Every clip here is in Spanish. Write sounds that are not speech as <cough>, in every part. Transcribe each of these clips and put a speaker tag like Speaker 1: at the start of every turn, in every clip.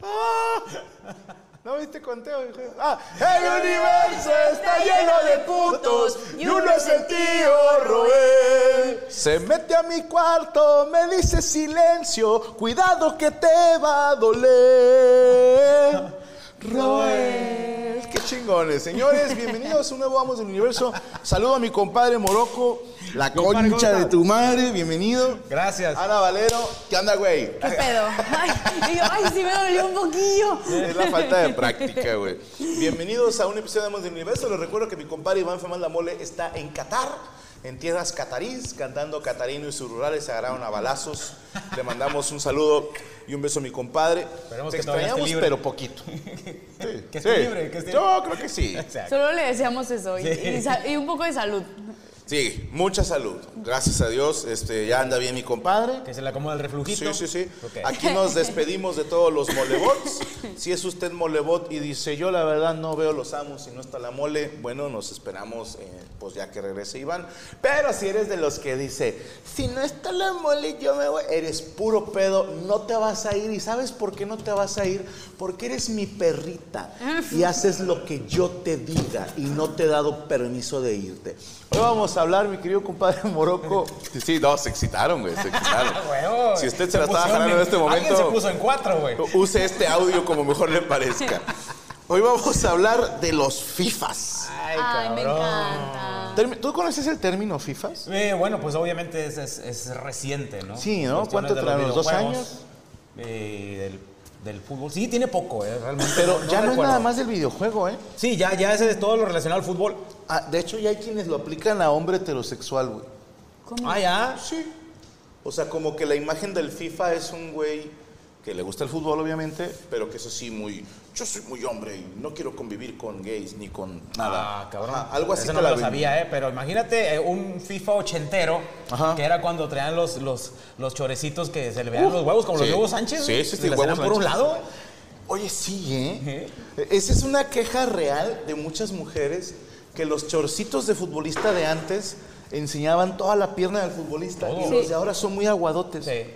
Speaker 1: ¡Ah! ¿No viste conteo? hijo? Ah, el universo está lleno de putos y uno es el tío Roel. Se mete a mi cuarto, me dice silencio, cuidado que te va a doler. Roel. Qué chingones.
Speaker 2: <laughs>
Speaker 1: Señores, bienvenidos a un nuevo Amos del Universo. Saludo a mi compadre Morocco, la
Speaker 2: Compadre, ¿cómo
Speaker 1: concha de
Speaker 2: estás?
Speaker 1: tu madre. Bienvenido.
Speaker 2: Gracias.
Speaker 1: Ana Valero, ¿qué onda, güey?
Speaker 3: ¿Qué pedo? Ay, y yo, ay, sí me dolió un poquillo.
Speaker 1: Es la falta de práctica, güey. Bienvenidos a un episodio de Amos del Universo. Les recuerdo que mi compadre Iván Femán La Mole está en Qatar, en tierras catarís, cantando Catarino y sus rurales se agarraron a balazos. Le mandamos un saludo y un beso a mi compadre.
Speaker 2: Esperemos
Speaker 1: Te
Speaker 2: que todavía
Speaker 1: extrañamos,
Speaker 2: esté libre.
Speaker 1: pero poquito. Sí,
Speaker 2: <laughs> Que esté libre, que esté-
Speaker 1: Yo creo que sí.
Speaker 2: Exacto.
Speaker 3: Solo le deseamos eso y,
Speaker 2: Sí.
Speaker 3: y sa- y un poco de salud.
Speaker 1: Sí, mucha salud. Gracias a Dios, este, ya anda bien mi compadre.
Speaker 2: Que se le acomoda el
Speaker 1: Sí,
Speaker 2: reflujito.
Speaker 1: sí, sí.
Speaker 2: Ok.
Speaker 1: Aquí nos despedimos de todos los molebots. si es usted molebot y dice, yo la verdad no veo los amos y no está la mole, bueno, nos esperamos eh, pues ya que regrese Iván. Pero si eres de los que dice, si no está la mole, yo me voy, eres puro pedo, no te vas a ir. ¿Y sabes por qué no te vas a ir? Porque eres mi perrita y haces lo que yo te diga y no te he dado permiso de irte. Hoy vamos a hablar, mi querido compadre Morocco. Sí, no, se excitaron, güey, se excitaron.
Speaker 2: Ah, huevo.
Speaker 1: Si usted se la estaba
Speaker 2: Emociones.
Speaker 1: jalando en este
Speaker 2: Alguien se
Speaker 1: momento,
Speaker 2: puso en cuatro, güey.
Speaker 1: use este audio como mejor le parezca. Hoy vamos a hablar de los FIFAs.
Speaker 2: Ay,
Speaker 3: Ay, me
Speaker 2: cabrón.
Speaker 3: encanta.
Speaker 1: Termi- ¿Tú conoces el término FIFAs?
Speaker 2: Eh, bueno, pues obviamente es, es- es reciente, ¿no?
Speaker 1: Sí, ¿no?
Speaker 2: Cuestiones
Speaker 1: ¿Cuánto
Speaker 2: de
Speaker 1: traen? ¿Los dos
Speaker 2: videojuegos,
Speaker 1: años?
Speaker 2: eh, del, del fútbol. Sí, tiene poco, eh, realmente.
Speaker 1: Pero ya no es
Speaker 2: recuerdo.
Speaker 1: nada más del videojuego, ¿eh?
Speaker 2: Sí, ya, ya ese es todo lo relacionado al fútbol.
Speaker 1: Ah, de hecho, ya hay quienes lo aplican a hombre heterosexual, güey.
Speaker 2: Ah, ya.
Speaker 1: Sí. O sea, como que la imagen del FIFA es un güey que le gusta el fútbol, obviamente, pero que eso sí, muy. Yo soy muy hombre y no quiero convivir con gays ni con nada.
Speaker 2: Ah, cabrón.
Speaker 1: Ajá, algo así
Speaker 2: Ese
Speaker 1: te
Speaker 2: no
Speaker 1: la
Speaker 2: lo
Speaker 1: ven-
Speaker 2: sabía, ¿eh? Pero imagínate eh, un FIFA ochentero,
Speaker 1: Ajá.
Speaker 2: que era cuando traían los, los, los chorecitos que se le veían los huevos, como
Speaker 1: sí.
Speaker 2: los huevos Sánchez.
Speaker 1: Sí, sí, sí,
Speaker 2: Se le
Speaker 1: huevos
Speaker 2: hacían por un
Speaker 1: Sánchez.
Speaker 2: lado.
Speaker 1: Oye, sí, ¿eh? Esa es una queja real de muchas mujeres que los chorcitos de futbolista de antes enseñaban toda la pierna del futbolista y
Speaker 2: Todo.
Speaker 1: los de ahora son muy aguadotes.
Speaker 2: Oh. Sí.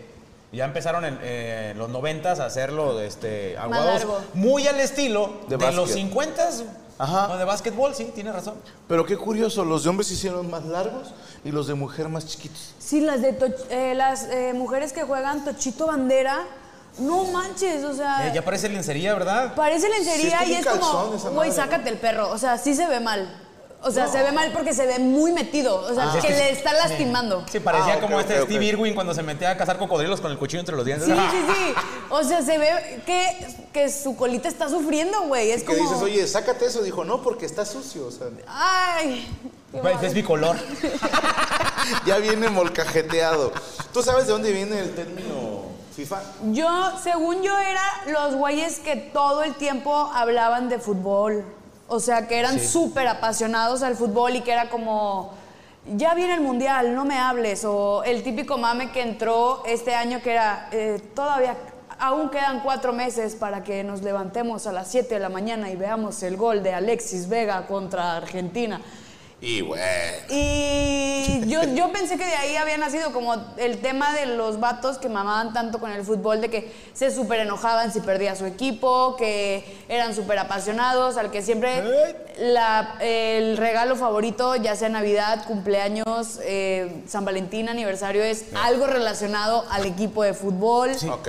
Speaker 2: Ya empezaron en eh, los noventas a hacerlo este, aguados.
Speaker 3: largo.
Speaker 2: Muy al estilo
Speaker 1: De
Speaker 2: de, los
Speaker 1: básquet.
Speaker 2: 50
Speaker 1: Ajá.
Speaker 2: No, de básquetbol, sí, tienes razón.
Speaker 1: Pero qué curioso, los de hombres se hicieron más largos y los de mujer más chiquitos.
Speaker 3: Sí, las de toch- eh, las eh, mujeres que juegan Tochito Bandera, no manches, o sea,
Speaker 2: Eh, ya parece lencería, ¿verdad?
Speaker 1: Sí,
Speaker 3: parece
Speaker 1: es
Speaker 3: lencería
Speaker 1: como
Speaker 3: y
Speaker 1: un
Speaker 3: es
Speaker 1: calzón esa
Speaker 3: como, güey,
Speaker 1: madre, ¿no?
Speaker 3: sácate el perro, o sea, sí se ve mal. O sea, se ve mal porque se ve muy metido, o sea, que le está lastimando.
Speaker 2: Sí, parecía
Speaker 1: Ah, ok,
Speaker 2: como este
Speaker 1: ok, ok.
Speaker 2: Steve Irwin cuando se metía a cazar cocodrilos con el cuchillo entre los dientes.
Speaker 3: Sí, sí, sí. O sea, se ve que, que su colita está sufriendo, güey. Es
Speaker 1: Y que
Speaker 3: como.
Speaker 1: dices, oye, sácate eso. Dijo, no, porque está sucio. O sea,
Speaker 3: Ay. qué
Speaker 2: Ve-
Speaker 3: mal.
Speaker 2: Es bicolor.
Speaker 1: ya viene molcajeteado. ¿Tú sabes de dónde viene el término FIFA?
Speaker 3: Yo, según yo, era los güeyes que todo el tiempo hablaban de fútbol. O sea, que eran súper apasionados al fútbol y que era como, ya viene el mundial, no me hables. O el típico mame que entró este año que era, eh, todavía, aún quedan cuatro meses para que nos levantemos a las 7 de la mañana y veamos el gol de Alexis Vega contra Argentina.
Speaker 1: Y bueno.
Speaker 3: Y yo, yo pensé que de ahí había nacido como el tema de los vatos que mamaban tanto con el fútbol, de que se súper enojaban si perdía su equipo, que eran súper apasionados, al que siempre la- el regalo favorito, ya sea Navidad, cumpleaños, eh, San Valentín, aniversario, es algo relacionado al equipo de fútbol.
Speaker 1: Ok.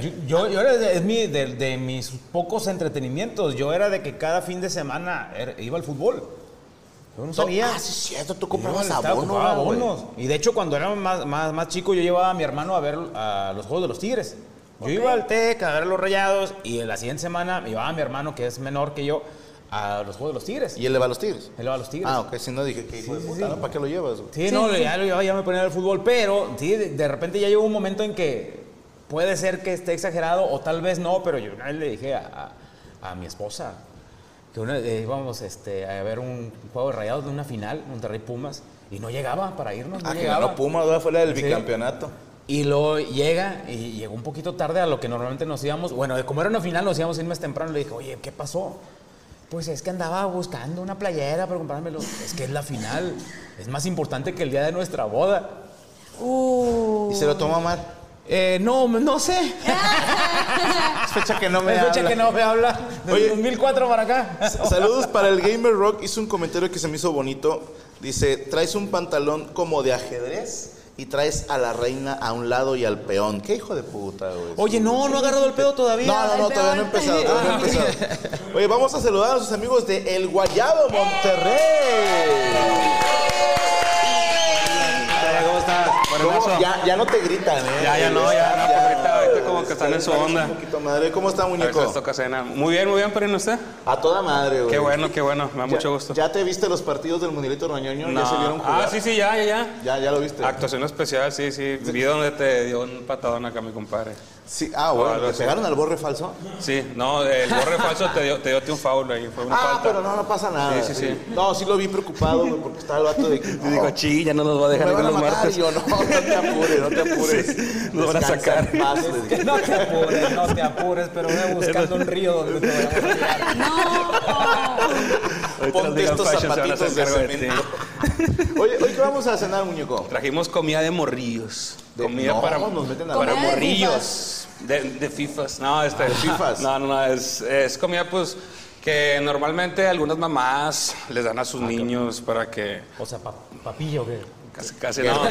Speaker 2: Yo, yo- yo era de, es mi- de- de mis pocos entretenimientos. Yo era de que cada fin de semana er- iba al fútbol. Yo no
Speaker 1: To-
Speaker 2: salía.
Speaker 1: Ah, sí, es cierto, tú
Speaker 2: Yo
Speaker 1: comprabas
Speaker 2: estaba-
Speaker 1: abono.
Speaker 2: compraba
Speaker 1: güey.
Speaker 2: abonos. Y de hecho, cuando era más, más, más chico, yo llevaba a mi hermano a ver a los Juegos de los Tigres. Yo iba al TEC a ver a los rayados y en la siguiente semana me llevaba a mi hermano, que es menor que yo, a los Juegos de los Tigres.
Speaker 1: ¿Y él le va a los tigres?
Speaker 2: Él le va a los Tigres.
Speaker 1: Ah, ok, si no dije, ¿qué hijo de
Speaker 2: sí,
Speaker 1: puta,
Speaker 2: sí.
Speaker 1: no? ¿Para qué lo llevas? güey?
Speaker 2: Sí, no, Ya, lo llevaba, ya me ponía al fútbol, pero sí, de, de repente ya llegó un momento en que puede ser que esté exagerado o tal vez no, pero yo una vez le dije a, a- a mi esposa que una, eh, íbamos este, a ver un juego de rayados de una final, Monterrey Pumas, y no llegaba para irnos. No
Speaker 1: Ah, que
Speaker 2: llegaba.
Speaker 1: ganó Puma, ¿verdad? Fue la del
Speaker 2: Sí.
Speaker 1: bicampeonato.
Speaker 2: Y luego llega y llegó un poquito tarde a lo que normalmente nos íbamos. Bueno, de como era una final, nos íbamos a ir más temprano. Le dije, oye, ¿qué pasó? Pues es que andaba buscando una playera para comprármelo. Es que es la final. Es más importante que el día de nuestra boda.
Speaker 3: Uh,
Speaker 2: Uh.
Speaker 1: Y se lo tomó mal.
Speaker 2: Eh, no, no sé.
Speaker 1: Es fecha que no me
Speaker 2: Es fecha
Speaker 1: habla.
Speaker 2: que no me habla. Desde
Speaker 1: Oye.
Speaker 2: 2004 para acá.
Speaker 1: <laughs> Saludos para el Gamer Rock. Hizo un comentario que se me hizo bonito. Dice, traes un pantalón como de ajedrez y traes a la reina a un lado y al peón. Qué hijo de puta, güey.
Speaker 2: Oye, no, no ha agarrado el pedo todavía.
Speaker 1: No, no, no,
Speaker 3: Al
Speaker 1: todavía no he
Speaker 3: peón.
Speaker 1: empezado, todavía no he empezado. Oye, vamos a saludar a sus amigos de El Guayabo,
Speaker 2: ¡Eh!
Speaker 1: Monterrey.
Speaker 4: ¿Cómo estás?
Speaker 1: ¿Cómo?
Speaker 4: Buenazo.
Speaker 1: Ya, ya no te gritan, ¿eh?
Speaker 4: Ya, ya no, ya, no, pues ahorita- ahorita como que están en su
Speaker 1: Están
Speaker 4: onda.
Speaker 1: Un poquito madre. ¿Cómo está,
Speaker 4: A ver si
Speaker 1: muñeco?
Speaker 4: les toca cena. Muy bien, muy bien, pero ¿y usted?
Speaker 1: A toda madre, güey.
Speaker 4: Qué bueno, qué bueno, me da
Speaker 1: Ya-
Speaker 4: mucho gusto.
Speaker 1: ¿Ya te viste los partidos del Mundialito Roñoño?
Speaker 4: No.
Speaker 1: ¿Ya se vieron jugar?
Speaker 4: Ah, sí, sí, ya, ya, ya.
Speaker 1: ¿Ya, ya lo viste?
Speaker 4: Actuación especial, sí, sí. Vi donde te dio un patadón acá, mi compadre.
Speaker 1: Sí. Ah, bueno,
Speaker 4: Ah,
Speaker 1: ¿le
Speaker 4: lo sé.
Speaker 1: pegaron al borre falso?
Speaker 4: Sí, no, el borre falso te dio, te dio un foul ahí, fue una
Speaker 1: Ah,
Speaker 4: falta.
Speaker 1: pero no, no pasa nada.
Speaker 4: Sí, sí, sí.
Speaker 1: No, sí lo vi preocupado, güey, porque estaba el vato de... que,
Speaker 4: <laughs> Y
Speaker 1: no,
Speaker 4: digo, chi, ya no nos va a dejar
Speaker 1: me
Speaker 4: ir
Speaker 1: van a
Speaker 4: los
Speaker 1: matar.
Speaker 4: martes.
Speaker 1: Y yo, no, no te apures, no te apures.
Speaker 4: <laughs> Sí, lo van a
Speaker 1: Descansa
Speaker 4: sacar.
Speaker 1: en paz, le
Speaker 4: <laughs>
Speaker 1: dije.
Speaker 2: <laughs> No te apures, no te apures, pero voy buscando un río donde te voy a
Speaker 4: Ahorita los
Speaker 1: Ponte
Speaker 4: Vegan
Speaker 1: estos
Speaker 4: Fashion se van a
Speaker 1: zapatitos de
Speaker 4: hacer cargo de
Speaker 1: cemento. Oye, ¿hoy qué vamos a cenar, muñeco?
Speaker 4: Trajimos comida de morrillos.
Speaker 1: De-
Speaker 4: comida
Speaker 1: no,
Speaker 4: para,
Speaker 1: nos meten a
Speaker 4: para
Speaker 3: Comida de
Speaker 4: morrillos. De, de FIFAs. No, este,
Speaker 1: de fifas.
Speaker 4: No, no, no. Es, es comida, pues, que normalmente algunas mamás les dan a
Speaker 1: Ah,
Speaker 4: sus niños para que.
Speaker 2: O sea, pa- papillo, ¿qué?
Speaker 4: Casi, casi no.
Speaker 1: <laughs>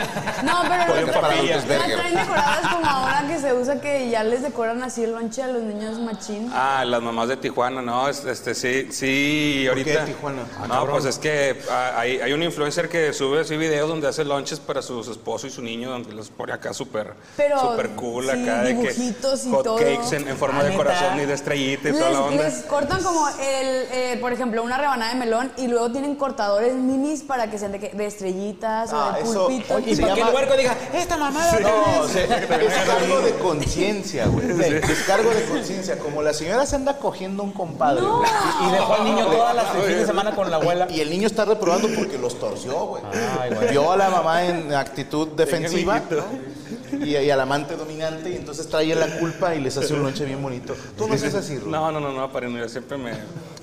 Speaker 3: No, pero
Speaker 1: Porque
Speaker 3: no,
Speaker 1: es para
Speaker 4: papilla.
Speaker 1: adultos,
Speaker 3: Ya
Speaker 1: verga.
Speaker 3: traen decoradas como ahora que se usa que ya les decoran así el lonche a los niños machín.
Speaker 4: Ah, las mamás de Tijuana, no, es- este, sí, sí,
Speaker 1: ¿Por qué
Speaker 4: ahorita.
Speaker 1: de Tijuana? Ah,
Speaker 4: no, pues es que ah, hay, hay un influencer que sube así videos donde hace lunches para sus esposos y su niño, donde los pone acá súper,
Speaker 3: Pero,
Speaker 4: súper cool,
Speaker 3: sí,
Speaker 4: acá de que
Speaker 3: dibujitos y
Speaker 4: hot
Speaker 3: todo. Ah,
Speaker 4: cakes en, en forma de corazón y de estrellita y toda la
Speaker 3: Les,
Speaker 4: onda.
Speaker 3: les cortan como el, eh, por ejemplo, una rebanada de melón y luego tienen cortadores minis para que sean de, que- de estrellitas
Speaker 1: Ah,
Speaker 3: o de
Speaker 1: eso-
Speaker 3: pulpito.
Speaker 1: oye,
Speaker 2: Y
Speaker 1: Se
Speaker 2: para que el
Speaker 1: llama-
Speaker 2: huerco diga, esta
Speaker 1: <laughs>
Speaker 2: mamada.
Speaker 1: No, se- es cargo de conciencia, güey. Es cargo de conciencia. Como la señora se anda cogiendo un compadre. güey,
Speaker 2: Y dejó al niño todas las fines de semana con la abuela.
Speaker 1: Y el niño está reprobando porque los torció, güey.
Speaker 2: Ay, güey.
Speaker 1: Vio a la mamá en actitud defensiva
Speaker 4: Ah, amiguito.
Speaker 1: ¿no? y, y al amante dominante y entonces trae la culpa y les hace un lonche bien bonito. Tú no haces así, Ruth.
Speaker 4: No, no, no, no, para mí, yo siempre me,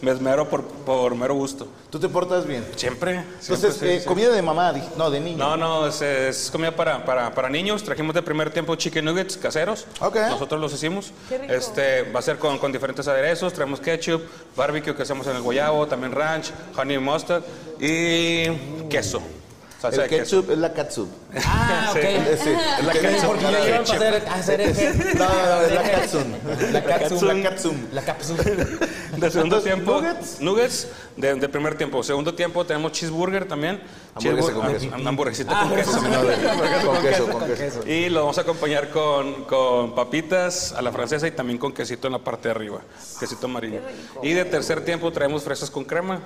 Speaker 4: me esmero por, por mero gusto.
Speaker 1: Tú te portas bien.
Speaker 4: Siempre. siempre,
Speaker 1: Entonces,
Speaker 4: sí,
Speaker 1: eh,
Speaker 4: sí.
Speaker 1: comida de mamá, dij- no, de niño.
Speaker 4: No, no, es, es comida para, para, para niños. Trajimos de primer tiempo chicken nuggets caseros.
Speaker 1: Ok.
Speaker 4: Nosotros los hicimos. Este, va a ser con, con diferentes aderezos. Traemos ketchup, barbecue que hacemos en el guayabo, también ranch, honey mustard y queso. Salsa
Speaker 1: el
Speaker 4: de queso.
Speaker 1: ketchup es la katsup.
Speaker 2: Ah,
Speaker 4: Sí.
Speaker 2: ok.
Speaker 1: Eh, sí, es la
Speaker 2: Porque
Speaker 1: ketchup.
Speaker 2: ya llevan para hacer, hacer eje.
Speaker 1: No, no, no, es la katsum.
Speaker 2: La
Speaker 1: La
Speaker 2: capsum.
Speaker 1: katsum.
Speaker 2: La capsum.
Speaker 4: De segundo
Speaker 1: Entonces,
Speaker 4: tiempo,
Speaker 1: nuggets.
Speaker 4: nuggets, de, de primer tiempo. Segundo tiempo tenemos cheeseburger también.
Speaker 1: Hamburguesa
Speaker 4: Cheesebur-
Speaker 1: con queso.
Speaker 4: ah, Una hamburguesita con queso.
Speaker 1: No, de- Con queso, con queso.
Speaker 4: Y lo vamos a acompañar con, con papitas a la francesa y también con quesito en la parte de arriba, quesito amarillo. Y de tercer tiempo traemos fresas con crema.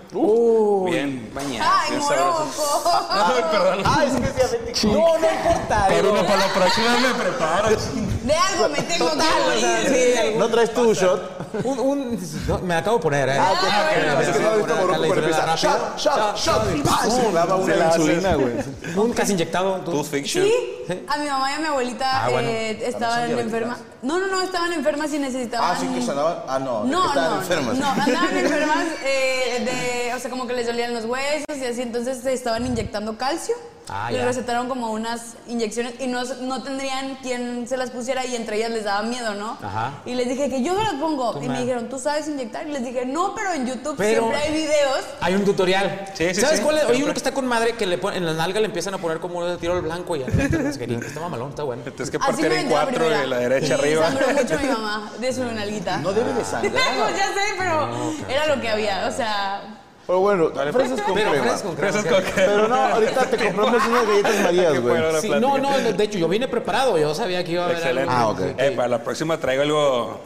Speaker 4: bien bañadas,
Speaker 3: ¡Ay,
Speaker 4: bien sabrosas.
Speaker 3: moroco!
Speaker 4: Ay, perdón.
Speaker 1: Ah, es que es diabético.
Speaker 2: No, no importa.
Speaker 4: Pero para la próxima me preparo.
Speaker 3: De algo me tengo que
Speaker 2: Ah,
Speaker 3: morir.
Speaker 1: ¿No traes tu shot?
Speaker 2: Un, un- no, me acabo de poner, ¿eh?
Speaker 1: Ah, ok,
Speaker 3: Ah,
Speaker 1: ok,
Speaker 3: bueno,
Speaker 1: Así que no he visto Morocco cuando empieza. Shot, shot, shot. y ¡pam! Se clava una insulina, güey.
Speaker 2: Un casi inyectado. tú.
Speaker 4: Tooth Fiction.
Speaker 3: Sí, a mi mamá y a mi abuelita
Speaker 2: Ah, bueno.
Speaker 3: eh,
Speaker 2: También
Speaker 3: estaban
Speaker 1: son
Speaker 3: enfermas. No, no, no, estaban enfermas y necesitaban.
Speaker 1: Ah, sí que sanaban. Ah, no.
Speaker 3: No,
Speaker 1: estaban
Speaker 3: no,
Speaker 1: enfermas.
Speaker 3: no, ah. andaban enfermas eh, de, o sea, como que les dolían los huesos y así, entonces se estaban inyectando calcio.
Speaker 2: Ah,
Speaker 3: les
Speaker 2: ya.
Speaker 3: recetaron como unas inyecciones y no, no tendrían quien se las pusiera y entre ellas les daba miedo, ¿no?
Speaker 2: Ajá.
Speaker 3: Y les dije que yo se las pongo. y me
Speaker 2: madre.
Speaker 3: dijeron, ¿tú sabes inyectar? Y les dije, no, pero en YouTube
Speaker 2: Pero-
Speaker 3: siempre hay videos.
Speaker 2: Hay un tutorial.
Speaker 4: Sí, sí,
Speaker 2: ¿Sabes
Speaker 4: sí.
Speaker 2: cuál es? Hay
Speaker 4: Siempre.
Speaker 2: uno que está con madre que le pon- en la nalga le empiezan a poner como un tiro al blanco y ya. Está mamalón, está bueno.
Speaker 4: Tienes que
Speaker 3: Así
Speaker 4: partir
Speaker 3: me
Speaker 4: en
Speaker 3: metió la
Speaker 4: cuatro
Speaker 3: primera.
Speaker 4: de la derecha
Speaker 3: Y
Speaker 4: arriba.
Speaker 3: sangró
Speaker 4: <laughs>
Speaker 3: mucho mi mamá de su nalguita.
Speaker 1: No debe de sangrar.
Speaker 3: <laughs> Pues ya sé, pero era lo que había, o sea.
Speaker 1: Pero bueno, pues. fresas con
Speaker 2: Pero
Speaker 1: crema.
Speaker 2: fresas con crema.
Speaker 4: Gracias, Coca.
Speaker 1: Pero no, ahorita te compramos unas galletas marías, güey.
Speaker 4: Bueno, la
Speaker 2: Sí,
Speaker 4: plática.
Speaker 2: no, no, de hecho yo vine preparado, yo sabía que iba a haber
Speaker 4: Excelente.
Speaker 1: Ah,
Speaker 2: algo.
Speaker 1: ok.
Speaker 4: Eh, para la próxima traigo algo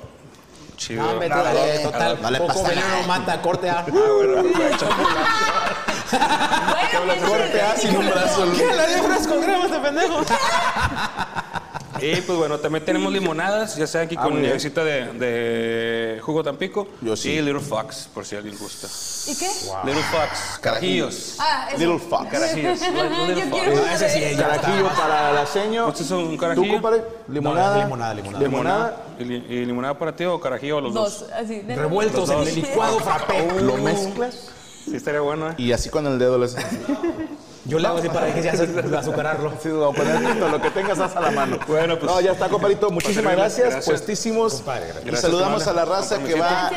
Speaker 4: chido.
Speaker 2: No, Ah, hombre,
Speaker 1: Nada,
Speaker 2: todavía,
Speaker 1: eh,
Speaker 2: total,
Speaker 1: no le
Speaker 2: poco
Speaker 1: pasa
Speaker 2: veneno
Speaker 1: nada.
Speaker 2: mata, corte A.
Speaker 4: Ah, bueno, aprovecho.
Speaker 3: Bueno, pues,
Speaker 1: Corte A sin un brazo. Luis.
Speaker 2: la dio con gramas de pendejo?
Speaker 4: Y pues bueno, también tenemos limonadas, ya sea aquí con
Speaker 1: Ah, muy
Speaker 4: la
Speaker 1: bien.
Speaker 4: visita de, de Jugo Tampico.
Speaker 1: Yo sí.
Speaker 4: Y Little Fox, por si alguien gusta.
Speaker 3: ¿Y qué?
Speaker 4: Little Fox, carajillos.
Speaker 3: Ah, eso.
Speaker 1: Little fuck.
Speaker 4: Carajillos. Little
Speaker 3: <laughs> Yo
Speaker 4: Fox.
Speaker 3: quiero
Speaker 1: Eh,
Speaker 2: Ese sí,
Speaker 3: saber.
Speaker 2: ya
Speaker 1: Carajillo para la seño.
Speaker 4: ¿Usted es un
Speaker 1: ¿Tú,
Speaker 4: carajillo?
Speaker 1: compadre? Limonada.
Speaker 2: No, limonada, limonada.
Speaker 1: Limonada.
Speaker 4: ¿Y, li- y limonada para ti o carajillo o los dos?
Speaker 3: Dos, así. de-
Speaker 2: Revueltos en el licuado frappé.
Speaker 1: Lo mezclas.
Speaker 4: Sí, estaría bueno, ¿eh?
Speaker 1: Y así con el dedo les.
Speaker 2: Yo le hago así para que se hace azucararlo.
Speaker 1: Sí, no, con el pito, lo que tengas haz a la mano.
Speaker 4: Bueno, pues-
Speaker 1: No, ya está, compadrito.
Speaker 4: Pues,
Speaker 1: Muchísimas
Speaker 4: gracias.
Speaker 1: gracias. Puestísimos.
Speaker 2: Compadre, gracias.
Speaker 1: Y
Speaker 4: Gracias,
Speaker 1: saludamos a
Speaker 4: Kamala.
Speaker 1: la raza que va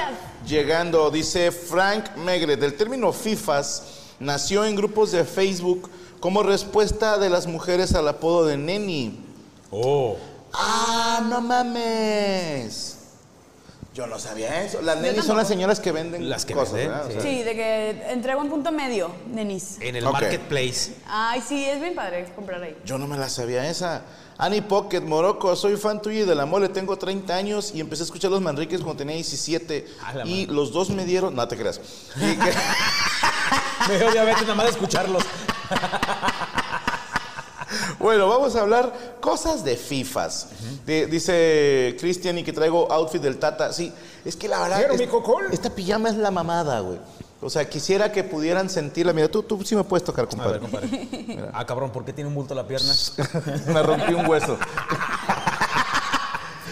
Speaker 1: llegando. Dice Frank Megre. Del término FIFAS nació en grupos de Facebook como respuesta de las mujeres al apodo de Neni.
Speaker 2: Oh.
Speaker 1: ¡Ah, no mames! Yo no sabía eso. Las nenis son las señoras que venden
Speaker 2: Las que
Speaker 1: cosas,
Speaker 2: venden,
Speaker 1: ¿verdad? O
Speaker 2: sí.
Speaker 1: sea,
Speaker 3: Sí, de que entrego en punto medio, Denise.
Speaker 2: En el
Speaker 1: Ok.
Speaker 2: marketplace.
Speaker 3: Ay, sí, es bien padre comprar ahí.
Speaker 1: Yo no me la sabía esa. Annie Pocket, Morocco, soy fan tuyo y de la mole, tengo 30 años y empecé a escuchar los Manriques cuando tenía 17.
Speaker 2: A la
Speaker 1: Y los dos me dieron, no te creas. Y que-
Speaker 2: Me dio diabetes nada más de escucharlos.
Speaker 1: bueno, vamos a hablar cosas de FIFAs. De- dice Cristian y que traigo outfit del Tata. Sí, es que la verdad,
Speaker 2: Pero
Speaker 1: es-
Speaker 2: mi cocol.
Speaker 1: esta pijama es la mamada, güey. O sea, quisiera que pudieran sentirla. Mira, tú, tú sí me puedes tocar,
Speaker 2: A
Speaker 1: compadre.
Speaker 2: ver, compadre. Ah, cabrón, ¿por qué tiene un bulto la pierna?
Speaker 1: <laughs> me rompí un
Speaker 2: <laughs>
Speaker 1: hueso.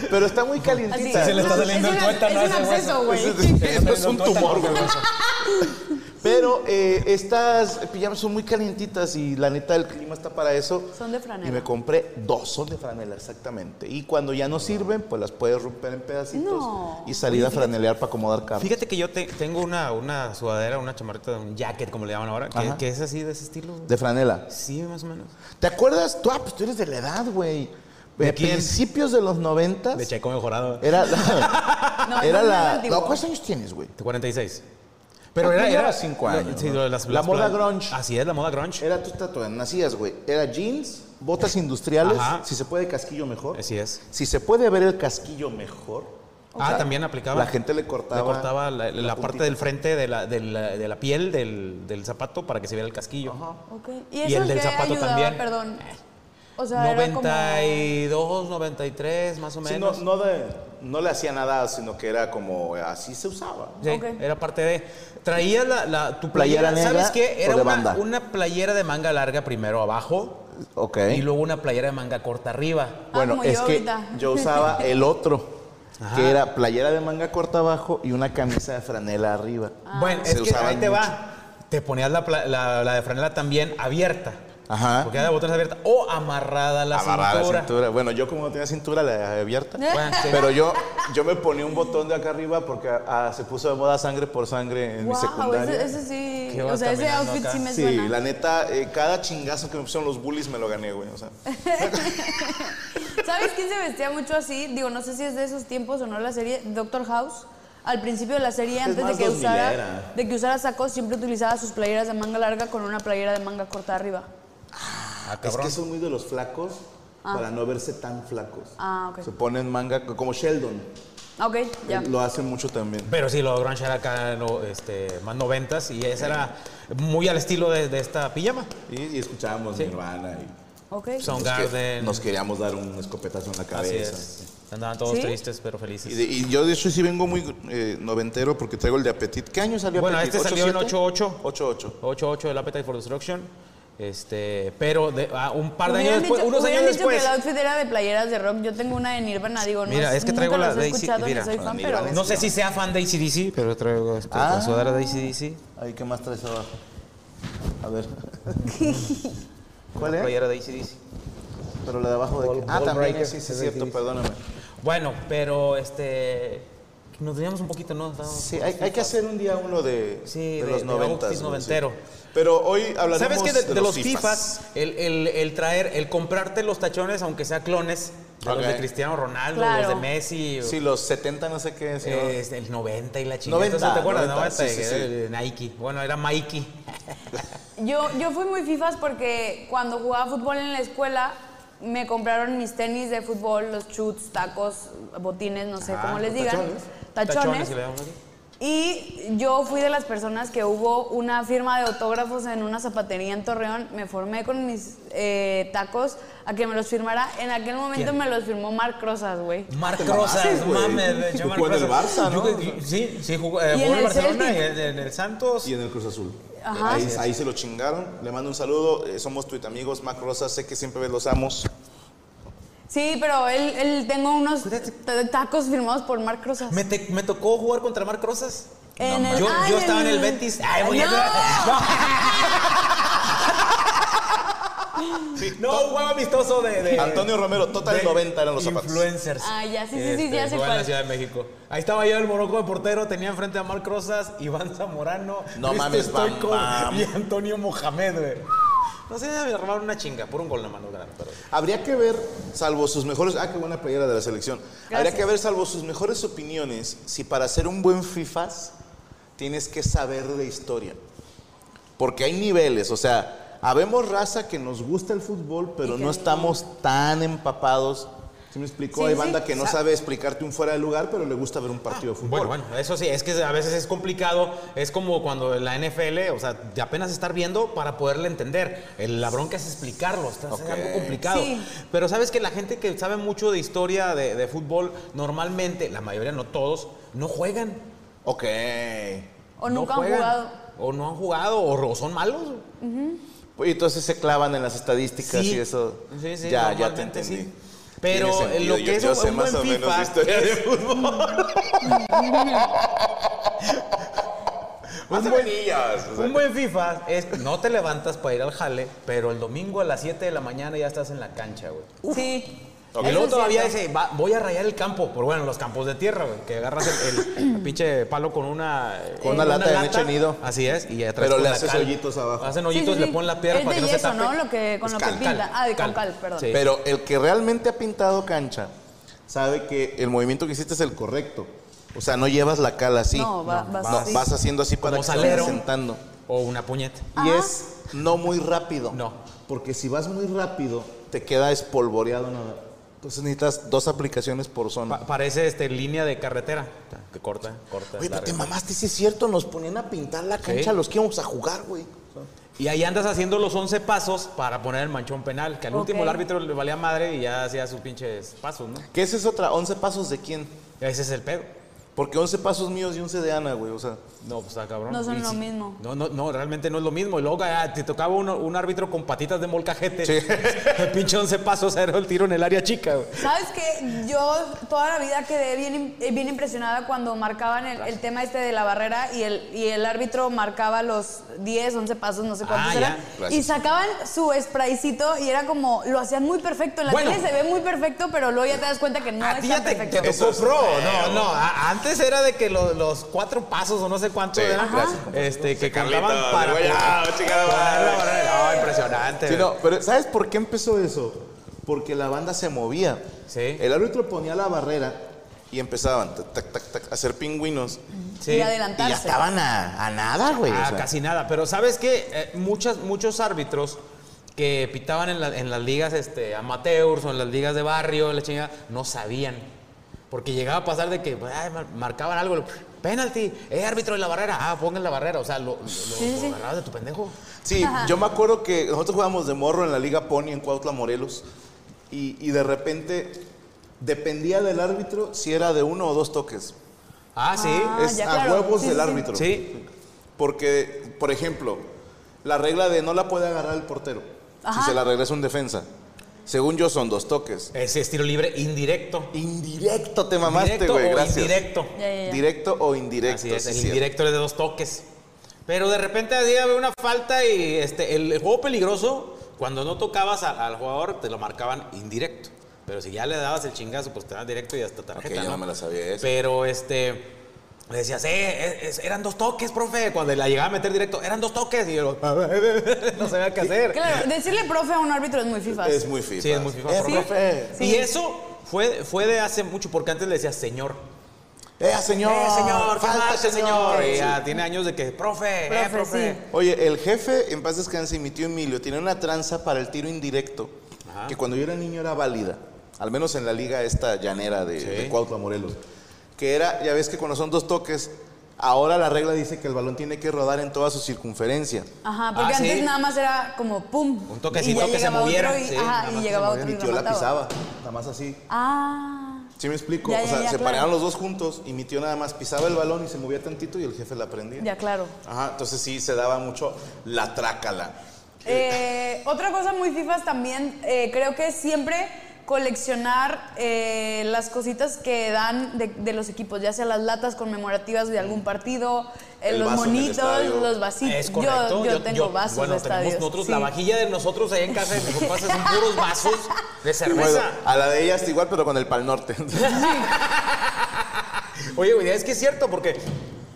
Speaker 1: Pero está muy
Speaker 3: Así.
Speaker 1: calientita.
Speaker 2: se le está saliendo
Speaker 3: es
Speaker 2: el
Speaker 3: un-
Speaker 2: tuétano
Speaker 3: Es
Speaker 2: a
Speaker 3: un
Speaker 2: ese
Speaker 3: absceso, güey.
Speaker 1: Eso es un tumor, güey.
Speaker 2: Tuétano.
Speaker 1: Pero eh, estas pijamas son muy calientitas y la neta el clima está para eso.
Speaker 3: Son de franela.
Speaker 1: Y me compré dos, son de franela, exactamente. Y cuando ya no sirven, pues las puedes romper en pedacitos
Speaker 3: No.
Speaker 1: y salir a franelear para acomodar carne.
Speaker 2: Fíjate que yo te- tengo una, una sudadera, una chamarrita, un jacket, como le llaman ahora, que,
Speaker 1: Ajá.
Speaker 2: que es así de ese estilo. güey.
Speaker 1: De franela.
Speaker 2: Sí, más o menos.
Speaker 1: ¿Te acuerdas? Tú, ah, pues tú eres de la edad, güey.
Speaker 2: ¿De
Speaker 1: De
Speaker 2: quién?
Speaker 1: principios de los noventas.
Speaker 2: De Checo mejorado.
Speaker 1: Era la...
Speaker 3: <laughs> No,
Speaker 1: era
Speaker 3: no, no,
Speaker 1: la...
Speaker 3: antiguo.
Speaker 1: No, ¿Cuántos años tienes, güey?
Speaker 2: De 46. Pero
Speaker 1: Ah,
Speaker 2: era,
Speaker 1: tú
Speaker 2: era
Speaker 1: llevas cinco años,
Speaker 2: Sí,
Speaker 1: ¿no?
Speaker 2: las-
Speaker 1: La
Speaker 2: las-
Speaker 1: moda grunge.
Speaker 2: Así es, la moda grunge.
Speaker 1: Era tu tatuaje, nacías, güey. Era jeans, botas industriales,
Speaker 2: Ajá.
Speaker 1: si se puede casquillo mejor.
Speaker 2: Así es.
Speaker 1: Si se puede ver el casquillo mejor,
Speaker 2: Ah, también aplicaba.
Speaker 1: la gente le cortaba,
Speaker 2: Le cortaba la, la parte
Speaker 1: puntita.
Speaker 2: del frente de la, de la- de la piel del, del zapato para que se viera el casquillo.
Speaker 3: Ok.
Speaker 2: Y
Speaker 3: ¿Y eso
Speaker 2: el
Speaker 3: es
Speaker 2: del
Speaker 3: que
Speaker 2: zapato
Speaker 3: ayudaba?
Speaker 2: también.
Speaker 3: Perdón. O sea, era como...
Speaker 2: 92, 93, más o
Speaker 1: Sí, no,
Speaker 2: menos.
Speaker 1: no, de- no le hacía nada, sino que era como eh, así se usaba.
Speaker 2: Sí,
Speaker 3: Ok.
Speaker 2: era parte de. Traía la, la- tu playera,
Speaker 1: Playera
Speaker 2: ¿sabes
Speaker 1: negra
Speaker 2: qué?
Speaker 1: o
Speaker 2: Era
Speaker 1: de
Speaker 2: una,
Speaker 1: banda.
Speaker 2: una playera de manga larga primero abajo
Speaker 1: Ok.
Speaker 2: y luego una playera de manga corta arriba.
Speaker 1: bueno,
Speaker 3: Ah, como
Speaker 1: es
Speaker 3: yo
Speaker 1: que
Speaker 3: ahorita.
Speaker 1: yo usaba el otro,
Speaker 2: Ajá.
Speaker 1: que era playera de manga corta abajo y una camisa de franela arriba.
Speaker 3: Ah.
Speaker 2: Bueno,
Speaker 1: Se
Speaker 2: es que
Speaker 1: usaban
Speaker 2: ahí te
Speaker 1: mucho.
Speaker 2: va. Te ponías la, pla- la- la de franela también abierta.
Speaker 1: Ajá.
Speaker 2: Porque era de botones abierta. O amarrada a la
Speaker 1: Amarrada la
Speaker 2: cintura.
Speaker 1: cintura. Bueno, yo como no tenía cintura, la dejé abierta.
Speaker 3: Eh.
Speaker 2: Bueno, sí.
Speaker 1: Pero yo, yo me ponía un botón de acá arriba porque ah, se puso de moda sangre por sangre en mi
Speaker 3: Wow,
Speaker 1: secundaria.
Speaker 3: ese, ese sí...
Speaker 2: Que
Speaker 3: O
Speaker 2: vas
Speaker 3: sea, ese
Speaker 2: caminando
Speaker 3: outfit
Speaker 2: acá.
Speaker 3: sí me
Speaker 1: Sí,
Speaker 3: suena.
Speaker 1: la neta, eh, cada chingazo que me pusieron los bullies me lo gané, güey. O sea,
Speaker 2: Ah,
Speaker 3: ¿Sabes quién se vestía mucho así? Digo, no sé si es de esos tiempos o no la serie Doctor House. Al principio de la serie, antes
Speaker 1: más
Speaker 3: de que
Speaker 1: 2000
Speaker 3: usara
Speaker 1: era.
Speaker 3: de que usara sacos, siempre utilizaba sus playeras de manga larga con una playera de manga corta arriba.
Speaker 2: Ah,
Speaker 1: es
Speaker 2: cabrón.
Speaker 1: que son muy de los flacos para no verse tan flacos.
Speaker 3: Ah, ok.
Speaker 1: Se ponen manga, como Sheldon.
Speaker 3: Ah, Ok, ya.
Speaker 1: Eh, Lo hacen mucho también.
Speaker 2: Pero sí, lo grunge era acá no, este, más noventas y esa era muy al estilo de, de esta pijama.
Speaker 1: Y, y escuchábamos Nirvana y
Speaker 3: Ok.
Speaker 1: Que
Speaker 2: Soundgarden.
Speaker 1: nos queríamos dar un escopetazo en la
Speaker 2: Así
Speaker 1: cabeza.
Speaker 2: es. Andaban todos
Speaker 3: ¿Sí?
Speaker 2: tristes, pero
Speaker 1: Y,
Speaker 2: felices.
Speaker 1: de- y yo de hecho sí vengo muy eh, noventero porque traigo el de Apetit. ¿Qué año salió
Speaker 2: Bueno,
Speaker 1: Apetit?
Speaker 2: este salió en
Speaker 1: 8-7?
Speaker 2: 8-8.
Speaker 1: 8-8.
Speaker 2: 8-8 del Appetite for Destruction. Este, pero de- ah, un par de años
Speaker 3: Hubieran
Speaker 2: después,
Speaker 3: dicho-
Speaker 2: unos años
Speaker 3: hubieran dicho
Speaker 2: después.
Speaker 3: que el outfit era de playeras de rock. Yo tengo una de Nirvana, digo, no
Speaker 2: Mira,
Speaker 3: es-
Speaker 2: es que
Speaker 3: nunca
Speaker 2: traigo la
Speaker 3: los he
Speaker 2: de AC/DC,
Speaker 3: escuchado
Speaker 2: mira,
Speaker 3: ni soy
Speaker 1: ah,
Speaker 3: fan,
Speaker 1: Nirvana.
Speaker 3: pero
Speaker 2: No sé si sea fan de ACDC, pero traigo este,
Speaker 1: Ah.
Speaker 2: la sudadera de ACDC.
Speaker 1: Ahí, ¿qué más traes abajo? A ver. <laughs>
Speaker 2: La
Speaker 1: ¿Cuál es?
Speaker 2: playera de ACDC.
Speaker 1: Pero la de abajo de qué? Ah,
Speaker 2: Ball
Speaker 1: también,
Speaker 2: Breaker,
Speaker 1: sí, sí,
Speaker 2: es
Speaker 1: es cierto,
Speaker 2: difícil.
Speaker 1: perdóname.
Speaker 2: Bueno, pero este. Nos teníamos un poquito, ¿no? Estábamos-
Speaker 1: Sí, hay, hay que hacer un día uno de,
Speaker 2: Sí,
Speaker 1: de
Speaker 2: de-
Speaker 1: los
Speaker 2: de
Speaker 1: noventas.
Speaker 2: outfit
Speaker 1: güey,
Speaker 2: noventero.
Speaker 1: sí. Pero hoy hablaremos
Speaker 2: ¿Sabes qué? De, de los
Speaker 1: Fifas.
Speaker 2: FIFAs, el, el- el traer, el comprarte los tachones, aunque sea clones, de los
Speaker 1: Ok.
Speaker 2: de Cristiano Ronaldo,
Speaker 3: Claro.
Speaker 2: los de Messi,
Speaker 1: Sí, los 70 no sé qué. sí, ¿no?
Speaker 2: eh, es el 90 y la chingada.
Speaker 1: 90,
Speaker 2: Entonces, ¿Te acuerdas?
Speaker 1: 90,
Speaker 2: 90,
Speaker 1: sí, sí,
Speaker 2: que era el Nike. Bueno, era Mikey.
Speaker 3: Yo, yo fui muy fifas porque cuando jugaba fútbol en la escuela me compraron mis tenis de fútbol, los chutes, tacos, botines, no sé
Speaker 2: Ah,
Speaker 3: cómo les
Speaker 2: los
Speaker 3: digan.
Speaker 2: tachones.
Speaker 3: Tachones.
Speaker 2: Tachones, si le llamamos aquí.
Speaker 3: Y yo fui de las personas que hubo una firma de autógrafos en una zapatería en Torreón. Me formé con mis eh, tacos a que me los firmara. En aquel momento
Speaker 2: ¿Quién?
Speaker 3: me los firmó Marc Rosas, güey.
Speaker 2: Marc
Speaker 1: Te mamaste,
Speaker 2: Rosas,
Speaker 1: güey.
Speaker 2: mames. de hecho, Marc
Speaker 1: Jugó en el
Speaker 2: Rosas.
Speaker 1: Barça, ¿no?
Speaker 2: Yo- yo- sí, sí, jugó, eh,
Speaker 3: Y en
Speaker 2: jugó en
Speaker 3: el
Speaker 2: el Barcelona,
Speaker 3: Celtic.
Speaker 2: y en, en el Santos.
Speaker 1: Y en el Cruz Azul.
Speaker 3: Ajá.
Speaker 1: Ahí, ahí se lo chingaron. Le mando un saludo. eh, somos tuit amigos, Mac Rosa. Sé que siempre ves los amos.
Speaker 3: Sí, pero él, él tengo unos ta- tacos firmados por Marc Rosas.
Speaker 2: Me, te- me tocó jugar contra Marc Rosas.
Speaker 3: En el-
Speaker 2: yo,
Speaker 3: ay,
Speaker 2: yo estaba en el Betis. Ay, güey, ya te- <laughs> No, un juego amistoso de, de-
Speaker 1: Antonio Romero, total
Speaker 2: de
Speaker 1: 90 eran los zapatos.
Speaker 2: Influencers.
Speaker 3: Ah, ya, sí, sí, sí,
Speaker 2: Este,
Speaker 3: ya sé
Speaker 2: jugaba en la
Speaker 3: cuál.
Speaker 2: Ciudad de México. Ahí estaba yo el Morocco de portero, tenía enfrente a Marc Rosas, Iván Zamorano,
Speaker 1: No
Speaker 2: Risto
Speaker 1: mames, Bam
Speaker 2: Stoico
Speaker 1: Bam.
Speaker 2: y Antonio Mohamed, güey. No sé, me armaron una chinga, por un gol nomás lograron, pero...
Speaker 1: Habría que ver, salvo sus mejores. Ah, qué buena playera de la selección. Habría que ver, salvo sus mejores opiniones, si para ser un buen FIFAs tienes que saber de historia. Porque hay niveles, o sea, habemos raza que nos gusta el fútbol, pero no estamos tan empapados. ¿Sí me explico?
Speaker 3: Sí,
Speaker 1: hay
Speaker 3: sí.
Speaker 1: banda que no sabe explicarte un fuera de lugar, pero le gusta ver un partido de fútbol.
Speaker 2: Ah, Bueno, bueno, eso sí, es que a veces es complicado. Es como cuando la NFL, o sea, de apenas estar viendo para poderle entender. El, la bronca es explicarlo, está es
Speaker 1: Ok.
Speaker 2: algo complicado.
Speaker 3: Sí.
Speaker 2: Pero sabes que la gente que sabe mucho de historia de, de fútbol, normalmente, la mayoría, no todos, no juegan.
Speaker 1: Ok.
Speaker 3: O
Speaker 2: No
Speaker 3: nunca han
Speaker 2: juegan.
Speaker 3: jugado.
Speaker 2: O no han jugado, o, o son malos.
Speaker 1: Pues, Y entonces se clavan en las estadísticas y eso.
Speaker 2: Sí, sí,
Speaker 1: ya, ya te
Speaker 2: normalmente
Speaker 1: entendí.
Speaker 2: sí. Pero
Speaker 1: Tiene
Speaker 2: eh,
Speaker 1: sentido,
Speaker 2: lo que
Speaker 1: yo-
Speaker 2: es
Speaker 1: yo
Speaker 2: un,
Speaker 1: sé
Speaker 2: un
Speaker 1: más
Speaker 2: buen
Speaker 1: o menos
Speaker 2: FIFA
Speaker 1: de historia de
Speaker 2: es-
Speaker 1: Más
Speaker 2: Un buen-
Speaker 1: semillas, o sea.
Speaker 2: Un buen FIFA es no te levantas para ir al jale, pero el domingo a las 7 de la mañana ya estás en la cancha, güey.
Speaker 3: Sí.
Speaker 2: Y
Speaker 3: Eso
Speaker 2: luego
Speaker 3: es
Speaker 2: todavía
Speaker 3: cierto.
Speaker 2: dice, va- voy a rayar el campo, pero bueno, los campos de tierra, güey, que agarras el,
Speaker 1: <clears throat>
Speaker 2: el pinche palo con una...
Speaker 1: Con una lata de leche nido.
Speaker 2: Así es, y ya traes
Speaker 1: Pero
Speaker 2: con
Speaker 1: le
Speaker 2: la
Speaker 1: haces
Speaker 2: cal.
Speaker 1: hoyitos abajo.
Speaker 2: Hacen
Speaker 3: Sí,
Speaker 2: hoyitos,
Speaker 3: sí,
Speaker 2: le
Speaker 3: sí.
Speaker 2: ponen la piedra
Speaker 3: Es
Speaker 2: para
Speaker 3: de
Speaker 2: que no
Speaker 3: yeso,
Speaker 2: se
Speaker 3: ¿no?
Speaker 2: tape.
Speaker 3: Lo que- con
Speaker 2: Es
Speaker 3: lo que
Speaker 2: cal,
Speaker 3: pintan.
Speaker 2: cal,
Speaker 3: Ah, de con cal, perdón.
Speaker 2: Sí.
Speaker 1: Pero el que realmente ha pintado cancha sabe que el movimiento que hiciste es el correcto. O sea, no llevas la cala así.
Speaker 3: No, va- No, vas
Speaker 1: No,
Speaker 3: así.
Speaker 1: vas haciendo así para
Speaker 2: Como
Speaker 1: que se vaya
Speaker 2: salero.
Speaker 1: sentando.
Speaker 2: O una puñeta.
Speaker 1: Y es no muy rápido.
Speaker 2: No.
Speaker 1: Porque si vas muy rápido, te queda espolvoreado nada. Entonces necesitas dos aplicaciones por zona.
Speaker 2: Pa- parece este, línea de <laughs> carretera, que corta, corta.
Speaker 1: Oye, pero
Speaker 2: larga.
Speaker 1: te mamaste, sí es cierto, nos ponían a pintar la cancha
Speaker 2: Sí.
Speaker 1: los que íbamos a jugar, güey.
Speaker 2: Y ahí andas haciendo los 11 pasos para poner el manchón penal, que al último el árbitro le valía madre y ya hacía sus pinches pasos, ¿no?
Speaker 1: Que esa es otra, 11 pasos de quién.
Speaker 2: Ese es el pedo.
Speaker 1: Porque 11 pasos míos y 11 de Ana, güey, o sea.
Speaker 2: No, pues está cabrón.
Speaker 3: No son
Speaker 2: Y
Speaker 3: lo
Speaker 2: sí.
Speaker 3: mismo.
Speaker 2: No, no, no, realmente no es lo mismo. Y luego ah, te tocaba uno- un árbitro con patitas de molcajete.
Speaker 1: Sí.
Speaker 2: El <laughs> pinche 11 pasos era el tiro en el área chica, güey.
Speaker 3: ¿Sabes qué? Yo toda la vida quedé bien, im- eh, bien impresionada cuando marcaban el, el tema este de la barrera y el, y el árbitro marcaba los 10, 11 pasos, no sé cuántos
Speaker 2: Ah, ya.
Speaker 3: eran. Y
Speaker 1: Gracias.
Speaker 3: sacaban su spraycito y era como, lo hacían muy perfecto. En la
Speaker 2: Bueno.
Speaker 3: tele se ve muy perfecto, pero luego ya te das cuenta que no
Speaker 2: A
Speaker 3: es
Speaker 2: ti
Speaker 3: tan
Speaker 2: ya te,
Speaker 3: perfecto.
Speaker 2: Ah, te
Speaker 1: Eso
Speaker 2: tocó
Speaker 1: es
Speaker 2: pro.
Speaker 1: feo.
Speaker 2: No, no. a- antes era de que lo- los cuatro pasos o no sé cuánto
Speaker 1: Sí,
Speaker 2: eran.
Speaker 1: gracias.
Speaker 2: Este, que
Speaker 1: Carlitos,
Speaker 2: cantaban para.
Speaker 1: güey, ah, chingada madre.
Speaker 2: Para- para- no, impresionante.
Speaker 1: Sí, no, pero ¿sabes por qué empezó eso? Porque la banda se movía.
Speaker 2: Sí.
Speaker 1: El árbitro ponía la barrera y empezaban tac, tac, tac, tac, a hacer pingüinos.
Speaker 2: Sí.
Speaker 3: Y
Speaker 1: Y ya
Speaker 3: adelantarse.
Speaker 1: estaban a, a nada, güey. o
Speaker 2: Ah,
Speaker 1: sea.
Speaker 2: casi nada. Pero ¿sabes qué? Eh, muchas, muchos árbitros que pitaban en, la- en las ligas este, amateurs o en las ligas de barrio, la chingada, no sabían. Porque llegaba a pasar de que pues, ay, mar- marcaban algo, lo- penalti, eh, árbitro de la barrera, ah, pongan la barrera, o sea, lo, lo- lo- lo agarrabas de tu pendejo.
Speaker 1: Sí, yo me acuerdo que nosotros jugábamos de morro en la Liga Pony en Cuautla Morelos y, y de repente dependía del árbitro si era de uno o dos toques.
Speaker 2: Ah, sí.
Speaker 3: Ah,
Speaker 1: es
Speaker 3: ya,
Speaker 1: a
Speaker 3: claro.
Speaker 1: huevos
Speaker 3: Sí,
Speaker 1: del
Speaker 3: sí, sí.
Speaker 1: árbitro.
Speaker 2: Sí.
Speaker 1: Porque, por ejemplo, la regla de no la puede agarrar el portero si se la regresa un defensa. Según yo son dos toques.
Speaker 2: Ese estilo libre indirecto.
Speaker 1: Indirecto te mamaste,
Speaker 2: Directo
Speaker 1: güey.
Speaker 2: o
Speaker 1: Gracias.
Speaker 2: indirecto.
Speaker 3: Ya, ya, ya.
Speaker 1: Directo o indirecto.
Speaker 2: Así es,
Speaker 1: sí,
Speaker 2: el
Speaker 1: cierto.
Speaker 2: indirecto es de dos toques. Pero de repente había una falta y este, el, el juego peligroso, cuando no tocabas a- al jugador, te lo marcaban indirecto. Pero si ya le dabas el chingazo, pues te daban directo y hasta tarjeta.
Speaker 1: Ok, yo
Speaker 2: ¿no?
Speaker 1: no me la sabía esa.
Speaker 2: Pero este. Le decías, eh, es- es- eran dos toques, profe. Cuando la llegaba a meter directo, eran dos toques. Y yo, <laughs> no sabía qué hacer.
Speaker 3: Claro, decirle profe a un árbitro es muy FIFA.
Speaker 1: Es muy FIFA.
Speaker 2: Sí, es muy FIFA,
Speaker 1: Eh,
Speaker 2: profe.
Speaker 1: profe.
Speaker 3: Sí.
Speaker 2: Y eso fue, fue de hace mucho, porque antes le decías, señor.
Speaker 1: Eh, señor.
Speaker 2: Eh, señor,
Speaker 1: falta,
Speaker 2: falta, señor. Y
Speaker 1: Sí.
Speaker 2: ya tiene años de que, profe, eh,
Speaker 3: Profe,
Speaker 2: profe.
Speaker 3: sí.
Speaker 1: Oye, el jefe, en paz descanse, mi tío Emilio, tenía una tranza para el tiro indirecto que cuando yo era niño era válida. Al menos en la liga esta llanera de, de Cuautla Morelos. Que era, ya ves que cuando son dos toques, ahora la regla dice que el balón tiene que rodar en toda su circunferencia.
Speaker 3: Ajá, porque
Speaker 2: Ah, sí.
Speaker 3: antes nada más era como pum.
Speaker 2: Un toquecito
Speaker 3: ya
Speaker 2: que se
Speaker 3: llegaba otro
Speaker 2: moviera,
Speaker 3: y-
Speaker 2: sí, nada
Speaker 3: ajá,
Speaker 2: más
Speaker 3: y
Speaker 2: que
Speaker 3: llegaba otro
Speaker 1: Mi
Speaker 3: y lo
Speaker 1: tío la
Speaker 3: mataba.
Speaker 1: pisaba, nada más así.
Speaker 3: Ah.
Speaker 1: ¿Sí me explico?
Speaker 3: Ya,
Speaker 1: o
Speaker 3: ya,
Speaker 1: sea,
Speaker 3: ya,
Speaker 1: se
Speaker 3: claro.
Speaker 1: paraban los dos juntos y mi tío nada más pisaba el balón y se movía tantito y el jefe la prendía.
Speaker 3: Ya, claro.
Speaker 1: Ajá, entonces sí se daba mucho la trácala.
Speaker 3: Eh, otra cosa muy fifas también, eh, creo que es siempre coleccionar eh, las cositas que dan de, de los equipos, ya sea las latas conmemorativas de algún partido, eh,
Speaker 1: El
Speaker 3: los
Speaker 1: vaso en el
Speaker 3: monitos,
Speaker 1: estadio.
Speaker 3: los vasitos.
Speaker 2: Es
Speaker 3: Yo,
Speaker 2: correcto.
Speaker 3: yo, tengo vasos
Speaker 2: Bueno,
Speaker 3: de
Speaker 2: tenemos
Speaker 3: estadios.
Speaker 2: nosotros
Speaker 3: Sí.
Speaker 2: la vajilla de nosotros eh, ahí en casa de mis papás son puros vasos de
Speaker 1: Bueno,
Speaker 2: cerveza.
Speaker 1: a la de ella está igual, pero con el Pal <laughs> Norte.
Speaker 2: Oye, güey, es que es cierto porque.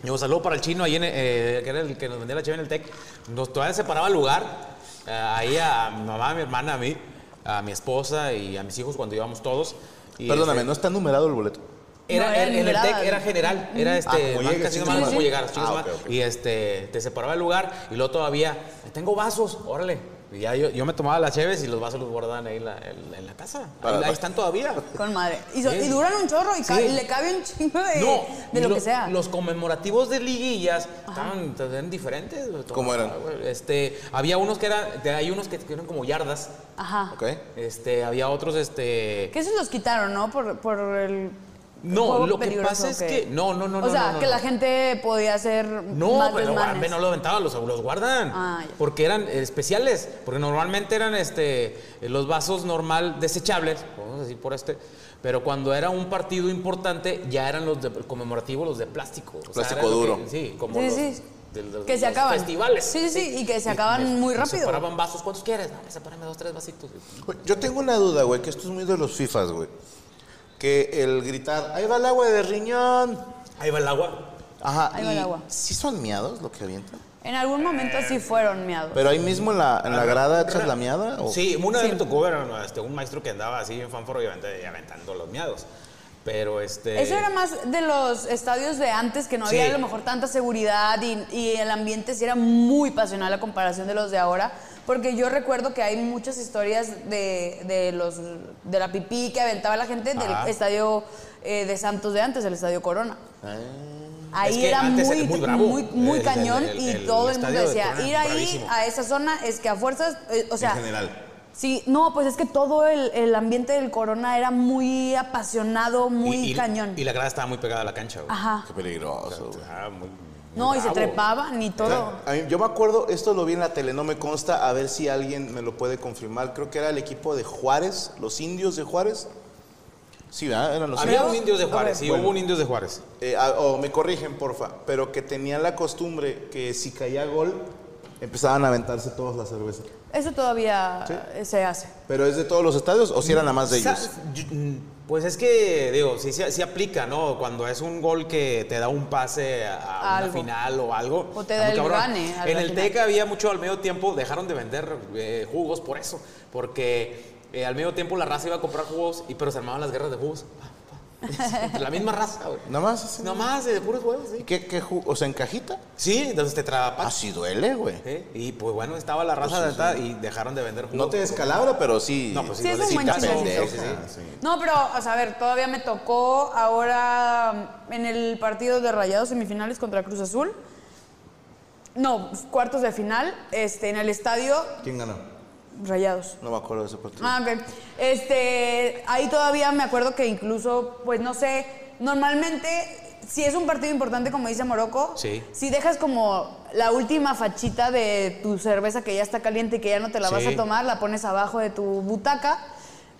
Speaker 2: Yo saludo para el chino ahí, en, eh, que era el que nos vendía la chave en el TEC. Nos todavía separaba el lugar. eh, ahí a, mi mamá, a mi hermana, a mí, a mi esposa y a mis hijos cuando íbamos todos. Y,
Speaker 1: Perdóname,
Speaker 2: este,
Speaker 1: no está numerado el boleto.
Speaker 2: Era,
Speaker 3: No, era
Speaker 2: en- en el
Speaker 3: numerada.
Speaker 2: TEC era general, era este,
Speaker 1: Ah, como
Speaker 2: van
Speaker 1: llegues,
Speaker 2: casi
Speaker 1: chingas
Speaker 2: nomás
Speaker 1: tu
Speaker 2: cómo
Speaker 1: madre.
Speaker 2: llegar,
Speaker 1: Ah,
Speaker 2: chingas tu madre.
Speaker 1: ok, ok.
Speaker 2: y este, te separaba el lugar y luego todavía, tengo vasos, órale. Y ya yo, yo me tomaba las cheves y los vasos los guardaban ahí en la, en- en la casa.
Speaker 1: Para-
Speaker 2: ahí, ahí están
Speaker 1: <laughs>
Speaker 2: todavía.
Speaker 3: Con madre. Y, so-
Speaker 2: Sí.
Speaker 3: y duran un chorro y, ca-
Speaker 2: Sí.
Speaker 3: y le cabe un chingo de,
Speaker 2: No,
Speaker 3: de lo,
Speaker 2: y
Speaker 3: que sea.
Speaker 2: Los conmemorativos de liguillas estaban, eran diferentes. güey,
Speaker 1: ¿Cómo eran?
Speaker 2: Este, había unos que eran, de- hay unos que eran como yardas.
Speaker 3: Ajá.
Speaker 1: ¿Ok?
Speaker 2: Este, había otros, este.
Speaker 3: Que esos los quitaron, ¿no? Por, por el.
Speaker 2: No,
Speaker 3: juego
Speaker 2: lo que
Speaker 3: peligroso
Speaker 2: pasa es que. No, no, no,
Speaker 3: o
Speaker 2: no.
Speaker 3: sea,
Speaker 2: no, no,
Speaker 3: que
Speaker 2: no.
Speaker 3: la gente podía hacer
Speaker 2: No,
Speaker 3: más
Speaker 2: pero
Speaker 3: desmanes.
Speaker 2: hombre, no lo aventaban, los, los guardan.
Speaker 3: Ah, ya.
Speaker 2: Porque eran eh, especiales. Porque normalmente eran este, eh, los vasos normal desechables, podemos decir por este. Pero cuando era un partido importante, ya eran los de- conmemorativos, los de plástico. O
Speaker 1: Plástico
Speaker 2: era lo
Speaker 1: duro.
Speaker 2: que- sí, como
Speaker 3: Sí,
Speaker 2: los,
Speaker 3: sí.
Speaker 2: de los-
Speaker 3: Que se
Speaker 2: los
Speaker 3: acaban.
Speaker 2: festivales.
Speaker 3: Sí, sí, sí, y que se acaban muy
Speaker 2: nos
Speaker 3: rápido.
Speaker 2: Separaban vasos. ¿Cuántos quieres? No, sepárame dos, tres vasitos.
Speaker 1: Yo tengo una duda, güey, que esto es muy de los FIFAs, güey. Que el gritar, ahí va el agua de riñón.
Speaker 2: Ahí va el agua.
Speaker 1: Ajá.
Speaker 3: Ahí va
Speaker 1: y
Speaker 3: el agua.
Speaker 1: Sí son miados lo que avientan.
Speaker 3: En algún momento sí fueron miados.
Speaker 1: Pero ahí mismo en la, en la grada echas la miada.
Speaker 3: Oh.
Speaker 1: ¿o?
Speaker 2: Sí, una vez me tocó ver a este, un maestro que andaba así en fanforo y aventando, y aventando los miados. Pero este.
Speaker 3: Eso era más de los estadios de antes, que no
Speaker 2: Sí.
Speaker 3: había a lo mejor tanta seguridad y, y el ambiente sí era muy pasional a comparación de los de ahora. Porque yo recuerdo que hay muchas historias de, de los, de la pipí que aventaba la gente del
Speaker 2: Ajá.
Speaker 3: estadio eh, de Santos de antes, el estadio Corona. Ahí
Speaker 2: Ah. Es que
Speaker 3: era
Speaker 2: antes
Speaker 3: muy,
Speaker 2: era muy bravo.
Speaker 3: muy- muy
Speaker 2: El- el-
Speaker 3: cañón
Speaker 2: el-
Speaker 3: y
Speaker 2: el
Speaker 3: todo el
Speaker 2: estadio
Speaker 3: mundo
Speaker 2: de
Speaker 3: decía,
Speaker 2: Corona,
Speaker 3: ir ahí
Speaker 2: bravísimo".
Speaker 3: a esa zona es que a fuerzas, eh, o sea,
Speaker 1: general.
Speaker 3: Sí, no, pues es que todo el, el ambiente del corona era muy apasionado, muy
Speaker 2: Y- y-
Speaker 3: cañón.
Speaker 2: Y la grada estaba muy pegada a la cancha, güey.
Speaker 3: Ajá.
Speaker 1: Qué peligroso, güey.
Speaker 2: Estaba muy- muy
Speaker 3: No, y se
Speaker 2: bravo.
Speaker 3: trepaban y todo.
Speaker 1: A mí- yo me acuerdo, esto lo vi en la tele, no me consta, a ver si alguien me lo puede confirmar. Creo que era el equipo de Juárez, los indios de Juárez. Sí, ¿verdad? Eran los
Speaker 2: Había
Speaker 1: indios.
Speaker 2: un
Speaker 3: Ah,
Speaker 2: Indios de Juárez, sí,
Speaker 1: Bueno.
Speaker 2: hubo un Indios de Juárez.
Speaker 1: Eh, ah, o me corrigen, porfa, pero que tenían la costumbre que si caía gol, empezaban a aventarse todos la cerveza.
Speaker 3: Eso todavía
Speaker 1: Sí.
Speaker 3: eh, se hace.
Speaker 1: ¿Pero es de todos los estadios o si era nada más de
Speaker 2: Sa-
Speaker 1: ellos?
Speaker 2: yo- mm, Pues es que, digo, sí, sí- sí aplica, ¿no? Cuando es un gol que te da un pase a- a
Speaker 3: Algo.
Speaker 2: una final o algo.
Speaker 3: O te
Speaker 2: está
Speaker 3: da
Speaker 2: muy
Speaker 3: el
Speaker 2: cabrón.
Speaker 3: gane a la
Speaker 2: En el
Speaker 3: final.
Speaker 2: TEC había mucho al medio tiempo, dejaron de vender eh, jugos por eso, porque eh, al medio tiempo la raza iba a comprar jugos, <laughs> y, pero se armaban las guerras de jugos.
Speaker 5: la misma raza, güey.
Speaker 1: Nada más así.
Speaker 5: Nomás de puros huevos,
Speaker 1: ¿Y
Speaker 5: sí.
Speaker 1: qué, qué ju- o sea, en cajita?
Speaker 5: Sí, entonces te trapas.
Speaker 1: Así Ah, duele, güey.
Speaker 5: Y pues bueno, estaba la raza de tal y dejaron de vender
Speaker 1: No te descalabra, pero sí.
Speaker 5: No, pues sí,
Speaker 3: Sí, es
Speaker 5: duele.
Speaker 3: un buen
Speaker 5: Sí,
Speaker 1: te
Speaker 5: también,
Speaker 3: chingazo.
Speaker 1: pendeja,
Speaker 5: sí, sí, sí.
Speaker 1: sí.
Speaker 3: No, pero, o sea, a ver, todavía me tocó ahora mm, en el partido de Rayados semifinales contra Cruz Azul. No, cuartos de final, este, en el estadio
Speaker 1: ¿Quién ganó?
Speaker 3: Rayados.
Speaker 1: No me acuerdo de ese partido.
Speaker 3: Ah, ok. Este, ahí todavía me acuerdo que incluso, pues no sé, normalmente si es un partido importante como dice Morocco,
Speaker 5: Sí.
Speaker 3: si dejas como la última fachita de tu cerveza que ya está caliente y que ya no te la vas
Speaker 5: Sí.
Speaker 3: a tomar, la pones abajo de tu butaca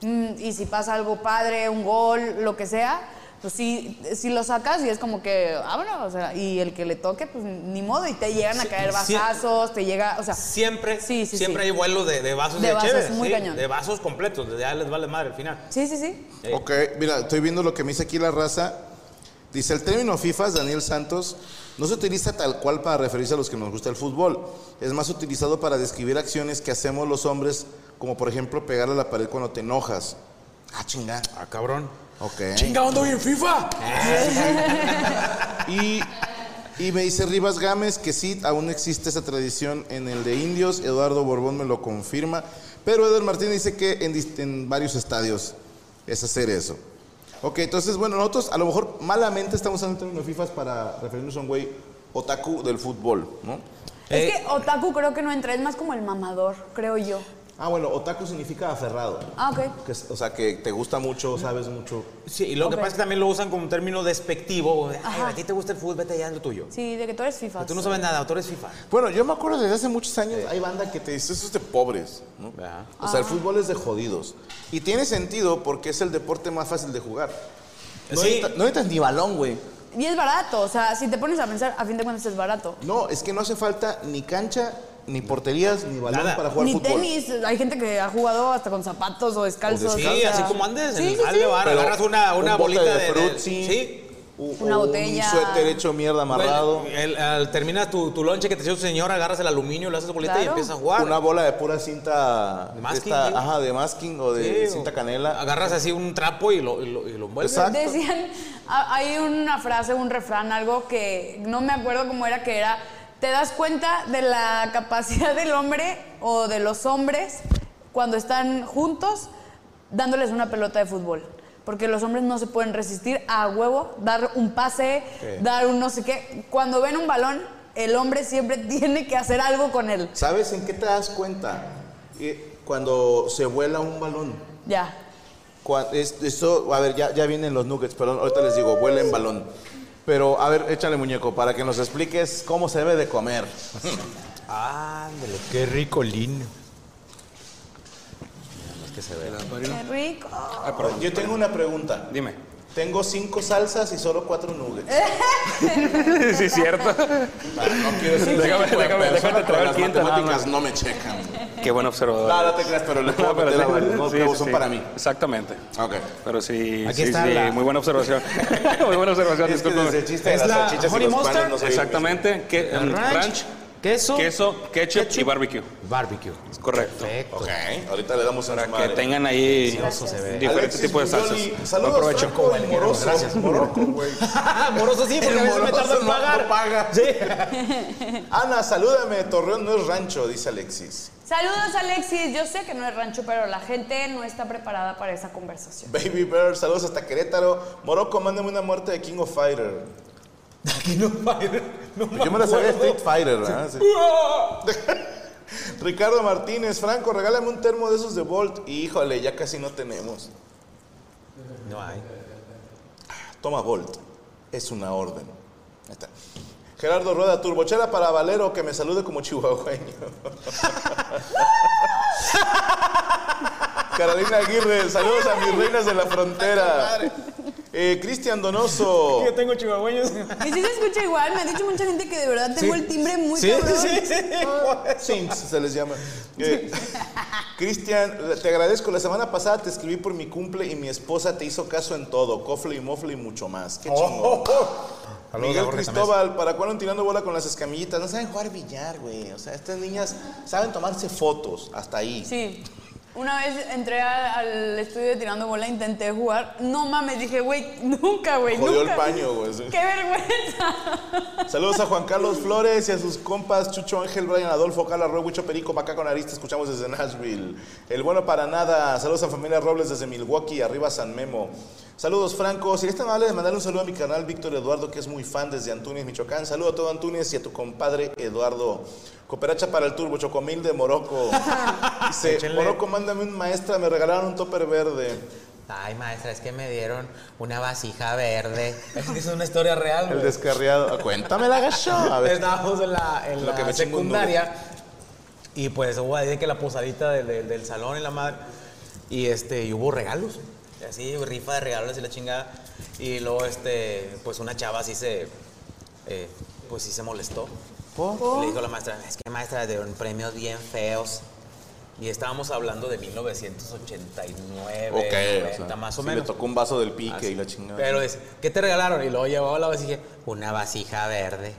Speaker 3: mm, y si pasa algo padre, un gol, lo que sea, pues sí, sí lo sacas y es como que, ah, bueno, o sea, y el que le toque, pues ni modo, y te llegan a
Speaker 5: Sí,
Speaker 3: caer
Speaker 5: sí.
Speaker 3: vasazos, te llega, o sea,
Speaker 5: Siempre,
Speaker 3: Sí, sí,
Speaker 5: siempre
Speaker 3: sí.
Speaker 5: hay vuelo de, de vasos
Speaker 3: De
Speaker 5: de,
Speaker 3: vasos,
Speaker 5: chévere,
Speaker 3: muy
Speaker 5: sí,
Speaker 3: cañón.
Speaker 5: De vasos completos, ya les vale madre al final.
Speaker 3: sí, sí, sí.
Speaker 1: Ok, mira, estoy viendo lo que me dice aquí la raza. Dice, el término FIFAs, Daniel Santos, no se utiliza tal cual para referirse a los que nos gusta el fútbol. Es más utilizado para describir acciones que hacemos los hombres, como por ejemplo pegarle a la pared cuando te enojas. Ah, chinga.
Speaker 5: Ah, cabrón.
Speaker 1: Ok.
Speaker 5: ando bien FIFA!
Speaker 1: Y, y me dice Rivas Gámez que sí, aún existe esa tradición en el de indios. Eduardo Borbón me lo confirma. Pero Eduardo Martín dice que en, dist- en varios estadios es hacer eso. Ok, entonces, bueno, nosotros a lo mejor malamente estamos usando el término FIFAs para referirnos a un güey otaku del fútbol, ¿no?
Speaker 5: Eh,
Speaker 3: Es que otaku creo que no entra, es más como el mamador, creo yo.
Speaker 1: Ah, bueno, otaku significa aferrado.
Speaker 3: Ah, ok.
Speaker 1: Que es- o sea, que te gusta mucho, sabes mucho.
Speaker 5: Sí, y lo
Speaker 3: Ok.
Speaker 5: que pasa es que también lo usan como un término despectivo. Ay,
Speaker 3: Ajá.
Speaker 5: a ti te gusta el fútbol, vete allá en lo tuyo.
Speaker 3: Sí, de que tú eres FIFA.
Speaker 5: Tú no sabes nada, tú eres FIFA.
Speaker 1: Bueno, yo me acuerdo desde hace muchos años, hay banda que te dice, eso es de pobres, ¿no?
Speaker 5: Ajá.
Speaker 1: O sea, el
Speaker 3: Ah.
Speaker 1: fútbol es de jodidos. Y tiene sentido porque es el deporte más fácil de jugar. No,
Speaker 5: Sí.
Speaker 1: necesita- no necesitas ni balón, güey.
Speaker 3: Y es barato, o sea, si te pones a pensar, a fin de cuentas es barato.
Speaker 1: No, es que no hace falta ni cancha, ni porterías, ni balón
Speaker 5: Nada.
Speaker 1: para jugar
Speaker 3: Ni
Speaker 1: fútbol.
Speaker 3: tenis, hay gente que ha jugado hasta con zapatos o descalzos.
Speaker 5: Sí,
Speaker 3: o sea.
Speaker 5: así como andes,
Speaker 3: Sí,
Speaker 5: en
Speaker 3: sí,
Speaker 5: el
Speaker 3: sí.
Speaker 5: jale, bar,
Speaker 1: Pero
Speaker 5: agarras una, una
Speaker 1: un bote
Speaker 5: bolita de, de-
Speaker 1: frutzi,
Speaker 5: Sí.
Speaker 1: u-
Speaker 3: Una
Speaker 1: o
Speaker 3: botella.
Speaker 1: Un suéter hecho mierda amarrado.
Speaker 5: Bueno, el- al- terminas tu, tu lonche que te hizo tu señor, agarras el aluminio, le haces bolita y
Speaker 3: Claro.
Speaker 5: empiezas a jugar.
Speaker 1: Una bola de pura cinta.
Speaker 5: De masking,
Speaker 1: de esta-
Speaker 5: sí.
Speaker 1: ajá, de masking o
Speaker 5: Sí,
Speaker 1: de
Speaker 5: o-
Speaker 1: cinta canela.
Speaker 5: Agarras así un trapo y lo, y lo, y lo envuelves.
Speaker 1: Exacto.
Speaker 3: Decían, a- hay una frase, un refrán, algo que no me acuerdo cómo era, que era, te das cuenta de la capacidad del hombre o de los hombres cuando están juntos dándoles una pelota de fútbol. Porque los hombres no se pueden resistir a huevo, dar un pase, dar un no sé qué. Cuando ven un balón, el hombre siempre <laughs> tiene que hacer algo con él.
Speaker 1: ¿Sabes en qué te das cuenta? Eh, Cuando se vuela un balón.
Speaker 3: Ya.
Speaker 1: Cua- es- Esto, a ver, ya, ya vienen los nuggets, perdón, ahorita les digo, vuelen balón. Pero, a ver, échale muñeco para que nos expliques cómo se debe de comer.
Speaker 5: Ándale, qué rico lino.
Speaker 3: Qué rico.
Speaker 4: Ay, perdón.
Speaker 1: Yo tengo una pregunta.
Speaker 4: Dime.
Speaker 1: Tengo cinco salsas y solo cuatro nuggets.
Speaker 4: sí, es cierto. <laughs>
Speaker 1: No quiero ser
Speaker 4: Déjame-
Speaker 1: ese tipo de persona,
Speaker 4: déjame- déjame
Speaker 1: pero
Speaker 4: traer
Speaker 1: las
Speaker 4: quinta nada
Speaker 1: matemáticas no me checan.
Speaker 4: <laughs> Qué buen observador.
Speaker 1: No, no te creas, pero le puedo
Speaker 4: pero
Speaker 1: meter a
Speaker 4: sí.
Speaker 1: varios, ¿no?
Speaker 4: Sí,
Speaker 1: Que
Speaker 4: sí,
Speaker 1: son
Speaker 4: sí.
Speaker 1: para mí.
Speaker 4: Exactamente.
Speaker 1: Ok.
Speaker 4: Pero sí,
Speaker 5: Aquí
Speaker 4: sí,
Speaker 5: está
Speaker 4: sí,
Speaker 5: la-
Speaker 4: muy buena observación. <laughs> muy buena observación,
Speaker 1: Es que
Speaker 4: discúlpame.
Speaker 1: desde el chiste de
Speaker 5: Es
Speaker 1: las
Speaker 5: la
Speaker 1: salchichas y
Speaker 5: honey
Speaker 1: los
Speaker 5: mustard.
Speaker 1: panes no soy-
Speaker 4: Exactamente. Que, um, ranch,
Speaker 5: <laughs> queso,
Speaker 4: queso, ketchup, y barbecue.
Speaker 5: barbecue.
Speaker 4: Es correcto.
Speaker 5: Perfecto.
Speaker 1: Ok, ahorita le damos una
Speaker 4: Para que tengan ahí diferentes
Speaker 1: Alexis
Speaker 4: tipos de salsas.
Speaker 1: Bulloni,
Speaker 4: Buen
Speaker 1: Saludos,
Speaker 4: provecho.
Speaker 1: Franco, el moroso. Gracias, moroco, güey.
Speaker 5: Ah, Moroso sí,
Speaker 1: El
Speaker 5: porque a veces me
Speaker 1: moroso
Speaker 5: tardo en
Speaker 1: no-
Speaker 5: pagar.
Speaker 1: no paga.
Speaker 5: Sí.
Speaker 1: <laughs> Ana, salúdame. Torreón no es rancho, dice Alexis.
Speaker 3: Saludos Alexis, yo sé que no es rancho, pero la gente no está preparada para esa conversación.
Speaker 1: Baby Bear, saludos hasta Querétaro. Morocco, mándame una muerte de King of Fighter.
Speaker 5: Aquí no paga. No
Speaker 1: Yo me la sabía de
Speaker 5: acuerdo.
Speaker 1: Street Fighter, ¿verdad? Sí. <laughs> Ricardo Martínez, Franco, regálame un termo de esos de Bolt. Híjole, ya casi no tenemos.
Speaker 5: No hay.
Speaker 1: Toma Bolt, es una orden. Ahí está. Gerardo Rueda, turbochera para Valero, que me salude como chihuahueño. Carolina Aguirre, saludos a mis reinas de la frontera. Eh, Cristian Donoso.
Speaker 5: Yo tengo chihuahueños.
Speaker 3: Y si se escucha igual, me ha dicho mucha gente que de verdad tengo el timbre muy
Speaker 5: Sí,
Speaker 3: cabrón.
Speaker 5: sí, <laughs> sí.
Speaker 1: Sinks Ah. se les llama. Eh, Cristian, te agradezco. La semana pasada te escribí por mi cumple y mi esposa te hizo caso en todo. Cofle y mofle y mucho más. Qué chingón.
Speaker 5: Oh, <laughs> Saludos a
Speaker 1: Miguel
Speaker 5: Jorge
Speaker 1: Cristóbal, ¿para cuándo tirando bola con las escamillitas? No saben jugar billar, güey. O sea, estas niñas saben tomarse fotos hasta ahí.
Speaker 3: Sí. Una vez entré a- al estudio de tirando bola, intenté jugar. No mames, dije, güey, nunca, güey,
Speaker 1: Jodió
Speaker 3: nunca.
Speaker 1: el paño, güey. sí.
Speaker 3: ¡Qué vergüenza!
Speaker 1: Saludos a Juan Carlos Flores y a sus compas Chucho Ángel, Brian Adolfo, Carla Roy, Huicho Perico, Maca con Arista, escuchamos desde Nashville. El bueno para nada. Saludos a familia Robles desde Milwaukee, arriba San Memo. Saludos Franco, si eres tan amable de mandarle un saludo a mi canal Víctor Eduardo, que es muy fan desde Antunes, Michoacán. Saludo a todo Antunes y a tu compadre Eduardo. Cooperacha para el turbo, Chocomil de <laughs> Morocco. Dice, Morocco, mándame un maestra, me regalaron un topper verde.
Speaker 5: Ay, maestra, es que me dieron una vasija verde. Es que es una historia real,
Speaker 1: El
Speaker 5: güey.
Speaker 1: descarriado. Cuéntame la gacho. <laughs> A ver.
Speaker 5: Estábamos en la, en
Speaker 1: Lo
Speaker 5: la
Speaker 1: que me chingo un
Speaker 5: secundaria y pues hubo ahí de que la posadita del- del- del salón y la madre. Y este, y hubo regalos. y Así, rifa de regalos y la chingada. Y luego este, pues una chava así se. eh, pues sí se molestó. Le dijo a la maestra, es que maestra, dieron premios bien feos. Y estábamos hablando de 1989,
Speaker 1: Ok, o
Speaker 5: 90,
Speaker 1: sea,
Speaker 5: más o
Speaker 1: sí
Speaker 5: menos. Ah,
Speaker 1: le tocó un vaso del pique
Speaker 5: Así.
Speaker 1: y la chingada.
Speaker 5: Pero es, ¿qué te regalaron? Y luego llevaba la vasija, una
Speaker 1: <laughs>
Speaker 5: vasija verde.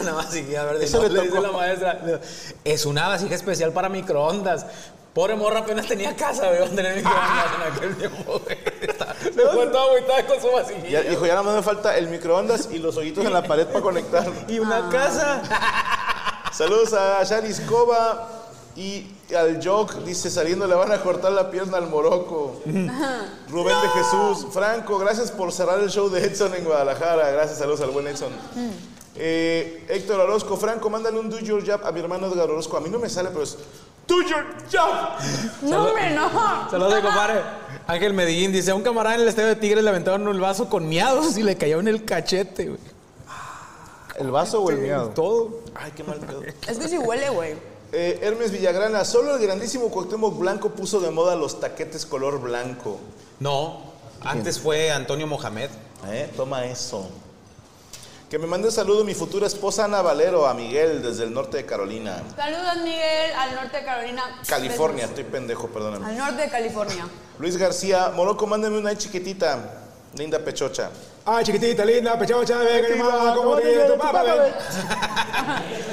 Speaker 5: una vasija verde.
Speaker 1: Eso
Speaker 5: Eso
Speaker 1: le
Speaker 5: le dice
Speaker 1: tocó.
Speaker 5: la maestra. no, Es una vasija especial para microondas. Pobre morra apenas tenía casa, güey, a tener microondas en
Speaker 1: <laughs>
Speaker 5: aquel tiempo, güey. Está- Se fue toda agüitada con su
Speaker 1: Ya,
Speaker 5: vasijilla.
Speaker 1: dijo, ya nada más me falta el microondas y los hoyitos en la pared para conectar.
Speaker 5: Y una casa.
Speaker 1: Saludos a Shari Escoba y al Jock. Dice, saliendo le van a cortar la pierna al Morocco. Rubén de Jesús. Franco, gracias por cerrar el show de Edson en Guadalajara. Gracias, saludos al buen Edson. Eh, Héctor Orozco, Franco, mándale un do your job a mi hermano Edgar Orozco. A mí no me sale, pero es do your job.
Speaker 3: ¡No, hombre, no!
Speaker 5: Saludos, de compadre. Ángel Medellín dice, a un camarada en el estadio de Tigres le aventaron un vaso con miados y le cayó en el cachete, güey.
Speaker 1: ¿El vaso o el miado?
Speaker 5: Todo.
Speaker 1: Ay, qué mal pedo.
Speaker 3: Es que sí huele, güey.
Speaker 1: Eh, Hermes Villagrana, solo el grandísimo Cuauhtémoc Blanco puso de moda los taquetes color blanco.
Speaker 5: No, antes fue Antonio Mohamed.
Speaker 1: Eh, Toma eso. Que me mande un saludo mi futura esposa Ana Valero, a Miguel, desde el norte de Carolina.
Speaker 3: Saludos, Miguel, al norte de Carolina.
Speaker 1: California,
Speaker 3: Besos.
Speaker 1: estoy pendejo, perdóname.
Speaker 3: Al norte de California.
Speaker 1: Luis García, Moroco, mándame una chiquitita. Linda pechocha.
Speaker 2: Ah, chiquitita, linda, pechado chávez, que animada, como te tu papá, ve.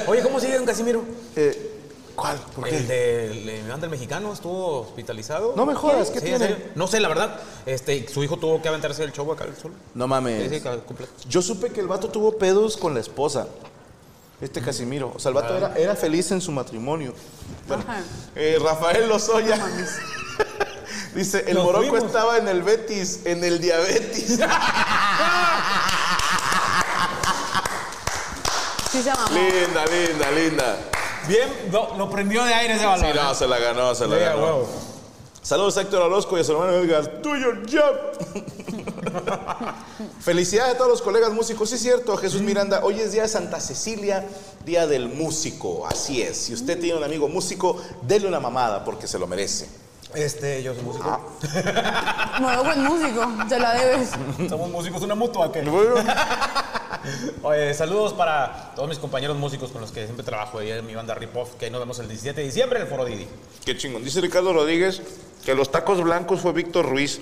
Speaker 5: Oye, ¿cómo sigue don Casimiro?
Speaker 1: Eh, ¿Cuál? ¿Por
Speaker 5: El
Speaker 1: qué?
Speaker 5: del el Iván del mexicano estuvo hospitalizado.
Speaker 1: No me jodas, ¿qué
Speaker 5: Sí, en
Speaker 1: tiene?
Speaker 5: serio. No sé, la verdad. Este, su hijo tuvo que aventarse el show acá el solo.
Speaker 1: No
Speaker 5: Sí, sí,
Speaker 1: mames.
Speaker 5: ca- completo.
Speaker 1: Yo supe que el vato tuvo pedos con la esposa. Este Casimiro. O sea, el
Speaker 5: Ah.
Speaker 1: vato era, era feliz en su matrimonio. Bueno,
Speaker 3: Ajá.
Speaker 1: eh, Rafael Lozoya. <laughs> Dice, el
Speaker 5: Nos
Speaker 1: Morocco
Speaker 5: fuimos.
Speaker 1: estaba en el Betis, en el
Speaker 5: <laughs>
Speaker 1: diabetes.
Speaker 3: Sí se mamó.
Speaker 1: linda, linda, linda.
Speaker 5: Bien, lo, lo prendió de aire ese ¿eh? balón.
Speaker 1: Sí, no, se la ganó, se la ganó. Saludos a Héctor Orozco y a su hermano Edgar. Do your job. <laughs> Felicidades a todos los colegas músicos. Sí, es cierto, Jesús Miranda. Hoy es día de Santa Cecilia, día del músico. Así es. Si usted tiene un amigo músico, dele una mamada porque se lo merece.
Speaker 5: Este, yo soy músico.
Speaker 3: Ah. Bueno, buen músico, te la debes.
Speaker 5: Somos músicos, una mutua que. Oye, saludos para todos mis compañeros músicos con los que siempre trabajo. Y mi banda Ripoff, que ahí nos vemos el 17 de diciembre en el Foro Didi.
Speaker 1: Qué chingón. Dice Ricardo Rodríguez que los tacos blancos fue Víctor Ruiz.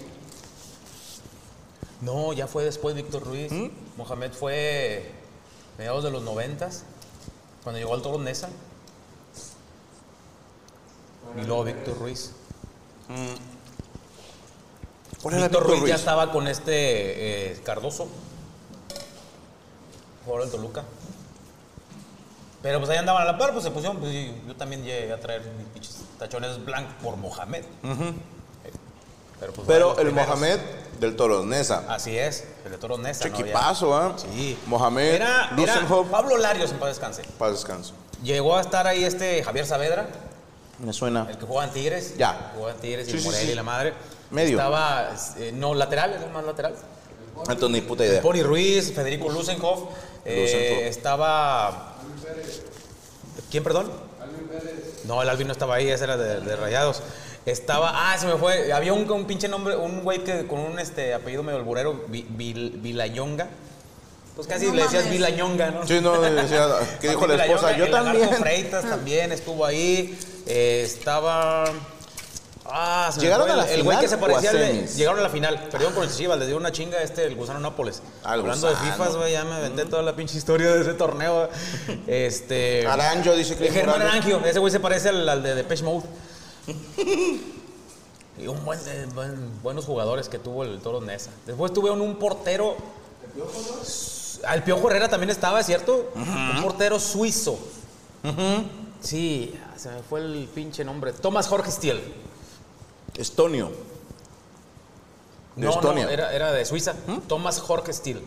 Speaker 5: No, ya fue después Víctor Ruiz.
Speaker 1: ¿Mm?
Speaker 5: Mohamed fue mediados de los noventas, cuando llegó al Toro Nesa. Y luego Víctor Ruiz.
Speaker 1: ¿Cuál era
Speaker 5: Víctor Ruiz, ya estaba con este eh, Cardoso. Jugador del Toluca. Pero pues ahí andaban a la par, pues se pusieron. pues, y yo también llegué a traer mis pinches tachones blancos por Mohamed. Eh, Pero,
Speaker 1: Pero
Speaker 5: pues, fueron los
Speaker 1: el
Speaker 5: primeros.
Speaker 1: Mohamed del Toronesa.
Speaker 5: Así es, el de Toro Nesa. Ah, ¿no? Ya-
Speaker 1: Chiquipazo, ¿ah?
Speaker 5: Sí.
Speaker 1: Mohamed,
Speaker 5: Era, era
Speaker 1: Lusenhoff,
Speaker 5: Pablo Larios en paz descanse.
Speaker 1: para descanso.
Speaker 5: Llegó a estar ahí este Javier Saavedra,
Speaker 1: Me suena.
Speaker 5: el que juega en Tigres.
Speaker 1: Ya.
Speaker 5: Jugaba en Tigres
Speaker 1: Sí,
Speaker 5: y
Speaker 1: sí,
Speaker 5: Morelia
Speaker 1: sí.
Speaker 5: y la madre.
Speaker 1: Medio.
Speaker 5: Estaba, eh, no, lateral, era el más lateral.
Speaker 1: Entonces, ni puta idea.
Speaker 5: Pony Ruiz, Federico Lusenhoff. eh,
Speaker 1: Lusenhoff.
Speaker 5: estaba. ¿Quién, perdón? Alvin Pérez. No, el Alvin no estaba ahí, ese era de, de Rayados. Estaba, ah, se me fue. Había un, un pinche nombre, un güey que con un este, apellido medio alburero, Vi- Vil- Vilayonga. Pues casi
Speaker 3: No
Speaker 5: le decías
Speaker 3: mames.
Speaker 5: Vilayonga, ¿no?
Speaker 1: Sí, no, decía, ¿qué dijo la esposa? Yo
Speaker 5: el lagarto
Speaker 1: también.
Speaker 5: Freitas también estuvo ahí. eh, estaba. Ah, se me
Speaker 1: ¿Llegaron
Speaker 5: fue
Speaker 1: a la
Speaker 5: el- El güey
Speaker 1: final
Speaker 5: que se parecía
Speaker 1: o a
Speaker 5: al de-
Speaker 1: semis?
Speaker 5: Llegaron a la final. Perdieron con el Chivas, le dio una chinga a este, el Gusano Nápoles.
Speaker 1: Ah, el
Speaker 5: Hablando de
Speaker 1: Gusano.
Speaker 5: FIFAs, güey, ya me aventé toda la pinche historia de
Speaker 1: <laughs>
Speaker 5: ese torneo. este.
Speaker 1: Aranjo, dice Cristian
Speaker 5: Germán
Speaker 1: Morales.
Speaker 5: Aranjo, ese güey se parece al, al de Depeche Mode. <laughs> Y un buen, eh, buen- buenos jugadores que tuvo el Toro Nesa. Después tuve un, un portero. Al Piojo Herrera también estaba, ¿es ¿cierto? Un portero suizo. Sí, se me fue el pinche nombre. Thomas Jorge Stiel.
Speaker 1: Estonio. De Estonia. ¿Mm?
Speaker 5: era, era de Suiza. Thomas Jorge Stiel.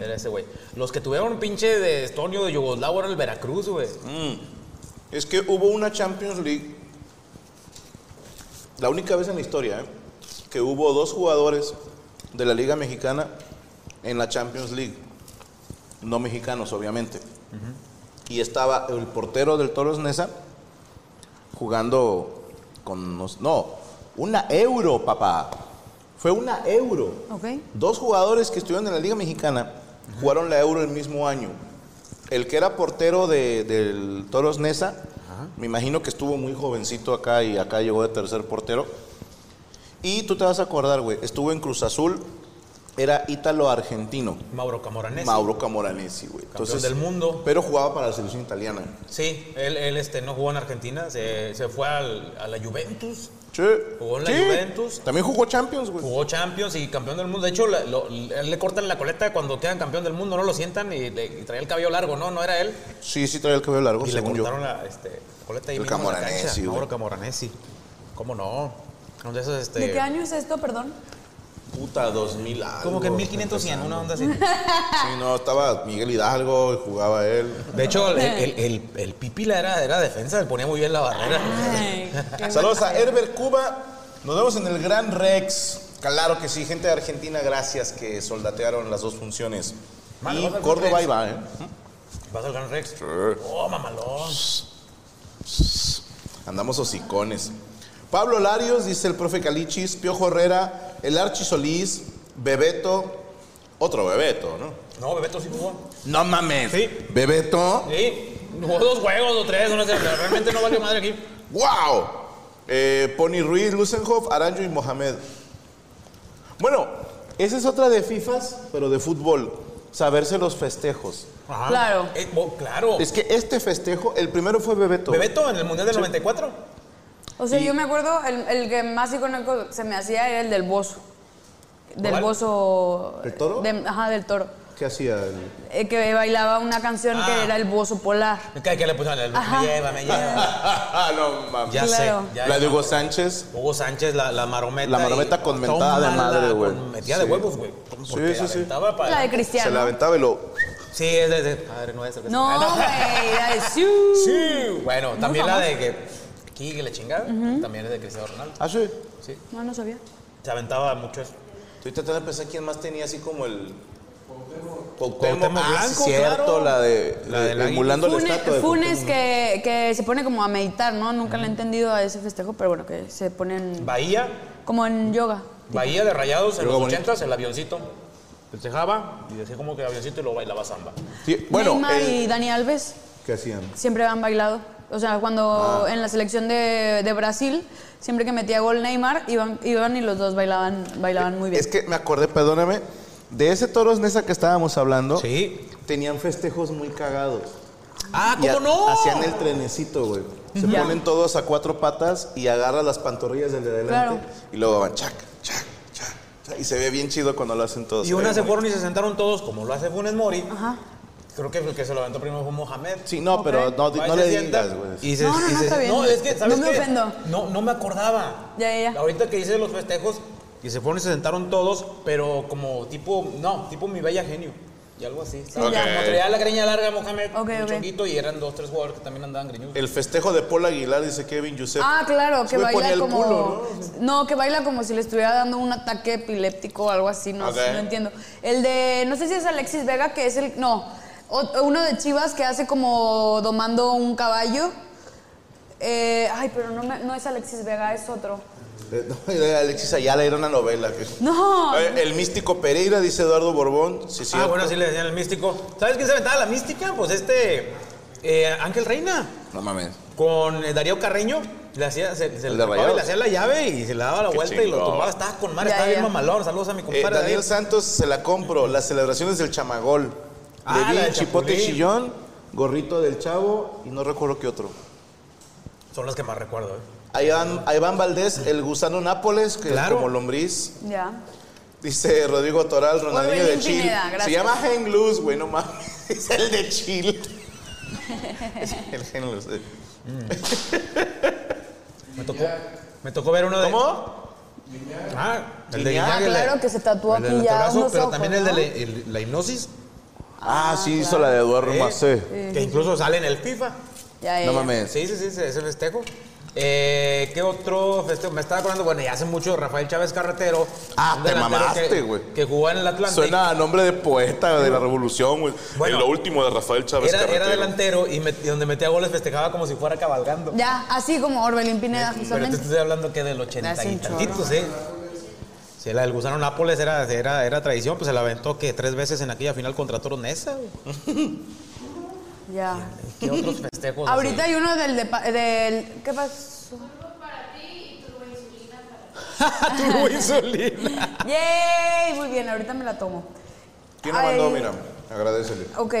Speaker 5: Era ese güey. Los que tuvieron pinche de Estonio, de Yugoslavo, era el Veracruz, güey.
Speaker 1: Mm. Es que hubo una Champions League, la única vez en la historia, ¿eh? que hubo dos jugadores de la Liga Mexicana en la Champions League. No mexicanos, obviamente. Y estaba el portero del Toros Nesa jugando con... nos- No, una euro, papá. Fue una euro.
Speaker 3: Ok.
Speaker 1: Dos jugadores que estuvieron en la Liga Mexicana jugaron la Euro el mismo año. El que era portero de- del Toros Nesa, me imagino que estuvo muy jovencito acá y acá llegó de tercer portero. Y tú te vas a acordar, güey, estuvo en Cruz Azul, era ítalo-argentino,
Speaker 5: Mauro Camoranesi.
Speaker 1: Mauro Camoranesi, güey. Entonces,
Speaker 5: del mundo.
Speaker 1: Pero jugaba para la selección italiana.
Speaker 5: Sí, él, él, este, no jugó en Argentina, se, se fue al- a la Juventus.
Speaker 1: Sí.
Speaker 5: Jugó en la
Speaker 1: Sí.
Speaker 5: Juventus.
Speaker 1: También jugó Champions, güey.
Speaker 5: Jugó Champions y campeón del mundo. De hecho, la- lo- él le cortan la coleta cuando quedan campeón del mundo, no lo sientan y, le- y traía el cabello largo, no, no era él.
Speaker 1: Sí, sí traía el cabello largo,
Speaker 5: Y le
Speaker 1: según yo.
Speaker 5: cortaron la este, coleta ahí
Speaker 1: El
Speaker 5: mismo en la
Speaker 1: Camoranesi,
Speaker 5: cancha.
Speaker 1: güey.
Speaker 5: Mauro Camoranesi. ¿Cómo no? Uno de esos, este,
Speaker 3: ¿De qué año es esto, perdón?
Speaker 1: Puta, 2000 algo.
Speaker 5: Como que en 1500 una onda así.
Speaker 1: Sí, no, estaba Miguel Hidalgo, y jugaba él.
Speaker 5: De hecho, el, el, el, el Pipila era, era defensa, le ponía muy bien la barrera.
Speaker 3: Ay, qué
Speaker 1: Saludos
Speaker 3: bueno.
Speaker 1: a Herbert Cuba. Nos vemos en el Gran Rex. Claro que sí, gente de Argentina, gracias que soldatearon las dos funciones.
Speaker 5: Vale,
Speaker 1: y
Speaker 5: vamos al
Speaker 1: Córdoba
Speaker 5: Rex.
Speaker 1: ahí va, ¿eh?
Speaker 5: ¿Vas al Gran Rex? Oh, mamalón.
Speaker 1: Andamos hocicones. Pablo Larios, dice el profe Calichis, Piojo Herrera, el Archi Solís, Bebeto, otro Bebeto, ¿no?
Speaker 5: No, Bebeto sí jugó.
Speaker 1: No mames.
Speaker 5: Sí.
Speaker 1: Bebeto.
Speaker 5: Sí, jugó dos juegos o tres, no sé, pero realmente no valió madre aquí.
Speaker 1: ¡Wow! Eh, Pony Ruiz, Lusenhoff, Aranjo y Mohamed. Bueno, esa es otra de FIFAs, pero de fútbol. Saberse los festejos.
Speaker 5: Ajá.
Speaker 3: Claro.
Speaker 5: Eh, bo- claro.
Speaker 1: Es que este festejo, el primero fue Bebeto.
Speaker 5: Bebeto en el Mundial del 94.
Speaker 3: O sea, yo me acuerdo, el, el que más icónico se me hacía era el del bozo. Del
Speaker 5: ¿Cuál?
Speaker 3: bozo.
Speaker 1: ¿Del toro?
Speaker 3: de- ajá, del toro.
Speaker 1: ¿Qué hacía? el-
Speaker 3: Eh, que bailaba una canción
Speaker 5: Ah.
Speaker 3: que era el bozo polar.
Speaker 5: Que, que le pusieron el
Speaker 3: Ajá.
Speaker 5: me lleva, me
Speaker 3: <laughs>
Speaker 5: lleva.
Speaker 1: <laughs> no mames.
Speaker 5: Ya
Speaker 3: Claro.
Speaker 5: sé. ya-
Speaker 1: La de Hugo Sánchez.
Speaker 5: Hugo Sánchez, la, la marometa.
Speaker 1: La marometa
Speaker 5: y-
Speaker 1: con mentada de
Speaker 5: Tómala,
Speaker 1: madre, güey.
Speaker 5: con metida
Speaker 1: Sí.
Speaker 5: de huevos, güey. Porque
Speaker 1: sí,
Speaker 5: la
Speaker 1: sí.
Speaker 5: aventaba para-
Speaker 3: La de
Speaker 1: Se la
Speaker 3: Cristiano.
Speaker 1: aventaba y lo.
Speaker 5: Sí, es de, de Padre Nuestro. que
Speaker 1: <laughs>
Speaker 5: se-
Speaker 3: No,
Speaker 5: Ah,
Speaker 3: güey, la de Siu.
Speaker 5: <laughs> Sí. Bueno, también la
Speaker 3: famosa.
Speaker 5: de que. Aquí, que le chingada. También es de Cristiano Ronaldo.
Speaker 1: Ah, sí.
Speaker 3: No, no sabía.
Speaker 5: Se aventaba mucho eso.
Speaker 1: Estoy tratando de pensar quién más tenía así como el.
Speaker 5: Cuauhtémoc
Speaker 1: Ah, sí,
Speaker 5: Blanco,
Speaker 1: cierto,
Speaker 5: claro.
Speaker 1: la de.
Speaker 5: La del águila.
Speaker 1: emulando la
Speaker 3: Funes,
Speaker 1: estatua de
Speaker 3: Funes
Speaker 1: Cuauhtémoc.
Speaker 3: que, que se pone como a meditar, ¿no? Nunca le he entendido a ese festejo, pero bueno, que se ponen
Speaker 5: Bahía,
Speaker 3: como en yoga.
Speaker 5: Bahía de Rayados en
Speaker 1: Luego
Speaker 5: los
Speaker 1: bonito.
Speaker 5: 80 el avioncito. Festejaba y decía como que avioncito y lo bailaba samba.
Speaker 1: Sí, bueno,
Speaker 3: Neymar
Speaker 1: el-
Speaker 3: y Dani Alves
Speaker 1: ¿qué hacían?
Speaker 3: siempre han bailado. O sea, cuando
Speaker 1: Ah.
Speaker 3: en la selección de, de Brasil, siempre que metía gol Neymar, iban, iban y los dos bailaban, bailaban muy bien.
Speaker 1: Es que me acordé, perdóname, de ese toros Nesa que estábamos hablando,
Speaker 5: Sí.
Speaker 1: tenían festejos muy cagados.
Speaker 5: Ah,
Speaker 1: Y
Speaker 5: ¿cómo
Speaker 1: ha-
Speaker 5: no?
Speaker 1: Hacían el trenecito, güey. Se
Speaker 3: Ya.
Speaker 1: ponen todos a cuatro patas y agarran las pantorrillas del de adelante.
Speaker 3: Claro.
Speaker 1: Y luego van chac, chac, chac, chac. Y se ve bien chido cuando lo hacen todos.
Speaker 5: Y una
Speaker 1: Eh,
Speaker 5: se
Speaker 1: güey.
Speaker 5: fueron y se sentaron todos, como lo hace Funes Mori.
Speaker 3: Ajá.
Speaker 5: Creo que el que se lo aventó primero fue Mohamed.
Speaker 1: Sí, no, pero no,
Speaker 5: Va y
Speaker 1: no
Speaker 5: se
Speaker 1: le
Speaker 5: sienta
Speaker 1: digas, güey.
Speaker 5: Pues y se-
Speaker 3: No, no,
Speaker 5: y
Speaker 3: no,
Speaker 5: se-
Speaker 3: está bien.
Speaker 5: No, es que, ¿sabes
Speaker 3: No me
Speaker 5: qué?
Speaker 3: ofendo.
Speaker 5: No, no me acordaba.
Speaker 3: Ya, ya, ya.
Speaker 5: Ahorita que hice los festejos y se fueron y se sentaron todos, pero como tipo, no, tipo mi bella genio. Y algo así. ¿sabes?
Speaker 1: ya.
Speaker 5: Como traía la greña larga Mohamed,
Speaker 3: Ok,
Speaker 5: un
Speaker 3: ok.
Speaker 5: chonguito, y eran dos, tres jugadores que también andaban greñudos.
Speaker 1: El festejo de Paul Aguilar, dice Kevin Yusef.
Speaker 3: Ah, claro, que
Speaker 1: Ese güey ponía
Speaker 3: baila
Speaker 1: el
Speaker 3: como.
Speaker 1: culo,
Speaker 3: ¿no? que baila como si le estuviera dando un ataque epiléptico o algo así, no,
Speaker 1: Ok.
Speaker 3: sé, no entiendo. El de. No sé si es Alexis Vega, que es el. No, o- uno de Chivas que hace como domando un caballo. Eh, ay, pero no, me- no es Alexis Vega, es otro.
Speaker 1: Eh, no, era Alexis Ayala era una novela. que-
Speaker 3: No.
Speaker 1: Eh, El místico Pereira, dice Eduardo Borbón. Sí, sí.
Speaker 5: Ah, bueno, sí le decían el místico. ¿Sabes quién se aventaba la mística? Pues este, eh, Ángel Reina.
Speaker 1: No mames.
Speaker 5: Con eh, Darío Carreño, le hacía, se, se
Speaker 1: El de
Speaker 5: le tapaba y
Speaker 1: Rayados.
Speaker 5: le hacía la llave y se le daba la
Speaker 1: Qué
Speaker 5: vuelta y lo
Speaker 1: chingón.
Speaker 5: tumbaba. Estaba con madre,
Speaker 3: Ya,
Speaker 5: estaba bien
Speaker 3: ya.
Speaker 5: mamalón. Saludos a mi
Speaker 1: Eh,
Speaker 5: compadre.
Speaker 1: Daniel Santos se la compro. Las celebraciones del chamagol.
Speaker 5: Ah,
Speaker 1: Le
Speaker 5: la
Speaker 1: di
Speaker 5: de
Speaker 1: chipote
Speaker 5: Chapulín.
Speaker 1: chillón, gorrito del chavo y no recuerdo qué otro.
Speaker 5: Son las que más recuerdo. ¿eh?
Speaker 1: A Iván, a Iván Valdés, el gusano Nápoles, que
Speaker 6: Claro.
Speaker 1: es como lombriz.
Speaker 3: Ya.
Speaker 1: Dice Rodrigo Toral, Ronaldinho de
Speaker 3: Orbelín
Speaker 1: Chile.
Speaker 3: Pineda, gracias.
Speaker 1: Se llama Hang Loose, güey, no mames. <laughs> Es el de Chile. <laughs> el eh. Hang Loose.
Speaker 6: Me tocó, me tocó ver uno de.
Speaker 1: ¿Cómo?
Speaker 6: Ah, el de
Speaker 1: Guiñac,
Speaker 6: Guiñac, el de-
Speaker 3: claro que se tatuó
Speaker 6: el del
Speaker 3: aquí ya
Speaker 6: autobrazo,
Speaker 3: unos
Speaker 6: Pero
Speaker 3: ojos,
Speaker 6: también el de
Speaker 3: ¿no?
Speaker 6: la- el- la hipnosis.
Speaker 1: Ah, sí, hizo la de Eduardo Macé.
Speaker 6: Que incluso sale en el FIFA.
Speaker 3: Ya, ya,
Speaker 1: No
Speaker 3: ya.
Speaker 1: mames.
Speaker 6: Sí, sí, sí, sí, es el festejo. Eh, ¿Qué otro festejo? Me estaba acordando, bueno, ya hace mucho, Rafael Chávez Carretero.
Speaker 1: Ah,
Speaker 6: un
Speaker 1: te
Speaker 6: delantero
Speaker 1: mamaste,
Speaker 6: que-
Speaker 1: güey.
Speaker 6: Que jugó en el Atlántico.
Speaker 1: Suena a nombre de poeta de la revolución, güey.
Speaker 6: Bueno.
Speaker 1: En lo último de Rafael Chávez
Speaker 6: Era,
Speaker 1: Carretero.
Speaker 6: era delantero y, met- y donde metía goles festejaba como si fuera cabalgando.
Speaker 3: Ya, así como Orbelín Pineda,
Speaker 6: Pero te
Speaker 3: justamente.
Speaker 6: estoy hablando que del 80
Speaker 3: Hace
Speaker 6: y
Speaker 3: un chorro.
Speaker 6: tantitos, ¿eh? Sí, la del gusano Nápoles era, era, era tradición, pues se la aventó que tres veces en aquella final contra Toro Nesa. güey.
Speaker 3: Ya. <laughs>
Speaker 6: ¿Qué otros festejos? así?
Speaker 3: Ahorita hay uno del, de pa- del ¿Qué
Speaker 6: <laughs>
Speaker 3: pasó?
Speaker 6: Turbo insulina.
Speaker 3: <laughs> ¡Yay! Muy bien, ahorita me la tomo.
Speaker 1: ¿Quién lo mandó?
Speaker 3: Ay.
Speaker 1: Mira, agradecele.
Speaker 3: Ok.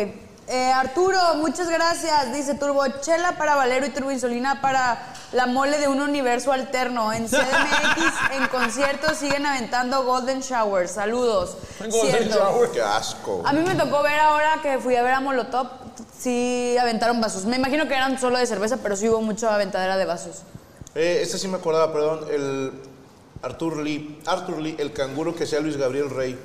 Speaker 3: Eh, Arturo, muchas gracias. Dice Turbochela para Valero y Turboinsolina para la mole de un universo alterno. En CDMX, en conciertos, siguen aventando Golden Shower. Saludos. Cierto.
Speaker 1: Qué asco. güey.
Speaker 3: A mí me tocó ver ahora que fui a ver a Molotov, sí aventaron vasos. Me imagino que eran solo de cerveza, pero sí hubo mucha aventadera de vasos.
Speaker 1: Eh, este sí me acordaba, perdón, el Arthur Lee, Arthur Lee, el canguro que sea Luis Gabriel Rey.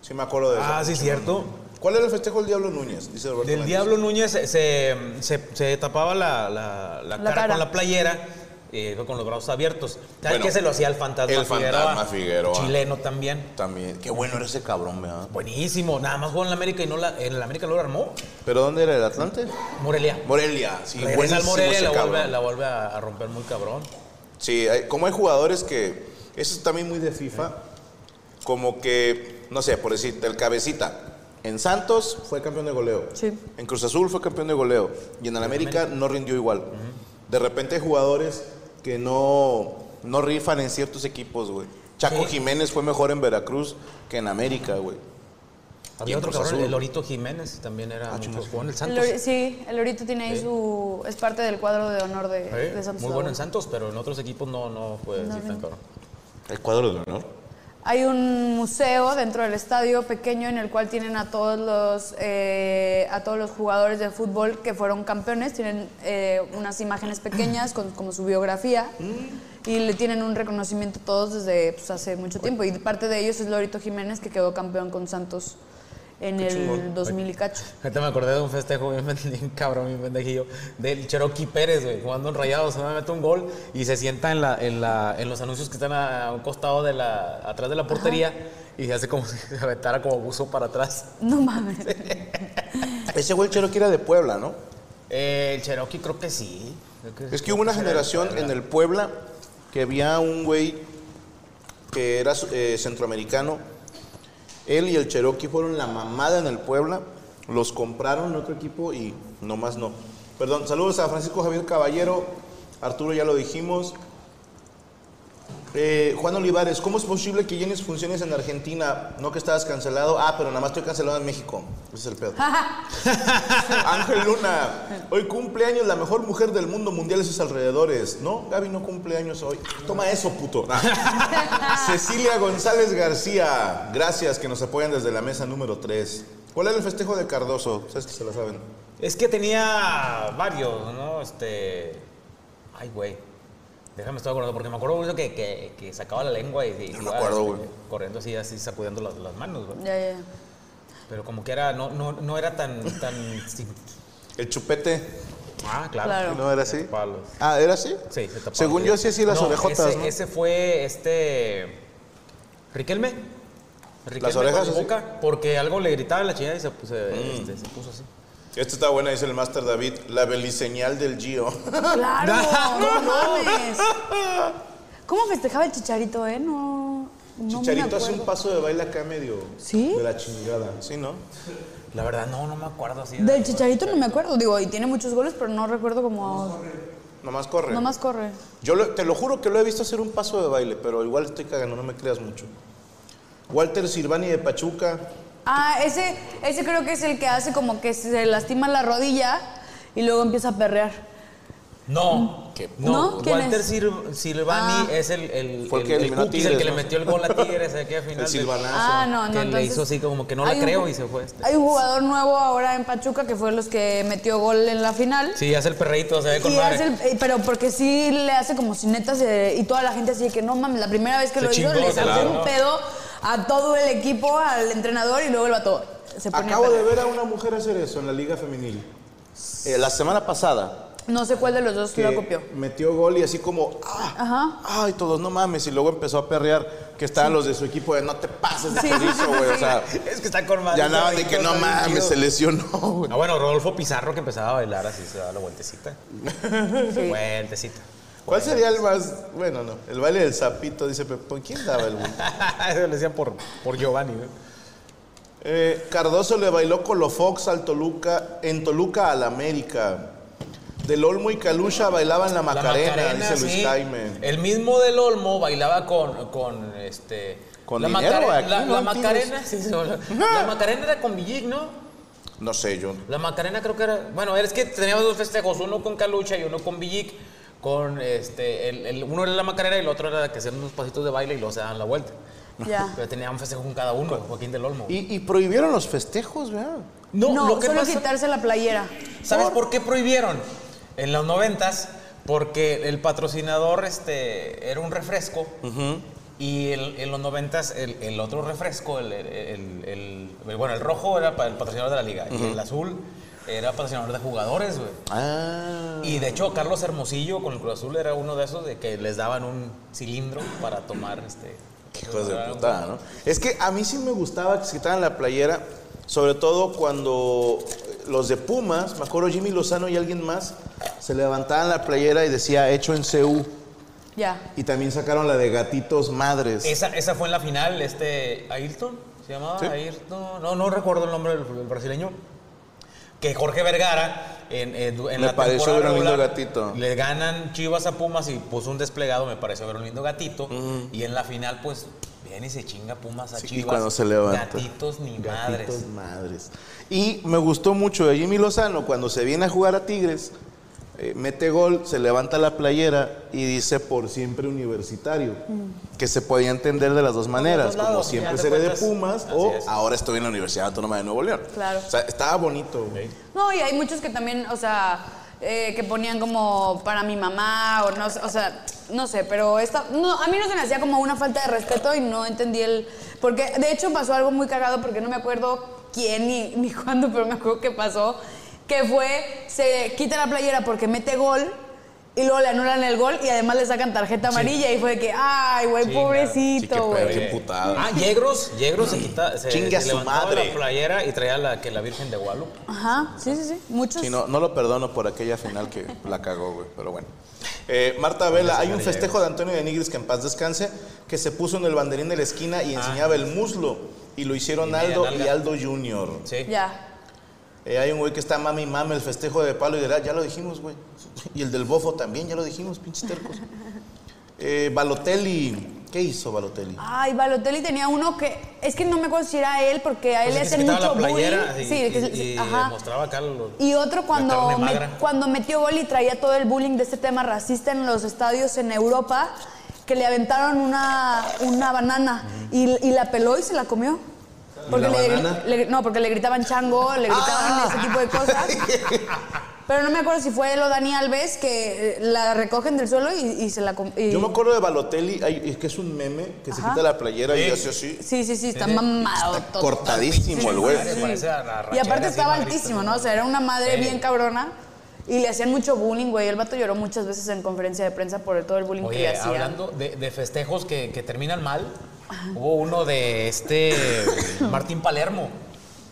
Speaker 1: Sí me acuerdo de eso.
Speaker 6: Ah, sí, cierto.
Speaker 1: ¿Cuál era el festejo del Diablo Núñez? Dice Roberto.
Speaker 6: Del
Speaker 1: Méndez.
Speaker 6: Diablo Núñez se, se, se- se tapaba la, la- la cara,
Speaker 3: cara.
Speaker 6: con la playera, eh, con los brazos abiertos. ¿Sabes
Speaker 1: Bueno,
Speaker 6: qué se lo hacía el fantasma
Speaker 1: el fantasma Figueroa.
Speaker 6: Chileno también.
Speaker 1: También. Qué bueno era ese cabrón, ¿verdad?
Speaker 6: Buenísimo, nada más jugó en la América y no la, en la América lo armó.
Speaker 1: ¿Pero dónde era? ¿El Atlante?
Speaker 6: Morelia.
Speaker 1: Morelia. Sí,
Speaker 6: Regresa al
Speaker 1: buenísimo
Speaker 6: Morelia y
Speaker 1: ese
Speaker 6: la
Speaker 1: cabrón.
Speaker 6: vuelve, la vuelve a, a romper muy cabrón.
Speaker 1: Sí, hay- como hay jugadores que. Eso es también muy de FIFA. Como que, no sé, por decirte, el cabecita. En Santos fue campeón de goleo.
Speaker 3: Sí.
Speaker 1: En Cruz Azul fue campeón de goleo. Y en el América no rindió igual. De repente hay jugadores que no, no rifan en ciertos equipos, güey. Chaco
Speaker 6: Sí.
Speaker 1: Jiménez fue mejor en Veracruz que en América, güey. Y
Speaker 6: Había
Speaker 1: en
Speaker 6: otro
Speaker 1: Cruz
Speaker 6: cabrón,
Speaker 1: Azul.
Speaker 6: el Lorito Jiménez, también era mucho jugó en el
Speaker 3: El
Speaker 6: Santos.
Speaker 3: Ori- sí, el Orito tiene ahí su... es parte del cuadro de honor de,
Speaker 6: Eh,
Speaker 3: de Santos.
Speaker 6: muy bueno
Speaker 3: Laguna.
Speaker 6: en Santos, pero en otros equipos no, no fue así tan cabrón. <laughs>
Speaker 1: El cuadro de honor.
Speaker 3: Hay un museo dentro del estadio pequeño en el cual tienen a todos los eh, a todos los jugadores de fútbol que fueron campeones, tienen eh, unas imágenes pequeñas con como su biografía y le tienen un reconocimiento a todos desde pues, hace mucho tiempo y parte de ellos es Lorito Jiménez que quedó campeón con Santos en el 2000 y cacho.
Speaker 6: Ahorita me acordé de un festejo bien, <laughs> pen- bien cabrón, bien pendejillo, del Cherokee Pérez, güey, jugando en rayados, se me mete un gol y se sienta en, la, en, la, en los anuncios que están a, a un costado de la, atrás de la portería y se hace como <laughs> si se aventara como buzo para atrás.
Speaker 3: No mames.
Speaker 1: Ese güey chero que era de Puebla, ¿no?
Speaker 6: Eh, el Cherokee creo que sí. Creo
Speaker 1: Es que hubo una
Speaker 6: creo
Speaker 1: generación
Speaker 6: era-
Speaker 1: en el Puebla que había un güey que era eh, centroamericano. Él y el Cherokee fueron la mamada en el Puebla. Los compraron en otro equipo y nomás no. Perdón, saludos a Francisco Javier Caballero. Arturo, ya lo dijimos. Eh, Juan Olivares, ¿cómo es posible que llenes funciones en Argentina? No que estabas cancelado. Ah, pero nada más estoy cancelado en México. Ese es el pedo. Ángel Luna, hoy cumpleaños la mejor mujer del mundo mundial y sus alrededores. No, Gaby no cumpleaños hoy. Toma eso, puto.
Speaker 3: <laughs>
Speaker 1: Ah. Cecilia González García, gracias que nos apoyan desde la mesa número 3. ¿Cuál era el festejo de Cardoso? Ustedes que se lo saben.
Speaker 6: Es que tenía varios, ¿no? Este. Ay, güey. Déjame estar acordando, porque me acuerdo mucho que, que, que sacaba la lengua y, y
Speaker 1: Yo no
Speaker 6: iba,
Speaker 1: acuerdo,
Speaker 6: este,
Speaker 1: güey.
Speaker 6: corriendo así, así sacudiendo las, las manos, güey.
Speaker 3: Ya, ya.
Speaker 6: Pero como que era, no, no, no era tan, tan. sí.
Speaker 1: El chupete.
Speaker 6: Ah, claro.
Speaker 3: Claro.
Speaker 1: ¿No era así?
Speaker 6: Palos.
Speaker 1: Ah, ¿era así?
Speaker 6: Sí, se tapaba.
Speaker 1: Según yo, sí, sí, las
Speaker 6: No,
Speaker 1: orejotas.
Speaker 6: Ese,
Speaker 1: ¿no?
Speaker 6: ese fue este. Riquelme. Riquelme
Speaker 1: orejas Mm.
Speaker 6: con
Speaker 1: así.
Speaker 6: boca, porque algo le gritaba a la chingada y se, se, este, se puso así.
Speaker 1: Esta Este está buena, dice el Master David. La beliseñal del Gio. <laughs>
Speaker 3: Claro, no mames. ¿Cómo festejaba el chicharito, eh? No, no
Speaker 1: <laughs>
Speaker 3: me
Speaker 1: Chicharito hace un
Speaker 3: acuerdo.
Speaker 1: paso de baile acá medio.
Speaker 3: ¿Sí?
Speaker 1: De la chingada. Sí, ¿no?
Speaker 6: La verdad, no, no me acuerdo así. de-
Speaker 3: Del Chicharito no me acuerdo, digo, y tiene muchos goles, pero no recuerdo cómo.
Speaker 1: Nomás corre.
Speaker 3: Nomás corre.
Speaker 1: Yo lo- te lo juro que lo he visto hacer un paso de baile, pero igual estoy cagando, no me creas mucho. Walter Silvani de Pachuca.
Speaker 3: Ah, ese, ese creo que es el que hace como que se lastima la rodilla y luego empieza a perrear.
Speaker 6: No.
Speaker 1: Qué
Speaker 3: ¿No?
Speaker 6: No,
Speaker 3: ¿Quién
Speaker 6: Walter
Speaker 3: es?
Speaker 6: Sil- Silvani
Speaker 3: Ah.
Speaker 6: es el, el,
Speaker 1: Fue el que
Speaker 6: el- el
Speaker 1: eliminó a
Speaker 6: Cookies,
Speaker 1: Tigres,
Speaker 6: el que
Speaker 1: ¿no?
Speaker 6: le metió el
Speaker 1: <laughs>
Speaker 6: gol a Tigres aquí a final.
Speaker 1: El
Speaker 6: de-
Speaker 1: silbanazo.
Speaker 3: Ah, no, no.
Speaker 6: que le
Speaker 3: entonces-
Speaker 6: hizo así como que no la
Speaker 3: Hay un-
Speaker 6: creo y se fue. Este.
Speaker 3: Hay un jugador nuevo ahora en Pachuca que fue los que metió gol en la final.
Speaker 6: Sí, hace el perreíto, se ve con
Speaker 3: Y
Speaker 6: madre.
Speaker 3: hace el- eh, pero porque sí le hace como cinetas y toda la gente así de que no mames, la primera vez que
Speaker 6: Se
Speaker 3: lo hizo
Speaker 6: chingó,
Speaker 3: le sacó
Speaker 6: claro.
Speaker 3: un pedo a todo el equipo, al entrenador y luego el vato se pone a
Speaker 1: Acabo de
Speaker 3: perder.
Speaker 1: ver a una mujer hacer eso en la liga femenil. Eh, la semana pasada.
Speaker 3: No sé cuál de los dos lo
Speaker 1: que
Speaker 3: copió.
Speaker 1: Metió gol y así como, ah, ay, todos no mames. Y luego empezó a perrear que estaban los de su equipo de no te pases de
Speaker 3: Sí,
Speaker 1: chorizo, güey. O
Speaker 3: sí.
Speaker 1: sea,
Speaker 6: <laughs> Es que está con madre.
Speaker 1: ya
Speaker 6: ese
Speaker 1: andaban de
Speaker 6: perreíto,
Speaker 1: que no
Speaker 6: está bien
Speaker 1: mames,
Speaker 6: chido.
Speaker 1: se lesionó, güey.
Speaker 6: Ah, bueno, Rodolfo Pizarro que empezaba a bailar así, se daba
Speaker 3: <laughs>
Speaker 6: la vueltecita. Vueltecita. <laughs>
Speaker 1: ¿Cuál sería el más, bueno, no, el baile del sapito, dice Pepo. ¿Quién daba el güey?
Speaker 6: Eso le decían por, por Giovanni, ¿no?
Speaker 1: Eh, Cardoso le bailó Colofox al Toluca, en Toluca al América. Del Olmo y Calusha bailaban la
Speaker 6: La
Speaker 1: Macarena,
Speaker 6: Macarena,
Speaker 1: dice Luis
Speaker 6: sí.
Speaker 1: Jaime.
Speaker 6: El mismo del Olmo bailaba con, con este.
Speaker 1: Con
Speaker 6: la
Speaker 1: dinero,
Speaker 6: Macarena.
Speaker 1: aquí
Speaker 6: la,
Speaker 1: no
Speaker 6: la
Speaker 1: en
Speaker 6: Macarena, <laughs> sí,
Speaker 1: <laughs>
Speaker 6: sí, la, la Macarena era con Villig, ¿no?
Speaker 1: No sé, yo.
Speaker 6: La Macarena creo que era. Bueno, es que teníamos dos festejos, uno con Calucha y uno con Villig. Con este, el, el- uno era la Macarena y el otro era que hacían unos pasitos de baile y luego se daban la vuelta.
Speaker 1: <laughs>
Speaker 3: Ya.
Speaker 6: Pero tenía un festejo con cada uno, Joaquín del Olmo.
Speaker 1: Y, y prohibieron los festejos, ¿verdad?
Speaker 6: no,
Speaker 3: No,
Speaker 6: lo que
Speaker 3: solo
Speaker 6: pasa-
Speaker 3: quitarse la playera.
Speaker 6: ¿Sabes por qué prohibieron? En los noventas, porque el patrocinador este, era un refresco y el- en los noventas el, el otro refresco, el, el- el- el- el- bueno, el rojo era para el patrocinador de la liga y el azul era patrocinador de jugadores, güey.
Speaker 1: Ah.
Speaker 6: Y de hecho, Carlos Hermosillo con el Cruz Azul era uno de esos de que les daban un cilindro para tomar este...
Speaker 1: Hijos de puta, ¿no? Es que a mí sí me gustaba que se quitaran la playera, sobre todo cuando los de Pumas, me acuerdo Jimmy Lozano y alguien más, se levantaban la playera y decía hecho en CU.
Speaker 3: Ya.
Speaker 1: Y también sacaron la de gatitos madres.
Speaker 6: Esa, esa fue en la final, este Ayrton, se llamaba
Speaker 1: Sí.
Speaker 6: Ayrton, no, no recuerdo el nombre del, del brasileño, que Jorge Vergara en, eh, en- en
Speaker 1: Me
Speaker 6: la
Speaker 1: pareció
Speaker 6: temporada
Speaker 1: ver un lindo
Speaker 6: regular,
Speaker 1: gatito.
Speaker 6: Le eh, ganan Chivas a Pumas y puso un desplegado, me pareció ver un lindo gatito, y en la final pues viene y se chinga Pumas a
Speaker 1: Sí,
Speaker 6: Chivas.
Speaker 1: y cuando se levanta.
Speaker 6: Gatitos ni madres.
Speaker 1: Gatitos madres. Y me gustó mucho de Jimmy Lozano cuando se viene a jugar a Tigres, eh, mete gol, se levanta la playera y dice por siempre universitario, que se podía entender de las dos maneras,
Speaker 6: Mm. dos lados,
Speaker 1: como
Speaker 6: ya
Speaker 1: siempre
Speaker 6: te
Speaker 1: seré de
Speaker 6: cuentas.
Speaker 1: Pumas
Speaker 6: Así
Speaker 1: o
Speaker 6: es.
Speaker 1: ahora estoy en la Universidad Autónoma de Nuevo León.
Speaker 3: Claro.
Speaker 1: O sea, estaba bonito. güey.
Speaker 3: No, y hay muchos que también, o sea, eh, que ponían como para mi mamá o no sé, o sea, no sé, pero esta, no, a mí no se me hacía como una falta de respeto y no entendí el, porque de hecho pasó algo muy cagado porque no me acuerdo quién ni, <laughs> ni cuándo, pero me acuerdo que pasó, que fue, se quita la playera porque mete gol. Y luego le anulan el gol y además le sacan tarjeta amarilla y fue de que, ay, güey,
Speaker 6: Chinga.
Speaker 1: Sí, qué
Speaker 3: pobrecito,
Speaker 1: pedo,
Speaker 3: güey.
Speaker 1: qué putada.
Speaker 6: Ah, Yegros, Yegros se quita, se,
Speaker 1: Chinga
Speaker 6: se
Speaker 1: su
Speaker 6: levantaba
Speaker 1: madre.
Speaker 6: la playera y traía la que la Virgen de Guadalupe.
Speaker 3: Ajá, sí, sí, sí. Muchos.
Speaker 1: Sí, no, no lo perdono por aquella final que la cagó, güey, pero bueno. Eh, Marta Vela, hay un festejo de Antonio de Nigris que en paz descanse, que se puso en el banderín de la esquina y enseñaba el muslo. Y lo hicieron
Speaker 6: Y media
Speaker 1: Aldo y
Speaker 6: Ah. nalga.
Speaker 1: Aldo Junior.
Speaker 6: Sí.
Speaker 3: Ya.
Speaker 1: Eh, hay un güey que está mami y mami, el festejo de Palo y de la, ya lo dijimos, güey. Y el del Bofo también, ya lo dijimos, pinches tercos. Eh, Balotelli, ¿qué hizo Balotelli?
Speaker 3: Ay, Balotelli tenía uno que. Es que no me acuerdo si era él, porque a él
Speaker 6: Pues
Speaker 3: le
Speaker 6: es que se
Speaker 3: hacen
Speaker 6: quitaba
Speaker 3: mucho
Speaker 6: la playera
Speaker 3: bullying.
Speaker 6: y,
Speaker 3: sí, que se-
Speaker 6: y- y
Speaker 3: ajá.
Speaker 6: mostraba acá los-
Speaker 3: Y otro
Speaker 6: La
Speaker 3: cuando,
Speaker 6: carne
Speaker 3: me-
Speaker 6: magra.
Speaker 3: cuando metió gol y traía todo el bullying de este tema racista en los estadios en Europa, que le aventaron una, una banana y, y la peló y se la comió. Porque
Speaker 6: la
Speaker 3: le,
Speaker 6: banana? Ah.
Speaker 3: le- no, porque le gritaban chango, le gritaban ese tipo de
Speaker 6: <laughs>
Speaker 3: cosas. Pero no me acuerdo si fue él o Dani Alves que eh, la recogen del suelo y, y se la com- y-
Speaker 1: Yo me acuerdo de Balotelli, hay- es que es un meme que se quita la playera y
Speaker 6: Sí.
Speaker 1: hace así.
Speaker 3: Sí, sí, sí, está mamado. tot-
Speaker 1: Cortadísimo el güey.
Speaker 6: Madre, parece a la
Speaker 3: Y
Speaker 6: ranchera,
Speaker 3: aparte
Speaker 6: así,
Speaker 3: estaba
Speaker 6: magrita.
Speaker 3: altísimo, ¿no? O sea, era una madre
Speaker 6: Sí.
Speaker 3: bien cabrona. Y le hacían mucho bullying, güey. El vato lloró muchas veces en conferencia de prensa por todo el bullying que le
Speaker 6: Oye,
Speaker 3: hacían.
Speaker 6: hablando de, de festejos que, que terminan mal, hubo uno de este Martín Palermo,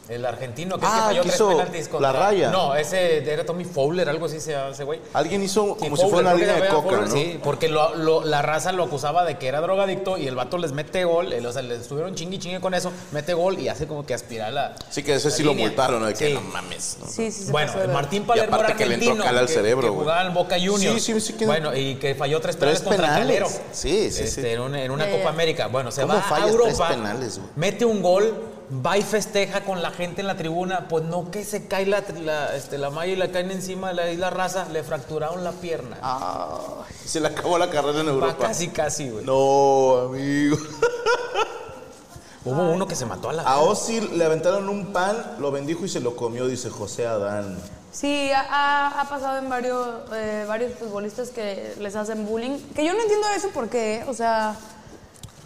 Speaker 6: el argentino, que, es que
Speaker 1: Ah,
Speaker 6: falló
Speaker 1: que
Speaker 6: tres
Speaker 1: hizo
Speaker 6: penaltis contra-
Speaker 1: la raya.
Speaker 6: No, ese era Tommy Fowler, algo así se llama ese güey.
Speaker 1: Alguien hizo como
Speaker 6: Sí,
Speaker 1: si fuera
Speaker 6: Fowler,
Speaker 1: una
Speaker 6: creo
Speaker 1: línea
Speaker 6: que
Speaker 1: de
Speaker 6: era
Speaker 1: coca,
Speaker 6: Fowler,
Speaker 1: ¿no?
Speaker 6: Sí, porque lo- lo- la raza lo acusaba de que era drogadicto y el vato les mete gol, eh, o sea, le estuvieron chingui chingue con eso, mete gol y hace como que aspirar la.
Speaker 1: Sí, que ese
Speaker 6: la
Speaker 1: sí lo
Speaker 6: línea.
Speaker 1: multaron, ¿no? De que
Speaker 6: Sí.
Speaker 1: no mames. ¿no?
Speaker 3: Sí, sí, se
Speaker 6: Bueno,
Speaker 3: pasó de
Speaker 6: el
Speaker 3: ver.
Speaker 6: Martín
Speaker 1: Y
Speaker 6: Palermo
Speaker 1: aparte
Speaker 6: era
Speaker 1: que le entró
Speaker 6: argentino,
Speaker 1: cal al
Speaker 6: que-
Speaker 1: cerebro,
Speaker 6: que
Speaker 1: güey.
Speaker 6: jugaba en Boca Juniors.
Speaker 1: Sí, sí, sí, que-
Speaker 6: Bueno, y que falló tres
Speaker 1: Tres
Speaker 6: penales, contra
Speaker 1: penales.
Speaker 6: Calero.
Speaker 1: Sí, sí, sí.
Speaker 6: Este, En una, en una
Speaker 3: Ya, ya.
Speaker 6: Copa América. Bueno, se
Speaker 1: ¿Cómo
Speaker 6: va a
Speaker 1: fallas tres
Speaker 6: Europa,
Speaker 1: penales, güey?
Speaker 6: mete un gol,
Speaker 5: va y festeja con la gente en la tribuna. Pues no que se cae la, la, este, la malla y la caen encima de la isla raza, le fracturaron la pierna.
Speaker 1: Ah, se le acabó la carrera en
Speaker 5: Va
Speaker 1: Europa.
Speaker 5: casi, casi, güey.
Speaker 1: No, amigo.
Speaker 5: Hubo uno que se mató a la.
Speaker 1: A Ozzy le aventaron un pan, lo bendijo y se lo comió, dice José Adán.
Speaker 3: Sí, ha- ha, ha pasado en varios, eh, varios futbolistas que les hacen bullying. Que yo no entiendo eso porque, o sea,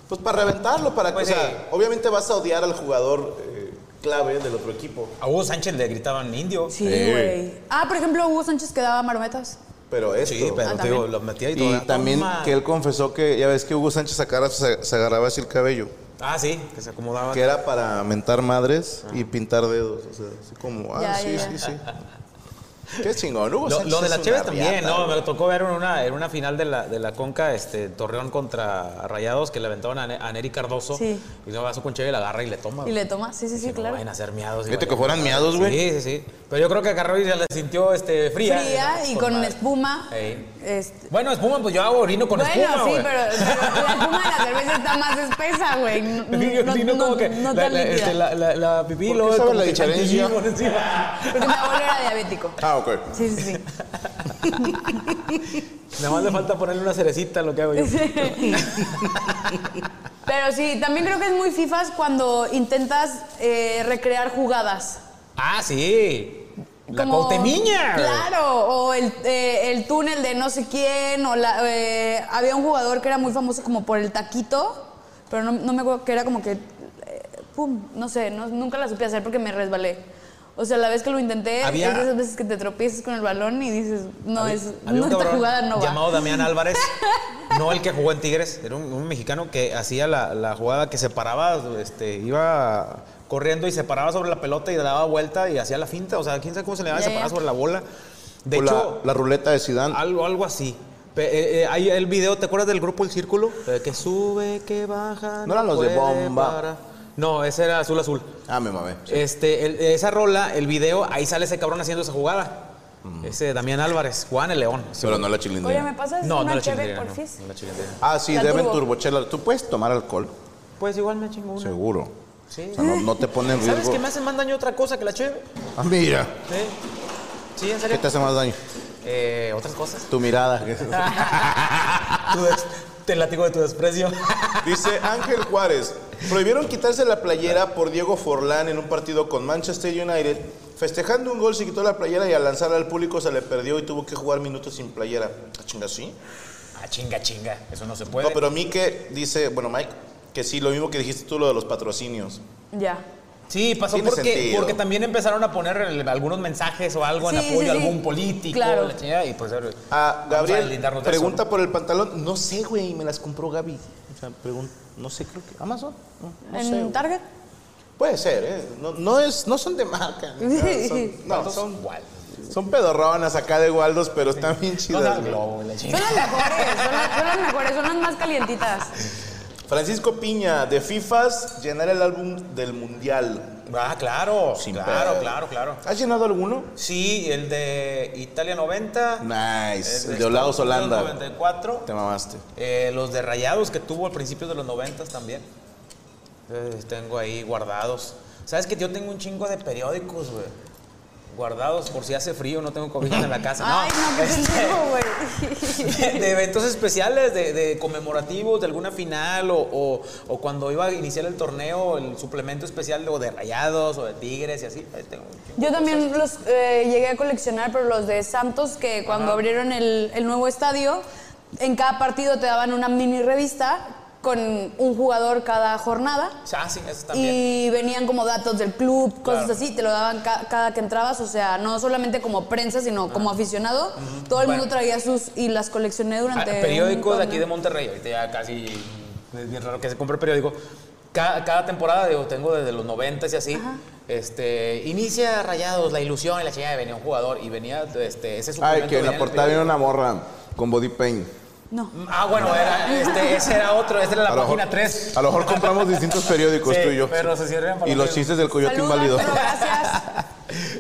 Speaker 1: Pues para reventarlo, para
Speaker 5: Pues
Speaker 1: que. o sea, obviamente vas a odiar al jugador eh, clave del otro equipo.
Speaker 5: A Hugo Sánchez le gritaban indio.
Speaker 3: sí,
Speaker 1: Sí.
Speaker 3: güey. Ah, por ejemplo, Hugo Sánchez que daba marometas.
Speaker 1: Pero esto.
Speaker 5: Sí, pero
Speaker 3: Ah,
Speaker 5: te digo, lo metía y todo.
Speaker 6: Ah,
Speaker 1: Y también
Speaker 5: Toma.
Speaker 1: que él confesó que, ya ves que Hugo Sánchez sacara- se, se agarraba así el cabello,
Speaker 5: Ah, sí, que se acomodaba.
Speaker 1: que era para mentar madres y
Speaker 5: Ah.
Speaker 1: pintar dedos, o sea, así como, ah,
Speaker 3: Ya,
Speaker 1: sí,
Speaker 3: ya,
Speaker 1: sí, sí. Qué chingón, Hugo
Speaker 5: Lo,
Speaker 1: Sánchez.
Speaker 5: lo de
Speaker 1: es
Speaker 5: la
Speaker 1: una
Speaker 5: Chévez también,
Speaker 1: riata,
Speaker 5: ¿no? Me
Speaker 1: güey.
Speaker 5: lo tocó ver en una, en una final de la, de la Conca, este, Torreón contra Rayados, que le aventaron a, Ne- a Neri Cardoso.
Speaker 3: Sí.
Speaker 5: Y luego vaso con Chévez y la agarra y le
Speaker 3: Y
Speaker 5: toma. güey.
Speaker 3: le toma. Sí, sí, sí,
Speaker 5: Que no
Speaker 3: claro.
Speaker 5: vayan a ser miados.
Speaker 1: Fíjate
Speaker 5: igual.
Speaker 1: que fueran miados, güey.
Speaker 5: Sí, sí, sí. Pero yo creo que agarró y se la sintió este, fría.
Speaker 3: Fría y
Speaker 5: Con
Speaker 3: con
Speaker 5: madre.
Speaker 3: espuma.
Speaker 5: Ey.
Speaker 3: Este,
Speaker 5: Bueno, espuma, pues yo hago orino con
Speaker 3: bueno,
Speaker 5: espuma,
Speaker 3: sí,
Speaker 5: güey.
Speaker 3: pero, pero la espuma de la cerveza está más espesa,
Speaker 5: <laughs>
Speaker 3: güey. No,
Speaker 5: Yo
Speaker 3: no,
Speaker 5: orino como
Speaker 3: no-
Speaker 5: que
Speaker 3: no
Speaker 5: la,
Speaker 3: tan
Speaker 5: la,
Speaker 3: líquida.
Speaker 5: este, la, la, la pipí
Speaker 1: ¿Por
Speaker 5: luego
Speaker 1: qué sabe
Speaker 5: como
Speaker 1: la
Speaker 5: que chantilly
Speaker 1: diferencia?
Speaker 5: por encima.
Speaker 3: Porque mi abuelo era diabético.
Speaker 1: Ah, ok.
Speaker 3: Sí, sí,
Speaker 5: <laughs>
Speaker 3: sí.
Speaker 5: Nada más le falta ponerle una cerecita a lo
Speaker 3: <laughs>
Speaker 5: que hago yo.
Speaker 3: Pero sí, también creo que es muy fifas cuando intentas eh, recrear jugadas.
Speaker 5: Ah, sí. La
Speaker 3: Como-
Speaker 5: Cuauhtemiña.
Speaker 3: Claro, o el, eh, el túnel de no sé quién, o la, eh, había un jugador que era muy famoso como por el taquito, pero no, no me acuerdo, que era como que, eh, pum, no sé, no- nunca la supe hacer porque me resbalé. O sea, la vez que lo intenté,
Speaker 5: Había-
Speaker 3: es de esas veces que te tropiezas con el balón y dices, no,
Speaker 5: Había-
Speaker 3: es,
Speaker 5: había
Speaker 3: no
Speaker 5: un
Speaker 3: esta
Speaker 5: cabrón
Speaker 3: jugada no va. <laughs>
Speaker 5: Llamado Damián Álvarez. No el que jugó en Tigres, era un, un mexicano que hacía la, la jugada que se paraba, este, iba corriendo y se paraba sobre la pelota y daba vuelta y hacía la finta. O sea, quién sabe cómo se le daba,
Speaker 3: Ya,
Speaker 5: se paraba
Speaker 3: ya.
Speaker 5: sobre la bola. De
Speaker 1: O la-
Speaker 5: hecho, ah,
Speaker 1: la, ruleta de Sidán.
Speaker 5: algo, algo así. Pe- eh, eh, hay el video, ¿te acuerdas del grupo El Círculo? Eh, que sube, que baja.
Speaker 1: ¿No eran los de
Speaker 5: puede
Speaker 1: Bomba?
Speaker 5: parar. No, ese era azul azul.
Speaker 1: Ah, me mamé.
Speaker 5: Este, el- esa rola, el video, ahí sale ese cabrón haciendo esa jugada. Ese Damián Álvarez, Juan el León.
Speaker 1: Pero no la chilindrina.
Speaker 3: Oye, ¿me pasas
Speaker 5: No, no
Speaker 3: una
Speaker 5: la
Speaker 3: chévere,
Speaker 5: chilindrina. No,
Speaker 3: porfis?
Speaker 5: no la chilindrina.
Speaker 1: Ah, sí,
Speaker 3: La
Speaker 1: deben
Speaker 3: turbo.
Speaker 1: turbochela. Tú puedes tomar alcohol,
Speaker 5: Pues igual me chingo una.
Speaker 1: seguro.
Speaker 5: Sí.
Speaker 1: O sea, no, no te pone en
Speaker 5: ¿Sabes
Speaker 1: riesgo.
Speaker 5: qué me hace más daño otra cosa que la cheve?
Speaker 1: Ah, mira,
Speaker 5: Sí. Sí, en
Speaker 1: ¿qué
Speaker 5: serio.
Speaker 1: te hace más daño?
Speaker 5: Eh, otras cosas. <laughs>
Speaker 1: Tu mirada.
Speaker 5: Tu des- te latigo de tu desprecio. <laughs>
Speaker 1: Dice Ángel Juárez, prohibieron quitarse la playera por Diego Forlán en un partido con Manchester United. Festejando un gol se quitó la playera y al lanzarla al público se le perdió y tuvo que jugar minutos sin playera. Ah, Chinga, sí.
Speaker 5: ah, chinga, chinga. Eso no se puede.
Speaker 1: No, pero Mike dice, bueno, Mike, que sí, lo mismo que dijiste tú, lo de los patrocinios.
Speaker 3: Ya.
Speaker 5: Sí, pasó
Speaker 1: Tiene
Speaker 5: porque,
Speaker 1: sentido.
Speaker 5: porque también empezaron a poner el- algunos mensajes o algo en
Speaker 3: Sí,
Speaker 5: apoyo a
Speaker 3: sí, sí.
Speaker 5: algún político.
Speaker 3: Claro.
Speaker 5: la chingada, y pues, ahora-
Speaker 1: Ah,
Speaker 5: vamos a
Speaker 1: Gabriel,
Speaker 5: deslindarnos de eso,
Speaker 1: pregunta
Speaker 5: ¿no?
Speaker 1: por el pantalón. No sé, güey, me las compró Gaby. O sea, pregun- no sé, creo que Amazon. No, no sé,
Speaker 3: ¿En
Speaker 1: güey.
Speaker 3: Target?
Speaker 1: Puede ser, ¿eh? No, no es, no son de marca. ni nada, son- no, son,
Speaker 5: Igual.
Speaker 1: son pedorronas acá de Waldos, pero están bien
Speaker 5: No,
Speaker 1: chidas.
Speaker 5: no,
Speaker 1: güey.
Speaker 5: globo, la
Speaker 3: Son
Speaker 5: chingada.
Speaker 3: las mejores, son las, son las mejores, son las más calientitas.
Speaker 1: Francisco Piña, de FIFAs, llenar el álbum del Mundial.
Speaker 5: Ah, claro.
Speaker 1: Sin
Speaker 5: claro,
Speaker 1: pedo.
Speaker 5: claro, claro.
Speaker 1: ¿Has llenado alguno?
Speaker 5: Sí, el de Italia 90.
Speaker 1: Nice.
Speaker 5: de
Speaker 1: El de Olados
Speaker 5: Estados Unidos
Speaker 1: Holanda.
Speaker 5: 94.
Speaker 1: Te mamaste.
Speaker 5: eh, los de Rayados que tuvo al principio de los 90 también. Eh, tengo ahí guardados. ¿Sabes que yo tengo un chingo de periódicos, güey? Guardados por si hace frío, <laughs> no tengo cobijas en la casa.
Speaker 3: <laughs> Ay, no, qué
Speaker 5: este,
Speaker 3: sentido, güey.
Speaker 5: de, de eventos especiales, de, de conmemorativos, de alguna final o, o- o cuando iba a iniciar el torneo, el suplemento especial de, o de Rayados o de Tigres y así. Ahí tengo un chingo.
Speaker 3: Yo también los eh, llegué a coleccionar, pero los de Santos, que cuando abrieron el, el nuevo estadio, en cada partido te daban una mini revista con un jugador cada jornada.
Speaker 5: Ah, sí, esos también.
Speaker 3: Y venían como datos del club, cosas
Speaker 5: Claro.
Speaker 3: así, te lo daban ca- cada que entrabas, o sea, no solamente como prensa, sino como aficionado. Todo el
Speaker 5: Bueno.
Speaker 3: mundo traía sus y las coleccioné
Speaker 5: Ah,
Speaker 3: durante...
Speaker 5: periódico
Speaker 3: un
Speaker 5: de aquí de
Speaker 3: torneo.
Speaker 5: Monterrey, ahorita ya casi es bien raro que se compre periódico. Cada, cada temporada, digo, tengo desde los 90 y así. Este, inicia Rayados, la ilusión y la chingada, y venía un jugador y venía este, ese suplemento.
Speaker 1: Ay, que en
Speaker 5: venía
Speaker 1: la
Speaker 5: el
Speaker 1: portada viene
Speaker 5: periódico.
Speaker 1: una morra con body paint.
Speaker 3: No.
Speaker 5: Ah, bueno, era, este, ese era otro, esta era la
Speaker 1: A lo mejor-
Speaker 5: página 3.
Speaker 1: A lo mejor compramos distintos periódicos
Speaker 5: Sí,
Speaker 1: tú y yo.
Speaker 5: pero se sirven para
Speaker 1: Y
Speaker 5: lo
Speaker 1: los
Speaker 5: mismo.
Speaker 1: chistes del coyote
Speaker 3: Saludos,
Speaker 1: inválido.
Speaker 3: pero gracias.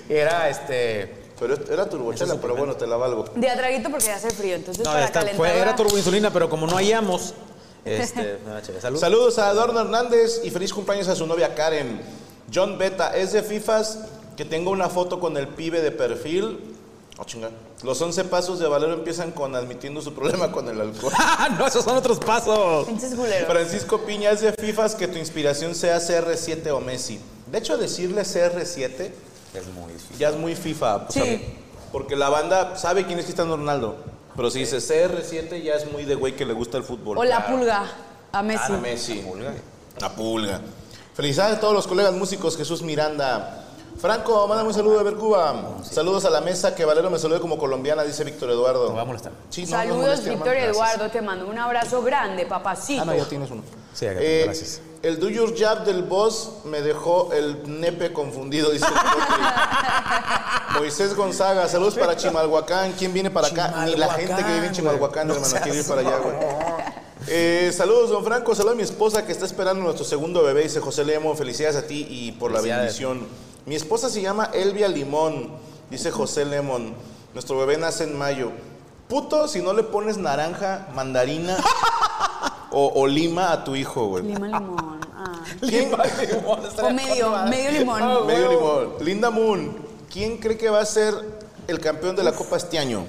Speaker 5: Era este.
Speaker 1: Pero era turbochela, pero bueno, te la valgo.
Speaker 3: De atraguito porque hace frío, entonces
Speaker 5: No,
Speaker 3: para
Speaker 5: esta
Speaker 3: calentar.
Speaker 5: fue, era turboinsulina, pero como no
Speaker 3: <laughs>
Speaker 5: hallamos. Este, no, chévere, salud. <laughs>
Speaker 1: Saludos a Adorno Hernández y feliz cumpleaños a su novia Karen. John Beta, es de FIFAs que tengo una foto con el pibe de perfil. Oh, chinga. Los 11 pasos de Valero empiezan con admitiendo su problema con el
Speaker 5: <laughs>
Speaker 1: alcohol.
Speaker 5: Ah, no, esos son otros pasos.
Speaker 3: Pinches culeros.
Speaker 1: Francisco Piña, es de FIFAs que tu inspiración sea CR7 o Messi. De hecho, decirle CR7
Speaker 5: Es muy difícil.
Speaker 1: ya es muy FIFA. o sea,
Speaker 3: Sí.
Speaker 1: porque la banda sabe quién es Cristiano Ronaldo. Pero si dice CR7 ya es muy de güey que le gusta el fútbol.
Speaker 3: O la pulga a Messi.
Speaker 1: Ah, Messi. La pulga. Felicidades a todos los colegas músicos, Jesús Miranda. Franco, mándame un saludo de Vercuba. Saludos a la mesa que Valero me salude como colombiana, dice Víctor Eduardo.
Speaker 5: No va a molestar.
Speaker 1: Sí, no, no
Speaker 3: Saludos,
Speaker 1: molestia, hermano.
Speaker 3: Victoria
Speaker 1: Gracias.
Speaker 3: Eduardo. Te mando un abrazo grande, papacito.
Speaker 1: Ah, no, ya tienes uno. Eh,
Speaker 5: Sí, acá, gracias.
Speaker 1: El Do Your Jab del boss me dejó el nepe confundido, dice el Coque. Moisés Gonzaga, saludos para Chimalhuacán. ¿Quién viene para acá? Ni la
Speaker 5: Chimalhuacán,
Speaker 1: gente que vive en
Speaker 5: güey.
Speaker 1: Chimalhuacán,
Speaker 5: No
Speaker 1: hermano,
Speaker 5: seas
Speaker 1: quiere ir para allá, güey. Eh, saludos, don Franco. Saludos a mi esposa que está esperando nuestro segundo bebé. Dice José Lemo, felicidades a ti y por la
Speaker 5: Felicidades.
Speaker 1: bendición. Mi esposa se llama Elvia Limón, dice José Lemon. Nuestro bebé nace en mayo. Puto, si no le pones naranja, <laughs> mandarina o, o lima a tu hijo, güey.
Speaker 3: Lima limón. Ah.
Speaker 1: ¿Quién-
Speaker 3: O medio, medio limón.
Speaker 1: Medio limón. Ah, Linda Moon, ¿quién cree que va a ser el campeón de la Copa este año?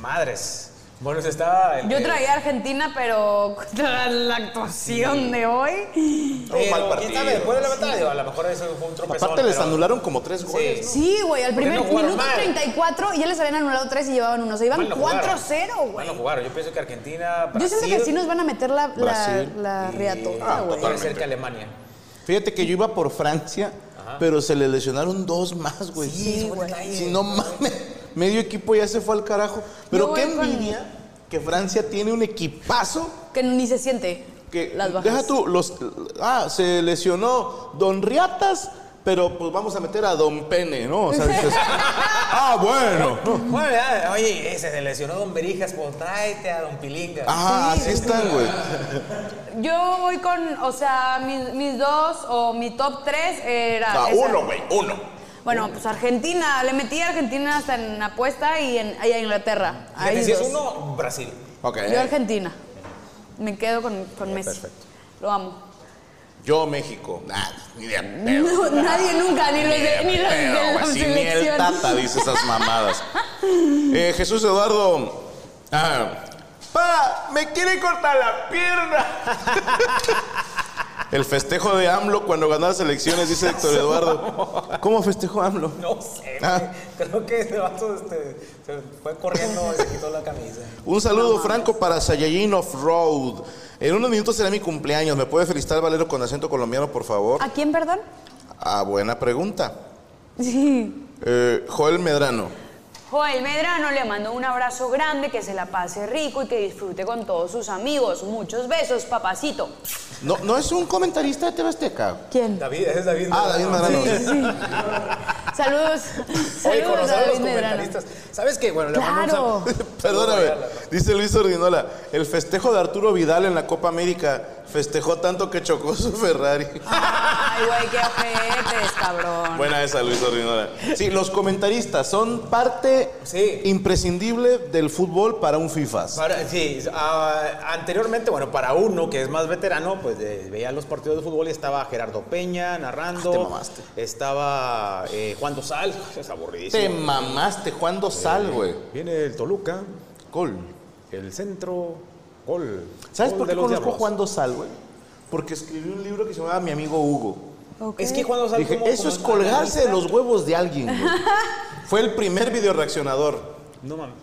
Speaker 5: Madres. Bueno, se estaba. el-
Speaker 1: Eh.
Speaker 3: Yo traía a Argentina, pero <laughs> contra la actuación de hoy.
Speaker 1: Un mal
Speaker 5: Pero, ¿quién
Speaker 1: partido.
Speaker 5: sabe? Después de la batalla, digo, a lo mejor eso fue un tropezón.
Speaker 1: Aparte les
Speaker 5: pero-
Speaker 1: anularon como tres goles.
Speaker 5: Sí.
Speaker 3: Sí, güey, al
Speaker 5: Porque
Speaker 3: primer
Speaker 5: no jugaron
Speaker 3: minuto
Speaker 5: mal.
Speaker 3: 34 ya les habían anulado 3 y llevaban uno. Se iban
Speaker 5: Mal no jugaron.
Speaker 3: 4-0, güey.
Speaker 5: Mal no jugaron. Yo pienso que Argentina.
Speaker 3: Yo siento que
Speaker 5: Brasil
Speaker 3: sí nos van a meter la, la,
Speaker 1: Brasil. Ah,
Speaker 3: la riatota,
Speaker 5: y-
Speaker 3: güey.
Speaker 5: Puede ser que Alemania.
Speaker 1: Fíjate que yo iba por Francia, pero se le lesionaron dos más, güey. Sí, güey. Si no mames, medio equipo ya se fue al carajo. Pero
Speaker 3: Yo
Speaker 1: qué
Speaker 3: voy con-
Speaker 1: envidia que Francia tiene un equipazo
Speaker 3: que ni se siente
Speaker 1: que
Speaker 3: las bajas.
Speaker 1: deja tú los ah se lesionó Don Riatas pero pues vamos a meter a Don Pene no o sea
Speaker 3: <laughs>
Speaker 1: dices ah bueno no.
Speaker 5: Bueno, ya, ah, oye, se lesionó Don Berijas, pues tráete a Don Pilinga.
Speaker 1: ah así están güey
Speaker 3: Ah, Yo voy con, o sea, mis, mis dos o mi top tres era.
Speaker 1: Ah,
Speaker 3: esa.
Speaker 1: uno güey uno
Speaker 3: Bueno, pues Argentina. Le metí a Argentina hasta en apuesta y, en, y a Inglaterra.
Speaker 5: Fíjate,
Speaker 3: Ahí
Speaker 5: si es
Speaker 3: dos.
Speaker 5: uno, Eh. Brasil.
Speaker 1: Ok.
Speaker 3: Yo Argentina. Me quedo con, con Messi.
Speaker 1: perfecto.
Speaker 3: Lo amo.
Speaker 1: yo México nah, ni de pedo.
Speaker 3: <laughs> No, nadie nunca, ni los de, ni los de
Speaker 1: Pero,
Speaker 3: la
Speaker 5: pues,
Speaker 1: güey, si ni el
Speaker 3: selección.
Speaker 1: Tata dice esas mamadas. Eh, Jesús Eduardo. ah, pa, me quiere cortar la pierna. El festejo de AMLO cuando ganó las elecciones, dice Héctor Eduardo. ¿Cómo festejó AMLO?
Speaker 5: No sé,
Speaker 1: Ah.
Speaker 5: güey. creo que ese vato este, se fue corriendo y se quitó la camisa.
Speaker 1: Un saludo, Franco, para Sayayin Off-Road. En unos minutos será mi cumpleaños. ¿Me puede felicitar, Valero, con acento colombiano, por favor?
Speaker 3: ¿A quién, perdón?
Speaker 1: Ah, buena pregunta.
Speaker 3: Sí.
Speaker 1: Eh, Joel Medrano.
Speaker 3: Joel Medrano le mando un abrazo grande, que se la pase rico y que disfrute con todos sus amigos. Muchos besos, papacito.
Speaker 1: No, no es un comentarista de TV Azteca.
Speaker 3: ¿Quién?
Speaker 5: David, ese es David.
Speaker 1: Ah, David Medrano.
Speaker 3: Saludos.
Speaker 5: <laughs> Oye,
Speaker 3: Saludos a
Speaker 5: conocer a los
Speaker 3: David Medrano.
Speaker 5: comentaristas. ¿Sabes qué? Bueno, le mando
Speaker 3: Claro.
Speaker 5: un saludo.
Speaker 1: <laughs> Perdóname, dice Luis Ordinola, el festejo de Arturo Vidal en la Copa América festejó tanto que chocó su
Speaker 5: <laughs>
Speaker 1: Ferrari.
Speaker 3: Ay, güey, qué ojetes, cabrón.
Speaker 1: Buena esa, Luis Ordinola. Sí, los comentaristas son parte
Speaker 5: Sí.
Speaker 1: imprescindible del fútbol para un FIFA.
Speaker 5: Para- sí, ah, anteriormente, bueno, para uno que es más veterano, pues eh, veía los partidos de fútbol y estaba Gerardo Peña narrando.
Speaker 1: Ah, te mamaste.
Speaker 5: Estaba eh, Juan Dosal, <laughs> es aburridísimo.
Speaker 1: Te mamaste, Juan Dosal, güey.
Speaker 5: Viene el Toluca,
Speaker 1: Gol.
Speaker 5: el centro, gol.
Speaker 1: ¿Sabes
Speaker 5: Gol
Speaker 1: por
Speaker 5: de
Speaker 1: qué
Speaker 5: los
Speaker 1: conozco a
Speaker 5: Diablos.
Speaker 1: Juan Dosal, güey? Porque escribió un libro que se llamaba Mi amigo Hugo.
Speaker 5: Es que Juan Dosal
Speaker 1: Dije,
Speaker 5: como-
Speaker 1: eso
Speaker 5: como
Speaker 1: es colgarse de
Speaker 5: analista-
Speaker 1: los huevos de alguien,
Speaker 5: <laughs>
Speaker 1: güey. Fue el primer video reaccionador.
Speaker 5: No mames.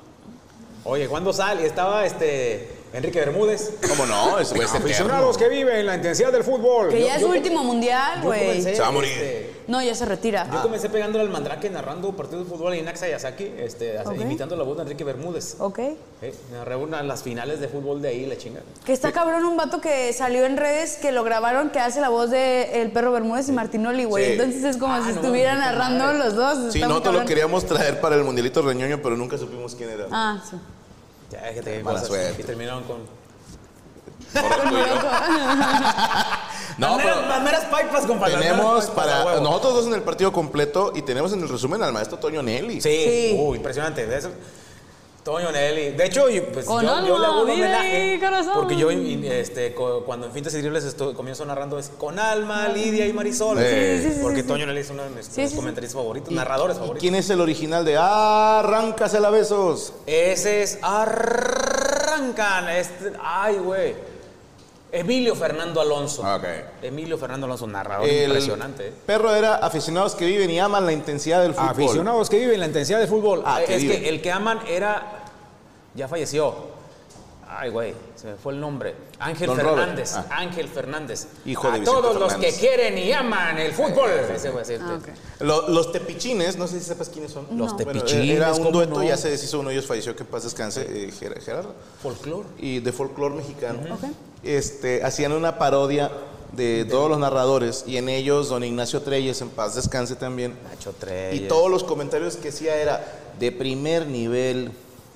Speaker 5: Oye, Juan Dosal y estaba este Enrique Bermúdez.
Speaker 1: ¿Cómo no? Ese güey es eterno.
Speaker 5: que viven la intensidad del fútbol.
Speaker 3: Que
Speaker 5: Yo-
Speaker 3: ya es
Speaker 5: yo-
Speaker 3: su último mundial,
Speaker 5: yo comencé,
Speaker 3: güey.
Speaker 1: Se va a morir. Ah.
Speaker 5: este,
Speaker 3: No, ya se retira.
Speaker 5: Yo comencé pegándole al mandrake narrando partidos de fútbol en Naxayasaki, este, hace-
Speaker 3: Ah, Ok.
Speaker 5: imitando la voz de Enrique Bermúdez.
Speaker 3: Ok.
Speaker 5: Eh, narré una- las finales de fútbol de ahí, la chinga.
Speaker 3: Que está cabrón un vato que salió en redes que lo grabaron que hace la voz de El Perro Bermúdez y Martinoli, güey.
Speaker 1: Sí.
Speaker 3: Entonces es como
Speaker 5: Ah,
Speaker 3: si
Speaker 5: no,
Speaker 3: estuvieran
Speaker 5: puta
Speaker 3: narrando
Speaker 5: madre.
Speaker 3: los dos.
Speaker 1: Sí,
Speaker 3: Está
Speaker 1: no
Speaker 3: muy
Speaker 1: te lo
Speaker 3: cabrón.
Speaker 1: queríamos traer para el mundialito reñoño, pero nunca supimos quién era.
Speaker 3: Ah, sí.
Speaker 5: Ya, fíjate qué
Speaker 1: Mala
Speaker 5: cosas.
Speaker 1: suerte.
Speaker 5: Y terminaron con.
Speaker 1: Ahora tú y yo. <laughs> No,
Speaker 5: Las meras-
Speaker 1: pero
Speaker 5: las meras pipas, compadre. las meras
Speaker 1: tenemos
Speaker 5: pipas, a
Speaker 1: para
Speaker 5: huevo.
Speaker 1: nosotros dos en el partido completo y tenemos en el resumen al maestro Toño Nelly.
Speaker 5: Sí.
Speaker 3: Sí.
Speaker 5: Uh, impresionante. Eso- Toño Nelly. De hecho, yo, pues, yo,
Speaker 3: Con
Speaker 5: yo le hago un
Speaker 3: alma, vive
Speaker 5: homenaje.
Speaker 3: ahí, corazón.
Speaker 5: Porque yo, in- in- este, co- cuando en Fintas y Dribles estu- comienzo narrando, es con alma, Lidia y Marisol.
Speaker 1: Sí,
Speaker 3: sí, sí,
Speaker 5: porque
Speaker 3: sí.
Speaker 5: Toño Nelly es uno de mis
Speaker 3: Sí, sí, sí.
Speaker 5: comentaristas favoritos, narradores
Speaker 1: ¿Y
Speaker 5: favoritos.
Speaker 1: quién es el original de Arráncasela besos?
Speaker 5: Ese es. Arrancan. Este, ay, güey. Emilio Fernando Alonso.
Speaker 1: Ok.
Speaker 5: Emilio Fernando Alonso, narrador
Speaker 1: Ah. El
Speaker 5: impresionante. eh.
Speaker 1: Perro era aficionados que viven y aman la intensidad del fútbol.
Speaker 2: Aficionados que viven la intensidad del fútbol.
Speaker 1: Ah,
Speaker 5: Eh,
Speaker 1: que
Speaker 5: es
Speaker 1: vive.
Speaker 5: que el que aman era. Ya falleció. Ay, güey, se me fue el nombre. Ángel
Speaker 1: Don Robert.
Speaker 5: Fernández.
Speaker 1: Ah.
Speaker 5: Ángel Fernández.
Speaker 1: Hijo de
Speaker 5: A
Speaker 1: Vicente
Speaker 5: todos los que
Speaker 1: Fernández.
Speaker 5: quieren y aman el fútbol. Ese güey, ese-
Speaker 3: Ah, ok.
Speaker 1: Lo- los tepichines, no sé si sepas quiénes son.
Speaker 5: Los
Speaker 1: Bueno,
Speaker 5: Tepichines,
Speaker 1: era un
Speaker 5: ¿cómo
Speaker 1: dueto,
Speaker 5: no?
Speaker 1: ya se deshizo uno de ellos, falleció, que en paz descanse, eh, Ger- Gerardo.
Speaker 5: Folclor.
Speaker 1: Y de folclore mexicano. Este, hacían una parodia de todos los narradores y en ellos don Ignacio Treyes, en paz descanse también.
Speaker 5: Nacho Treyes.
Speaker 1: Y todos los comentarios que hacía era de primer nivel.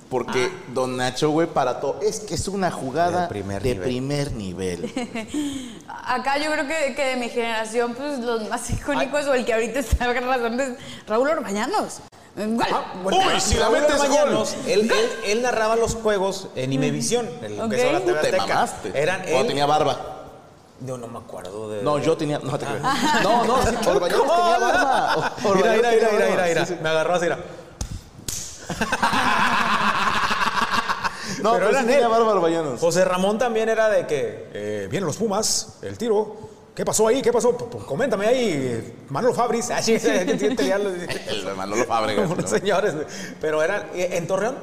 Speaker 1: Porque
Speaker 5: Ah.
Speaker 1: Don Nacho, güey, para todo. Es que es una jugada
Speaker 5: De primer
Speaker 1: de
Speaker 5: nivel.
Speaker 1: primer
Speaker 5: <laughs>
Speaker 1: nivel.
Speaker 3: Acá yo creo que, que de mi generación, pues los más icónicos o el que ahorita está razón es Raúl Orbañanos. Eh, Gol.
Speaker 5: Ah,
Speaker 1: Uy, si la metes gol.
Speaker 5: Bañanos, él, él, él narraba los juegos en Imevisión. Él
Speaker 3: Ok.
Speaker 5: empezó la TV
Speaker 1: Te
Speaker 5: Azteca.
Speaker 1: mamaste.
Speaker 5: Eran
Speaker 1: Cuando
Speaker 5: él-
Speaker 1: tenía barba.
Speaker 5: No, no me acuerdo de. <laughs>
Speaker 1: No, yo tenía. No, te creas. No, no, sí, Orbañanos tenía
Speaker 5: <laughs>
Speaker 1: barba. Orbañanos
Speaker 5: Ah. Mira,
Speaker 1: tenía
Speaker 5: mira,
Speaker 1: barba.
Speaker 5: mira, mira, mira, mira.
Speaker 1: Sí, sí.
Speaker 5: Me agarró
Speaker 1: <laughs>
Speaker 5: así, mira.
Speaker 1: No,
Speaker 5: Pero
Speaker 1: pero,
Speaker 5: eran
Speaker 1: pues sí tenía
Speaker 5: él.
Speaker 1: barba Orbañanos.
Speaker 5: <laughs> José Ramón también era de que eh, vienen los Pumas, el tiro. ¿Qué pasó ahí? ¿Qué pasó? P- p- coméntame ahí, eh, Manolo Fabris. <laughs> Así es, que tiene que pelear los-
Speaker 1: El Manolo Fábregas. <laughs>
Speaker 5: <laughs> como
Speaker 1: ¿no?
Speaker 5: los señores. Pero eran. eh, En Torreón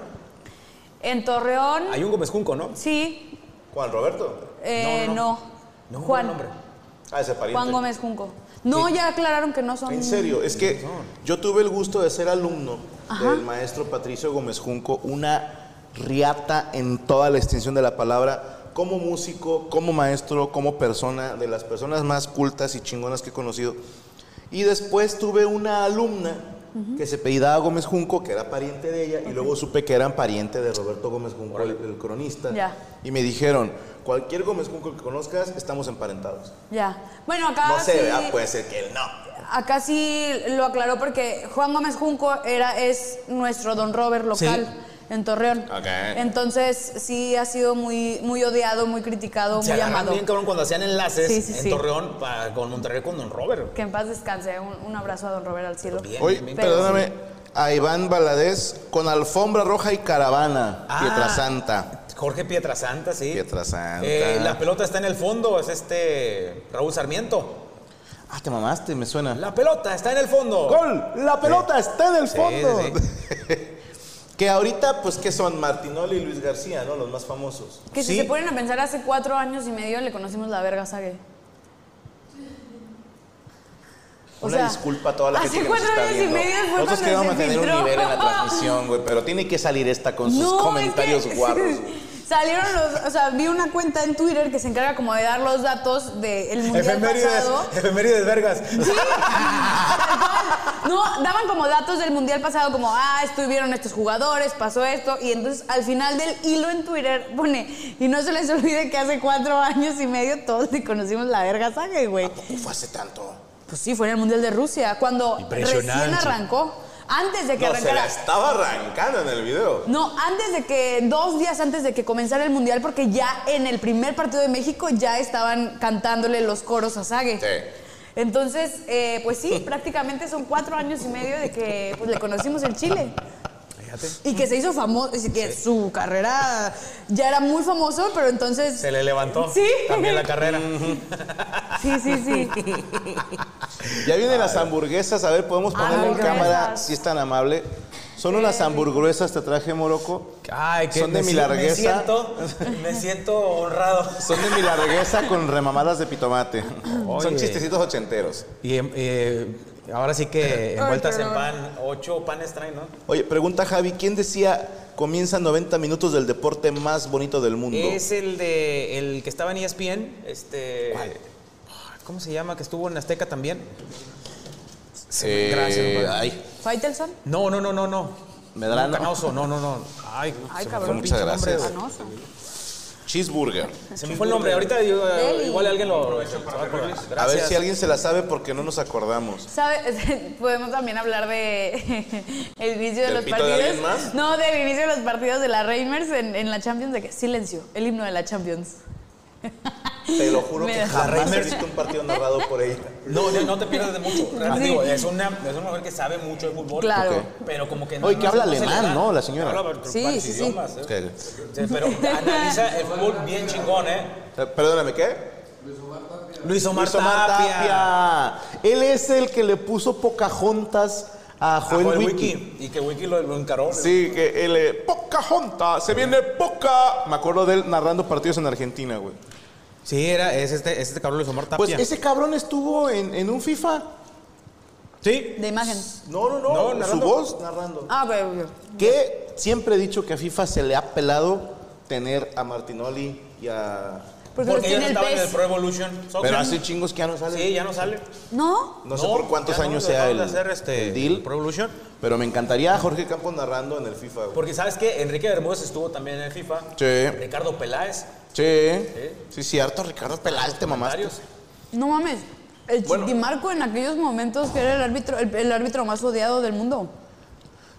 Speaker 3: En Torreón,
Speaker 5: hay un Gómez Junco, ¿no?
Speaker 3: sí,
Speaker 1: Juan Roberto.
Speaker 3: eh, no.
Speaker 5: No,
Speaker 3: Juan,
Speaker 5: no, hombre.
Speaker 1: Ah, ese pariente.
Speaker 3: Juan Gómez Junco. No, ya aclararon que no son.
Speaker 1: En serio, es que yo tuve el gusto de ser alumno del maestro Patricio Gómez Junco, una riata en toda la extensión de la palabra, como músico, como maestro, como persona, de las personas más cultas y chingonas que he conocido. Y después tuve una alumna que se apellidaba Gómez Junco, que era pariente de ella, y luego supe que eran pariente de Roberto Gómez Junco, el, el cronista.
Speaker 3: Ya.
Speaker 1: Y me dijeron, cualquier Gómez Junco que conozcas, estamos emparentados.
Speaker 3: Ya. Bueno, acá
Speaker 1: no sé,
Speaker 3: sí-
Speaker 1: ah,
Speaker 5: pues.
Speaker 1: puede ser que él no.
Speaker 3: Acá sí lo aclaró porque Juan Gómez Junco era, es nuestro Don Robert local en Torreón.
Speaker 1: Ok.
Speaker 3: Entonces sí ha sido muy, muy odiado, muy criticado,
Speaker 5: Se
Speaker 3: muy
Speaker 5: agarran
Speaker 3: amado.
Speaker 5: bien, cabrón, cuando hacían enlaces
Speaker 3: Sí, sí,
Speaker 5: en
Speaker 3: sí.
Speaker 5: Torreón pa- con Monterrey con Don Robert.
Speaker 3: Que en paz descanse. Un, un abrazo a Don Robert al cielo.
Speaker 5: Bien,
Speaker 1: Hoy,
Speaker 5: bien, bien.
Speaker 3: pero
Speaker 1: perdóname, a Iván Baladés con alfombra roja y caravana.
Speaker 5: Ah.
Speaker 1: Pietra Santa.
Speaker 5: Jorge Pietrasanta, sí.
Speaker 1: Pietrasanta.
Speaker 5: Eh, la pelota está en el fondo, es este Raúl Sarmiento.
Speaker 1: Ah, te mamaste, me suena.
Speaker 5: La pelota está en el fondo.
Speaker 1: ¡Gol! ¡La pelota está en el
Speaker 5: Sí,
Speaker 1: fondo!
Speaker 5: sí,
Speaker 1: <laughs> que ahorita, pues, ¿qué son? Martinoli y Luis García, ¿no? Los más famosos.
Speaker 3: Que si
Speaker 5: Sí.
Speaker 3: se ponen a pensar, hace cuatro años y medio le conocimos la verga Sague. O
Speaker 1: Una
Speaker 3: sea,
Speaker 1: disculpa a toda la
Speaker 3: hace
Speaker 1: gente que nos
Speaker 3: cuatro
Speaker 1: está
Speaker 3: años y
Speaker 1: viendo.
Speaker 3: medio fue
Speaker 1: Nosotros
Speaker 3: cuando
Speaker 1: queremos
Speaker 3: se
Speaker 1: mantener
Speaker 3: filtró.
Speaker 1: un nivel en la transmisión, güey, pero tiene que salir esta con sus
Speaker 3: No, es que-
Speaker 1: comentarios
Speaker 3: <laughs>
Speaker 1: guarros. güey.
Speaker 3: Salieron los, o sea, vi una cuenta en Twitter que se encarga como de dar los datos del mundial
Speaker 5: Efemérides,
Speaker 3: pasado.
Speaker 5: efemérides vergas.
Speaker 3: Sí, tal cual. No, daban como datos del mundial pasado, como, ah, estuvieron estos jugadores, pasó esto. Y entonces al final del hilo en Twitter pone, y no se les olvide que hace cuatro años y medio todos te conocimos la verga saga, güey.
Speaker 1: ¿Cómo fue hace tanto?
Speaker 3: Pues sí, fue en el mundial de Rusia, cuando recién arrancó. Antes de que
Speaker 1: No, se
Speaker 3: arrancara.
Speaker 1: la estaba arrancando en el video.
Speaker 3: No, antes de que, dos días antes de que comenzara el mundial, porque ya en el primer partido de México ya estaban cantándole los coros a Sague.
Speaker 1: Sí.
Speaker 3: Entonces, eh, pues sí, <laughs> prácticamente son cuatro años y medio de que pues, le conocimos en Chile. Y que se hizo famoso, es decir, que su carrera ya era muy famoso, pero entonces...
Speaker 5: Se le levantó
Speaker 3: Sí.
Speaker 5: también la carrera.
Speaker 3: <laughs> Sí, sí, sí.
Speaker 1: Ya vienen las hamburguesas, a ver, podemos ponerle en
Speaker 3: Hamburguesas.
Speaker 1: cámara si es tan amable. Son unas hamburguesas, te traje Morocco.
Speaker 5: Ay, que
Speaker 1: Son de
Speaker 5: me
Speaker 1: mi
Speaker 5: si-
Speaker 1: largueza.
Speaker 5: Me siento, <laughs> me siento honrado.
Speaker 1: Son de mi largueza con remamadas de pitomate. Son
Speaker 5: Oye.
Speaker 1: chistecitos ochenteros.
Speaker 5: Y em, eh, ahora sí que envueltas <laughs> en
Speaker 3: perdón.
Speaker 5: pan, ocho panes traen, ¿no?
Speaker 1: Oye, pregunta Javi, ¿quién decía comienza 90 minutos del deporte más bonito del mundo?
Speaker 5: Es el de el que estaba en E ESPN, este ¿Cómo se llama? Que estuvo en Azteca también.
Speaker 1: Eh,
Speaker 5: Gracias, padre.
Speaker 1: ay,
Speaker 3: ¿Faitelson?
Speaker 5: No, no, no, no, no.
Speaker 1: Medrano.
Speaker 5: Canoso, no, no, no.
Speaker 3: Ay,
Speaker 5: Ay, se me fue
Speaker 3: cabrón.
Speaker 5: un pinche
Speaker 1: Muchas
Speaker 5: nombre,
Speaker 1: gracias.
Speaker 5: güey.
Speaker 3: Canoso.
Speaker 1: Cheeseburger.
Speaker 3: Ah,
Speaker 5: Se me fue el nombre. Ahorita yo- eh,
Speaker 3: Deli.
Speaker 5: igual alguien lo.
Speaker 1: A ver si alguien se la sabe porque no nos acordamos.
Speaker 3: ¿Sabe? <laughs> Podemos también hablar de <laughs> el vicio de
Speaker 1: ¿Del
Speaker 3: los
Speaker 1: pito de
Speaker 3: partidos.
Speaker 1: alguien más?
Speaker 3: No, del inicio de los partidos de la Reimers en, en la Champions de que silencio, el himno de la Champions.
Speaker 1: Te lo juro que
Speaker 3: Mira.
Speaker 1: jamás he visto un partido narrado por ella.
Speaker 5: No, no, no te pierdes de mucho.
Speaker 3: Sí.
Speaker 5: Ah, Digo, es, una, es una mujer que sabe mucho de fútbol.
Speaker 3: Claro. Ok.
Speaker 5: Pero como que
Speaker 1: Oye, que habla
Speaker 5: se le
Speaker 1: alemán,
Speaker 5: da.
Speaker 1: ¿no? La señora.
Speaker 5: Habla varios
Speaker 3: Sí, sí, sí.
Speaker 5: idiomas, ¿eh?
Speaker 1: ¿Qué?
Speaker 5: Sí, Pero analiza el fútbol bien chingón, ¿eh?
Speaker 1: Eh, Perdóname, ¿qué?
Speaker 5: Luis Omar,
Speaker 1: Luis Omar
Speaker 5: Tapia.
Speaker 1: Tapia. Él es el que le puso Pocahontas a
Speaker 5: A
Speaker 1: Joel,
Speaker 5: Joel
Speaker 1: Wiki.
Speaker 5: Wiki. Y que Wiki lo, lo encaró.
Speaker 1: Sí, que él eh, Pocahontas, se viene Poca. Me acuerdo de él narrando partidos en Argentina, güey.
Speaker 5: Sí, era, es este, es este cabrón Luis Omar Tapia.
Speaker 1: Pues ese cabrón estuvo en, en un FIFA.
Speaker 5: Sí.
Speaker 3: De imagen.
Speaker 1: No, no, no.
Speaker 5: No,
Speaker 1: su
Speaker 5: narrando.
Speaker 1: voz narrando.
Speaker 3: Ah, pero
Speaker 1: Que siempre he dicho que a FIFA se le ha pelado tener a Martinoli y a.
Speaker 3: porque, los
Speaker 5: Porque
Speaker 3: tiene
Speaker 5: ellos
Speaker 3: el
Speaker 5: estaban en el
Speaker 3: pez.
Speaker 5: Pro Evolution Soccer.
Speaker 1: Pero hace chingos que ya no sale.
Speaker 5: Sí, ya no sale.
Speaker 3: ¿No?
Speaker 1: No sé por cuántos
Speaker 5: ya no,
Speaker 1: años
Speaker 5: lo
Speaker 1: sea
Speaker 5: dejaron
Speaker 1: el,
Speaker 5: de hacer este,
Speaker 1: el deal,
Speaker 5: el Pro Evolution.
Speaker 1: pero me encantaría a Jorge Campos narrando en el FIFA. güey.
Speaker 5: Porque sabes que Enrique Bermúdez estuvo también en el FIFA.
Speaker 1: Sí.
Speaker 5: Ricardo Peláez.
Speaker 1: Sí. Sí, cierto, Ricardo Peláez te mamaste.
Speaker 5: varios.
Speaker 3: No mames. El Marco en aquellos momentos que era el árbitro, el, el árbitro más odiado del mundo.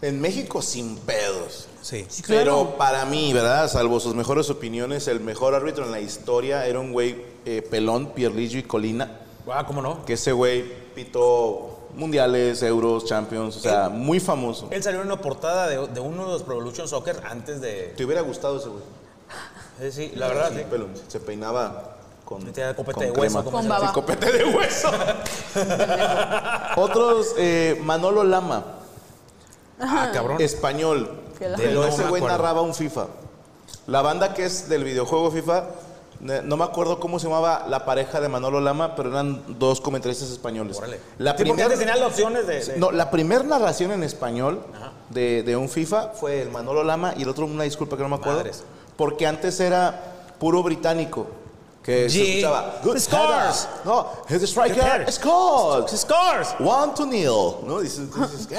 Speaker 1: En México sin pedos.
Speaker 5: Sí.
Speaker 1: Pero para mí, ¿verdad? Salvo sus mejores opiniones, el mejor árbitro en la historia era un güey eh, pelón, Pierlillo y Colina,
Speaker 5: Ah, ¿cómo no?
Speaker 1: que ese güey pitó mundiales, euros, champions, o
Speaker 5: Eh.
Speaker 1: sea, muy famoso.
Speaker 5: Él salió en una portada de, de uno de los Pro Evolution Soccer antes de...
Speaker 1: ¿Te hubiera gustado ese güey?
Speaker 5: Sí, sí, la verdad, sí.
Speaker 1: Pelón. Se peinaba con.
Speaker 5: Tenía copete
Speaker 1: con
Speaker 5: de
Speaker 1: crema.
Speaker 5: hueso. como
Speaker 3: Con
Speaker 5: se-
Speaker 3: baba.
Speaker 1: Sí, copete de
Speaker 5: <laughs>
Speaker 1: hueso. Otros, eh, Manolo Lama,
Speaker 5: Ah, cabrón.
Speaker 1: español.
Speaker 3: Qué la-
Speaker 1: Pero
Speaker 5: No
Speaker 1: ese
Speaker 5: me
Speaker 1: güey
Speaker 5: acuerdo.
Speaker 1: narraba un FIFA. La banda que es del videojuego FIFA, ne- no me acuerdo cómo se llamaba la pareja de Manolo Lama, pero eran dos comentaristas españoles.
Speaker 5: Órale.
Speaker 1: La
Speaker 5: sí, porque
Speaker 1: primera
Speaker 5: antes tenía las opciones de... de-
Speaker 1: no, la primera narración en español de, de un FIFA fue el Manolo Lama y el otro, una disculpa que no me acuerdo.
Speaker 5: Madres.
Speaker 1: Porque antes era puro británico. Que se
Speaker 5: G.
Speaker 1: escuchaba. Good
Speaker 5: Scores.
Speaker 1: header". No, his striker
Speaker 5: Header.
Speaker 1: scores.
Speaker 5: ¡Scores!
Speaker 1: One to nil. No, dices, dices, ¿qué?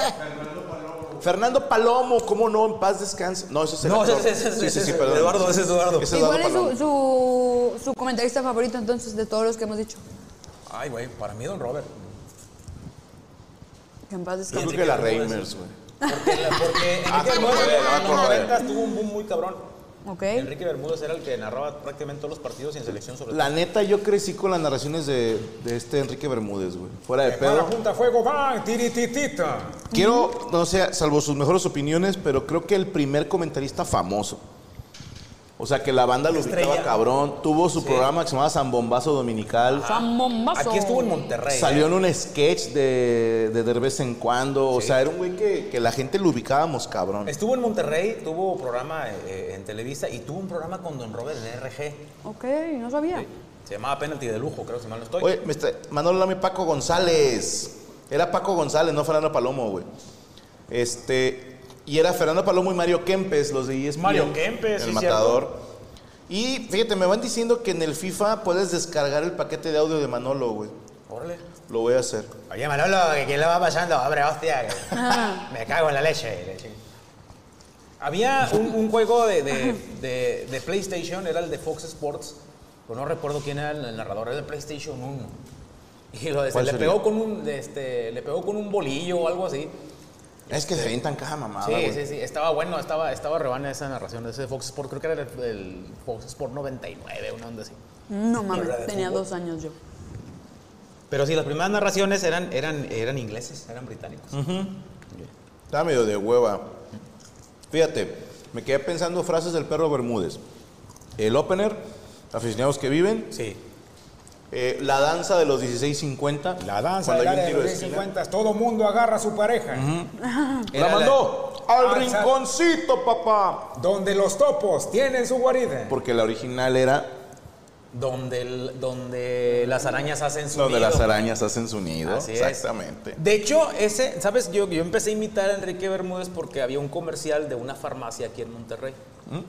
Speaker 1: Fernando Palomo, ¿cómo no? En paz descanse. No, eso es el
Speaker 5: No,
Speaker 1: actor.
Speaker 5: ese es- ese es-
Speaker 1: Sí, sí,
Speaker 5: ese
Speaker 1: sí,
Speaker 5: es
Speaker 1: perdón.
Speaker 5: Eduardo, ese es Eduardo.
Speaker 1: Ese
Speaker 3: ¿Y cuál es
Speaker 1: Palomo.
Speaker 3: su, su, su comentarista favorito entonces de todos los que hemos dicho?
Speaker 5: Ay, güey, para mí Don Robert.
Speaker 3: Que en paz
Speaker 1: Yo
Speaker 3: descanse.
Speaker 1: creo que la Reimers, güey.
Speaker 5: Porque, la- porque
Speaker 1: Ah,
Speaker 5: Enrique
Speaker 1: sí,
Speaker 5: Bermúdez
Speaker 1: güey, no me
Speaker 5: en los
Speaker 1: acuerdo de él.
Speaker 5: 90 tuvo un boom muy cabrón.
Speaker 3: Ok.
Speaker 5: Enrique Bermúdez era el que narraba prácticamente todos los partidos y en selección sobre
Speaker 1: La neta, yo crecí con las narraciones de, de este Enrique Bermúdez, güey. Fuera de
Speaker 7: Para
Speaker 1: pedo.
Speaker 7: punta fuego, van, tirititita.
Speaker 1: Quiero, no sé, salvo sus mejores opiniones, pero creo que el primer comentarista famoso. O sea, que la banda lo
Speaker 5: Estrella.
Speaker 1: ubicaba cabrón. Tuvo su programa que se llamaba Zambombazo Dominical.
Speaker 3: San Bombazo.
Speaker 5: Aquí estuvo en Monterrey.
Speaker 1: Salió
Speaker 5: ¿eh?
Speaker 1: en un sketch de, de, de vez en cuando. O sea, era un güey que, que la gente lo ubicábamos, cabrón.
Speaker 5: Estuvo en Monterrey, tuvo programa eh, en Televisa y tuvo un programa con Don Robert en RG.
Speaker 3: Ok, no sabía.
Speaker 5: Se llamaba Penalty de Lujo, creo, si mal no estoy.
Speaker 1: Oye, me está- Manolo Lama y Paco González. Era Paco González, no Fernando Palomo, güey. Este, y era Fernando Palomo y Mario Kempes, los de E ESPN.
Speaker 5: Mario Kempes,
Speaker 1: El
Speaker 5: sí,
Speaker 1: matador. Y fíjate, me van diciendo que en el FIFA puedes descargar el paquete de audio de Manolo, güey.
Speaker 5: Órale.
Speaker 1: Lo voy a hacer.
Speaker 5: Oye, Manolo, ¿qué- ¿qué le va pasando? Hombre, hostia, que me cago en la leche. Le ching- Había un, un juego de, de- de- de PlayStation, era el de Fox Sports, pero no recuerdo quién era el narrador, era el PlayStation 1. Y lo de- se
Speaker 1: ¿Cuál
Speaker 5: le
Speaker 1: sería?
Speaker 5: pegó, con un, de este, le pegó con un bolillo o algo así.
Speaker 1: Es que se avientan cada mamada,
Speaker 5: Sí,
Speaker 1: Ah, güey.
Speaker 5: sí, sí, estaba bueno, estaba, estaba rebana esa narración de ese Fox Sport, creo que era el, el Fox Sport 99, una onda así.
Speaker 3: No
Speaker 5: Habla
Speaker 3: mames,
Speaker 5: de
Speaker 3: tenía
Speaker 5: fútbol.
Speaker 3: dos años yo.
Speaker 5: Pero sí, las primeras narraciones eran, eran, eran ingleses, eran británicos.
Speaker 1: Está medio de hueva. Fíjate, me quedé pensando frases del perro Bermúdez. El opener, aficionados que viven,
Speaker 5: Sí.
Speaker 1: eh, la danza de los 16.50.
Speaker 7: Pues La danza
Speaker 1: cuando
Speaker 7: del
Speaker 1: hay un
Speaker 7: área de
Speaker 1: tiro
Speaker 7: los
Speaker 1: de
Speaker 7: 1050, todo mundo agarra a su pareja.
Speaker 1: La mandó al
Speaker 7: Alza.
Speaker 1: rinconcito, papá.
Speaker 7: Donde los topos tienen su guarida.
Speaker 1: Porque la original era
Speaker 5: Donde, el- donde Eh, las arañas hacen su
Speaker 1: donde
Speaker 5: nido.
Speaker 1: las arañas hacen su nido.
Speaker 5: Así es.
Speaker 1: Exactamente.
Speaker 5: De hecho, ese, ¿sabes? Yo, yo empecé a imitar a Enrique Bermúdez porque había un comercial de una farmacia aquí en Monterrey.
Speaker 1: ¿Mm?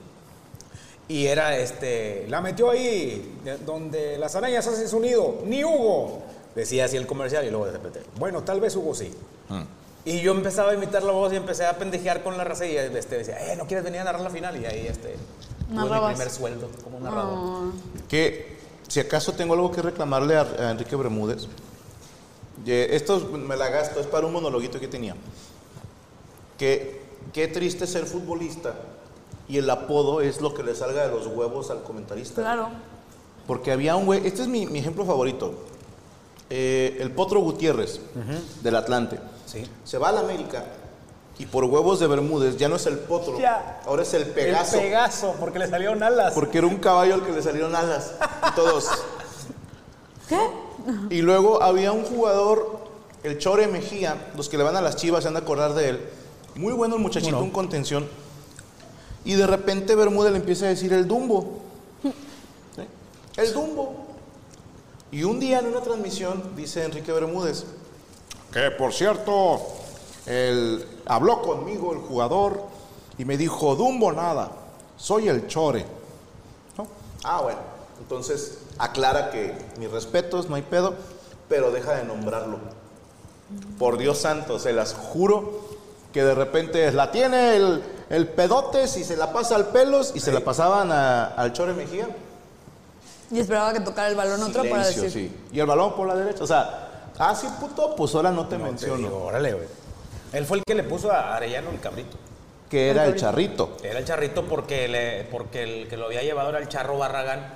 Speaker 5: Y era este.
Speaker 7: La metió ahí, de- donde las arañas hacen su nido. Ni Hugo.
Speaker 5: Decía así el comercial y luego de repente.
Speaker 7: Bueno, tal vez Hugo sí.
Speaker 1: Mm.
Speaker 5: Y yo empezaba a imitar la voz y empecé a pendejear con la raza y este, decía, eh, ¿no quieres venir a narrar la final? Y ahí este, Tuve mi
Speaker 3: Narrabas. Ah.
Speaker 5: primer sueldo como narrador.
Speaker 1: que si acaso tengo algo que reclamarle a, a Enrique Bermúdez, ye- esto es- me la gasto, es para un monologuito que tenía. Que qué triste ser futbolista y el apodo es lo que le salga de los huevos al comentarista.
Speaker 3: Claro.
Speaker 1: Porque había un güey, este es mi, mi ejemplo favorito, Eh, el Potro Gutiérrez del Atlante.
Speaker 5: Sí.
Speaker 1: Se va al América y por huevos de Bermúdez ya no es el Potro,
Speaker 5: Ya.
Speaker 1: ahora es el Pegaso.
Speaker 5: El Pegaso, porque le salieron alas.
Speaker 1: Porque era un caballo al que le salieron alas. Y todos.
Speaker 3: ¿Qué?
Speaker 1: Y luego había un jugador, el Chore Mejía, los que le van a las chivas se han de acordar de él. Muy bueno el muchachito, un contención. Y de repente Bermúdez le empieza a decir el Dumbo. ¿Sí? El Dumbo. Y un día en una transmisión dice Enrique Bermúdez, que por cierto, él habló conmigo el jugador y me dijo, Dumbo nada, soy el Chore. ¿no? Ah, bueno. Entonces aclara que mis respetos, no hay pedo, pero deja de nombrarlo. Por Dios santo, se las juro que de repente es, la tiene el, el pedotes y se la pasa al pelos y se la pasaban a- al Chore Mejía.
Speaker 3: Y esperaba que tocara el balón otro para
Speaker 1: Silencio,
Speaker 3: decir.
Speaker 1: sí. Y el balón por la derecha. O sea, ah, sí, puto, pues ahora no te
Speaker 5: Te
Speaker 1: menciono.
Speaker 5: digo, órale, güey. Él fue el que le puso a Arellano el cabrito.
Speaker 1: que era el charrito.
Speaker 5: Era el charrito porque, le, porque el que lo había llevado era el charro Barragán.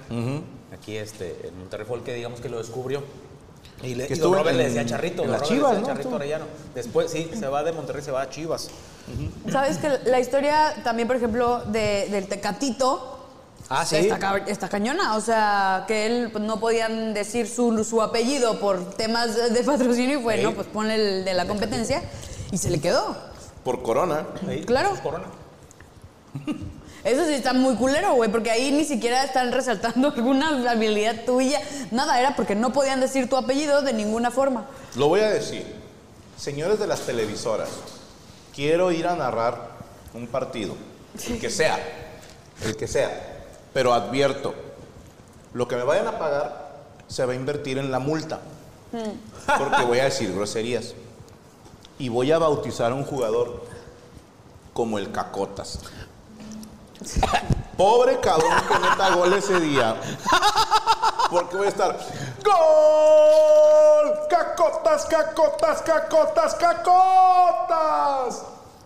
Speaker 5: Aquí este, en Monterrey fue el que digamos que lo descubrió. Y, le,
Speaker 1: Que
Speaker 5: y don
Speaker 1: estuvo
Speaker 5: Robert
Speaker 1: en-
Speaker 5: le decía charrito.
Speaker 1: en
Speaker 5: don
Speaker 1: las
Speaker 5: Robert le decía
Speaker 1: Chivas, ¿no?
Speaker 5: Charrito
Speaker 1: Estuvo.
Speaker 5: Arellano. Después, sí, se va de Monterrey, se va a Chivas.
Speaker 3: Sabes que la historia también, por ejemplo, de- del Tecatito.
Speaker 5: Ah, sí.
Speaker 3: Está, cab- está cañona, o sea, que él pues, no podían decir su, su apellido por temas de- de patrocinio y fue,
Speaker 5: Sí.
Speaker 3: no, pues ponle el de la competencia y se le quedó.
Speaker 1: Por corona.
Speaker 5: Ahí,
Speaker 3: Claro.
Speaker 5: pues, Corona.
Speaker 3: Eso sí está muy culero, güey, porque ahí ni siquiera están resaltando <laughs> alguna habilidad tuya. Nada, era porque no podían decir tu apellido de ninguna forma.
Speaker 1: Lo voy a decir. Señores de las televisoras, quiero ir a narrar un partido. El que sea. El que sea. Pero advierto, lo que me vayan a pagar se va a invertir en la multa. Porque voy a decir groserías. Y voy a bautizar a un jugador como el Cacotas. Pobre cabrón que meta gol ese día. Porque voy a estar. ¡Gol! ¡Cacotas, cacotas, cacotas, cacotas!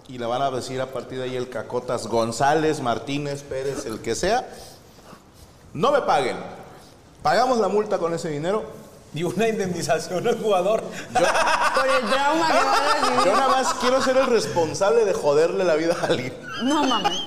Speaker 1: Y le van a decir a partir de ahí el cacotas González, Martínez, Pérez, el que sea. No me paguen. Pagamos la multa con ese dinero.
Speaker 5: Y una indemnización al jugador.
Speaker 3: Por el trauma que va a
Speaker 1: Yo
Speaker 3: recibir.
Speaker 1: nada más quiero ser el responsable de joderle la vida a alguien.
Speaker 3: No mames.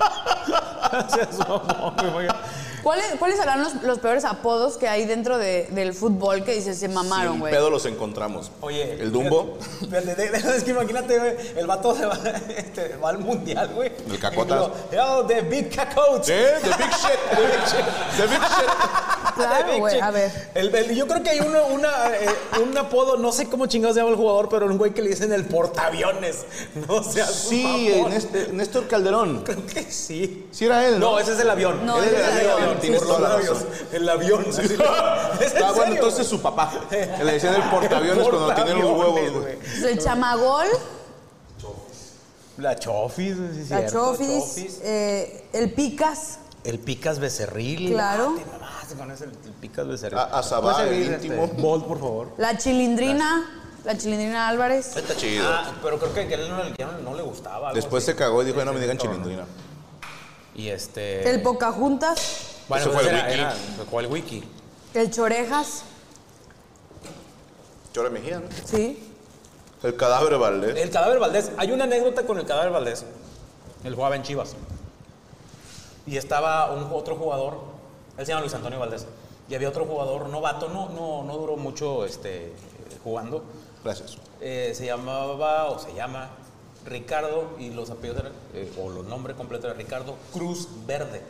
Speaker 3: ¿Cuáles, ¿Cuáles serán los, los peores apodos que hay dentro de- del fútbol que dices se mamaron,
Speaker 1: Sin
Speaker 3: güey?
Speaker 1: pedo los encontramos.
Speaker 5: Oye.
Speaker 1: El Dumbo.
Speaker 5: Fíjate, de- de- es que imagínate, güey, el vato se va, <laughs> este, va al mundial, güey.
Speaker 1: El cacotas.
Speaker 5: Y luego, Oh, the big cacotes.
Speaker 1: Sí, the big shit. The big shit. The big
Speaker 5: <laughs>
Speaker 1: shit.
Speaker 3: Ah, Claro,
Speaker 5: Ah,
Speaker 6: <laughs>
Speaker 5: Big
Speaker 3: güey,
Speaker 5: Chick. Eh,
Speaker 3: a ver.
Speaker 5: El- el- yo creo que hay uno- una, eh, un apodo, no sé cómo chingados se llama el jugador, pero un güey que le dicen el portaaviones. <laughs> No sé.
Speaker 1: Sí, en este- Néstor Calderón.
Speaker 5: Creo que sí.
Speaker 1: Sí era él, <laughs> ¿no?
Speaker 5: No, ese es el avión.
Speaker 3: No,
Speaker 5: Ese
Speaker 3: ese es el avión.
Speaker 1: Tienes
Speaker 5: Por los
Speaker 1: toda la
Speaker 5: labios.
Speaker 1: razón.
Speaker 5: El avión. sí, sí. Es en
Speaker 1: <laughs> Ah, bueno,
Speaker 5: serio,
Speaker 1: entonces
Speaker 5: güey.
Speaker 1: su papá. Que le decían el portaaviones cuando tenían los huevos,
Speaker 5: Portaaviones,
Speaker 1: güey.
Speaker 5: güey.
Speaker 3: Pues El chamagol,
Speaker 5: La chofis, sí, es
Speaker 3: la
Speaker 5: cierto,
Speaker 3: chofis, eh, el picas,
Speaker 5: El picas becerril.
Speaker 3: Claro.
Speaker 5: Ah, te mamaste con ese, el, el picas becerril.
Speaker 1: A- Azabá,
Speaker 5: ¿Puedes
Speaker 1: el
Speaker 5: seguir,
Speaker 1: íntimo.
Speaker 5: este, Bolt, por favor.
Speaker 3: la chilindrina, la chilindrina Álvarez.
Speaker 1: Está chido.
Speaker 5: Ah, pero creo que a él no, le- ya no- no le gustaba. algo
Speaker 1: Después
Speaker 5: así.
Speaker 1: se cagó y dijo, "Ya no me digan
Speaker 5: Sí, sí,
Speaker 1: chilindrina.
Speaker 5: Y este.
Speaker 3: El Pocahontas,
Speaker 5: Bueno,
Speaker 1: Eso
Speaker 5: eso
Speaker 1: fue
Speaker 5: fue
Speaker 1: el
Speaker 5: wiki.
Speaker 1: wiki.
Speaker 5: fue el wiki.
Speaker 3: el Chorejas,
Speaker 1: Chora Mejía, ¿no?
Speaker 3: sí.
Speaker 1: El cadáver Valdés.
Speaker 5: El cadáver Valdés. Hay una anécdota con el cadáver Valdés. Él jugaba en Chivas. Y estaba un, otro jugador. Él se llama Luis Antonio Valdés. Y había otro jugador novato. No, no, no duró mucho este, jugando.
Speaker 1: Gracias.
Speaker 5: Eh, se llamaba o se llama Ricardo y los apellidos eran, eh, o los nombres completos de Ricardo Cruz Verde.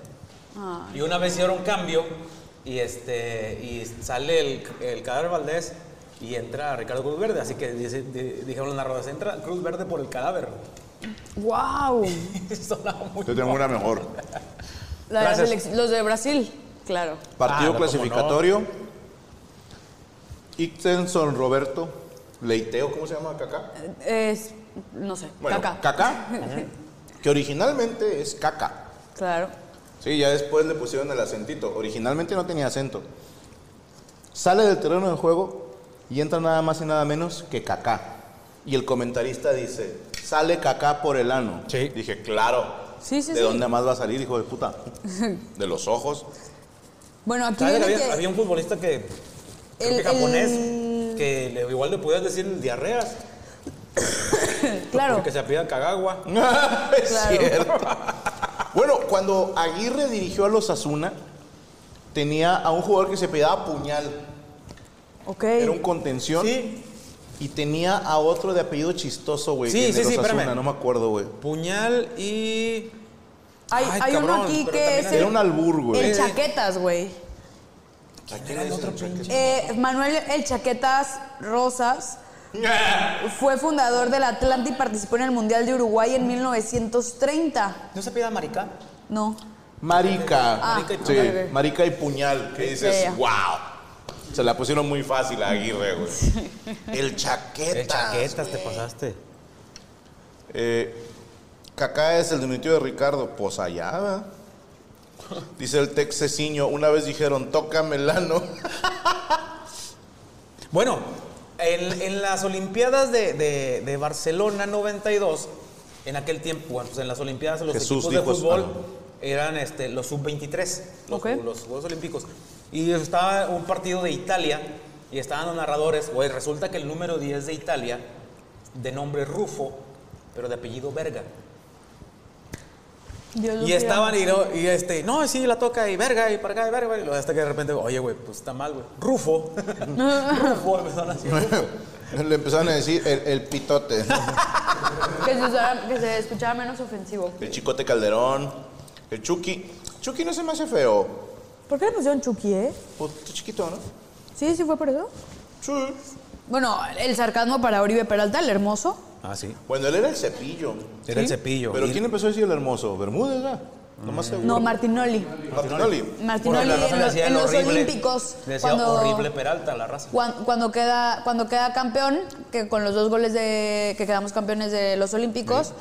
Speaker 5: Y una vez hicieron cambio y este y sale el, el cadáver Valdés y entra Ricardo Cruz Verde, así que dice- di- dijeron las rodas, entra Cruz Verde por el cadáver.
Speaker 3: ¡Wow!
Speaker 5: Sonaba muy
Speaker 1: Yo tengo
Speaker 5: mal.
Speaker 1: una mejor.
Speaker 3: La de la
Speaker 5: Gracias.
Speaker 3: selec- los de Brasil, claro.
Speaker 1: Partido
Speaker 5: Ah, no,
Speaker 1: clasificatorio. Ixtenson Roberto. Leiteo, ¿cómo se llama Cacá?
Speaker 3: Es, no sé,
Speaker 1: Bueno,
Speaker 3: caca.
Speaker 1: Cacá. Que originalmente es Caca.
Speaker 3: Claro.
Speaker 1: Sí, ya después le pusieron el acentito. Originalmente no tenía acento. Sale del terreno de juego y entra nada más y nada menos que Kaká. Y el comentarista dice, sale Kaká por el ano.
Speaker 5: Sí.
Speaker 1: Dije, claro.
Speaker 3: Sí, sí,
Speaker 1: ¿De
Speaker 3: sí.
Speaker 1: dónde más va a salir, hijo de
Speaker 3: <laughs>
Speaker 1: puta? De los ojos. <laughs>
Speaker 3: Bueno, aquí
Speaker 5: ¿Sabes?
Speaker 3: viene
Speaker 5: Había,
Speaker 3: que-
Speaker 5: había un futbolista que. creo
Speaker 3: El-
Speaker 5: que japonés.
Speaker 3: el-
Speaker 5: Que le- igual le podías decir diarreas.
Speaker 3: Claro.
Speaker 5: Porque se apellida Kagawa.
Speaker 1: es
Speaker 3: Claro.
Speaker 1: cierto. Bueno, cuando Aguirre dirigió a los Asuna, tenía a un jugador que se pegaba puñal.
Speaker 3: Ok.
Speaker 1: Era un contención.
Speaker 5: Sí.
Speaker 1: Y tenía a otro de apellido chistoso, güey.
Speaker 5: Sí,
Speaker 1: en el
Speaker 5: sí, sí,
Speaker 1: Osasuna,
Speaker 5: espérame.
Speaker 1: No me acuerdo, güey.
Speaker 5: Puñal y.
Speaker 3: Hay,
Speaker 5: Ay,
Speaker 3: hay uno
Speaker 5: cabrón,
Speaker 3: aquí
Speaker 5: pero
Speaker 3: que
Speaker 5: también
Speaker 3: es
Speaker 5: había
Speaker 3: el,
Speaker 1: Era un albur, güey.
Speaker 3: el Chaquetas, güey. Eh, Manuel El Chaquetas
Speaker 5: <laughs>
Speaker 3: Rosas fue fundador del Atlante y participó en el Mundial de Uruguay en 1930.
Speaker 5: ¿No se apellida Maricá?
Speaker 3: No.
Speaker 1: Marica.
Speaker 3: Ah,
Speaker 1: sí,
Speaker 3: ok.
Speaker 1: marica y puñal. Que dices,
Speaker 3: ya.
Speaker 1: wow. Se la pusieron muy fácil a Aguirre, güey. El chaqueta.
Speaker 5: El chaquetas te pasaste.
Speaker 1: Eh, Cacá es el diminutivo de Ricardo. Pues allá, ¿verdad? Dice el texesiño. Una vez dijeron, toca melano.
Speaker 5: Bueno, en, en las Olimpiadas de, de- de Barcelona 92, en aquel tiempo, bueno, pues en las Olimpiadas los
Speaker 1: Jesús
Speaker 5: equipos
Speaker 1: dijo
Speaker 5: de
Speaker 1: eso.
Speaker 5: fútbol
Speaker 1: Ah,
Speaker 5: eran este, los sub-23, los,
Speaker 3: Ok.
Speaker 5: los Juegos Olímpicos. Y estaba un partido de Italia y estaban los narradores. Güey, resulta que el número 10 de Italia, de nombre Rufo, pero de apellido Verga.
Speaker 3: Dios lo
Speaker 5: Y
Speaker 3: quiera.
Speaker 5: estaban y, lo- y este, no, sí, la toca y verga, y para acá, y verga, y luego hasta que de repente, oye, güey, pues está mal, güey. Rufo. Rufo, <laughs> empezaron así.
Speaker 1: <laughs> Le empezaron a decir el, el pitote.
Speaker 3: Que se, usara- que se escuchara menos ofensivo.
Speaker 1: El chicote calderón. El Chucky. Chucky no se me hace feo.
Speaker 3: ¿Por qué le pusieron Chucky, eh?
Speaker 1: Pues está chiquito, ¿no?
Speaker 3: Sí, sí fue por eso.
Speaker 1: Sí.
Speaker 3: Bueno, el sarcasmo para Oribe Peralta, el hermoso.
Speaker 5: Ah, sí.
Speaker 1: Bueno, él era el cepillo.
Speaker 5: Era el cepillo.
Speaker 1: Pero
Speaker 5: Y-
Speaker 1: ¿quién empezó a decir el hermoso? Bermúdez, ¿verdad? No más seguro.
Speaker 3: No, Martinoli.
Speaker 1: Martinoli.
Speaker 5: Porque
Speaker 3: Martinoli
Speaker 5: la raza
Speaker 3: en,
Speaker 5: le
Speaker 3: los-
Speaker 5: decía
Speaker 3: en
Speaker 5: el
Speaker 3: los
Speaker 5: horrible-
Speaker 3: Olímpicos.
Speaker 5: Le decía horrible Peralta a la raza.
Speaker 3: Cuan- Cuando queda, cuando queda campeón, que con los dos goles de, que quedamos campeones de los Olímpicos,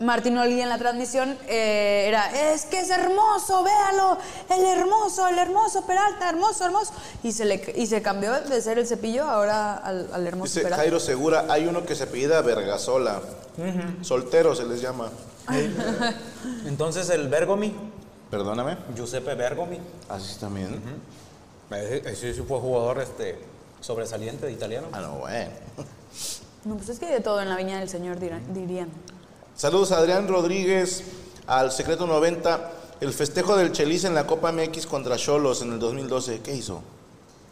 Speaker 3: Martín Oli en la transmisión eh, era, es que es hermoso, véalo, el hermoso, el hermoso Peralta, hermoso, hermoso. Y se, le, y se cambió de ser el cepillo ahora al, al hermoso
Speaker 1: Dice
Speaker 3: Peralta.
Speaker 1: Jairo Segura, hay uno que se apellida Vergasola. Soltero se les llama.
Speaker 5: Entonces el Bergomi,
Speaker 1: Perdóname.
Speaker 5: Giuseppe Bergomi,
Speaker 1: Así también.
Speaker 5: ese, ese sí fue jugador este, sobresaliente de italiano.
Speaker 1: Ah, no, bueno.
Speaker 3: No, pues es que hay de todo en la viña del señor dirán- dirían.
Speaker 1: Saludos a Adrián Rodríguez, al Secreto 90. El festejo del Chelis en la Copa MX contra Cholos en el 2012. ¿Qué hizo?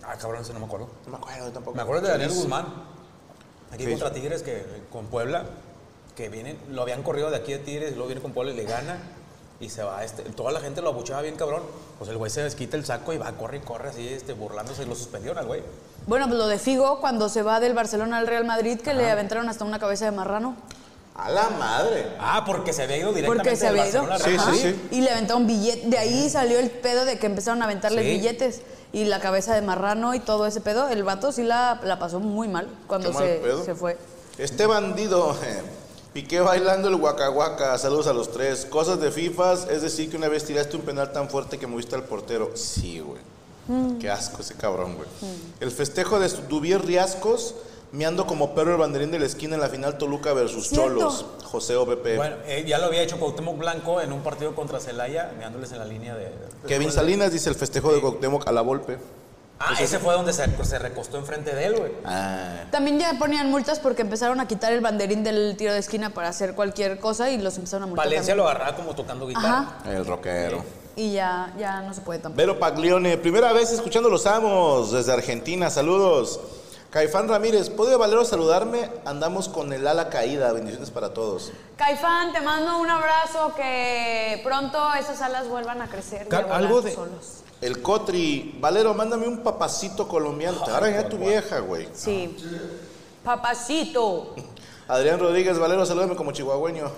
Speaker 5: Ah, cabrón, ese no me acuerdo.
Speaker 1: No me acuerdo tampoco.
Speaker 5: Me acuerdo de Daniel Guzmán, aquí
Speaker 1: Sí.
Speaker 5: contra Tigres, que con Puebla, que vienen, lo habían corrido de aquí de Tigres, y luego viene con Puebla y le gana. Y se va, este, toda la gente lo abuchaba bien cabrón. Pues el güey se desquita el saco y va, corre y corre así, este, burlándose y lo suspendieron al güey.
Speaker 3: Bueno, pues lo de Figo cuando se va del Barcelona al Real Madrid, que le aventaron hasta una cabeza de marrano.
Speaker 1: A la madre.
Speaker 5: Ah, porque se había ido directamente
Speaker 3: Porque se
Speaker 5: del
Speaker 3: había ido.
Speaker 5: Barcelona al
Speaker 1: Sí,
Speaker 5: Real
Speaker 1: sí,
Speaker 5: Madrid.
Speaker 1: sí.
Speaker 3: Y le aventaron billete. De ahí salió el pedo de que empezaron a aventarle
Speaker 5: Sí.
Speaker 3: billetes. Y la cabeza de marrano y todo ese pedo. El vato sí la, la pasó muy mal cuando
Speaker 1: Qué mal
Speaker 3: se,
Speaker 1: pedo.
Speaker 3: se fue.
Speaker 1: Este bandido. <laughs> eh, Piqué bailando el guacahuaca. Saludos a los tres. Cosas de FIFAs. Es decir, que una vez tiraste un penal tan fuerte que moviste al portero. Sí, güey. Qué asco ese cabrón, güey. El festejo de Dubier Riascos. Meando como perro el banderín de la esquina en la final Toluca versus
Speaker 3: Cierto.
Speaker 1: Cholos. José OBP.
Speaker 5: Bueno, eh, ya lo había hecho Cuauhtémoc Blanco en un partido contra Celaya, mirándoles en la línea de...
Speaker 1: Kevin Pues Salinas dice el festejo de Cuauhtémoc a la Volpe.
Speaker 5: Ah, ese fue donde se, se recostó enfrente de él, güey.
Speaker 1: Ah,
Speaker 5: Eh.
Speaker 3: También ya ponían multas porque empezaron a quitar el banderín del tiro de esquina para hacer cualquier cosa y los empezaron a multar.
Speaker 5: Valencia
Speaker 3: también.
Speaker 5: lo agarraba como tocando guitarra.
Speaker 3: Ajá.
Speaker 1: El rockero.
Speaker 3: Y ya, ya no se puede tampoco.
Speaker 1: Vero Paglione, primera vez escuchando Los Amos desde Argentina, saludos. Caifán Ramírez, ¿puede Valero saludarme? Andamos con el ala caída, bendiciones para todos.
Speaker 3: Caifán, te mando un abrazo. Que pronto esas alas vuelvan a crecer. y a volar
Speaker 5: algo de-
Speaker 3: Solos.
Speaker 1: El Cotri, Valero, mándame un papacito colombiano. Te va a regañar tu vieja, güey.
Speaker 3: Sí.
Speaker 5: Ah.
Speaker 3: Papacito.
Speaker 1: Adrián Rodríguez, Valero, salúdame como chihuahueño.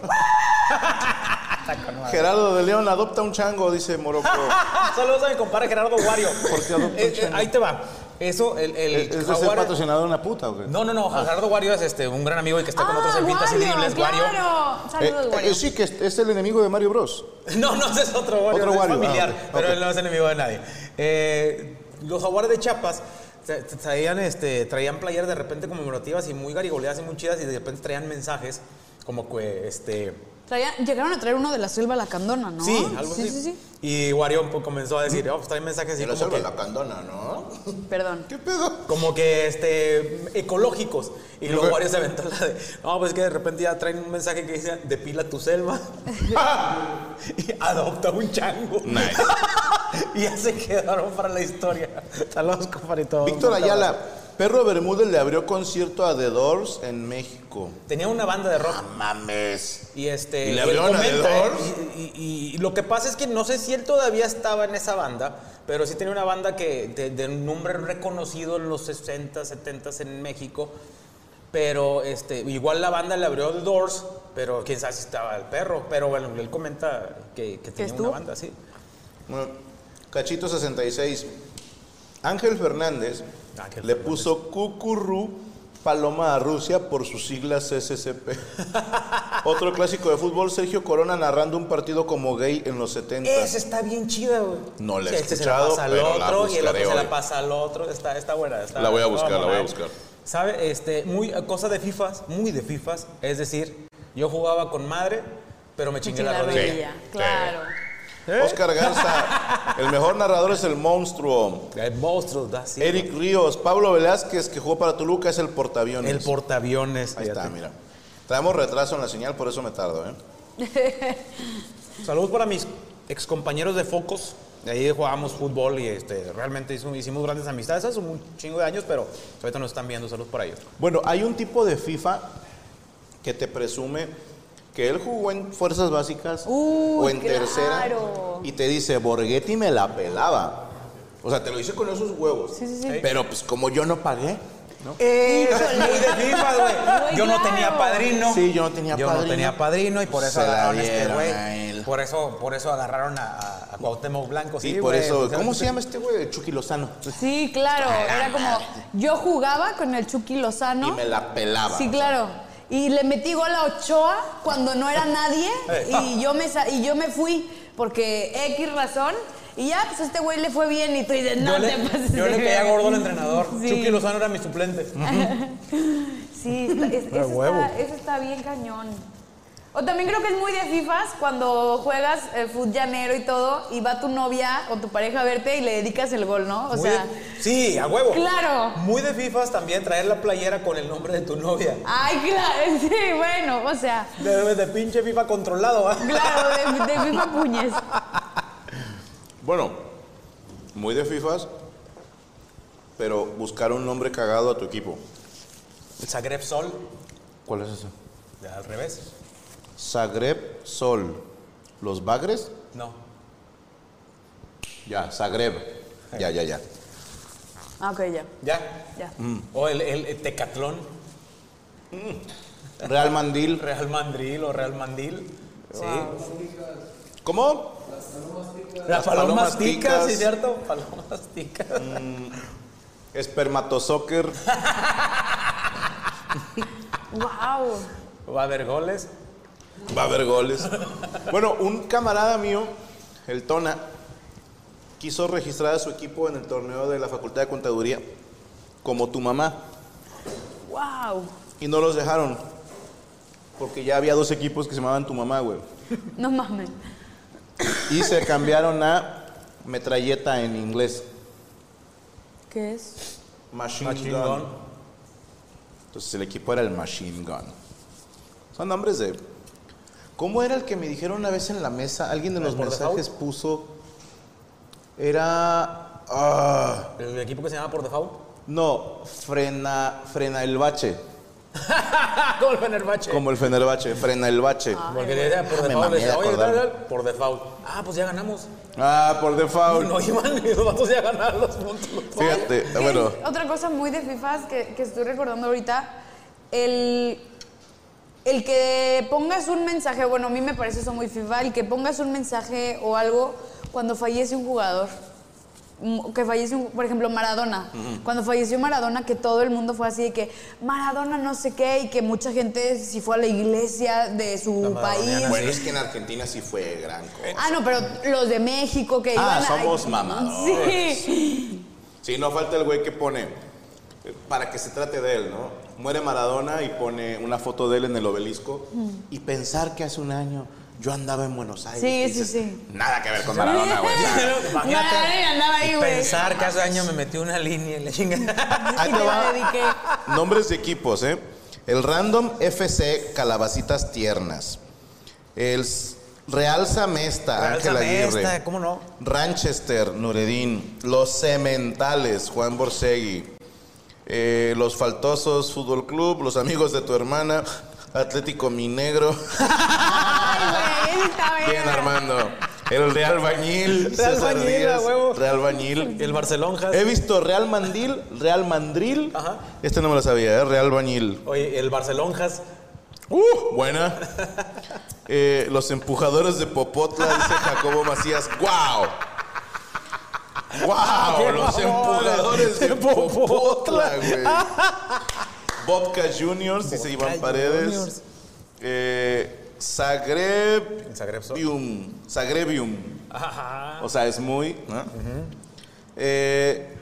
Speaker 1: Gerardo de León, adopta un chango, dice Morocco.
Speaker 5: Ah, Saludos a mi compadre Gerardo Guario.
Speaker 1: <laughs> ¿Por qué adoptó
Speaker 5: Eh,
Speaker 1: un
Speaker 5: eh,
Speaker 1: chango?
Speaker 5: ahí te va. Eso, el, el
Speaker 1: Eh, ¿Es es de ser
Speaker 5: jaguar-
Speaker 1: patrocinador de una puta Eh, o qué?
Speaker 5: No, no, no. Gerardo Wario es este, un gran amigo y que está con
Speaker 3: Ah,
Speaker 5: otros en Pintas
Speaker 3: Wario,
Speaker 5: Indígenas, Wario.
Speaker 3: Claro.
Speaker 1: Eh,
Speaker 3: Saludos,
Speaker 1: eh,
Speaker 3: Wario.
Speaker 1: sí, que es, es el enemigo de Mario Bros.
Speaker 5: <laughs> No, no, ese es otro Wario.
Speaker 1: Otro
Speaker 5: es
Speaker 1: Wario,
Speaker 5: familiar,
Speaker 1: ah, ok,
Speaker 5: pero
Speaker 1: ok.
Speaker 5: él no es enemigo de nadie. Eh, los jaguares de Chiapas tra- tra- traían, este, traían playeras de repente conmemorativas y muy garigoleadas y muy chidas y de repente traían mensajes como que, este...
Speaker 3: Traían- llegaron a traer uno de la selva a la candona, ¿no?
Speaker 5: Sí, algo
Speaker 3: sí,
Speaker 5: así.
Speaker 3: Sí, sí,
Speaker 5: Y Wario pues, comenzó a decir, oh, pues traen mensajes así
Speaker 1: Y lo
Speaker 5: como
Speaker 1: salva
Speaker 5: que,
Speaker 1: la candona, ¿no?
Speaker 3: Perdón.
Speaker 1: ¿Qué pedo?
Speaker 5: como que este, ecológicos. Y luego Wario se aventó la de, no, pues es que de repente ya traen un mensaje que dice, depila tu selva y adopta un chango.
Speaker 4: Nice.
Speaker 5: <laughs> y ya se quedaron para la historia. Saludos, compadre. todo.
Speaker 1: Víctor Ayala, Perro Bermúdez le abrió concierto a The Doors en México.
Speaker 5: Tenía una banda de rock.
Speaker 1: Mames.
Speaker 5: Y este.
Speaker 1: ¿Y le
Speaker 5: él
Speaker 1: abrieron a The
Speaker 5: comenta,
Speaker 1: Doors?
Speaker 5: ¿eh? Y, y- y lo que pasa es que no sé si él todavía estaba en esa banda, pero sí tenía una banda que de, de nombre reconocido en los 60, 70 en México. Pero este, igual la banda le abrió The Doors, pero quién sabe si estaba el perro. Pero bueno, él comenta que, que tenía una
Speaker 3: estuvo?
Speaker 5: banda, sí.
Speaker 1: Bueno, Cachito 66. Ángel Fernández
Speaker 5: Ángel
Speaker 1: le puso cucurú paloma a Rusia por sus siglas
Speaker 5: <laughs>
Speaker 1: CSCP. Otro clásico de fútbol, Sergio Corona narrando un partido como gay en los 70.
Speaker 5: Esa está bien chida, güey.
Speaker 1: No la he
Speaker 5: Que este
Speaker 1: escuchado,
Speaker 5: se la pasa al
Speaker 1: pero la
Speaker 5: otro y el
Speaker 1: buscaré
Speaker 5: otro se
Speaker 1: hoy.
Speaker 5: la pasa al otro. Está, está buena. está-
Speaker 1: La voy a
Speaker 5: está
Speaker 1: buscar, la voy a
Speaker 5: mamona, ¿eh?
Speaker 1: buscar.
Speaker 5: ¿Sabe? Este, muy, cosa de FIFAs, muy de FIFAs. Es decir, yo jugaba con madre, pero me chingué la rodilla.
Speaker 3: Claro.
Speaker 5: ¿Eh?
Speaker 1: Oscar Garza,
Speaker 5: <laughs>
Speaker 1: el mejor narrador es el monstruo.
Speaker 5: El monstruo, da así.
Speaker 1: Eric Ríos, Pablo Velázquez, que jugó para Toluca, es el portaaviones.
Speaker 5: El portaaviones.
Speaker 1: Ahí está,
Speaker 5: fíjate.
Speaker 1: mira. Traemos retraso en la señal, por eso me tardo, ¿eh?
Speaker 5: Saludos para mis excompañeros de Focos. De ahí jugábamos fútbol y este, realmente hizo- hicimos grandes amistades. Hace un chingo de años, pero ahorita nos están viendo. Saludos para ellos.
Speaker 1: Bueno, hay un tipo de FIFA que te presume que él jugó en fuerzas básicas
Speaker 3: Uy,
Speaker 1: o en
Speaker 3: claro.
Speaker 1: tercera y te dice, Borghetti me la pelaba. O sea, te lo hice con esos huevos.
Speaker 3: Sí, sí, sí.
Speaker 1: Pero pues como yo no pagué.
Speaker 5: Eso es muy de FIFA, güey.
Speaker 3: Muy
Speaker 5: Yo no
Speaker 3: claro.
Speaker 5: tenía padrino.
Speaker 1: Sí, yo no tenía
Speaker 5: Yo
Speaker 1: padrino.
Speaker 5: no tenía padrino y por eso
Speaker 1: Se la
Speaker 5: agarraron a este
Speaker 1: dieron a
Speaker 5: güey.
Speaker 1: él.
Speaker 5: Por eso, por eso agarraron a, a- a Cuauhtémoc Blanco. Sí,
Speaker 1: y por
Speaker 5: güey.
Speaker 1: eso, ¿cómo se llama este güey? Chucky Lozano.
Speaker 3: Sí, claro. Era como, yo jugaba con el Chucky Lozano.
Speaker 1: Y me la pelaba.
Speaker 3: Sí, claro. Y le metí gol a Ochoa cuando no era nadie
Speaker 5: Eh.
Speaker 3: y yo me sa- y yo me fui porque X razón y ya pues a este güey le fue bien y tú dices, "No
Speaker 5: Yo
Speaker 3: te pases
Speaker 5: le, yo
Speaker 3: de
Speaker 5: le caía
Speaker 3: verga".
Speaker 5: gordo al entrenador.
Speaker 3: Sí.
Speaker 5: Chucky Lozano era mi suplente.
Speaker 3: Sí, está- es- eso, está, eso está bien cañón. O también creo que es muy de FIFAs cuando juegas eh, fut llanero y todo y va tu novia o tu pareja a verte y le dedicas el gol, ¿no? O
Speaker 5: Muy
Speaker 3: sea,
Speaker 5: de- sí, a huevo.
Speaker 3: claro.
Speaker 5: Muy de FIFAs también traer la playera con el nombre de tu novia.
Speaker 3: Ay, claro, <laughs> sí, bueno, o sea,
Speaker 5: De, de pinche FIFA controlado, ¿ah? ¿va?
Speaker 3: claro, de, de FIFA puñes.
Speaker 1: Bueno, muy de FIFAs, pero buscar un nombre cagado a tu equipo.
Speaker 5: Zagreb Sol,
Speaker 1: ¿Cuál es eso?
Speaker 5: al revés.
Speaker 1: Zagreb Sol. ¿Los Bagres?
Speaker 5: No.
Speaker 1: Ya, Zagreb. Ya, ya, ya.
Speaker 3: Ah, ok, ya,
Speaker 5: ¿Ya?
Speaker 3: ya.
Speaker 5: O el, el, el Tecatlón,
Speaker 1: Real Mandil.
Speaker 5: Real Mandril o Real Mandil. Sí.
Speaker 1: ¿Cómo? palomas
Speaker 5: Las palomas ticas,
Speaker 1: ticas.
Speaker 5: ¿sí cierto? Palomas ticas.
Speaker 1: Espermatosoccer.
Speaker 3: Wow.
Speaker 5: Va a haber goles.
Speaker 1: Va a haber goles. Bueno, un camarada mío, el Tona, quiso registrar a su equipo en el torneo de la Facultad de Contaduría como tu mamá
Speaker 3: Wow.
Speaker 1: y no los dejaron porque ya había dos equipos que se llamaban tu mamá, güey.
Speaker 3: No mames.
Speaker 1: Y se cambiaron a metralleta en inglés.
Speaker 3: ¿Qué es?
Speaker 1: Machine,
Speaker 5: Machine
Speaker 1: gun.
Speaker 5: gun.
Speaker 1: Entonces el equipo era el Machine Gun. Son nombres de. ¿Cómo era el que me dijeron una vez en la mesa? Alguien de los
Speaker 5: por
Speaker 1: mensajes puso. Era. ah,
Speaker 5: El equipo que se llama por default. <laughs>
Speaker 1: no, frena, frena el bache.
Speaker 5: Como el Fenerbahce.
Speaker 1: Como el Fenerbahce, frena el bache.
Speaker 5: Porque le decía por
Speaker 1: Ah, me
Speaker 5: default.
Speaker 1: mamé
Speaker 5: Le decía,
Speaker 1: de
Speaker 5: oye,
Speaker 1: acordarme.
Speaker 5: tal, tal, por default. Ah, pues ya ganamos.
Speaker 1: Ah, por
Speaker 5: <laughs>
Speaker 1: default.
Speaker 5: No iban y los vatos ya ganaron los puntos.
Speaker 1: Fíjate,
Speaker 3: ¿Qué
Speaker 1: Eh, bueno.
Speaker 3: es? Otra cosa muy de FIFAs que, que estoy recordando ahorita, el, el que pongas un mensaje, bueno, a mí me parece eso muy FIFA, el que pongas un mensaje o algo cuando fallece un jugador. mm, que falleció, un- por ejemplo, Maradona. Cuando falleció Maradona, que todo el mundo fue así de que Maradona no sé qué, y que mucha gente sí fue a la iglesia de su país.
Speaker 1: Bueno, es que en Argentina sí fue gran cosa.
Speaker 3: Ah, no, pero los de México que
Speaker 1: Ah,
Speaker 3: iban a-
Speaker 1: somos mamadores.
Speaker 3: Sí.
Speaker 1: Sí, no falta el güey que pone, eh, para que se trate de él, ¿no? Muere Maradona y pone una foto de él en el obelisco
Speaker 3: Mm.
Speaker 1: y pensar que hace un año yo andaba en Buenos Aires.
Speaker 3: Sí,
Speaker 1: Y
Speaker 3: sí, sí.
Speaker 1: Nada que ver con Maradona,
Speaker 3: <laughs>
Speaker 1: güey. nada.
Speaker 5: Imagínate.
Speaker 3: Maradona andaba ahí,
Speaker 5: Y
Speaker 3: güey.
Speaker 5: Pensar que hace años me metí una línea en la <laughs> chingada.
Speaker 1: Ahí
Speaker 3: Y
Speaker 1: te
Speaker 3: te
Speaker 1: va.
Speaker 3: la dediqué.
Speaker 1: Nombres de equipos, ¿eh? El Random FC Calabacitas Tiernas. El S- Real Samesta, Ángel Aguirre.
Speaker 5: Esta, ¿Cómo no?
Speaker 1: Ranchester, Nuredín. Los Cementales, Juan Borsegui. Eh, los Faltosos, Fútbol Club. Los Amigos de tu Hermana. Atlético Minegro.
Speaker 3: Ay, güey, está bien.
Speaker 1: Bien, Armando. El Real Bañil.
Speaker 5: Real
Speaker 1: César
Speaker 5: Bañil,
Speaker 1: Díaz,
Speaker 5: a huevo.
Speaker 1: Real Bañil.
Speaker 5: El Barcelonjas.
Speaker 1: He visto Real Mandil, Real Mandril.
Speaker 5: Ajá.
Speaker 1: Este no me lo sabía, ¿eh? Real Bañil.
Speaker 5: Oye, el Barcelonjas.
Speaker 1: Uh, buena. Eh, los empujadores de Popotla, dice Jacobo Macías. ¡Guau! ¡Guau! Los empujadores de Popotla, güey. Bobca Juniors, dice Iván Paredes.
Speaker 5: Juniors.
Speaker 1: Eh, Zagreb.
Speaker 5: Zagreb Soccer.
Speaker 1: Zagrebium. Zagrebium.
Speaker 5: Ajá.
Speaker 1: O sea, es muy. ¿no? Eh,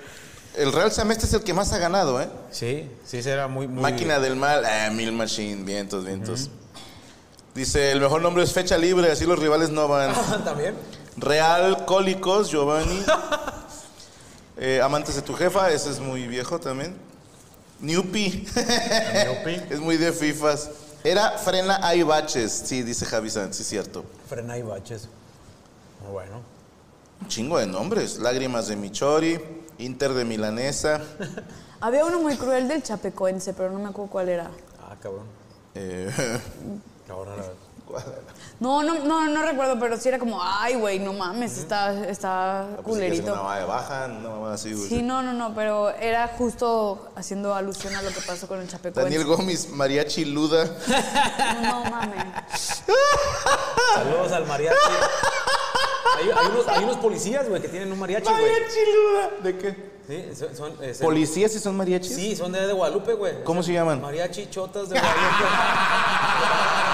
Speaker 1: el Real Sameste es el que más ha ganado, ¿eh?
Speaker 5: Sí, sí, será muy, muy.
Speaker 1: Máquina del mal, ah, Mil Machine, vientos, vientos. Dice, el mejor nombre es fecha libre, así los rivales no van.
Speaker 5: <laughs>
Speaker 3: <laughs>
Speaker 5: También.
Speaker 1: Real Cólicos, Giovanni. <laughs> Eh, Amantes de tu jefa, ese es muy viejo también. Newpi. <laughs> es muy de FIFAs. Era frena hay baches, sí, dice Javi Sanz, sí es cierto.
Speaker 5: Frena y baches. Muy bueno.
Speaker 1: Un chingo de nombres. Lágrimas de Michori, Inter de
Speaker 3: <laughs>
Speaker 1: Milanesa.
Speaker 3: Había uno muy cruel del chapecoense, pero no me acuerdo cuál era.
Speaker 5: Ah, cabrón.
Speaker 1: eh, <laughs>
Speaker 5: Cabrón, la-
Speaker 3: No, no, no, no recuerdo, pero sí era como, ay, güey, no mames, está, está
Speaker 1: pues, sí que hacen Una
Speaker 3: culerito.
Speaker 1: mamada de baja, una mamada así, güey.
Speaker 3: Sí, no, no, no, pero era justo haciendo alusión a lo que pasó con el chapecoense.
Speaker 1: Daniel Gómez, Mariachi Luda. <laughs>
Speaker 3: No mames.
Speaker 5: Saludos al mariachi. Hay, hay unos, hay unos policías, güey, que tienen un mariachi, güey.
Speaker 1: Luda. ¿De qué?
Speaker 5: Sí, son. son, eh, se-
Speaker 1: ¿Policías y son mariachis?
Speaker 5: Sí, son de, de Guadalupe, güey.
Speaker 1: ¿Cómo se llaman?
Speaker 5: Mariachi
Speaker 3: <laughs>
Speaker 5: Chotas de Guadalupe.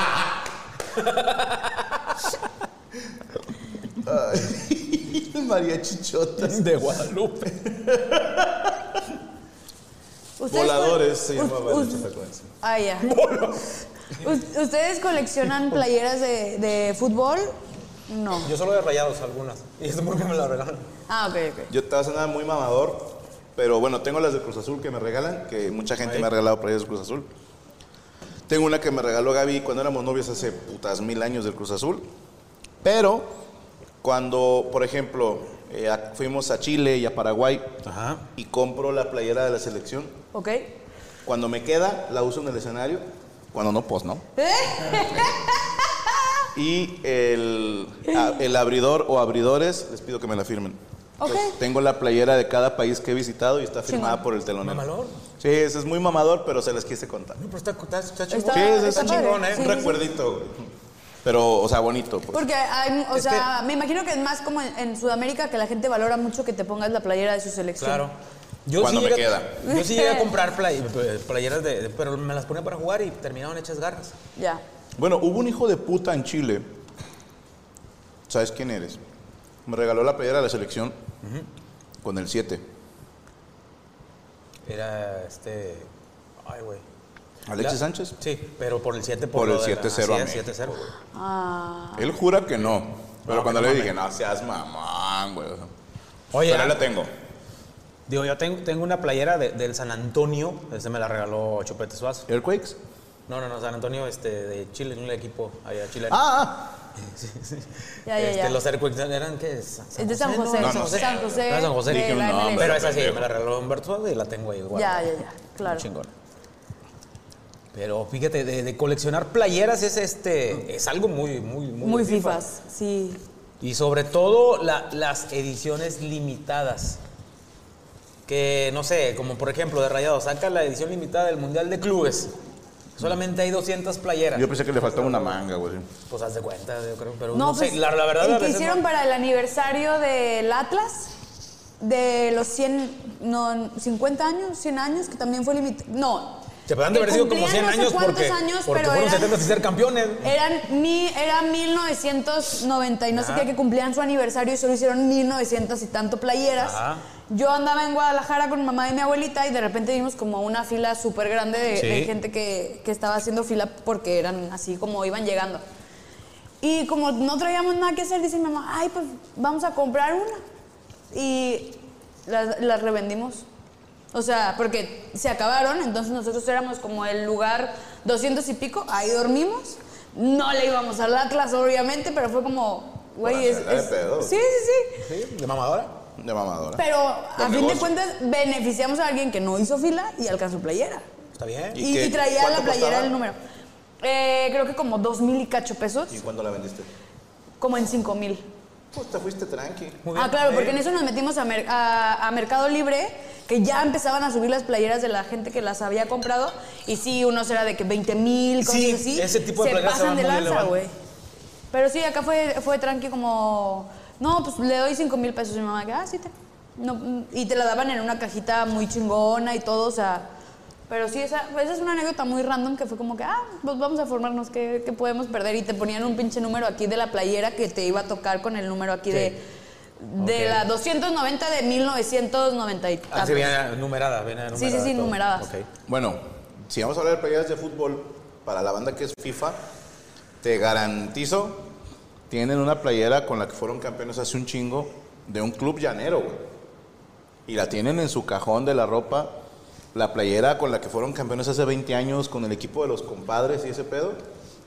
Speaker 1: <laughs> Mariachichotas.
Speaker 5: de Guadalupe.
Speaker 3: ¿Ustedes
Speaker 1: Voladores
Speaker 3: col-
Speaker 1: se
Speaker 3: us-
Speaker 1: llamaba el
Speaker 3: us-
Speaker 1: chapecoense.
Speaker 3: Ah, ya. Us- ¿Ustedes
Speaker 1: <laughs>
Speaker 3: coleccionan playeras de, de fútbol? No.
Speaker 5: Yo solo de rayados algunas. Y es porque me la regalaron.
Speaker 3: Ah, ok, ok.
Speaker 1: Yo te vas a sonar muy mamador, pero bueno, tengo las de Cruz Azul que me regalan, que mucha gente me ha regalado playeras de Cruz Azul. Tengo una que me regaló Gaby cuando éramos novios hace putas mil años del Cruz Azul. Pero cuando, por ejemplo, eh, a- fuimos a Chile y a Paraguay
Speaker 5: Ajá.
Speaker 1: y compro la playera de la selección,
Speaker 3: ¿Ok?
Speaker 1: cuando me queda la uso en el escenario, cuando no, pues
Speaker 3: <laughs>
Speaker 1: no. Y el, a- el abridor o abridores, les pido que me la firmen.
Speaker 3: Ok.
Speaker 1: Entonces, tengo la playera de cada país que he visitado y está firmada
Speaker 3: Chingón.
Speaker 1: por el telonero.
Speaker 5: Mamalón.
Speaker 1: Sí, eso es muy mamador, pero se les quise contar.
Speaker 5: No, pero está, está, está chingón.
Speaker 3: Está,
Speaker 1: Sí, es-
Speaker 3: está
Speaker 1: es
Speaker 3: padre.
Speaker 5: chingón, ¿eh?
Speaker 3: Sí,
Speaker 1: un
Speaker 3: sí, sí.
Speaker 1: recuerdito, güey. Pero, o sea, bonito. pues.
Speaker 3: Porque hay,
Speaker 5: Este
Speaker 3: o sea, me imagino que es más como en, en Sudamérica que la gente valora mucho que te pongas la playera de su selección.
Speaker 5: Claro. Yo
Speaker 1: Cuando me
Speaker 5: llegué-
Speaker 1: queda.
Speaker 5: Yo
Speaker 3: <laughs>
Speaker 5: sí llegué a comprar play- eh, playeras, de, de- pero me las ponía para jugar y terminaban hechas garras.
Speaker 3: Ya.
Speaker 1: Bueno, hubo un hijo de puta en Chile. ¿Sabes quién eres? Me regaló la playera de la selección con el 7.
Speaker 5: Era este. Ay, güey.
Speaker 1: ¿Alexis
Speaker 5: La-
Speaker 1: Sánchez?
Speaker 5: Sí, pero por el 7
Speaker 1: Por el 7-0 a
Speaker 5: a
Speaker 1: México.
Speaker 5: 7-0, güey.
Speaker 1: Él jura que no. Pero
Speaker 5: No,
Speaker 1: cuando
Speaker 5: que
Speaker 1: le
Speaker 5: no
Speaker 1: dije, no seas mamán, güey.
Speaker 5: Oye,
Speaker 1: pero ahí
Speaker 5: ah,
Speaker 1: la tengo.
Speaker 5: digo, yo tengo, tengo una playera de- del San Antonio, ese me la regaló Chupete Suazo.
Speaker 1: ¿Earthquakes?
Speaker 5: No, no, no, San Antonio este, de Chile, un equipo allá chileno.
Speaker 1: Ah,
Speaker 3: Ya, ya,
Speaker 5: Este,
Speaker 3: ya.
Speaker 5: Los Airquakes eran que
Speaker 3: Es de San José.
Speaker 1: No, no sé.
Speaker 3: San José.
Speaker 5: Era San José.
Speaker 3: de
Speaker 1: Dije un
Speaker 3: la MLS.
Speaker 1: nombre.
Speaker 5: Pero esa sí, me la regaló Humberto Suazo y la tengo ahí igual.
Speaker 3: Ya, ya, ya. Claro.
Speaker 5: Chingón. Pero fíjate, de, de coleccionar playeras es este es algo muy, muy, muy.
Speaker 3: Muy
Speaker 5: de FIFA.
Speaker 3: fifas, sí.
Speaker 5: Y sobre todo la- las ediciones limitadas. Que no sé, como por ejemplo de Rayado, saca la edición limitada del Mundial de Clubes. Solamente hay 200 playeras.
Speaker 1: Yo pensé que le faltaba una manga, güey.
Speaker 5: Pues haz de cuenta, yo creo. Pero
Speaker 3: No,
Speaker 5: no,
Speaker 3: pues,
Speaker 5: sé, la, la verdad.
Speaker 3: El
Speaker 5: a
Speaker 3: que
Speaker 5: veces no-
Speaker 3: hicieron para el aniversario del Atlas de los 100, no, 50 años, 100 años, que también fue limitado. No.
Speaker 5: Se podrán
Speaker 3: que
Speaker 5: de haber sido como
Speaker 3: cumplían
Speaker 5: 100
Speaker 3: no sé
Speaker 5: años
Speaker 3: cuántos
Speaker 5: porque,
Speaker 3: años,
Speaker 5: porque
Speaker 3: pero
Speaker 5: fueron
Speaker 3: eran-
Speaker 5: 70 y ser campeones.
Speaker 3: Eran mi, era 1990 y no sé qué, que cumplían su aniversario y solo hicieron 1900 y tanto playeras.
Speaker 5: Ajá.
Speaker 3: Yo andaba en Guadalajara con mi mamá y mi abuelita y de repente vimos como una fila súper grande de,
Speaker 5: Sí.
Speaker 3: de gente que, que estaba haciendo fila porque eran así como iban llegando. Y como no traíamos nada que hacer, dice mi mamá, ay, pues vamos a comprar una. Y las, las revendimos. O sea, porque se acabaron, entonces nosotros éramos como el lugar 200 y pico, ahí dormimos. No le íbamos al Atlas, obviamente, pero fue como, güey, es,
Speaker 1: hacerla de Ah.
Speaker 3: es-
Speaker 1: pedo.
Speaker 3: Sí, sí, sí.
Speaker 5: ¿Sí? ¿De mamadora?
Speaker 1: De mamadora.
Speaker 3: Pero
Speaker 1: Por
Speaker 3: a fin de
Speaker 1: negocio.
Speaker 3: cuentas beneficiamos a alguien que no hizo fila y alcanzó playera.
Speaker 5: ¿Está bien?
Speaker 1: ¿Y
Speaker 3: Y,
Speaker 1: qué?
Speaker 3: y traía
Speaker 1: ¿Cuánto
Speaker 3: la playera
Speaker 1: costaba?
Speaker 3: el número. Eh, creo que como dos mil y cacho pesos,
Speaker 1: ¿Y cuándo la vendiste?
Speaker 3: como en cinco mil.
Speaker 1: Pues te fuiste tranqui.
Speaker 3: Ah, claro, porque en eso nos metimos a, mer- a- a Mercado Libre, que ya empezaban a subir las playeras de la gente que las había comprado. Y sí, unos era de que 20 mil, cosas
Speaker 5: Sí,
Speaker 3: así.
Speaker 5: ese tipo de
Speaker 3: se
Speaker 5: playeras
Speaker 3: pasan de
Speaker 5: estaban muy
Speaker 3: lanza,
Speaker 5: elevadas.
Speaker 3: güey. Pero sí, acá fue, fue tranqui como... No, pues le doy 5 mil pesos a mi mamá. que, Ah, sí, te... No, mm, y te la daban en una cajita muy chingona y todo, o sea... Pero sí, esa, pues, esa es una anécdota muy random que fue como que, ah, pues vamos a formarnos, ¿qué, qué podemos perder? Y te ponían un pinche número aquí de la playera que te iba a tocar con el número aquí de... De
Speaker 5: Ok.
Speaker 3: la 290 de 1990. y
Speaker 5: Ah, sí,
Speaker 3: tantos.
Speaker 5: viene numerada, viene numerada.
Speaker 3: Sí, sí, sí,
Speaker 5: todo.
Speaker 3: numeradas.
Speaker 5: Ok.
Speaker 1: Bueno, si vamos a hablar de playeras de fútbol, para la banda que es FIFA, te garantizo, tienen una playera con la que fueron campeones hace un chingo de un club llanero, güey. Y la tienen en su cajón de la ropa, la playera con la que fueron campeones hace 20 años con el equipo de los compadres y ese pedo.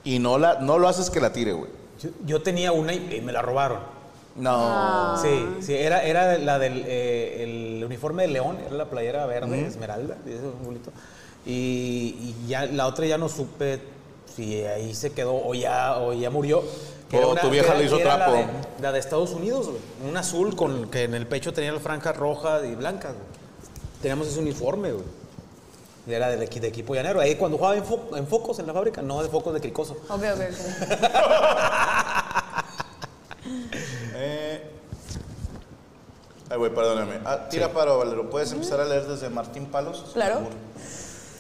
Speaker 1: Y no, la, no lo haces que la tire, güey.
Speaker 5: Yo, yo tenía una y y me la robaron.
Speaker 1: No.
Speaker 3: Ah.
Speaker 5: Sí, sí, era, era la del eh, el uniforme de león, era la playera verde, esmeralda, y eso es bonito. Y, y ya la otra ya no supe si ahí se quedó o ya, o ya murió. que
Speaker 1: O
Speaker 5: era
Speaker 1: tu vieja
Speaker 5: que era-
Speaker 1: le hizo
Speaker 5: que era
Speaker 1: trapo.
Speaker 5: La de, la de Estados Unidos, güey. Un azul con que en el pecho tenía las franjas rojas y blancas, güey. Teníamos ese uniforme, güey. Y era del equi- de equipo llanero. Ahí cuando jugaba en, fo- en focos en la fábrica, no de focos de cricoso.
Speaker 3: Ok, ok, ok.
Speaker 1: Eh, Ay, güey, perdóname. Ah, tira paro, Valero. ¿Puedes empezar a leer desde Martín Palos?
Speaker 3: Claro.
Speaker 1: Por favor.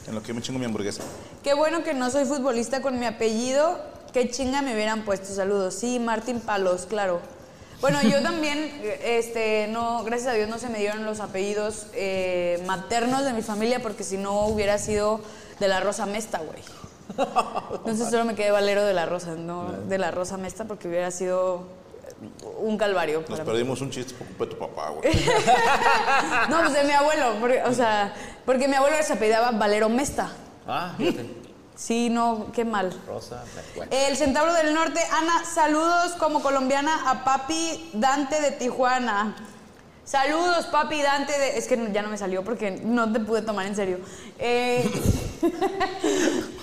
Speaker 1: En lo que yo me chingo mi hamburguesa.
Speaker 3: Qué bueno que no soy futbolista con mi apellido. Qué chinga me hubieran puesto. Saludos. Sí, Martín Palos, claro. Bueno,
Speaker 5: <laughs>
Speaker 3: yo también, este, no, gracias a Dios no se me dieron los apellidos eh, maternos de mi familia porque si no hubiera sido de la Rosa Mesta, güey. Entonces solo me quedé Valero de la Rosa, no
Speaker 5: Mm.
Speaker 3: de la Rosa Mesta porque hubiera sido un calvario.
Speaker 1: Nos
Speaker 3: para mí.
Speaker 1: perdimos un chiste por culpa de tu papá,
Speaker 3: <laughs>
Speaker 1: güey.
Speaker 3: No, pues de mi abuelo, porque, o sea, porque mi abuelo se apellidaba Valero Mesta.
Speaker 5: Ah, fíjate.
Speaker 3: Sí, no, qué mal.
Speaker 5: Rosa, bueno.
Speaker 3: El Centauro del Norte, Ana, saludos como colombiana a papi Dante de Tijuana. Saludos, papi Dante de... Es que no- ya no me salió porque no te pude tomar en serio. Eh,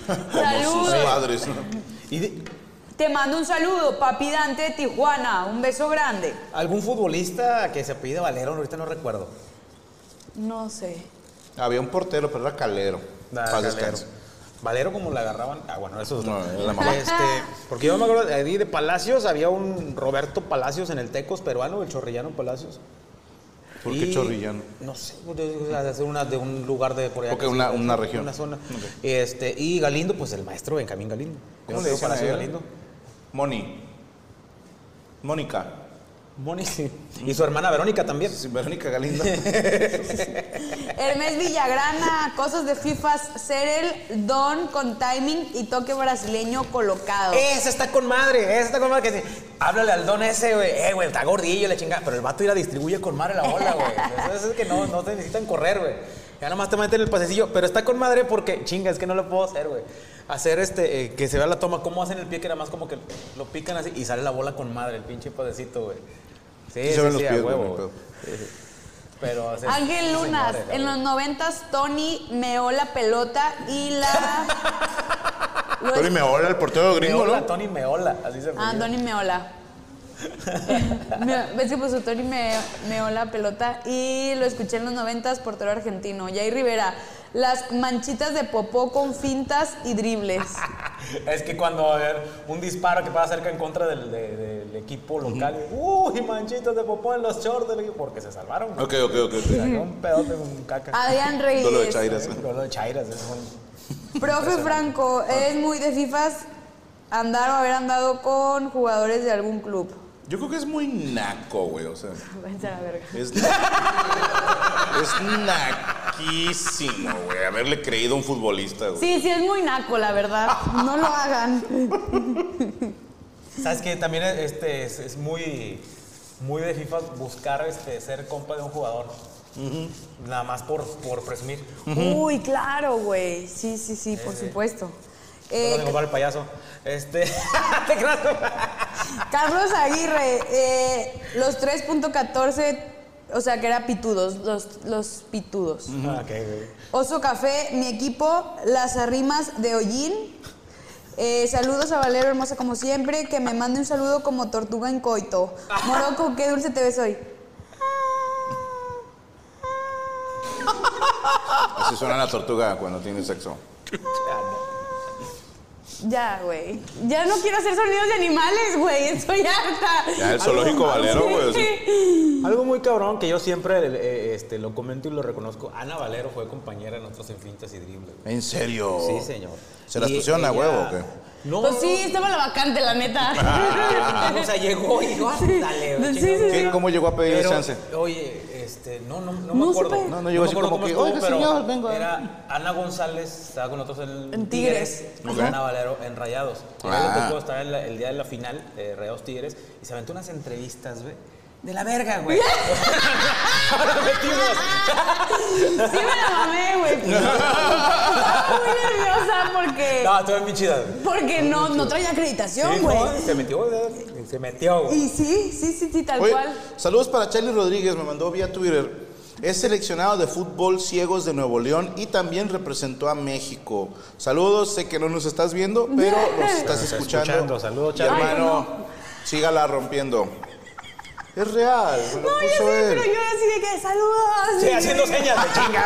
Speaker 1: Como sus
Speaker 3: saludos.
Speaker 1: padres. ¿no?
Speaker 5: Y de-
Speaker 3: Te mando un saludo, papi Dante de Tijuana. Un beso grande.
Speaker 5: ¿Algún futbolista que se apellida Valero? Ahorita no recuerdo.
Speaker 3: No sé.
Speaker 1: Había un portero, pero era calero. Paz descanse.
Speaker 5: Ah, Valero como la agarraban. Ah, bueno, eso es
Speaker 1: No,
Speaker 5: otro.
Speaker 1: era la mamá.
Speaker 5: Este, porque yo me acuerdo de ahí de Palacios, había un Roberto Palacios en el Tecos peruano, el Chorrillano Palacios.
Speaker 1: ¿Por qué
Speaker 5: Y-
Speaker 1: chorrillano?
Speaker 5: No sé, pues, de, de hacer una, de un lugar de por allá.
Speaker 1: Porque
Speaker 5: que
Speaker 1: una-
Speaker 5: sí,
Speaker 1: una región.
Speaker 5: Una zona. Este, y Galindo, pues el maestro Benjamín Galindo.
Speaker 1: ¿Cómo le
Speaker 5: Yo creo
Speaker 1: dicen a
Speaker 5: Palacios
Speaker 1: él?
Speaker 5: Galindo?
Speaker 1: Moni. Mónica.
Speaker 5: Moni, sí. Y su hermana Verónica también.
Speaker 1: Sí, Verónica
Speaker 5: <laughs>
Speaker 1: Galindo.
Speaker 3: Hermes Villagrana, cosas de FIFAs, ser el don con timing y toque brasileño colocado.
Speaker 6: Eh,
Speaker 5: Esa está con madre, esa está con madre. Que sí. Háblale al don ese, güey. Eh, güey, está gordillo, la chingada. Pero el vato la distribuye con madre la bola,
Speaker 3: <laughs>
Speaker 5: güey. Eso, eso es que no, no te necesitan correr, güey. Ya nomás te meten en el pasecillo. Pero está con madre porque, chinga, es que no lo puedo hacer, güey. Hacer este, eh, que se vea la toma, cómo hacen el pie, que nada más como que lo pican así y sale la bola con madre, el pinche pasecito, güey. Sí,
Speaker 1: se
Speaker 5: sí,
Speaker 1: ven los
Speaker 5: sí, a
Speaker 1: pies, güey,
Speaker 5: huevo,
Speaker 1: no hay
Speaker 5: güey.
Speaker 1: pedo.
Speaker 5: Sí, sí. Pero, o sea,
Speaker 3: Ángel
Speaker 5: sí,
Speaker 3: Lunas,
Speaker 5: señores,
Speaker 3: en
Speaker 5: a
Speaker 3: los noventas Tony meó la pelota y la... Lo-
Speaker 1: Tony Meola, el portero
Speaker 5: huevo.
Speaker 1: gringo,
Speaker 5: Meola,
Speaker 1: ¿no?
Speaker 5: Tony Meola, así se
Speaker 3: Ah,
Speaker 5: apellida.
Speaker 3: Tony meola. Ah, Me- Ves que puso Tony me, meó la pelota y lo escuché en los noventas portero argentino. Yair Rivera, las manchitas de popó con fintas y dribles.
Speaker 5: Es que cuando va a haber un disparo que pasa cerca en contra del, de- del equipo local, uy, manchitas de popó en los shorts del equipo", porque se salvaron. güey.
Speaker 1: Ok, ok, ok. ok.
Speaker 5: Se cayó un pedote con un caca.
Speaker 3: Adrián
Speaker 1: Dolo de
Speaker 3: Reyes.
Speaker 1: Chairas.
Speaker 5: Gol de <laughs> Chairas, eso fue un-
Speaker 3: Profe Franco, ¿es muy de FIFAs andar o haber andado con jugadores de algún club?
Speaker 1: Yo creo que es muy naco, güey. O sea,
Speaker 3: <laughs> Vete a la verga.
Speaker 1: es,
Speaker 3: <laughs>
Speaker 1: es naquísimo, güey. Haberle creído a un futbolista, güey.
Speaker 3: Sí, sí, es muy naco, la verdad. No lo hagan.
Speaker 5: ¿Sabes que También este, es, es muy, muy de FIFA buscar este, ser compa de un jugador. Nada más por, por presumir.
Speaker 3: Uy, claro, güey. Sí, sí, sí, por supuesto. Eh,
Speaker 5: Perdón de comprar el payaso. Este, te creas.
Speaker 3: Carlos Aguirre, eh, los 3.14, o sea, que era pitudos, los, los pitudos.
Speaker 5: Ah, <laughs> ok, güey.
Speaker 3: Oso Café, mi equipo, las arrimas de Hollín. Eh, saludos a Valero Hermosa como siempre, que me mande un saludo como tortuga en coito. Morocco, qué dulce te ves hoy.
Speaker 1: Así suena la tortuga cuando tiene sexo.
Speaker 3: Ya, güey. Ya no quiero hacer sonidos de animales, güey. Estoy harta.
Speaker 1: Ya, el zoológico valero, güey. o sea.
Speaker 5: Algo muy cabrón que yo siempre eh, este, lo comento y lo reconozco. Ana Valero fue compañera de nuestros enfintas y dribles. güey.
Speaker 1: ¿En serio?
Speaker 5: Sí, señor.
Speaker 1: Oh. ¿Se las
Speaker 5: Y
Speaker 1: pusieron a
Speaker 5: ella-
Speaker 1: huevo o qué?
Speaker 5: No,
Speaker 3: Pues
Speaker 5: no,
Speaker 3: sí, estaba la vacante, la
Speaker 1: Ah.
Speaker 3: neta.
Speaker 5: O sea, llegó y dijo, "Ah,
Speaker 3: <laughs>
Speaker 5: dale,
Speaker 3: Ah. Sí, sí, sí.
Speaker 1: ¿Qué- ¿Cómo llegó a pedir
Speaker 5: Pero,
Speaker 1: chance?
Speaker 5: Oye, este, no, no,
Speaker 3: No
Speaker 5: no, me acuerdo.
Speaker 3: supe.
Speaker 1: No, no llegó
Speaker 5: me
Speaker 1: así como
Speaker 5: acuerdo cómo
Speaker 1: que,
Speaker 5: estuvo,
Speaker 1: "Oiga,
Speaker 5: pero
Speaker 1: señor, vengo a-"
Speaker 5: Era Ana González, estaba con nosotros en,
Speaker 3: En Tigres.
Speaker 5: Tigres, y
Speaker 1: Ajá.
Speaker 5: Ana Valero en Rayados. Y a
Speaker 1: Ah.
Speaker 5: ella le tocó estar en la- el día de la final, eh, Rayados Tigres, y se aventó unas entrevistas, güey. De la verga,
Speaker 3: <laughs>
Speaker 5: güey.
Speaker 3: Sí me la mamé,
Speaker 1: <laughs>
Speaker 3: güey. Estaba muy nerviosa porque...
Speaker 5: no, todo es bien chida. güey.
Speaker 3: Porque no, no traía
Speaker 5: Sí,
Speaker 3: acreditación,
Speaker 5: no,
Speaker 3: güey.
Speaker 5: se metió, güey, se metió, güey.
Speaker 3: Y sí, sí, sí, sí, tal
Speaker 1: Oye,
Speaker 3: cual.
Speaker 1: saludos para Charlie Rodríguez, me mandó vía Twitter. Es seleccionado de fútbol ciegos de Nuevo León y también representó a México. Saludos, sé que no nos estás viendo,
Speaker 3: <laughs>
Speaker 1: pero nos estás escuchando.
Speaker 5: escuchando, saludos,
Speaker 1: Y,
Speaker 5: Charlie.
Speaker 1: hermano, sígala rompiendo. Es real, me lo
Speaker 3: No, ya
Speaker 1: puso
Speaker 3: sé,
Speaker 1: él.
Speaker 3: pero yo así de que saludos.
Speaker 5: Sí, haciendo señas de
Speaker 3: <laughs>
Speaker 5: chinga.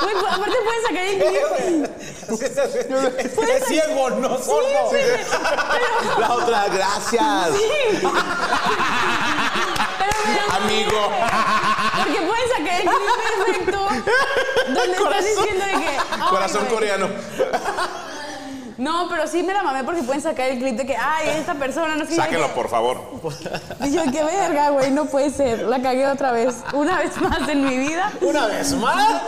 Speaker 3: Güey, pues, aparte puedes sacar el clip.
Speaker 5: Es ciego, no sordo.
Speaker 1: <laughs> La otra, gracias, <laughs>
Speaker 3: Pero me da-
Speaker 1: amigo.
Speaker 8: <laughs>
Speaker 3: Porque puedes sacar el clip perfecto. Donde estás diciendo de que. ay,
Speaker 1: Corazón
Speaker 3: güey.
Speaker 1: coreano.
Speaker 3: No, pero sí me la mamé porque pueden sacar el clip de que, ay, esta persona no sé
Speaker 1: Sáquenlo, por favor.
Speaker 3: Y yo, qué verga, güey, no puede ser. La cagué otra vez. Una vez más en mi vida.
Speaker 5: Una vez más.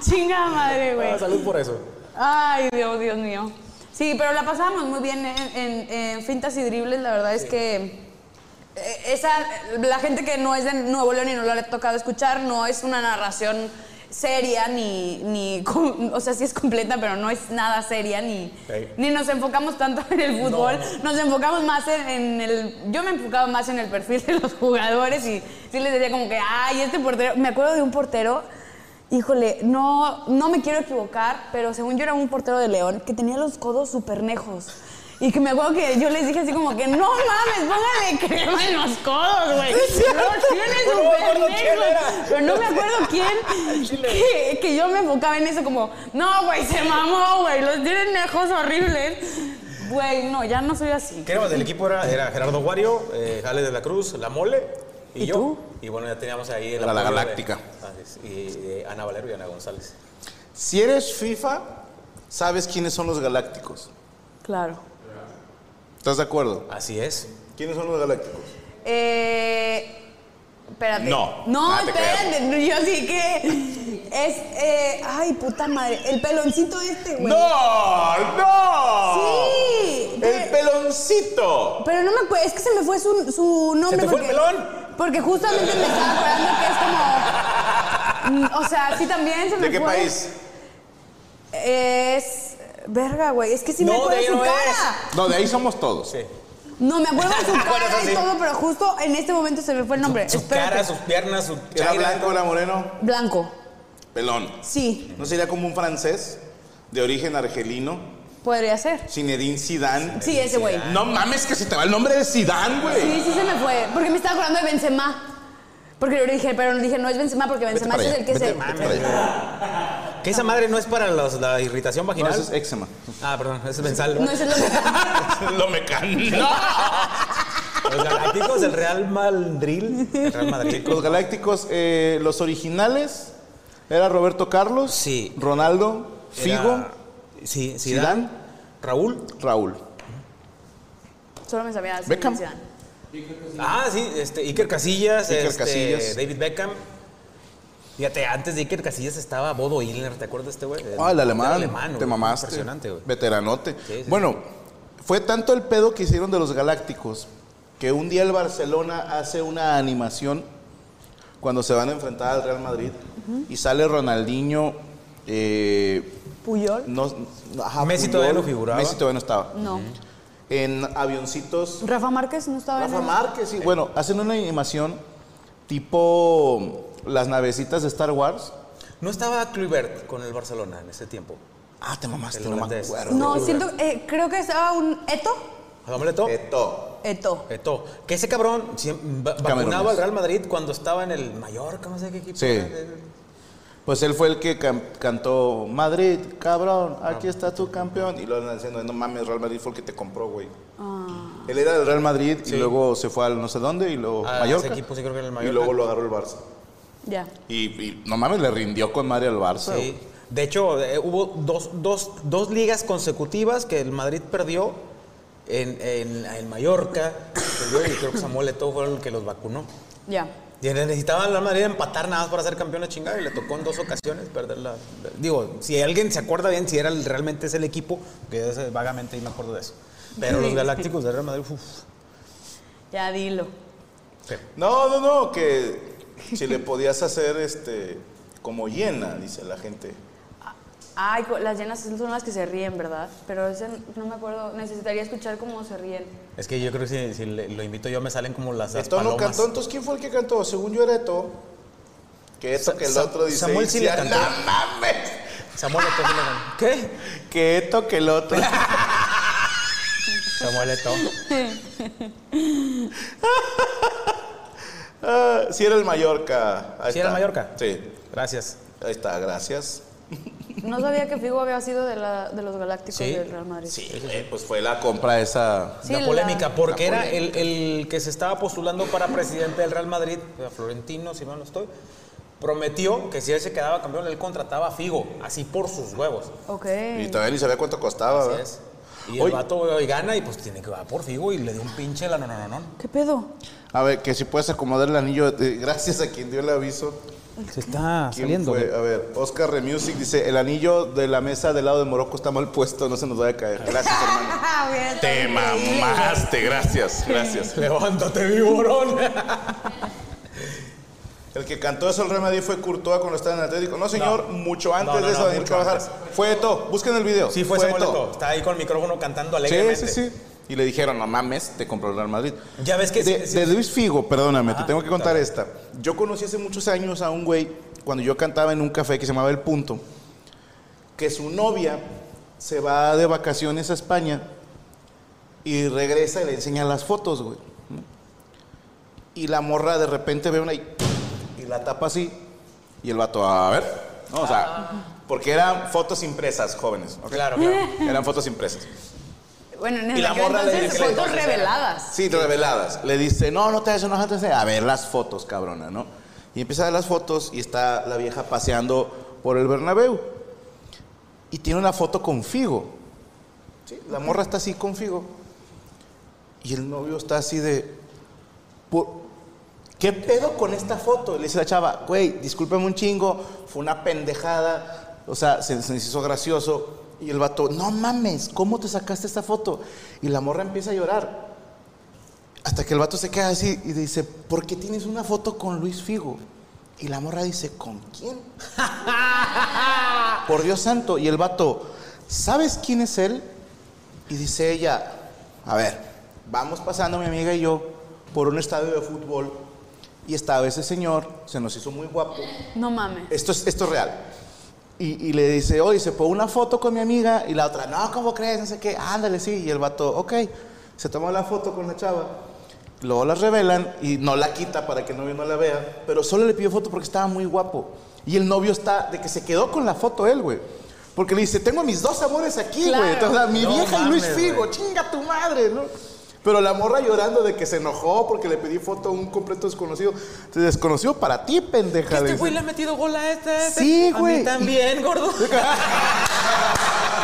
Speaker 3: Chinga madre, güey.
Speaker 5: Salud por eso.
Speaker 3: Ay, Dios, Dios mío. Sí, pero la pasábamos muy bien en, en- en fintas y dribles. La verdad es que eh, esa, la gente que no es de Nuevo León y no lo ha tocado escuchar, no es una narración seria ni, ni <laughs> com- o sea, sí es completa, pero no es nada seria ni,
Speaker 5: Ey.
Speaker 3: ni nos enfocamos tanto en el fútbol. Nos enfocamos más en, en el, yo me enfocaba más en el perfil de los jugadores y sí les decía como que, ay, este portero, me acuerdo de un portero Híjole, no, no me quiero equivocar, pero según yo era un portero de León que tenía los codos súper nejos. Y que me acuerdo que yo les dije así como que, no mames, póngale crema en los codos, güey. Los tienes
Speaker 5: No me
Speaker 3: súper
Speaker 5: acuerdo quién
Speaker 3: negros.
Speaker 5: era.
Speaker 3: Pero no me acuerdo quién. Que, que yo me enfocaba en eso como, no, güey, se mamó, güey, los tienen nejos horribles. Güey, no, ya no soy así.
Speaker 5: ¿Qué éramos del equipo? Era, era Gerardo Guario, eh, Jale de la Cruz, La Mole y, yo. Y bueno, ya teníamos ahí el
Speaker 1: Era la
Speaker 5: apoyo de-
Speaker 1: Galáctica.
Speaker 5: Así es, y eh, Ana Valero y Ana González.
Speaker 1: Si eres FIFA, sabes quiénes son los galácticos.
Speaker 3: Claro.
Speaker 1: ¿Estás de acuerdo?
Speaker 5: Así es.
Speaker 1: ¿Quiénes son los galácticos?
Speaker 3: Eh, espérate.
Speaker 1: No,
Speaker 3: No,
Speaker 5: Ah,
Speaker 1: nada te
Speaker 3: espérate. Yo sí que. Es. eh, ay, puta madre. El peloncito este, güey.
Speaker 1: ¡No! ¡No!
Speaker 3: Sí. eh.
Speaker 1: ¡El
Speaker 3: pe-
Speaker 1: peloncito!
Speaker 3: pero no me acuerdo. Es que se me fue su, su nombre.
Speaker 5: te fue el
Speaker 3: porque,
Speaker 5: pelón?
Speaker 3: Porque justamente me estaba acordando que es como. mm, O sea, sí también se me
Speaker 1: ¿De qué
Speaker 3: fue.
Speaker 1: país?
Speaker 3: Es. Verga, güey. Es que sí me
Speaker 5: No,
Speaker 3: acuerdo
Speaker 5: de
Speaker 3: de
Speaker 5: ahí
Speaker 3: su
Speaker 5: no es.
Speaker 3: cara.
Speaker 1: No, de ahí somos todos.
Speaker 5: Sí.
Speaker 3: No, me acuerdo
Speaker 5: <laughs>
Speaker 3: de su cara
Speaker 5: Bueno, eso
Speaker 3: y
Speaker 5: sí.
Speaker 3: todo, pero justo en este momento se me fue el nombre.
Speaker 5: Su
Speaker 3: Espérate.
Speaker 5: cara, sus piernas, su
Speaker 1: ¿Era
Speaker 5: chaira,
Speaker 1: blanco, era moreno?
Speaker 3: Blanco.
Speaker 1: Pelón.
Speaker 3: Sí,
Speaker 1: ¿No sería como un francés de origen argelino?
Speaker 3: podría ser.
Speaker 1: Zinedine Zidane.
Speaker 3: Sí, ese güey.
Speaker 1: No mames que se te va el nombre de Zidane, güey.
Speaker 3: Sí, sí se me fue. Porque me estaba acordando de Benzema. Porque yo dije, pero dije, no es Benzema, porque Benzema
Speaker 1: para
Speaker 3: es el
Speaker 1: allá,
Speaker 3: que
Speaker 1: vete
Speaker 3: se...
Speaker 1: para allá.
Speaker 5: Que esa madre no es para los- la irritación
Speaker 1: No,
Speaker 5: vaginal.
Speaker 1: eso es eczema. <laughs>
Speaker 5: Ah, perdón, ese es Benzal.
Speaker 3: No,
Speaker 5: <laughs>
Speaker 3: ese es lo que...
Speaker 1: Lo mecánico.
Speaker 5: Los Galácticos, el Real Madrid. El Real Madrid.
Speaker 1: Los galácticos, eh, los originales, era Roberto Carlos,
Speaker 5: Sí.
Speaker 1: Ronaldo, Figo,
Speaker 5: Era-
Speaker 1: Zidane,
Speaker 5: Sí, Zidane. Raúl.
Speaker 1: Raúl.
Speaker 3: Solo me sabía así.
Speaker 1: Beckham.
Speaker 3: Zidane.
Speaker 5: Ah, sí, este, Iker Casillas,
Speaker 1: Iker
Speaker 5: este,
Speaker 1: Casillas.
Speaker 5: David Beckham. Fíjate, antes de Iker Casillas estaba Bodo Illner, ¿te acuerdas de este güey?
Speaker 1: Ah, el alemán.
Speaker 5: güey,
Speaker 1: te mamaste.
Speaker 5: Impresionante, güey.
Speaker 1: Veteranote.
Speaker 5: Sí, sí.
Speaker 1: Bueno, fue tanto el pedo que hicieron de los Galácticos que un día el Barcelona hace una animación cuando se van a enfrentar al Real Madrid y sale Ronaldinho. eh,
Speaker 3: Puyol.
Speaker 1: no, ajá,
Speaker 5: Messi todavía no figuraba.
Speaker 1: Messi todavía no estaba.
Speaker 3: No.
Speaker 1: En avioncitos
Speaker 3: Rafa Márquez no estaba
Speaker 1: Rafa
Speaker 3: en el...
Speaker 1: Márquez, sí. Bueno, hacen una animación tipo las navecitas de Star Wars.
Speaker 5: No estaba Kluivert con el Barcelona en ese tiempo.
Speaker 1: Ah, te mamaste,
Speaker 5: El
Speaker 1: no me
Speaker 5: holandés.
Speaker 1: acuerdo.
Speaker 3: No, siento... eh, creo que estaba un... ¿Eto?
Speaker 5: Hagámosle todo.
Speaker 1: Eto.
Speaker 3: Eto.
Speaker 5: Eto. Que ese cabrón siem- va- vacunaba
Speaker 1: Camerunés.
Speaker 5: al Real Madrid cuando estaba en el Mallorca, no sé qué equipo.
Speaker 1: Sí. Pues él fue el que can- cantó Madrid, cabrón, aquí está tu campeón. Y lo andan diciendo, no mames, Real Madrid fue el que te compró, güey. Él era del Real Madrid y luego se fue al no sé dónde y luego
Speaker 5: Ah,
Speaker 1: Mallorca.
Speaker 5: ese equipo sí creo que era el
Speaker 1: Y
Speaker 5: Mallorca.
Speaker 1: luego lo agarró el Barça.
Speaker 3: Ya.
Speaker 1: Y, y, no mames, le rindió con Mario al Barça.
Speaker 5: Sí. De hecho, eh, hubo dos, dos, dos ligas consecutivas que el Madrid perdió en, en, en Mallorca. perdió, y creo que Samuel Eto'o fue el que los vacunó.
Speaker 3: Ya.
Speaker 5: Y necesitaban la Madrid empatar nada más para ser campeón de chingada y le tocó en dos ocasiones perder la... Digo, si alguien se acuerda bien, si era el- realmente es el equipo, que yo sé, vagamente ahí me acuerdo de eso. Pero los Galácticos de Real Madrid, uff.
Speaker 3: Ya dilo.
Speaker 1: No, no, no, que si le podías hacer este como llena, dice la gente.
Speaker 3: Ay, co- las llenas son las que se ríen, ¿verdad? Pero ese n- no me acuerdo. Necesitaría escuchar cómo se ríen.
Speaker 5: Es que yo creo que si, si le- lo invito yo me salen como las, las
Speaker 1: Eto no
Speaker 5: palomas.
Speaker 1: cantó, entonces ¿quién fue el que cantó? Según yo era Eto. Que Eto
Speaker 5: Sa-
Speaker 1: que el
Speaker 5: Sa-
Speaker 1: otro dice.
Speaker 5: Samuel sí le
Speaker 1: "Isia,
Speaker 5: cantó".
Speaker 1: ¡No mames!
Speaker 5: Samuel Eto'o sí le ganó. ¿Qué?
Speaker 1: Que Eto que el otro.
Speaker 5: Samuel
Speaker 3: <laughs>
Speaker 5: Eto'o.
Speaker 1: Ah, sí era el Mallorca. Ahí
Speaker 5: ¿Sí
Speaker 1: está.
Speaker 5: era el Mallorca?
Speaker 1: Sí.
Speaker 5: Gracias.
Speaker 1: Ahí está, gracias.
Speaker 3: No sabía que Figo había sido de, la, de los Galácticos
Speaker 5: Sí.
Speaker 3: del Real Madrid.
Speaker 1: Sí, eh, pues fue la compra esa.
Speaker 3: Sí,
Speaker 5: la
Speaker 3: la-
Speaker 5: polémica, porque
Speaker 1: la
Speaker 5: era el, el que se estaba postulando para presidente del Real Madrid, era Florentino, si mal no estoy, prometió que si él se quedaba campeón, él contrataba a Figo, así por sus huevos.
Speaker 3: Ok.
Speaker 1: Y todavía ni sabía cuánto costaba,
Speaker 5: Así
Speaker 1: ¿verdad?
Speaker 5: es. Y el
Speaker 1: Oye.
Speaker 5: vato hoy gana y pues tiene que va por Figo y le dio un pinche la no, no, no, no.
Speaker 3: ¿Qué pedo?
Speaker 1: A ver, que si puedes acomodar el anillo, eh, gracias a quien dio el aviso.
Speaker 2: Se está
Speaker 1: ¿Quién
Speaker 2: saliendo.
Speaker 1: fue?
Speaker 2: güey.
Speaker 1: A ver, Oscar Remusic dice, el anillo de la mesa del lado de Morocco está mal puesto, no se nos vaya a caer. Gracias, hermano.
Speaker 3: Ah, bien.
Speaker 1: Te mamaste, <laughs> gracias, gracias.
Speaker 5: Levántate,
Speaker 3: <laughs>
Speaker 5: viborón. <laughs>
Speaker 1: El que cantó eso el Real Madrid fue Courtois cuando estaba en el Atlético. No, señor, mucho antes
Speaker 5: No, no,
Speaker 1: de
Speaker 5: no,
Speaker 1: eso, Daniel
Speaker 5: mucho
Speaker 1: Carvajal.
Speaker 5: antes.
Speaker 1: Fue Eto, busquen el video.
Speaker 5: Sí, fue Samuel
Speaker 1: Eto'o.
Speaker 5: Eto'o. Está ahí con el micrófono cantando
Speaker 1: Sí,
Speaker 5: alegremente.
Speaker 1: sí, sí. Y le dijeron, no mames, te compró el Real Madrid.
Speaker 5: Ya ves que sí,
Speaker 1: de,
Speaker 5: sí. Ah,
Speaker 1: de Luis Figo, perdóname, te
Speaker 5: Ajá,
Speaker 1: tengo que contar
Speaker 5: dale.
Speaker 1: esta. Yo conocí hace muchos años a un güey, cuando yo cantaba en un café que se llamaba El Punto, que su novia se va de vacaciones a España y regresa y le enseña las fotos, güey. Y la morra de repente ve una y, y la tapa así. Y el vato, a ver. No, o sea, porque eran fotos impresas, jóvenes. ¿ok?
Speaker 5: Ah. Claro, claro.
Speaker 1: Eran fotos impresas.
Speaker 3: Bueno, en
Speaker 1: Y
Speaker 3: el
Speaker 1: la morra le
Speaker 3: entonces
Speaker 1: dice que le-
Speaker 3: fotos reveladas.
Speaker 1: Sí, reveladas. Le dice, no, no te hagas, no te hagas. A ver las fotos, cabrona, ¿no? Y empieza a ver las fotos y está la vieja paseando por el Bernabéu. Y tiene una foto con Figo. Sí, la morra está así con Figo. Y el novio está así de... "Por- ¿Qué pedo con esta foto? Y Le dice la chava, güey, discúlpame un chingo, fue una pendejada, o sea, se, se nos hizo gracioso. Y el vato, no mames, ¿cómo te sacaste esta foto? Y la morra empieza a llorar. Hasta que el vato se queda así y dice, ¿por qué tienes una foto con Luis Figo? Y la morra dice, ¿con quién? Por Dios santo. Y el vato, ¿sabes quién es él? Y dice ella, a ver, vamos pasando mi amiga y yo por un estadio de fútbol y estaba ese señor, se nos hizo muy guapo.
Speaker 3: No mames.
Speaker 1: Esto es, esto es real. Y, y le dice, oye, se pone una foto con mi amiga. Y la otra, no, ¿cómo crees? No sé qué, ándale, sí. Y el vato, ok. Se tomó la foto con la chava. Luego las revelan y no la quita para que el novio no la vea, pero solo le pidió foto porque estaba muy guapo. Y el novio está de que se quedó con la foto él, güey. Porque le dice, tengo a mis dos amores aquí, güey. Entonces, a mi
Speaker 5: No
Speaker 1: vieja y Luis
Speaker 5: mames,
Speaker 1: Figo,
Speaker 5: güey.
Speaker 1: chinga tu madre, ¿no? Pero la morra llorando de que se enojó porque le pedí foto a un completo desconocido. Desconocido para ti, pendeja.
Speaker 5: Este
Speaker 1: dice.
Speaker 5: güey le ha metido gol a este. a este.
Speaker 1: Sí,
Speaker 5: A
Speaker 1: güey.
Speaker 5: mí también, gordo.
Speaker 1: <laughs>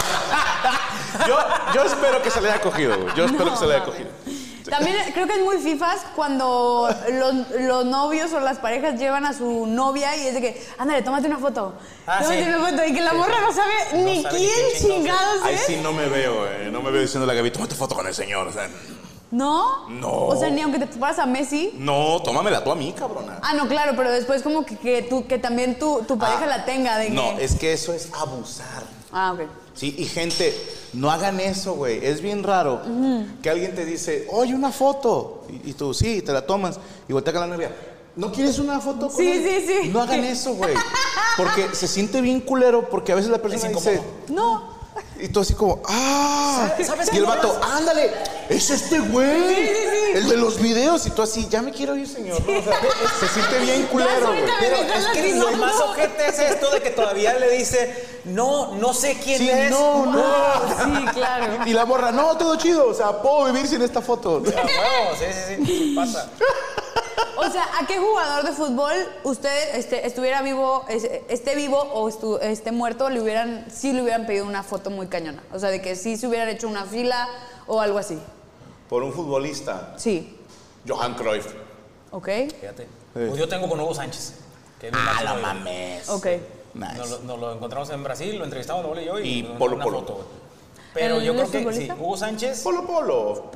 Speaker 1: yo, yo espero que se le haya cogido, güey. Yo espero
Speaker 3: No,
Speaker 1: que se le haya
Speaker 3: mames.
Speaker 1: cogido.
Speaker 3: También creo que es muy fifas cuando los, los novios o las parejas llevan a su novia y es de que, ándale, tómate una foto.
Speaker 5: Ah,
Speaker 3: tómate
Speaker 5: sí.
Speaker 3: una foto. Y que la morra no sabe ni
Speaker 5: sabe ni
Speaker 3: quién
Speaker 5: quién chingados
Speaker 3: chingados
Speaker 1: Ahí
Speaker 3: es.
Speaker 1: sí no me veo, eh. No me veo diciendo a la Gaby, tómate foto con el señor. O sea,
Speaker 3: ¿No?
Speaker 1: No.
Speaker 3: O sea, ni aunque te paras a Messi.
Speaker 1: no, tómamela tú a mí, cabrona.
Speaker 3: Ah, no, claro, pero después como que, que tú, que también tu, tu pareja
Speaker 1: Ah,
Speaker 3: la tenga. De
Speaker 1: No,
Speaker 3: que...
Speaker 1: es que eso es abusar.
Speaker 3: Ah, ok.
Speaker 1: Sí, y gente, no hagan eso, güey. Es bien raro que alguien te dice, oye, una foto. Y, y tú, sí, te la tomas. Y voltea con la novia. ¿No quieres una foto con
Speaker 3: Sí,
Speaker 1: él?".
Speaker 3: sí, sí.
Speaker 1: No hagan eso, güey. Porque se siente bien culero porque a veces la persona dice...
Speaker 3: No.
Speaker 1: Y tú así como, ¡ah!
Speaker 5: ¿Sabes
Speaker 1: y el
Speaker 5: cómo
Speaker 1: vato,
Speaker 5: hablas?
Speaker 1: ¡ándale! ¡Es este güey! El de los videos. Y tú así, ya me quiero ir, señor. ¿no? O sea, se siente bien culero,
Speaker 3: ahorita
Speaker 1: güey.
Speaker 3: me
Speaker 5: Pero
Speaker 3: estás
Speaker 5: es que lo
Speaker 3: lastimando.
Speaker 5: más ojete es esto de que todavía le dice, no, no sé quién
Speaker 1: Sí,
Speaker 5: es.
Speaker 1: no, no.
Speaker 3: Sí, claro.
Speaker 1: Y la morra, no, todo chido. O sea, puedo vivir sin esta foto.
Speaker 5: A huevo, sí,
Speaker 1: <laughs>
Speaker 5: sí, sí, pasa.
Speaker 3: O sea, ¿a qué jugador de fútbol usted este, estuviera vivo, es- esté vivo o estu- esté muerto, le hubieran, sí le hubieran pedido una foto muy cañona? O sea, de que sí se hubieran hecho una fila o algo así.
Speaker 1: Por un futbolista,
Speaker 3: Sí,
Speaker 1: Johan Cruyff.
Speaker 3: ¿ok?
Speaker 5: Fíjate. Pues yo tengo con Hugo Sánchez. Que es mi
Speaker 1: Ah,
Speaker 5: máximo
Speaker 1: la
Speaker 5: ídolo.
Speaker 1: mames.
Speaker 3: Ok.
Speaker 1: Nice.
Speaker 5: Nos, lo- nos lo encontramos en Brasil, lo entrevistamos doble y yo y,
Speaker 1: Y
Speaker 5: nos
Speaker 1: Polo
Speaker 5: una
Speaker 1: Polo.
Speaker 5: foto, güey. Pero
Speaker 3: ¿El
Speaker 5: yo creo que sí,
Speaker 3: futbolista?
Speaker 5: Hugo Sánchez.
Speaker 1: Polo Polo.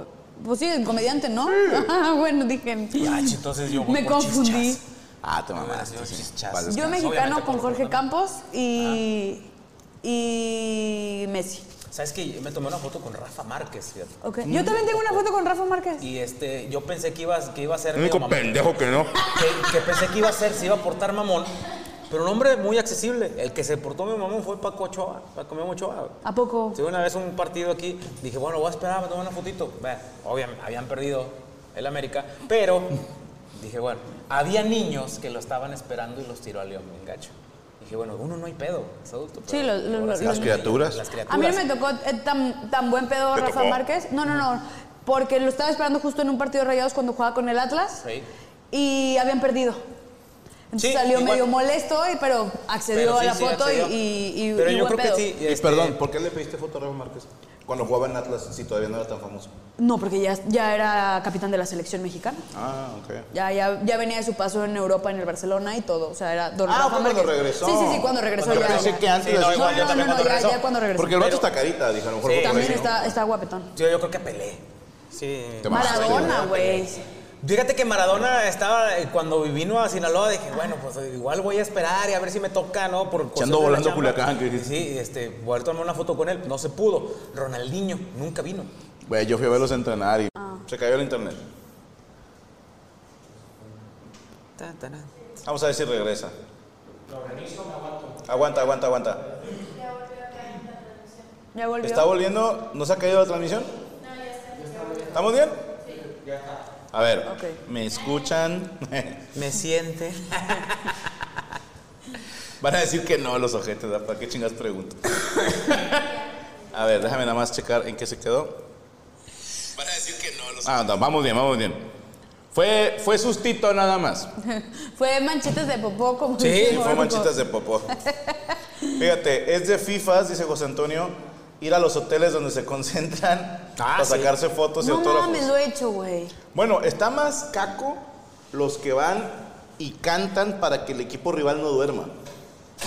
Speaker 3: Pues sí, el comediante, ¿no? <laughs> Ah, bueno, dije.
Speaker 5: Ya, ch- entonces yo voy
Speaker 3: Me
Speaker 5: por
Speaker 3: confundí.
Speaker 5: chichas.
Speaker 1: Ah, te
Speaker 5: Yo
Speaker 1: mamaste. sí.
Speaker 5: chichas.
Speaker 1: Vale,
Speaker 3: Yo
Speaker 1: descansa.
Speaker 3: mexicano
Speaker 5: Obviamente,
Speaker 3: con
Speaker 5: por-
Speaker 3: Jorge Campos y. y. Messi.
Speaker 5: ¿Sabes qué? Yo me tomé una foto con Rafa Márquez, fíjate.
Speaker 3: Ok.
Speaker 1: Mm.
Speaker 3: Yo también tengo una foto con Rafa Márquez.
Speaker 5: Y este, yo pensé que iba, que iba a ser
Speaker 1: El único
Speaker 5: medio mamón.
Speaker 1: pendejo que no.
Speaker 5: que, que pensé que iba a ser, se iba a portar mamón. Pero un hombre muy accesible. El que se portó mi mamón fue Paco Ochoa. Paco Memo Ochoa. güey.
Speaker 3: ¿A poco?
Speaker 5: Sí, una vez un partido aquí, dije, bueno, voy a esperar, me tomar una fotito. Bueno, obviamente, habían perdido el América, pero dije, bueno, había niños que lo estaban esperando y los tiró a León, bien gacho. Dije, bueno, uno no hay pedo, es adulto. pero
Speaker 3: Sí, lo- lo-
Speaker 5: ahora
Speaker 3: lo-
Speaker 5: sí
Speaker 3: lo-
Speaker 1: Las
Speaker 5: los niños,
Speaker 1: criaturas.
Speaker 5: Las criaturas.
Speaker 3: A mí no me tocó eh, tan, tan buen pedo
Speaker 1: ¿Te
Speaker 3: Rafa
Speaker 1: tocó?
Speaker 3: Márquez. No, no, no. Porque lo estaba esperando justo en un partido de rayados cuando jugaba con el Atlas.
Speaker 5: Sí.
Speaker 3: Y habían perdido. Entonces
Speaker 5: Sí,
Speaker 3: salió
Speaker 5: igual.
Speaker 3: medio molesto, y- pero accedió
Speaker 5: Pero sí,
Speaker 3: a la
Speaker 5: sí,
Speaker 3: foto y,
Speaker 5: accedió.
Speaker 3: y- y-
Speaker 5: Pero
Speaker 3: y
Speaker 5: yo
Speaker 3: buen
Speaker 5: creo
Speaker 3: pedo.
Speaker 5: que sí.
Speaker 1: Y
Speaker 5: este,
Speaker 1: perdón, ¿por qué le pediste foto a Rafa Márquez? Cuando jugaba en Atlas, si todavía no era tan famoso.
Speaker 3: No, porque ya, ya era capitán de la selección mexicana.
Speaker 1: Ah, ok.
Speaker 3: Ya, ya, ya venía de su paso en Europa, en el Barcelona y todo. O sea, era don
Speaker 1: Ah,
Speaker 3: Rafa
Speaker 1: fue cuando
Speaker 3: Márquez.
Speaker 1: regresó.
Speaker 3: Sí, sí, sí, cuando regresó
Speaker 1: Yo
Speaker 3: ya.
Speaker 1: pensé
Speaker 3: ya.
Speaker 1: que antes
Speaker 5: Sí, no,
Speaker 1: de-
Speaker 5: igual,
Speaker 3: no,
Speaker 5: yo
Speaker 3: no,
Speaker 5: también
Speaker 3: no,
Speaker 5: cuando
Speaker 3: ya,
Speaker 5: regresó.
Speaker 3: ya cuando regresó.
Speaker 1: Porque el vato
Speaker 5: Pero-
Speaker 1: está carita, dije, a lo mejor
Speaker 5: Sí.
Speaker 1: fue por
Speaker 3: También
Speaker 1: ahí, ¿no?
Speaker 3: está, está guapetón.
Speaker 5: Yo, yo creo que peleé. Sí.
Speaker 1: Te mamaste,
Speaker 3: Maradona, güey.
Speaker 5: Fíjate que Maradona estaba, eh, cuando vino a Sinaloa, dije, bueno, pues igual voy a esperar y a ver si me toca, ¿no? Por cosas
Speaker 1: ando
Speaker 5: de la
Speaker 1: volando
Speaker 5: chamba.
Speaker 1: Culiacán, que dijiste.
Speaker 5: Sí, este, voy a tomar una foto con él. No se pudo. Ronaldinho nunca vino.
Speaker 1: Güey, yo fui a verlos entrenar y se cayó el internet. Vamos a ver si regresa. Aguanta, aguanta, aguanta.
Speaker 3: Ya volvió.
Speaker 1: ¿Está volviendo? ¿No se ha caído la transmisión? No, ya está. ¿Estamos bien? Sí. A ver,
Speaker 3: Ok.
Speaker 1: ¿me <laughs> escuchan?
Speaker 5: Me siente.
Speaker 1: <laughs> Van a decir que no los ojetes, ¿verdad? ¿para qué chingas pregunto? <laughs> a ver, déjame nada más checar en qué se quedó. Van a decir que no los Ah, no, vamos bien, vamos bien. Fue, fue sustito nada más.
Speaker 3: Fue manchitas de popó, como
Speaker 5: Sí,
Speaker 3: dice
Speaker 1: Sí, fue
Speaker 3: Morco.
Speaker 1: manchitas de popó. Fíjate, es de FIFAs, dice José Antonio, ir a los hoteles donde se <laughs> concentran
Speaker 5: Ah,
Speaker 1: para
Speaker 5: sí.
Speaker 1: sacarse fotos y
Speaker 3: No
Speaker 1: autógrafos.
Speaker 3: mames, lo he hecho, güey.
Speaker 1: Bueno, está más caco los que van y cantan para que el equipo rival no duerma.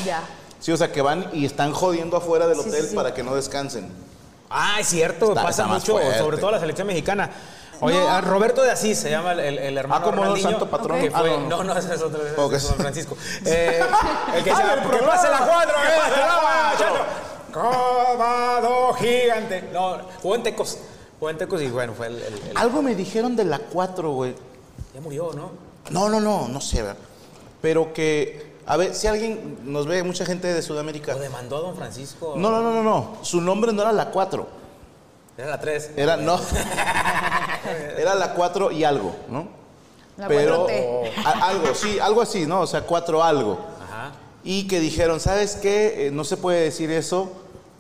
Speaker 3: Ya.
Speaker 1: Sí, o sea, que van y están jodiendo afuera del
Speaker 3: Sí, sí,
Speaker 1: hotel
Speaker 3: sí.
Speaker 1: para que no descansen.
Speaker 5: Ah, es cierto,
Speaker 1: Está- está
Speaker 5: pasa
Speaker 1: más
Speaker 5: mucho,
Speaker 1: fuerte.
Speaker 5: sobre todo la selección mexicana. Oye,
Speaker 3: No.
Speaker 5: a Roberto de Asís se llama el, el- el hermano
Speaker 1: como
Speaker 5: Ronaldinho,
Speaker 1: Ah, santo patrón.
Speaker 5: que
Speaker 1: Ah,
Speaker 5: fue-
Speaker 1: no.
Speaker 5: no, no, ese es otro, ese
Speaker 1: Ok.
Speaker 5: es San Francisco. Eh,
Speaker 1: <laughs>
Speaker 5: el que se
Speaker 7: ¡Ah,
Speaker 5: llama,
Speaker 7: el
Speaker 5: que
Speaker 7: programa!
Speaker 5: pase la cuatro, que pase la
Speaker 7: ¡Cuatro!
Speaker 5: cuatro.
Speaker 7: Cobado gigante.
Speaker 5: No, jugó en Tecos. Jugó en Tecos y bueno, fue el- el- el
Speaker 1: Algo me dijeron de la 4, güey.
Speaker 5: Ya murió, ¿no?
Speaker 1: No, no, no, no sé, ¿verdad? Pero que, a ver, si alguien nos ve, mucha gente de Sudamérica.
Speaker 5: O demandó a don Francisco.
Speaker 1: No, no, no, no, no. Su nombre no era la 4.
Speaker 5: Era la 3.
Speaker 1: Era, no. Era la 4 y algo, ¿no?
Speaker 3: La
Speaker 1: Pero
Speaker 3: 4T.
Speaker 1: a- algo, sí, algo así, ¿no? O sea, 4 algo. Y que dijeron, ¿sabes qué? Eh, no se puede decir eso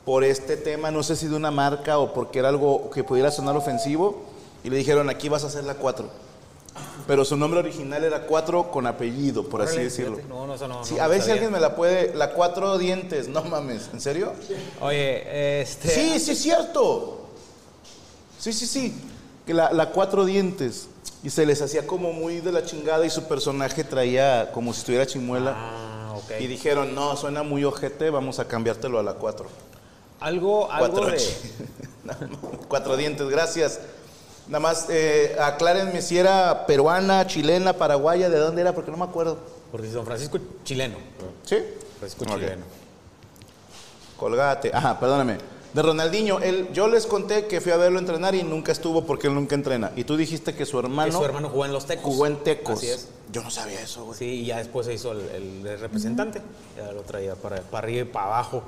Speaker 1: por este tema, no sé si de una marca o porque era algo que pudiera sonar ofensivo. Y le dijeron, aquí vas a hacer la 4. Pero su nombre original era 4 con apellido, por así
Speaker 5: Órale,
Speaker 1: decirlo.
Speaker 5: fíjate. No, no, eso no.
Speaker 1: Sí,
Speaker 5: no
Speaker 1: a ver si
Speaker 5: sabía.
Speaker 1: alguien me la puede. La cuatro dientes, no mames, ¿en serio?
Speaker 5: Oye, este.
Speaker 1: Sí, sí, es cierto. Sí, sí, sí. Que la, la cuatro dientes. Y se les hacía como muy de la chingada y su personaje traía como si estuviera chimuela.
Speaker 5: Ah, ok.
Speaker 1: Y dijeron, no, suena muy ojete, vamos a cambiártelo a la cuatro.
Speaker 5: Algo, algo
Speaker 1: Cuatro,
Speaker 5: de.
Speaker 1: <laughs> cuatro dientes, gracias. Nada más, eh, aclárenme si era peruana, chilena, paraguaya, de dónde era, porque no me acuerdo.
Speaker 5: Porque Don Francisco chileno.
Speaker 1: ¿Sí?
Speaker 5: Francisco
Speaker 1: Ok.
Speaker 5: chileno.
Speaker 1: Colgate. Ajá, perdóname. De Ronaldinho, él, yo les conté que fui a verlo entrenar y nunca estuvo porque él nunca entrena. Y tú dijiste que su hermano,
Speaker 5: Que su hermano Ah, jugó en los Tecos.
Speaker 1: jugó en Tecos.
Speaker 5: Así es.
Speaker 1: Yo no sabía eso, güey.
Speaker 5: Sí, y ya después se hizo el, el representante. Ya lo traía para, para arriba y para abajo.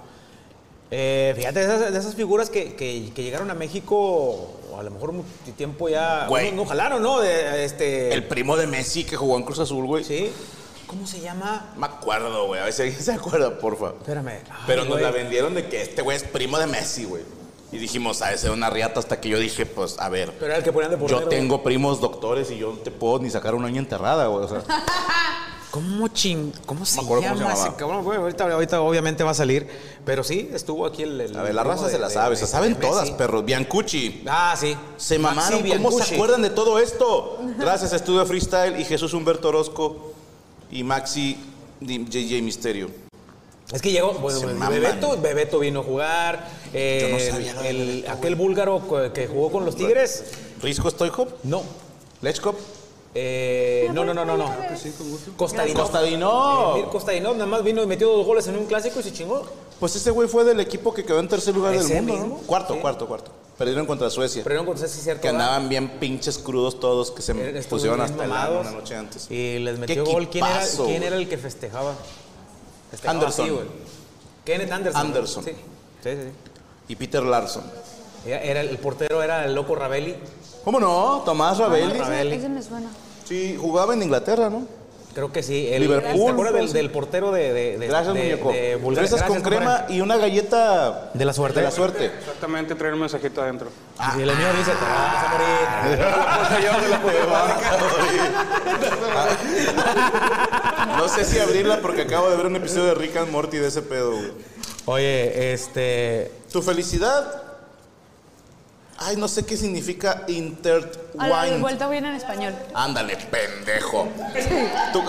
Speaker 5: Eh, fíjate, de esas, de esas figuras que, que- que llegaron a México, a lo mejor mucho tiempo ya.
Speaker 1: Güey.
Speaker 5: No, no jalaron, ¿no? De, este,
Speaker 1: El primo de Messi que jugó en Cruz Azul, güey.
Speaker 5: Sí. ¿Cómo se llama?
Speaker 1: Me acuerdo, güey. A ver si alguien <laughs> se acuerda, porfa.
Speaker 5: Espérame. Ay,
Speaker 1: Pero nos
Speaker 5: güey.
Speaker 1: la vendieron de que este güey es primo de Messi, güey. Y dijimos, a ese una riata hasta que yo dije, pues, a ver.
Speaker 5: Pero era el que ponían de portero.
Speaker 1: Yo tengo primos doctores y yo no te puedo ni sacar una uña enterrada, güey. O
Speaker 5: <laughs>
Speaker 1: sea,
Speaker 5: ¿Cómo ching? ¿Cómo se
Speaker 1: acuerdo cómo
Speaker 5: llama
Speaker 1: se llamaba.
Speaker 5: ese cabrón? Bueno, ahorita, ahorita obviamente va a salir. Pero sí, estuvo aquí el. el
Speaker 1: a ver, la
Speaker 5: primo
Speaker 1: raza
Speaker 5: de-
Speaker 1: se la
Speaker 5: de-
Speaker 1: sabe. Se
Speaker 5: de-
Speaker 1: saben
Speaker 5: de
Speaker 1: todas,
Speaker 5: Messi.
Speaker 1: perros. Biancucci.
Speaker 5: Ah, sí.
Speaker 1: Se
Speaker 5: Maxi
Speaker 1: mamaron. ¿Cómo
Speaker 5: Biancucci.
Speaker 1: se acuerdan de todo esto? Gracias a Estudio Freestyle y Jesús Humberto Orozco y Maxi Di- JJ Misterio.
Speaker 5: Es que llegó, bueno,
Speaker 1: Se maman.
Speaker 5: Bebeto, Bebeto vino a jugar. eh,
Speaker 1: Yo no sabía lo de
Speaker 5: el-
Speaker 1: Bebeto,
Speaker 5: aquel búlgaro co- que jugó con los Tigres.
Speaker 1: ¿Risco Stoichkov?
Speaker 5: No.
Speaker 1: ¿Lechkov?
Speaker 5: Eh, no, no, no, no, no. Costadino.
Speaker 1: Costadinov.
Speaker 5: Eh, Costadino, nada más vino y metió dos goles en un clásico y se chingó.
Speaker 1: Pues ese güey fue del equipo que quedó en tercer lugar del
Speaker 5: Ese
Speaker 1: mundo. ¿no?
Speaker 5: mismo,
Speaker 1: Cuarto,
Speaker 5: sí.
Speaker 1: cuarto, cuarto. Perdieron contra Suecia.
Speaker 5: Pero no conocí si es cierto.
Speaker 1: que
Speaker 5: ¿verdad?
Speaker 1: andaban bien pinches crudos todos, que se
Speaker 5: Estuvieron
Speaker 1: pusieron
Speaker 5: bien
Speaker 1: hasta el
Speaker 5: mamados.
Speaker 1: ano una noche antes.
Speaker 5: Y les
Speaker 1: Qué
Speaker 5: metió gol. ¿Quién, era,
Speaker 1: equipazo,
Speaker 5: quién
Speaker 1: güey.
Speaker 5: era el que festejaba? Festejaba
Speaker 1: Anderson.
Speaker 5: así, güey. Kenneth Anderson.
Speaker 1: Anderson.
Speaker 5: Sí, sí, sí.
Speaker 1: Y Peter Larson.
Speaker 5: Era, era- el portero era el loco Ravelli.
Speaker 1: ¿Cómo no? Tomás Rabelli.
Speaker 5: Ravelli.
Speaker 3: Ese me suena.
Speaker 1: Sí, jugaba en Inglaterra, ¿no?
Speaker 5: Creo que sí. El,
Speaker 1: Liverpool.
Speaker 5: ¿Te acuerdas del, del portero de, de, de-
Speaker 1: Gracias,
Speaker 5: de-
Speaker 1: muñeco.
Speaker 5: de Bulgaria?
Speaker 1: Fresas con
Speaker 5: Gracias,
Speaker 1: crema
Speaker 5: compadre.
Speaker 1: y una galleta
Speaker 5: De la suerte.
Speaker 1: De la suerte.
Speaker 4: Exactamente, traer un mensajito adentro.
Speaker 5: Y Ah, el mío dice, te vas a morir.
Speaker 1: <laughs> <laughs> No sé si abrirla porque acabo de ver un episodio de Rick and Morty de ese pedo, güey.
Speaker 5: Oye, este...
Speaker 1: Tu felicidad. Ay, no sé qué significa
Speaker 3: A la de
Speaker 1: intertwined.
Speaker 3: vuelta viene en español.
Speaker 1: Ándale, pendejo. Tu,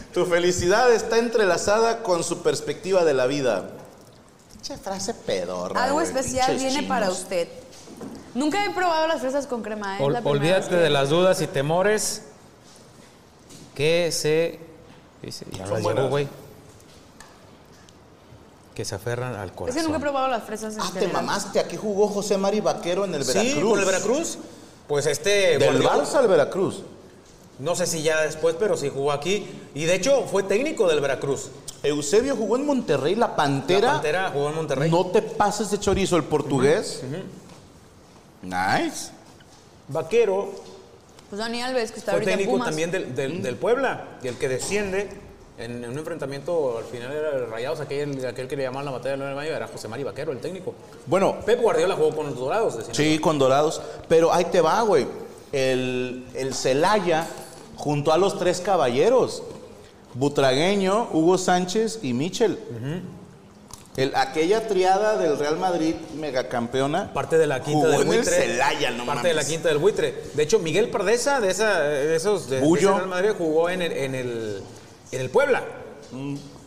Speaker 1: <laughs> tu felicidad está entrelazada con su perspectiva de la vida. Pinche frase pedorra.
Speaker 3: Algo
Speaker 1: güey,
Speaker 3: especial
Speaker 1: pinches
Speaker 3: viene para
Speaker 1: chinos.
Speaker 3: usted. Nunca he probado las fresas con crema, ¿eh? Es
Speaker 5: ol-
Speaker 3: la primera vez
Speaker 5: olvídate
Speaker 3: que-
Speaker 5: de las dudas y temores que se... Dice, ya
Speaker 1: Son
Speaker 5: las
Speaker 1: buenas.
Speaker 5: llevo, güey. Que se aferran al
Speaker 3: Es
Speaker 5: corazón.
Speaker 3: que nunca he probado las fresas en
Speaker 1: Ah, te
Speaker 3: general.
Speaker 1: mamaste. Aquí jugó José Mari Vaquero en el Veracruz.
Speaker 5: Sí, con el Veracruz. Pues este...
Speaker 1: Del
Speaker 5: Guardiola-
Speaker 1: Barça al Veracruz.
Speaker 5: No sé si ya después, pero sí jugó aquí. Y de hecho, fue técnico del Veracruz.
Speaker 1: Eusebio jugó en Monterrey, la Pantera.
Speaker 5: La Pantera jugó en Monterrey.
Speaker 1: No te pases de chorizo el portugués. Nice.
Speaker 5: Vaquero
Speaker 3: Pues Dani Alves, que está
Speaker 5: Fue
Speaker 3: ahorita en
Speaker 5: técnico
Speaker 3: Pumas.
Speaker 5: también del, del-
Speaker 1: Mm.
Speaker 5: del Puebla, y el que desciende en, en un enfrentamiento al final era de Rayados, aquel, aquel que le llamaban la batalla del 9 de mayo, era José Mari Vaquero, el técnico.
Speaker 1: Bueno,
Speaker 5: Pep Guardiola jugó con los Dorados. de Sinaloa.
Speaker 1: sí, con dorados. Pero ahí te va, güey. El, el Celaya junto a los tres caballeros. Butragueño, Hugo Sánchez y Michel. El- aquella triada del Real Madrid megacampeona.
Speaker 5: Parte de la quinta
Speaker 1: jugó
Speaker 5: del
Speaker 1: en el
Speaker 5: buitre.
Speaker 1: Celaya, no
Speaker 5: Parte
Speaker 1: mames.
Speaker 5: de la quinta del buitre. De hecho, Miguel Pardesa, de, esa, de esos de, de
Speaker 1: Bullo.
Speaker 5: ese Real Madrid, jugó en el, en el, en el Puebla.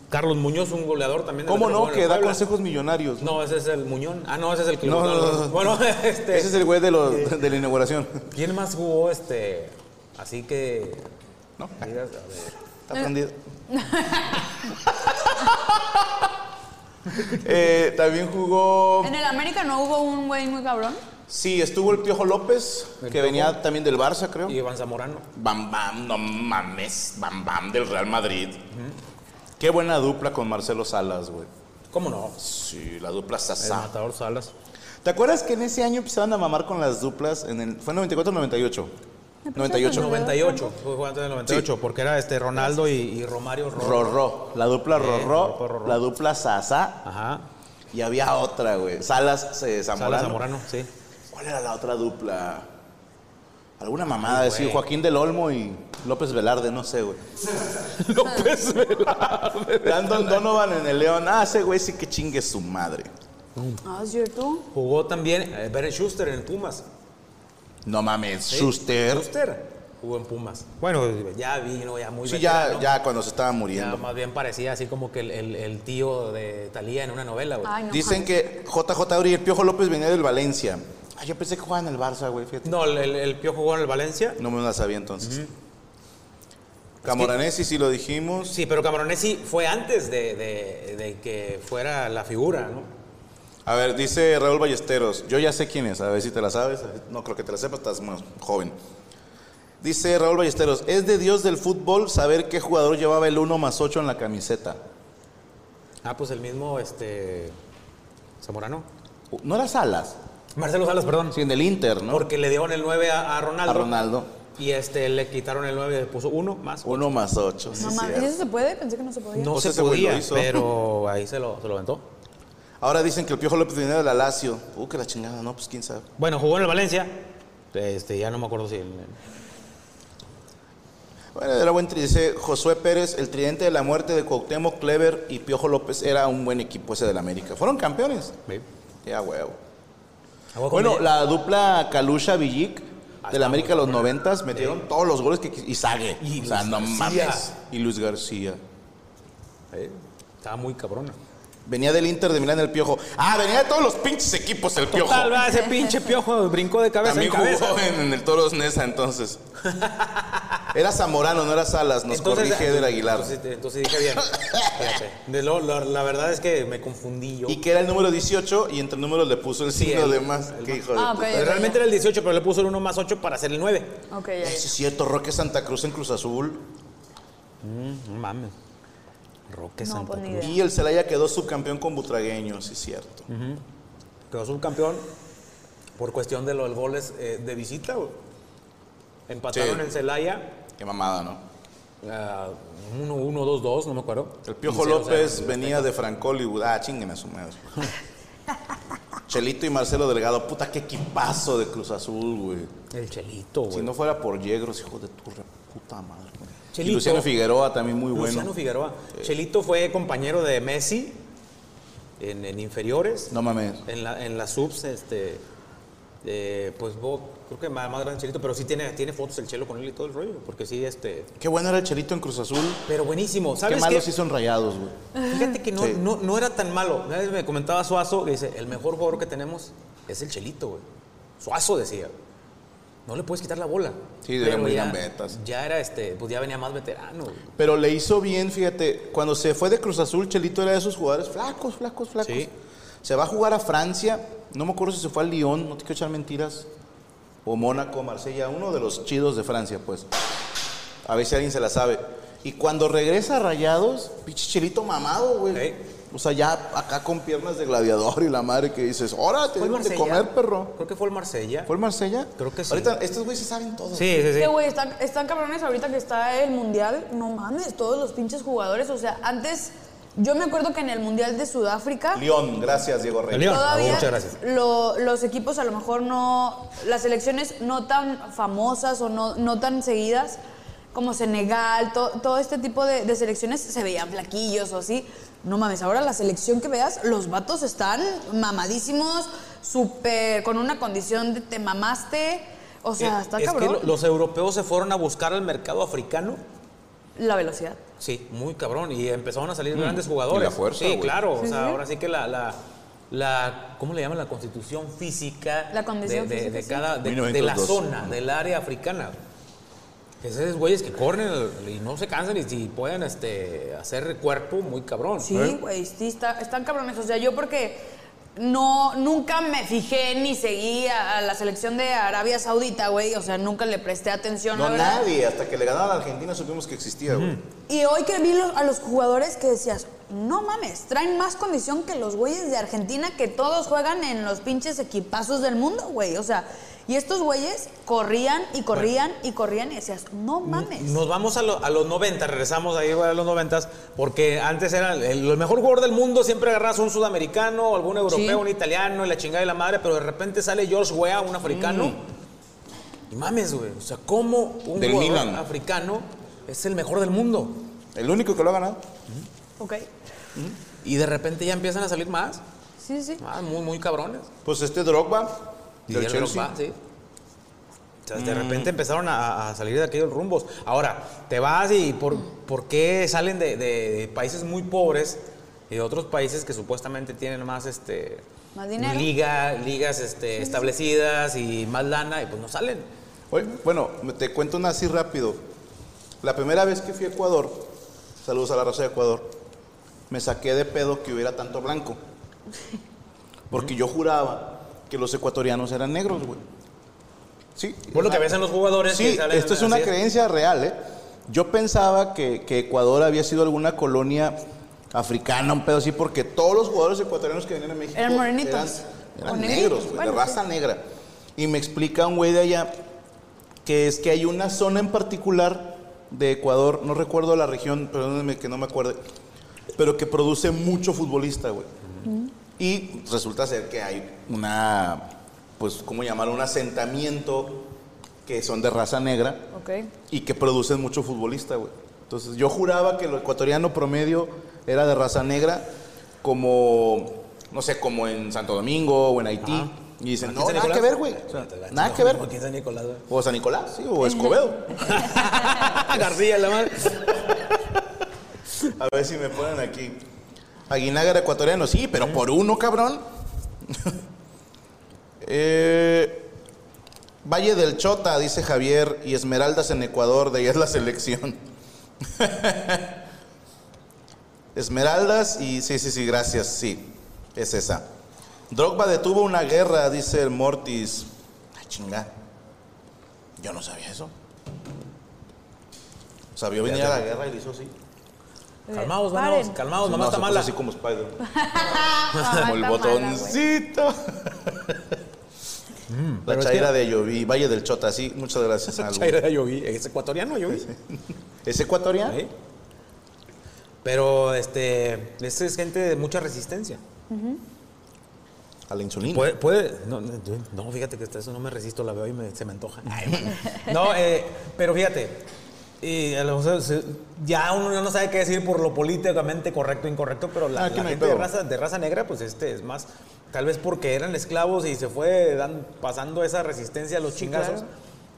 Speaker 5: Carlos Muñoz, un goleador también.
Speaker 1: Mm. ¿Cómo no?
Speaker 5: delantero, jugó en
Speaker 1: Que
Speaker 5: el
Speaker 1: da
Speaker 5: Puebla.
Speaker 1: consejos millonarios.
Speaker 5: No, ese es el Muñón. Ah, no, ese es el que...
Speaker 1: No, no, no, no.
Speaker 5: Bueno, <laughs> este...
Speaker 1: Ese es el güey de, los- de la inauguración.
Speaker 5: ¿Quién más jugó este? Así que.
Speaker 1: No.
Speaker 5: digas, a ver.
Speaker 1: Está prendido. Eh, también jugó.
Speaker 3: En el América no hubo un güey muy cabrón.
Speaker 1: Sí, estuvo el Piojo López, que venía también del Barça, creo.
Speaker 5: Y Iván Zamorano.
Speaker 1: Bam Bam, no mames. Bam Bam del Real Madrid. Qué buena dupla con Marcelo Salas, güey.
Speaker 5: ¿Cómo no?
Speaker 1: Sí, la dupla
Speaker 5: El
Speaker 1: Sasa.
Speaker 5: matador Salas.
Speaker 1: ¿Te acuerdas que en ese año empezaban a mamar con las duplas? En el, ¿Fue en 94 o 98? 98.
Speaker 5: 98, fue jugando en el 98, porque era este Ronaldo y, y Romario Rorro.
Speaker 1: Rorró. La dupla
Speaker 5: Eh,
Speaker 1: Rorró,
Speaker 5: Rorró, Rorró.
Speaker 1: la dupla Sasa
Speaker 5: Ajá.
Speaker 1: y había otra, güey. Salas eh, Zamorano.
Speaker 5: Salas Zamorano, sí.
Speaker 1: ¿Cuál era la otra dupla? Alguna mamada, decir Joaquín del Olmo y López Velarde, no sé, güey.
Speaker 5: <laughs> López
Speaker 1: Landon Donovan en el León. Ah, ese güey sí que chingue su madre.
Speaker 3: Ah, ¿es cierto?
Speaker 5: Jugó también eh, Beren Schuster en el Pumas.
Speaker 1: No mames,
Speaker 5: ¿sí?
Speaker 1: Schuster.
Speaker 5: Schuster jugó en Pumas. Bueno, ya vino, ya muy
Speaker 1: Sí, ya,
Speaker 5: veterano.
Speaker 1: ya cuando se estaba
Speaker 5: Ya
Speaker 1: muriendo.
Speaker 5: más bien parecía así como que el, el- el tío de Talía en una novela, güey.
Speaker 3: Ay, no.
Speaker 1: Dicen
Speaker 3: mames.
Speaker 1: que JJ Abril y el Piojo López venía del Valencia. Ah, yo pensé que jugaba en el Barça, güey, fíjate.
Speaker 5: No, el, el, el Piojo jugó en el Valencia.
Speaker 1: No me la sabía entonces. Camoranesi sí lo dijimos.
Speaker 5: Sí, pero Camaronesi fue antes de, de- de que fuera la figura, ¿no?
Speaker 1: A ver, dice Raúl Ballesteros. Yo ya sé quién es, a ver si te la sabes. No creo que te la sepas, estás más joven. Dice Raúl Ballesteros, es de Dios del fútbol saber qué jugador llevaba el 1 más 8 en la camiseta.
Speaker 5: Ah, pues el mismo, este. Zamorano.
Speaker 1: No era Salas,
Speaker 5: Marcelo Salas, perdón.
Speaker 1: sí, en el Inter, ¿no?
Speaker 5: Porque le dieron el 9 a, a Ronaldo.
Speaker 1: A Ronaldo.
Speaker 5: Y este, le quitaron el 9, le puso uno más.
Speaker 1: 1 más 8.
Speaker 3: No mames, ¿y eso se puede? Pensé que no se podía.
Speaker 5: No
Speaker 1: Pues
Speaker 5: se
Speaker 1: ese güey lo
Speaker 5: podía,
Speaker 1: hizo.
Speaker 5: pero ahí se lo, se lo aventó.
Speaker 1: Ahora dicen que el Piojo López venía de la Lazio. Uh, que la chingada, no, pues quién sabe.
Speaker 5: Bueno, jugó en el Valencia. Este, ya no me acuerdo si. el-
Speaker 1: Bueno, era buen tri, dice Josué Pérez, el tridente de la muerte de Cuauhtémoc, Clever y Piojo López era un buen equipo ese del América. Fueron campeones.
Speaker 5: Sí.
Speaker 1: Ya, huevo.
Speaker 5: Jugó con
Speaker 1: Bueno,
Speaker 5: el-
Speaker 1: la dupla Kalusha Villic del
Speaker 5: Ah, está
Speaker 1: América de los noventas metieron todos los goles que quis- y Sague.
Speaker 5: Y
Speaker 1: o sea,
Speaker 5: Luis
Speaker 1: no
Speaker 5: García.
Speaker 1: mames. Y Luis García.
Speaker 5: Eh, Estaba muy cabrona.
Speaker 1: Venía del Inter de Milán el Piojo. Ah, venía de todos los pinches equipos el Piojo.
Speaker 5: Total, va, ese pinche piojo brincó de cabeza
Speaker 1: También
Speaker 5: en cabeza.
Speaker 1: jugó en, en el Toros Nesa
Speaker 5: <laughs>
Speaker 1: entonces. Era Zamorano, no era Salas, nos corrige del Aguilar.
Speaker 5: Entonces, entonces dije bien. Fíjate. De lo- la, la verdad es que me confundí yo.
Speaker 1: y que era el número 18 y entre números le puso el
Speaker 5: Sí,
Speaker 1: signo
Speaker 5: el-
Speaker 1: de más. Qué hijo de puta.
Speaker 3: Ah, ok.
Speaker 5: Pero realmente era el 18, pero le puso el 1 más 8 para hacer el 9.
Speaker 3: Ok, ya,
Speaker 1: Eso
Speaker 3: ya.
Speaker 1: es cierto, Roque Santa Cruz en Cruz Azul.
Speaker 5: No mames. Roque
Speaker 3: No,
Speaker 5: Santa
Speaker 3: pues ni
Speaker 5: Cruz.
Speaker 3: idea.
Speaker 1: Y el Celaya quedó subcampeón con Butragueño, sí es cierto.
Speaker 5: Mm. Quedó subcampeón por cuestión de los goles eh, de visita. güey. Empataron
Speaker 1: Sí.
Speaker 5: en Celaya
Speaker 1: Qué mamada, ¿no?
Speaker 5: 1-1, 2-2, no me acuerdo.
Speaker 1: El Piojo
Speaker 5: Quince, o sea,
Speaker 1: López venía de Franco Hollywood. Ah, chinguen a su
Speaker 5: <laughs>
Speaker 1: madre. Chelito y Marcelo Delgado. Puta, qué equipazo de Cruz Azul, güey.
Speaker 5: El Chelito, güey.
Speaker 1: Si no fuera por Yegros, hijo de tu re puta madre, güey.
Speaker 5: Chelito.
Speaker 1: Y Luciano Figueroa también muy bueno.
Speaker 5: Luciano Figueroa. Chelito fue compañero de Messi en, en inferiores.
Speaker 1: No mames.
Speaker 5: En, la, en las subs, este. eh, pues vos, creo que más, más grande Chelito, pero sí tiene, tiene fotos del Chelo con él y todo el rollo, porque sí, este.
Speaker 1: Qué bueno era el Chelito en Cruz Azul.
Speaker 5: Pero buenísimo,
Speaker 1: Qué
Speaker 5: ¿sabes?
Speaker 1: malos
Speaker 5: qué?
Speaker 1: sí son rayados, güey.
Speaker 5: Fíjate que no,
Speaker 1: Sí.
Speaker 5: no, no era tan malo. Una vez me comentaba Suazo, que dice, el mejor jugador que tenemos es el Chelito, güey. Suazo decía, no le puedes quitar la bola.
Speaker 1: Sí, era
Speaker 5: Pero
Speaker 1: muy
Speaker 5: ya,
Speaker 1: gambetas.
Speaker 5: ya era este, pues ya venía más veterano, güey.
Speaker 1: Pero le hizo bien, fíjate, cuando se fue de Cruz Azul, Chelito era de esos jugadores flacos, flacos, flacos.
Speaker 5: Sí.
Speaker 1: Se va a jugar a Francia, no me acuerdo si se fue al Lyon, no te quiero echar mentiras, o Mónaco, Marsella, uno de los chidos de Francia, pues. A ver si alguien se la sabe. Y cuando regresa a Rayados, pinche Chelito mamado, güey.
Speaker 5: Sí.
Speaker 1: O sea, ya acá con piernas de gladiador y la madre que dices, ahora te
Speaker 5: ¿Fue el
Speaker 1: deben de
Speaker 5: Marsella?
Speaker 1: comer, perro.
Speaker 5: Creo que fue el Marsella. Eh,
Speaker 1: ¿Fue el Marsella?
Speaker 5: Creo que sí.
Speaker 1: Ahorita, estos güeyes se saben todo.
Speaker 5: Sí, sí, sí.
Speaker 3: Que, güey, están, están cabrones ahorita que está el mundial. No mames, todos los pinches jugadores. O sea, antes, yo me acuerdo que en el mundial de Sudáfrica.
Speaker 1: León, gracias, Diego Reyes.
Speaker 5: El León. Ah,
Speaker 3: Todavía
Speaker 5: Muchas gracias.
Speaker 3: lo- los equipos a lo mejor no, las selecciones no tan famosas o no, no tan seguidas como Senegal, to- todo este tipo de, de selecciones se veían flaquillos o así. No mames, ahora la selección que veas, los vatos están mamadísimos, súper, con una condición de te mamaste. O sea,
Speaker 5: Eh,
Speaker 3: está
Speaker 5: es que
Speaker 3: cabrón.
Speaker 5: lo- los europeos se fueron a buscar al mercado africano.
Speaker 3: La velocidad.
Speaker 5: Sí, muy cabrón. Y empezaron a salir grandes jugadores.
Speaker 1: Mm. Y la fuerza,
Speaker 5: Sí,
Speaker 1: güey.
Speaker 5: claro. o sea, ahora sí que la, la, la- ¿Cómo le llaman? La constitución física.
Speaker 3: La condición
Speaker 5: de, de-
Speaker 3: física,
Speaker 5: de
Speaker 3: sí.
Speaker 5: cada. De, de la
Speaker 1: 1902.
Speaker 5: zona, del área africana. Esos güeyes que corren el- y no se cansan y, si pueden este, hacer cuerpo muy cabrón.
Speaker 1: ¿Eh?
Speaker 3: Sí, güey, sí, está- están cabrones. O sea, yo porque no, nunca me fijé ni seguí a, a la selección de Arabia Saudita, güey. O sea, nunca le presté atención.
Speaker 1: No,
Speaker 3: la verdad.
Speaker 1: nadie. Hasta que le ganaron a Argentina supimos que existía, güey.
Speaker 3: Y hoy que vi lo- a los jugadores que decías, no mames, traen más condición que los güeyes de Argentina que todos juegan en los pinches equipazos del mundo, güey. O sea, y estos güeyes corrían y corrían y corrían y decías, no mames.
Speaker 5: Nos vamos a, lo- a los 90, regresamos ahí güey, a los 90, porque antes era el, el mejor jugador del mundo, siempre agarras un sudamericano, o algún europeo,
Speaker 3: Sí.
Speaker 5: un italiano, y la chingada y la madre, pero de repente sale George Weah, un africano. Y mames, güey, o sea, ¿cómo un
Speaker 1: Del
Speaker 5: jugador
Speaker 1: Milan.
Speaker 5: africano es el mejor del mundo?
Speaker 1: El único que lo ha ganado.
Speaker 3: Ok.
Speaker 5: Y de repente ya empiezan a salir más,
Speaker 1: <laughs>
Speaker 3: Sí, sí.
Speaker 5: ah, muy, muy cabrones.
Speaker 1: Pues este Drogba. del
Speaker 5: Didier
Speaker 1: Chelsea.
Speaker 5: Drogba, sí. O sea, de repente
Speaker 1: Mm.
Speaker 5: empezaron a, a salir de aquellos rumbos. Ahora, te vas y por,
Speaker 1: Mm.
Speaker 5: ¿por qué salen de, de países muy pobres y de otros países que supuestamente tienen más este
Speaker 3: Más dinero.
Speaker 5: liga, ligas este, establecidas y más lana y pues no salen.
Speaker 1: Oye, bueno, me- te cuento una así rápido. La primera vez que fui a Ecuador, saludos a la raza de Ecuador, me saqué de pedo que hubiera tanto
Speaker 5: <laughs>
Speaker 1: blanco. Porque yo juraba que los ecuatorianos eran negros, güey. Sí.
Speaker 5: Por lo que ves en los jugadores que
Speaker 1: Sí,
Speaker 5: salen
Speaker 1: esto es una
Speaker 5: así.
Speaker 1: creencia real, ¿eh? Yo pensaba que, que Ecuador había sido alguna colonia africana, un pedo así, porque todos los jugadores ecuatorianos que venían a México
Speaker 3: Eran morenitos.
Speaker 1: eran- eran
Speaker 3: O negritos,
Speaker 1: negros, güey,
Speaker 3: bueno,
Speaker 1: de
Speaker 3: sí.
Speaker 1: raza negra. Y me explica un güey de allá que es que hay una zona en particular de Ecuador, no recuerdo la región, perdónenme que no me acuerde, pero que produce mucho futbolista, güey. Y resulta ser que hay una, pues, ¿cómo llamarlo? Un asentamiento que son de raza negra
Speaker 3: Ok.
Speaker 1: y que producen mucho futbolista, güey. Entonces, yo juraba que el ecuatoriano promedio era de raza negra, como, no sé, como en Santo Domingo o en Haití. Y dicen,
Speaker 5: Aquí
Speaker 1: Pues Ah, no, nada
Speaker 5: San Nicolás.
Speaker 1: que ver, güey. O sea, nada que ver.
Speaker 5: Aquí San Nicolás, güey.
Speaker 1: O San Nicolás, sí, o Escobedo.
Speaker 5: García, la madre.
Speaker 1: A ver si me ponen aquí. Aguinaga ecuatoriano, sí, pero por uno, cabrón. <laughs> Eh, Valle del Chota, dice Javier, y Esmeraldas en Ecuador, de ahí es la selección. <laughs> Esmeraldas y sí, sí, sí, gracias, sí, es esa. Drogba detuvo una guerra, dice el Mortis. Ah, chinga. Yo no sabía eso. O sea, vio venir a la guerra y le hizo así.
Speaker 5: Calmaos,
Speaker 3: Eh, Paren.
Speaker 5: vamos, calmaos, mamá
Speaker 1: No,
Speaker 5: está
Speaker 1: se puso
Speaker 5: mala.
Speaker 1: así como Spider.
Speaker 9: Mamá
Speaker 1: <laughs>
Speaker 3: Ah,
Speaker 1: como
Speaker 9: Ah,
Speaker 1: el
Speaker 9: está mala, güey.
Speaker 1: botoncito. La
Speaker 5: Mm, pero es
Speaker 1: chaira de Lloví, Valle del Chota, sí, muchas
Speaker 5: <laughs>
Speaker 1: gracias. Algo.
Speaker 5: Chaira Yogi, es ecuatoriano Yogi.
Speaker 1: ¿Es ecuatoriano?
Speaker 5: ¿Eh? Pero este, es, es gente de mucha resistencia.
Speaker 1: A la insulina.
Speaker 5: Puede, puede- no, no, yo- no, fíjate que hasta eso no me resisto, la veo y me- se me antoja. Ay, bueno. no, eh, pero fíjate, y a lo mejor se- ya uno ya no sabe qué decir por lo políticamente correcto o incorrecto, pero la,
Speaker 1: Ah, aquí
Speaker 5: la
Speaker 1: no hay
Speaker 5: gente de
Speaker 1: pedo.
Speaker 5: raza, de raza negra, pues este es más, tal vez porque eran esclavos y se fue dan- pasando esa resistencia a los chingazos,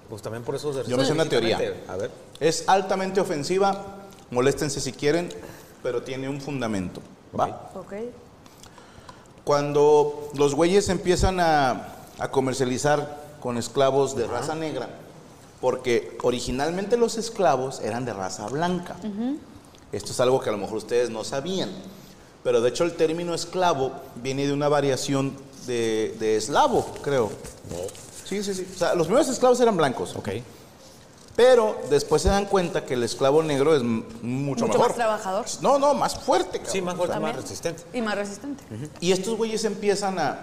Speaker 5: pues también por eso se
Speaker 1: Yo me sé una
Speaker 5: resisten
Speaker 1: teoría.
Speaker 5: físicamente. A ver.
Speaker 1: Es altamente ofensiva, moléstense si quieren, pero tiene un fundamento. ¿Va?
Speaker 3: Ok.
Speaker 1: Cuando los güeyes empiezan a, a comercializar con esclavos de raza negra, porque originalmente los esclavos eran de raza blanca. Esto es algo que a lo mejor ustedes no sabían. Pero de hecho el término esclavo viene de una variación de, de eslavo, creo. Sí, sí, sí. O sea, los primeros esclavos eran blancos. Pero después se dan cuenta que el esclavo negro es m- mucho,
Speaker 3: Mucho
Speaker 1: mejor.
Speaker 3: más trabajador.
Speaker 1: No, no, más fuerte.
Speaker 5: Sí,
Speaker 1: cabrón.
Speaker 5: más fuerte, más
Speaker 3: También.
Speaker 5: resistente.
Speaker 3: Y más resistente.
Speaker 1: Y estos güeyes empiezan a,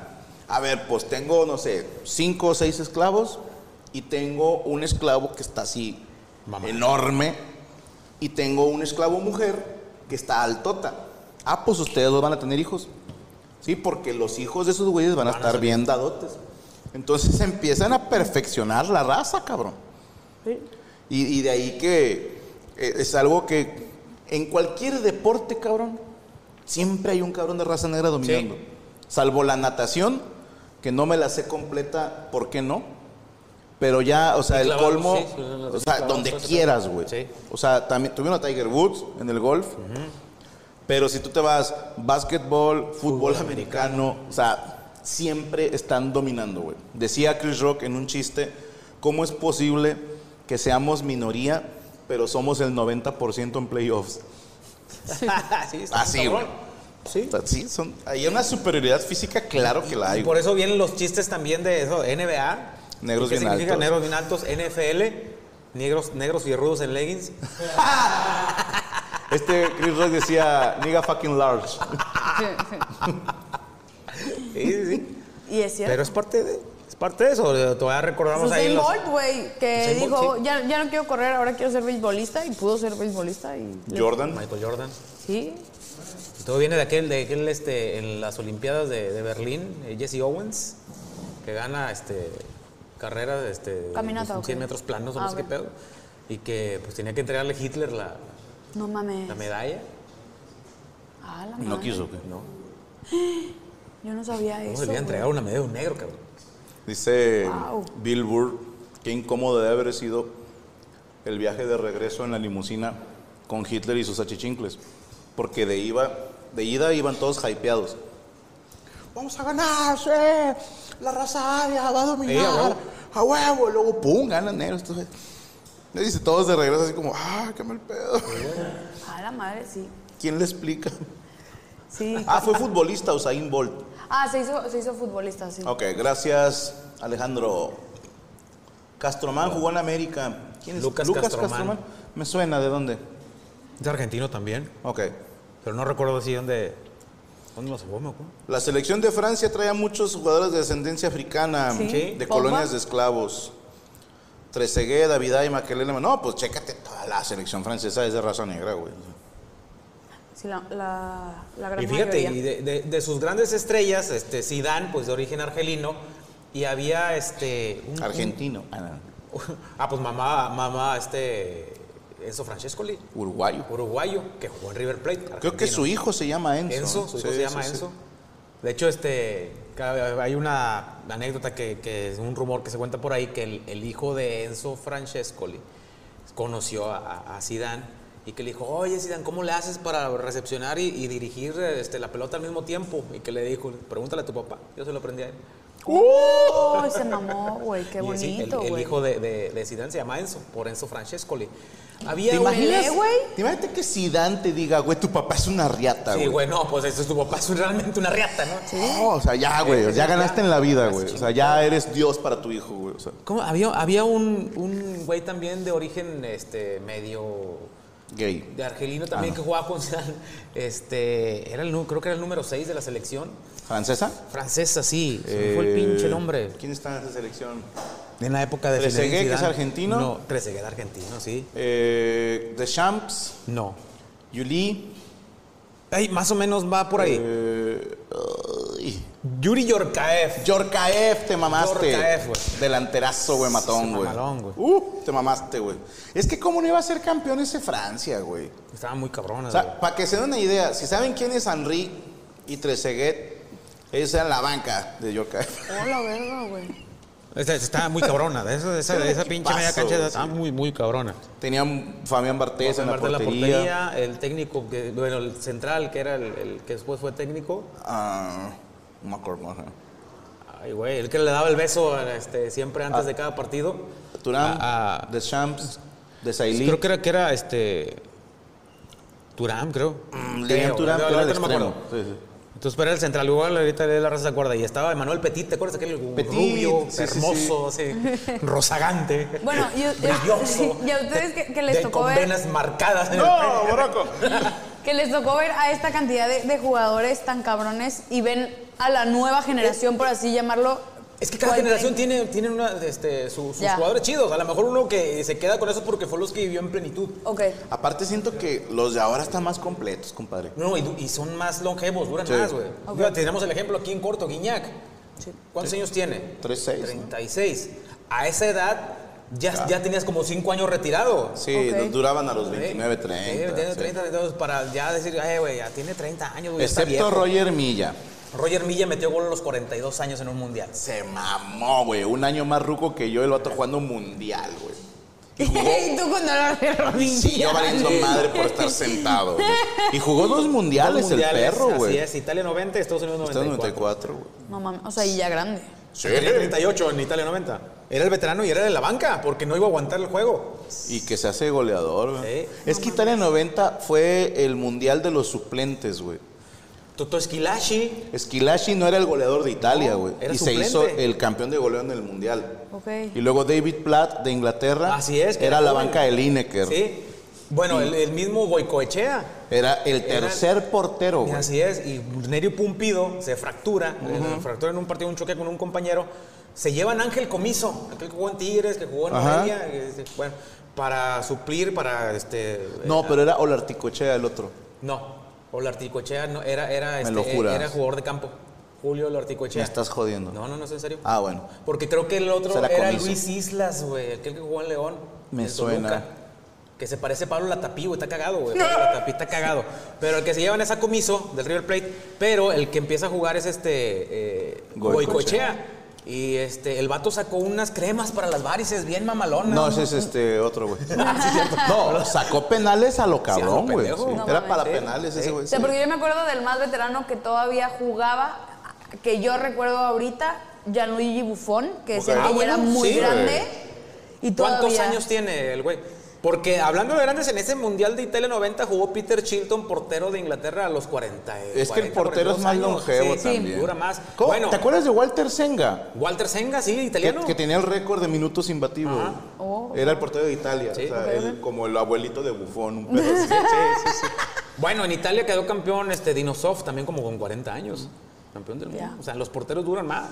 Speaker 1: a ver, pues tengo, no sé, cinco o seis esclavos y tengo un esclavo que está así enorme y tengo un esclavo mujer que está altota. Ah, pues ustedes dos van a tener hijos. Sí, porque los hijos de esos güeyes van a estar bien dadotes. Entonces empiezan a perfeccionar la raza, cabrón. Y, y de ahí que eh, es algo que en cualquier deporte, cabrón, siempre hay un cabrón de raza negra dominando. Salvo la natación, que no me la sé completa, ¿por qué no? Pero ya, o sea, el
Speaker 5: clavados,
Speaker 1: colmo,
Speaker 5: sí, son los
Speaker 1: o sea,
Speaker 5: clavados,
Speaker 1: donde
Speaker 5: todo ese
Speaker 1: quieras,
Speaker 5: pedo.
Speaker 1: güey.
Speaker 5: Sí.
Speaker 1: O sea, también tuvieron a Tiger Woods en el golf. Pero si tú te vas básquetbol, fútbol americano, o sea, siempre están dominando, güey. Decía Chris Rock en un chiste, ¿cómo es posible que seamos minoría, pero somos el 90% en playoffs?
Speaker 5: <laughs> sí, está
Speaker 1: Así,
Speaker 5: cabrón.
Speaker 1: Ah, güey. Sí. sí, son, hay una superioridad física, claro que la hay.
Speaker 5: Y por eso vienen los chistes también de eso, NBA.
Speaker 1: Negros
Speaker 5: ¿Qué
Speaker 1: bien
Speaker 5: significa
Speaker 1: altos.
Speaker 5: negros bien altos? NFL, negros, negros fierrudos en
Speaker 1: <laughs>
Speaker 5: leggings. e-
Speaker 1: Este Chris Rock decía, nigga fucking large. Ah.
Speaker 5: Sí, sí, sí.
Speaker 3: Y es cierto.
Speaker 5: Pero es parte de, es parte de eso. Todavía recordamos ahí
Speaker 3: Pues Usain
Speaker 5: los-
Speaker 3: Bolt, güey, que
Speaker 5: Usain Bolt,
Speaker 3: dijo,
Speaker 5: sí.
Speaker 3: ya, ya no quiero correr, ahora quiero ser beisbolista y pudo ser beisbolista y...
Speaker 1: Jordan.
Speaker 5: Michael Jordan.
Speaker 3: Sí.
Speaker 5: Y todo viene de aquel, de aquel este, en las Olimpiadas de, de Berlín, eh, Jesse Owens, que gana este, carreras este,
Speaker 3: Caminata,
Speaker 5: de
Speaker 3: ok.
Speaker 5: 100 metros planos o
Speaker 3: Ah,
Speaker 5: no sé qué
Speaker 3: ok.
Speaker 5: pedo. Y que pues tenía que entregarle Hitler la,
Speaker 3: No mames.
Speaker 5: la medalla.
Speaker 3: Ah, la
Speaker 1: ¿Y
Speaker 3: madre.
Speaker 1: no quiso qué?
Speaker 5: No,
Speaker 3: Yo no sabía
Speaker 5: no
Speaker 3: eso.
Speaker 5: se le iba a entregar una medalla a un negro, cabrón.
Speaker 1: Dice
Speaker 3: Wow.
Speaker 1: Bill Burr, qué incómodo debe haber sido el viaje de regreso en la limusina con Hitler y sus achichincles. Porque de, iba, de ida iban todos hypeados. Vamos a ganar, sí. La raza aria va Eh, a dominar.
Speaker 5: Ey, a huevo.
Speaker 1: a huevo. Luego, pum, ganan negros. Entonces, le dice todos de regreso así como, ah, qué mal pedo.
Speaker 3: güey. Ah, la madre, sí.
Speaker 1: ¿Quién le explica?
Speaker 5: <laughs>
Speaker 3: Sí.
Speaker 1: Ah, fue futbolista Usain Bolt.
Speaker 3: Ah, se hizo, se hizo futbolista, sí.
Speaker 1: Ok, gracias, Alejandro. Castromán jugó en América. ¿Quién
Speaker 5: Lucas Castromán.
Speaker 1: Me suena, ¿de dónde?
Speaker 5: Es argentino también,
Speaker 1: Ok.
Speaker 5: pero no recuerdo así dónde. ¿Dónde lo jugó, me acuerdo?
Speaker 1: La selección de Francia trae a muchos jugadores de descendencia africana,
Speaker 3: Sí. Sí.
Speaker 1: de
Speaker 3: Pogba.
Speaker 1: colonias de esclavos. Trezeguet, Davidá y Maquelele. No, pues chécate toda la selección francesa, es de raza negra, güey.
Speaker 3: Sí, la, la, la gran
Speaker 5: Y fíjate,
Speaker 3: mayoría.
Speaker 5: y de, de- de sus grandes estrellas, este, Zidane, pues de origen argelino, y había este. un-
Speaker 1: Argentino, ah, no,
Speaker 5: un- ah, pues mamá, mamá, este. Enzo Francescoli,
Speaker 1: uruguayo.
Speaker 5: uruguayo, que jugó en River Plate.
Speaker 1: Creo que
Speaker 5: argentino.
Speaker 1: su hijo se llama Enzo.
Speaker 5: Enzo,
Speaker 1: ¿no?
Speaker 5: su hijo
Speaker 1: Sí,
Speaker 5: se llama
Speaker 1: sí, sí.
Speaker 5: Enzo. De hecho, este, ca- hay una anécdota que, que es un rumor que se cuenta por ahí que el, el hijo de Enzo Francescoli conoció a, a Zidane y que le dijo, oye Zidane, ¿cómo le haces para recepcionar y, y dirigir este, la pelota al mismo tiempo? Y que le dijo, pregúntale a tu papá, yo se lo aprendí a él.
Speaker 3: ¡Oh! Se mamó, güey, qué
Speaker 5: <laughs> Y así, el-
Speaker 3: bonito,
Speaker 5: el,
Speaker 3: güey.
Speaker 5: hijo de, de, de Zidane se llama Enzo, por Enzo Francescoli. Había
Speaker 1: ¿Te
Speaker 5: un-
Speaker 1: imaginas?
Speaker 3: güey?
Speaker 1: ¿Te imagínate que Zidane te diga, güey, tu papá es una riata,
Speaker 5: Sí,
Speaker 1: güey?
Speaker 5: güey, no, pues eso es tu papá, es un- realmente una riata, ¿no?
Speaker 1: No, o sea, ya, güey. Ya ganaste en la vida, güey. O sea, ya eres Dios para tu hijo, güey. O sea,
Speaker 5: ¿Cómo? Había, había un, un güey también de origen este, medio
Speaker 1: gay.
Speaker 5: de argelino también
Speaker 1: Ah,
Speaker 5: que jugaba con Zidane. Este, era el, nu- creo que era el número 6 de la selección.
Speaker 1: ¿Francesa?
Speaker 5: Francesa, sí. se me fue el
Speaker 1: Eh,
Speaker 5: pinche nombre.
Speaker 1: ¿Quién está en esa selección?
Speaker 5: En la época de
Speaker 1: Trezeguet,
Speaker 5: Zinedine
Speaker 1: que es
Speaker 5: Zidane.
Speaker 1: argentino.
Speaker 5: No, Trezeguet era argentino, sí.
Speaker 1: Eh, The Champs,
Speaker 5: No.
Speaker 1: Yuli.
Speaker 5: Ay, más o menos va por ahí.
Speaker 1: Eh, ay,
Speaker 5: Yuri Yorkaev.
Speaker 1: Yorkaev, te mamaste.
Speaker 5: Yorkaev, güey.
Speaker 1: Delanterazo, güey, matón,
Speaker 5: Ese
Speaker 1: güey.
Speaker 5: mamalón, güey.
Speaker 1: Uh, te mamaste, güey. Es que cómo no iba a ser campeón ese Francia, güey.
Speaker 5: Estaba muy cabrona.
Speaker 1: O
Speaker 5: güey.
Speaker 1: sea, para que se den una idea, si saben quién es Henry y Trezeguet, ellos eran la banca de Yorkaev. <laughs>
Speaker 3: Hola, Oh, verga, güey.
Speaker 5: Esa- esa Estaba muy cabrona. de Esa, esa,
Speaker 1: Era un
Speaker 5: esa pinche media
Speaker 1: equipazo,
Speaker 5: cancha
Speaker 1: güey,
Speaker 5: estaba
Speaker 1: sí.
Speaker 5: muy, muy cabrona.
Speaker 1: Tenían Fabián Bartés en la
Speaker 5: Aparte de
Speaker 1: portería.
Speaker 5: el técnico, que, bueno, el central, que era el, el que después fue técnico.
Speaker 1: Ah, no me acuerdo. ajá.
Speaker 5: Ay, güey, el que le daba el beso este, siempre antes
Speaker 1: Ah.
Speaker 5: de cada partido.
Speaker 1: Turán,
Speaker 5: Ah, ah.
Speaker 1: Deschamps, Desailly.
Speaker 5: Creo que era, que era este. Turam, creo.
Speaker 1: Mm,
Speaker 5: Creo,
Speaker 1: Lilian Turán,
Speaker 5: la- la
Speaker 1: pero era de
Speaker 5: verdad no me acuerdo.
Speaker 1: extremo. Sí, sí.
Speaker 5: Entonces, pues, pero era el central, igual ahorita le la raza se acuerda. Y estaba Manuel Petit, ¿te acuerdas? Aquel
Speaker 1: Petit,
Speaker 5: rubio,
Speaker 1: sí, sí,
Speaker 5: hermoso, así,
Speaker 3: <laughs>
Speaker 5: rozagante.
Speaker 3: Bueno, y, y-
Speaker 5: <laughs> brilloso.
Speaker 3: <laughs> y a ustedes que, que les
Speaker 5: de-
Speaker 3: tocó
Speaker 5: con
Speaker 3: ver...
Speaker 5: venas marcadas en el
Speaker 1: ¡No, Boroco!
Speaker 3: Que les tocó ver a esta cantidad de, de jugadores tan cabrones y ven a la nueva generación, por así llamarlo.
Speaker 5: Es que cada
Speaker 3: cual
Speaker 5: generación
Speaker 3: ven-
Speaker 5: tiene, tiene una, este, su- sus
Speaker 3: Ya.
Speaker 5: jugadores chidos. A lo mejor uno que se queda con eso porque fue los que vivió en plenitud.
Speaker 3: Ok.
Speaker 1: Aparte siento que los de ahora están más completos, compadre.
Speaker 5: No, y, du- y son más longevos, duran
Speaker 1: Sí.
Speaker 5: más, güey.
Speaker 3: Ok.
Speaker 5: Mira, Tenemos el ejemplo aquí en corto, Guiñac. ¿Cuántos años tiene?
Speaker 1: 36, ¿no?
Speaker 5: 36. A esa edad ya, ya tenías como 5 años retirado.
Speaker 1: Sí,
Speaker 3: Ok.
Speaker 1: los duraban a los 29,
Speaker 5: Sí,
Speaker 1: 30.
Speaker 5: 29,
Speaker 1: sí.
Speaker 5: 30, 32, para ya decir, ay, güey, ya tiene 30 años, güey. ya está
Speaker 1: Excepto
Speaker 5: viejo".
Speaker 1: Roger Milla.
Speaker 5: Roger Milla metió gol a los 42 años en un mundial.
Speaker 1: Se mamó, güey. Un año más ruco que yo, el vato jugando mundial, güey.
Speaker 3: <laughs>
Speaker 5: <laughs>
Speaker 3: y tú con dolor de rodillas.
Speaker 1: Sí, yo valiendo madre por estar sentado. güey. Y jugó dos mundiales,
Speaker 5: Dos mundiales,
Speaker 1: el perro, güey.
Speaker 5: Así es, Italia 90, Estados Unidos
Speaker 1: Está en 94,
Speaker 5: 94.
Speaker 1: güey.
Speaker 3: No mames, o sea, y ya grande.
Speaker 1: Sí.
Speaker 5: Tenía 38 en Italia 90. Era el veterano y era de la banca porque no iba a aguantar el juego.
Speaker 1: Y que se hace goleador, güey.
Speaker 5: Sí.
Speaker 1: Es que Italia 90 fue el mundial de los suplentes, güey.
Speaker 5: Toto Esquilashi.
Speaker 1: Esquilashi no era el goleador de Italia, güey.
Speaker 5: era
Speaker 1: y
Speaker 5: suplente.
Speaker 1: se hizo el campeón de goleo en el Mundial.
Speaker 3: Ok.
Speaker 1: Y luego David Platt de Inglaterra.
Speaker 5: Así es. que
Speaker 1: Era la
Speaker 5: joven.
Speaker 1: banca de Lineker.
Speaker 5: Sí. Bueno, el, el mismo Goicoechea.
Speaker 1: Era el
Speaker 5: Era-
Speaker 1: tercer portero, güey.
Speaker 5: Así es, y Nerio Pumpido se fractura, eh, fractura en un partido, un choque con un compañero. Se llevan a Ángel Comiso, aquel que jugó en Tigres, que jugó en
Speaker 1: Ajá.
Speaker 5: Morelia, que, este, bueno, para suplir, para este. eh,
Speaker 1: No, pero era Olarticochea el otro.
Speaker 5: No, Olarticochea no, era, era, este,
Speaker 1: lo
Speaker 5: eh,
Speaker 1: juras.
Speaker 5: era jugador de campo. Julio Olarticochea.
Speaker 1: Me estás jodiendo.
Speaker 5: No, no, no, es en serio.
Speaker 1: Ah, bueno.
Speaker 5: Porque creo que el otro
Speaker 1: Será
Speaker 5: era
Speaker 1: Comiso.
Speaker 5: Luis Islas, güey, aquel que jugó en León.
Speaker 1: Me
Speaker 5: en Toluca,
Speaker 1: suena.
Speaker 5: Que se parece a Pablo Latapí, güey, está cagado, güey.
Speaker 1: <laughs>
Speaker 5: Pablo Latapí está cagado. Pero el que se llevan es a Comiso del River Plate, pero el que empieza a jugar es este eh,
Speaker 1: Goicoechea.
Speaker 5: Goicoechea. Y este, el vato sacó unas cremas para las varices, bien mamalonas.
Speaker 1: No, ese es este otro, güey. no, sacó penales a lo cabrón, güey.
Speaker 5: pendejo.
Speaker 1: Sí.
Speaker 5: No
Speaker 1: Era
Speaker 3: mames.
Speaker 1: para penales ese, güey.
Speaker 3: O sea,
Speaker 1: sí.
Speaker 3: porque yo me acuerdo del más veterano que todavía jugaba, que yo recuerdo ahorita, Gianluigi Buffon, que decían
Speaker 1: Ok.
Speaker 3: que
Speaker 5: Ah,
Speaker 3: ya era
Speaker 5: bueno,
Speaker 3: muy
Speaker 5: sí.
Speaker 3: grande. Y todavía...
Speaker 5: ¿Cuántos años tiene el güey? Porque hablando de grandes, en ese Mundial de Italia 90 jugó Peter Chilton, portero de Inglaterra, a los 40. eh,
Speaker 1: Es que el
Speaker 5: 40,
Speaker 1: portero es
Speaker 5: 42
Speaker 1: más
Speaker 5: años.
Speaker 1: longevo
Speaker 5: Sí, sí,
Speaker 1: también.
Speaker 5: dura más.
Speaker 1: ¿Cómo?
Speaker 5: Bueno,
Speaker 1: ¿Te acuerdas de Walter Senga?
Speaker 5: Walter Senga, sí,
Speaker 1: Que,
Speaker 5: italiano.
Speaker 1: que tenía el récord de minutos imbatidos.
Speaker 5: Oh.
Speaker 1: Era el portero de Italia.
Speaker 5: Sí.
Speaker 1: o sea,
Speaker 5: Ok,
Speaker 1: el- como el abuelito de Bufón, un
Speaker 5: <laughs>
Speaker 1: pedo así.
Speaker 5: Bueno, en Italia quedó campeón este Dinosoft también como con 40 años. Campeón del mundo.
Speaker 3: Ya.
Speaker 5: O sea, los porteros duran más.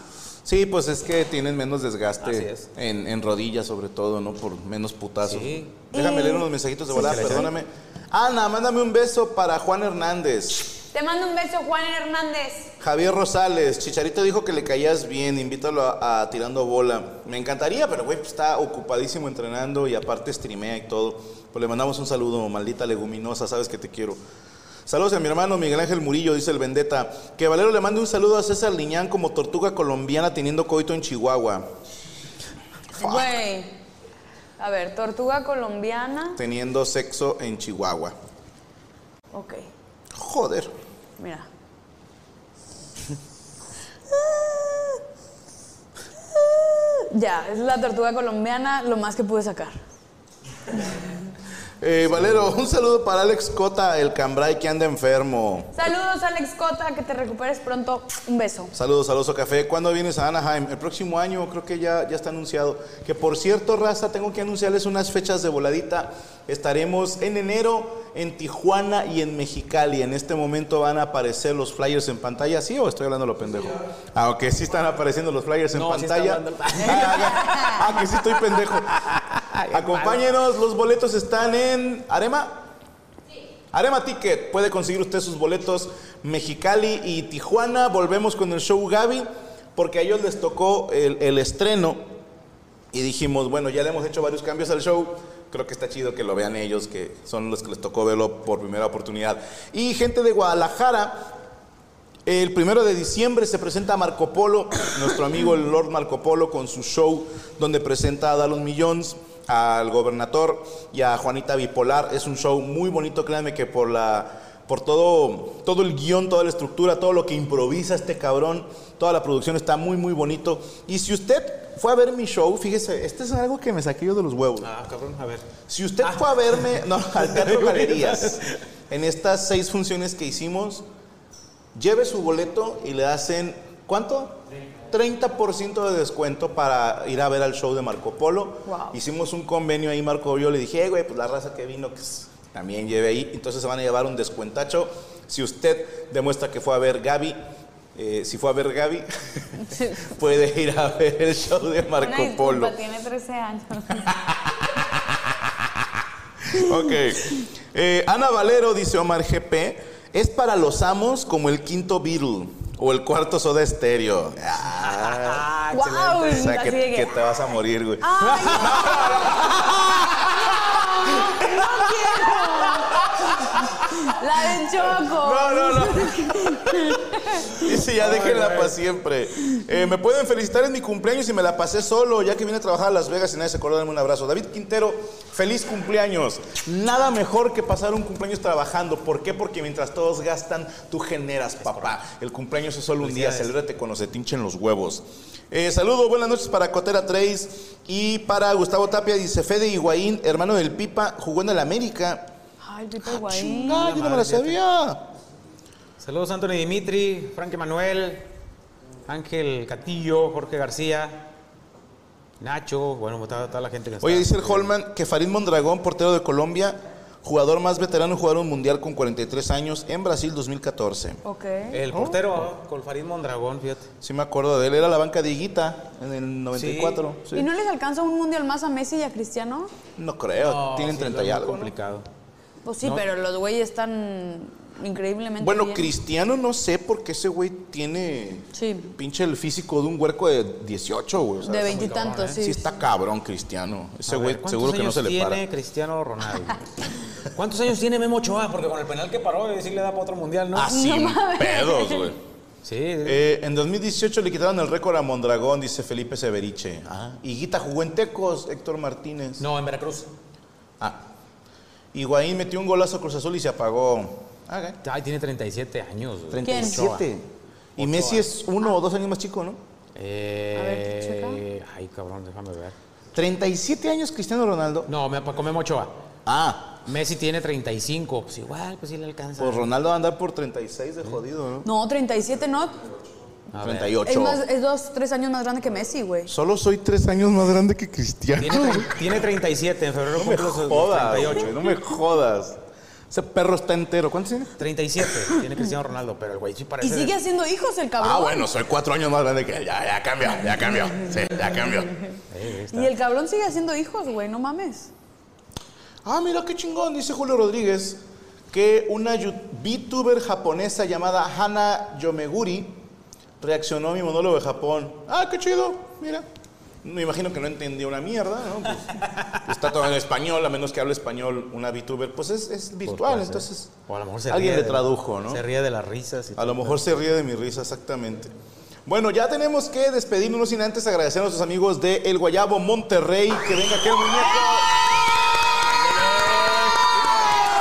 Speaker 1: Sí, pues es que tienen menos
Speaker 5: Así
Speaker 1: desgaste
Speaker 5: es.
Speaker 1: en, en rodillas, sobre todo, ¿no? Por menos putazos.
Speaker 5: Sí.
Speaker 1: Déjame
Speaker 5: Eh,
Speaker 1: leer unos mensajitos de volada, perdóname. Ana, mándame un beso para Juan Hernández.
Speaker 3: Te mando un beso, Juan Hernández.
Speaker 1: Javier Rosales, Chicharito dijo que le caías bien, invítalo a, a Tirando Bola. Me encantaría, pero güey, pues, está ocupadísimo entrenando y aparte streamea y todo. Pues le mandamos un saludo, maldita leguminosa, sabes que te quiero. Saludos a mi hermano Miguel Ángel Murillo, dice el Vendetta. Que Valero le mande un saludo a César Liñán como tortuga colombiana teniendo coito en Chihuahua.
Speaker 3: Güey. A ver, tortuga colombiana.
Speaker 1: teniendo sexo en Chihuahua.
Speaker 3: Ok,
Speaker 1: Joder.
Speaker 3: mira. Ya, es la tortuga colombiana, lo más que pude sacar.
Speaker 1: Eh, Valero, un saludo para Alex Cota, el cambray que anda enfermo.
Speaker 3: Saludos, Alex Cota, que te recuperes pronto. Un beso.
Speaker 1: Saludos, saludos, Café. ¿Cuándo vienes a Anaheim? El próximo año, creo que ya, ya está anunciado. Que por cierto, Raza, tengo que anunciarles unas fechas de voladita. Estaremos en enero en Tijuana y en Mexicali. En este momento van a aparecer los flyers en pantalla. ¿Sí o estoy hablando lo pendejo? Ah, ok, sí están apareciendo los flyers en
Speaker 5: No, sí está
Speaker 1: pantalla.
Speaker 5: hablando-
Speaker 1: <laughs> ah, ah, que sí estoy
Speaker 5: <laughs>
Speaker 1: pendejo. Acompáñenos, los boletos están en Arema. Arema Ticket, puede conseguir usted sus boletos Mexicali y Tijuana. Volvemos con el show Gaby, porque a ellos les tocó el, el estreno y dijimos, bueno, ya le hemos hecho varios cambios al show. Creo que está chido que lo vean ellos, que son los que les tocó verlo por primera oportunidad. Y gente de Guadalajara, el primero de diciembre se presenta Marco Polo, nuestro amigo el Lord Marco Polo, con su show donde presenta a Dalon Millons, al gobernador y a Juanita Bipolar. Es un show muy bonito, créanme que por la. Por todo, todo el guión, toda la estructura, todo lo que improvisa este cabrón, toda la producción está muy, muy bonito. Y si usted fue a ver mi show, fíjese, este es algo que me saqué yo de los huevos.
Speaker 5: Ah, cabrón, a ver.
Speaker 1: Si usted fue a verme
Speaker 3: Ah.
Speaker 1: no, al
Speaker 3: <laughs>
Speaker 1: Teatro Galerías en estas seis funciones que hicimos, lleve su boleto y le hacen ¿cuánto? 30% de descuento para ir a ver al show de Marco Polo.
Speaker 3: Wow.
Speaker 1: Hicimos un convenio ahí, Marco yo le dije, "Eh, güey, pues la raza que vino, que s- también lleve ahí. Entonces se van a llevar un descuentacho. Si usted demuestra que fue a ver Gaby, eh, si fue a ver
Speaker 3: <laughs>
Speaker 1: Gaby, <laughs> puede ir a ver el show de Marco
Speaker 3: Una disculpa,
Speaker 1: Polo.
Speaker 3: tiene 13 años.
Speaker 1: Ok. Eh, Ana Valero dice Omar GP. Es para los amos como el quinto Beatle o el cuarto soda estéreo. <laughs> Ah,
Speaker 3: Wow,
Speaker 1: excelente. O sea,
Speaker 3: así
Speaker 1: que,
Speaker 3: de que-
Speaker 1: que te vas a morir, güey.
Speaker 3: ¡Ay, no! ¡No quiero! La de
Speaker 1: <laughs>
Speaker 3: Choco.
Speaker 1: No, no, no. Dice, ya déjenla para siempre. Eh, me pueden felicitar en mi cumpleaños y me la pasé solo, ya que vine a trabajar a Las Vegas y nadie se acordó de darme un abrazo. David Quintero, feliz cumpleaños. Nada mejor que pasar un cumpleaños trabajando. ¿Por qué? Porque mientras todos gastan, tú generas, papá. El cumpleaños es solo un día, celébrate cuando se tinchen los huevos. Eh, saludo, buenas noches para Cotera 3 y para Gustavo Tapia. Dice Fede Higuaín, hermano del Pipa, jugó en el América.
Speaker 3: Ay, Pito Guay.
Speaker 1: Chinga, yo no me la sabía.
Speaker 5: Saludos Anthony Dimitri, Frank Manuel, Ángel Catillo, Jorge García, Nacho, bueno, toda, toda la gente que está.
Speaker 1: Oye, dice el Holman que Farid Mondragón, portero de Colombia, jugador más veterano, jugaron un mundial con 43 años en Brasil 2014.
Speaker 3: Ok.
Speaker 5: El portero, ah, Colfarid Mondragón, fíjate.
Speaker 1: Sí me acuerdo de él, era la banca de Higuita en el 94. Sí.
Speaker 3: ¿Y no les alcanza un mundial más a Messi y a Cristiano?
Speaker 1: No creo,
Speaker 5: No,
Speaker 1: tienen
Speaker 5: sí,
Speaker 1: 30 y
Speaker 5: está muy
Speaker 1: algo. ¿no?
Speaker 5: complicado.
Speaker 3: Pues sí, pero los güeyes están increíblemente
Speaker 1: Bueno,
Speaker 3: bien.
Speaker 1: Cristiano no sé por qué ese güey tiene
Speaker 3: Sí.
Speaker 1: pinche el físico de un huerco de 18, güey. o sea,
Speaker 3: De
Speaker 1: está muy
Speaker 3: veintitantos,
Speaker 1: cabrón.
Speaker 3: sí.
Speaker 1: Sí está cabrón Cristiano. Ese
Speaker 5: A
Speaker 1: güey
Speaker 5: ver, ¿cuántos
Speaker 1: seguro que no
Speaker 5: años
Speaker 1: se le para.
Speaker 5: tiene Cristiano Ronaldo? <laughs> ¿Cuántos años tiene Memo Ochoa? Porque con el penal que paró, eh, sí le da para otro mundial, ¿no?
Speaker 1: Ah, sin pedos, güey.
Speaker 5: Sí.
Speaker 1: Eh, en 2018 le quitaron el récord a Mondragón, dice Felipe Severiche. Ah, Higuita jugó en Tecos, Héctor Martínez.
Speaker 5: No, en Veracruz.
Speaker 1: Ah. Higuaín metió un golazo a Cruz Azul y se apagó. Ah, ok.
Speaker 5: Ay, tiene 37 años. güey.
Speaker 1: 37. Y Messi es uno o dos años más chico, ¿no?
Speaker 5: Eh, ay, cabrón, déjame ver.
Speaker 1: 37 años Cristiano Ronaldo.
Speaker 5: No, me con Memo Ochoa.
Speaker 1: Ah,
Speaker 5: Messi tiene 35. Pues igual, pues sí le alcanza.
Speaker 2: Ah.
Speaker 1: pues Ronaldo va a andar por 36 de jodido, ¿no?
Speaker 3: No, 37 no.
Speaker 5: A ver.
Speaker 1: 38.
Speaker 3: Es, más, es dos, tres años más grande que Messi, güey.
Speaker 1: Solo soy tres años más grande que Cristiano. <laughs>
Speaker 5: Tiene, tre- tiene 37, en
Speaker 1: No
Speaker 5: febrero
Speaker 1: me
Speaker 5: cumple los- los
Speaker 1: jodas,
Speaker 5: 38.
Speaker 1: güey, no me jodas. Ese perro está entero. ¿Cuántos tiene?
Speaker 5: 37 tiene Cristiano Ronaldo, pero el güey sí
Speaker 3: Y
Speaker 5: parece...
Speaker 3: sigue haciendo hijos el cabrón.
Speaker 1: Ah, bueno, soy cuatro años más grande que él. Ya, ya cambió, ya cambió. Sí, ya cambió.
Speaker 3: Y el cabrón sigue haciendo hijos, güey, no mames.
Speaker 1: Ah, mira qué chingón, dice Julio Rodríguez, que una yu- VTuber japonesa llamada Hana Yomeguri reaccionó a mi monólogo de Japón. Ah, qué chido, mira. Me imagino que no entendió una mierda, ¿no? Pues, está todo en español, a menos que hable español una VTuber. Pues es, es
Speaker 5: Pues
Speaker 1: virtual,
Speaker 5: puede ser.
Speaker 1: entonces.
Speaker 5: O a lo mejor se
Speaker 1: Alguien
Speaker 5: ríe
Speaker 1: le
Speaker 5: de-
Speaker 1: tradujo, ¿no?
Speaker 5: Se ríe de las risas. y
Speaker 1: A lo
Speaker 5: todo.
Speaker 1: mejor se ríe de mi risa, exactamente. Bueno, ya tenemos que despedirnos sin antes agradecer a nuestros amigos de El Guayabo Monterrey. Que venga aquel muñeco.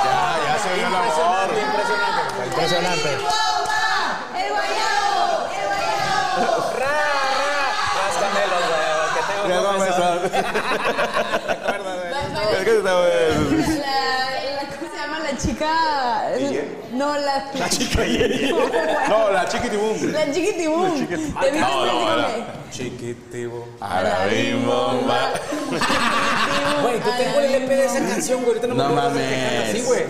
Speaker 1: Ya, ya se vio el amor.
Speaker 5: Impresionante. Impresionante. ¡Ra, ra! Ráscame los huevos, que tengo
Speaker 1: Ya
Speaker 5: comezón.
Speaker 1: comenzó. <laughs> Es que está bueno.
Speaker 3: La, la- ¿Cómo se llama la chica?
Speaker 1: ¿Ella?
Speaker 3: No, la, la chica.
Speaker 1: No, la chiquitibum.
Speaker 3: <laughs> La chiquitibum. Te vi que
Speaker 1: No, no,
Speaker 3: estás
Speaker 1: era-
Speaker 3: diciendo
Speaker 5: Chiquitivo.
Speaker 1: Ahora mismo va.
Speaker 3: <laughs>
Speaker 5: Güey, yo tengo el
Speaker 3: E
Speaker 5: EP de esa canción, güey. Ahorita no me
Speaker 1: No
Speaker 5: acuerdo de qué canta
Speaker 1: mames.
Speaker 5: así, <laughs> güey.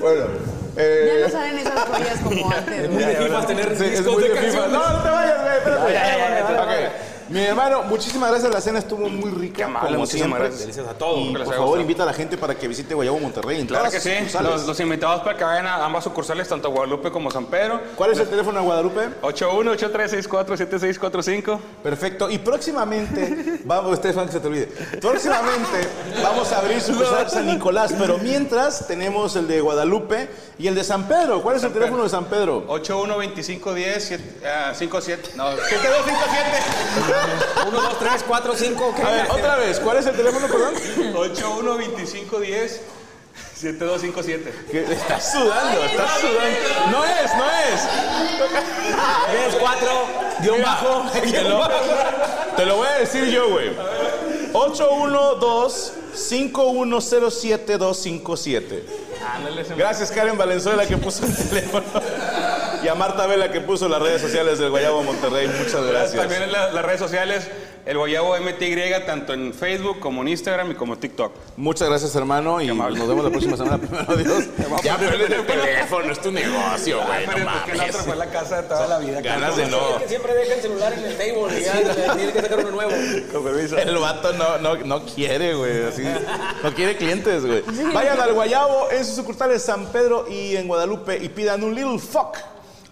Speaker 1: Bueno.
Speaker 3: que
Speaker 1: eh,
Speaker 3: Ya no salen esas joyas como antes.
Speaker 5: Muy de
Speaker 1: ya,
Speaker 5: fifas
Speaker 1: ya,
Speaker 5: tener
Speaker 1: sí, es
Speaker 5: discos
Speaker 1: muy
Speaker 5: de
Speaker 1: de fifas.
Speaker 5: canciones.
Speaker 1: No, no te vayas, güey, espérate.
Speaker 5: Ya, ya, ya, ya, ya,
Speaker 1: Ok. Mi hermano, muchísimas gracias. La cena estuvo muy rica.
Speaker 4: amable,
Speaker 1: como
Speaker 4: muchísimas
Speaker 1: siempre.
Speaker 4: gracias. Delicias a todos.
Speaker 1: Y,
Speaker 4: Que les
Speaker 1: por
Speaker 4: haya
Speaker 1: favor,
Speaker 4: gustado.
Speaker 1: invita a la gente para que visite Guayabo Monterrey. en
Speaker 4: Claro
Speaker 1: todas
Speaker 4: que sí.
Speaker 1: sus sucursales.
Speaker 4: Los, los invitados para que vayan a ambas sucursales, tanto Guadalupe como San Pedro.
Speaker 1: ¿Cuál es el teléfono de Guadalupe?
Speaker 4: 8183647645.
Speaker 1: Perfecto. Y <laughs> próximamente, vamos, Estefan, que se te olvide. Próximamente vamos a abrir sucursal San Nicolás, pero mientras tenemos el de Guadalupe y el de San Pedro. ¿Cuál es el teléfono de San Pedro?
Speaker 4: 81251057. ah, <laughs> No,
Speaker 5: 1, 2, 3, 4, 5.
Speaker 1: A ver, otra vez, ¿cuál es el teléfono, perdón?
Speaker 4: 812510 7257.
Speaker 1: Que está sudando, está sudando. No es, no es.
Speaker 5: 3, 4,
Speaker 1: <laughs>
Speaker 5: guión bajo.
Speaker 1: Te lo, te lo voy a decir yo, güey. 812-5107-257.
Speaker 4: Ándale, se me-
Speaker 1: Gracias Karen Valenzuela que puso el teléfono y a Marta Vela que puso las redes sociales del Guayabo Monterrey. Muchas
Speaker 4: También
Speaker 1: gracias.
Speaker 4: en la- las redes sociales, el Guayabo MTY, tanto en Facebook como en Instagram y como en TikTok.
Speaker 1: Muchas gracias hermano y nos
Speaker 4: amable.
Speaker 1: vemos la próxima semana. Primero Dios. Ya prende el teléfono, es tu negocio, güey.
Speaker 4: Ah, Pero
Speaker 1: No
Speaker 4: porque la otra
Speaker 1: mames.
Speaker 4: fue la casa de toda la vida.
Speaker 1: Ganas de no.
Speaker 5: Es que siempre deja el celular en el table y ya le tiene que sacar uno nuevo.
Speaker 4: Con permiso.
Speaker 1: El vato no, no, no quiere, güey. Así, no quiere clientes, güey. Vayan al Guayabo en sus sucursales San Pedro y en Guadalupe y pidan un Little Fuck.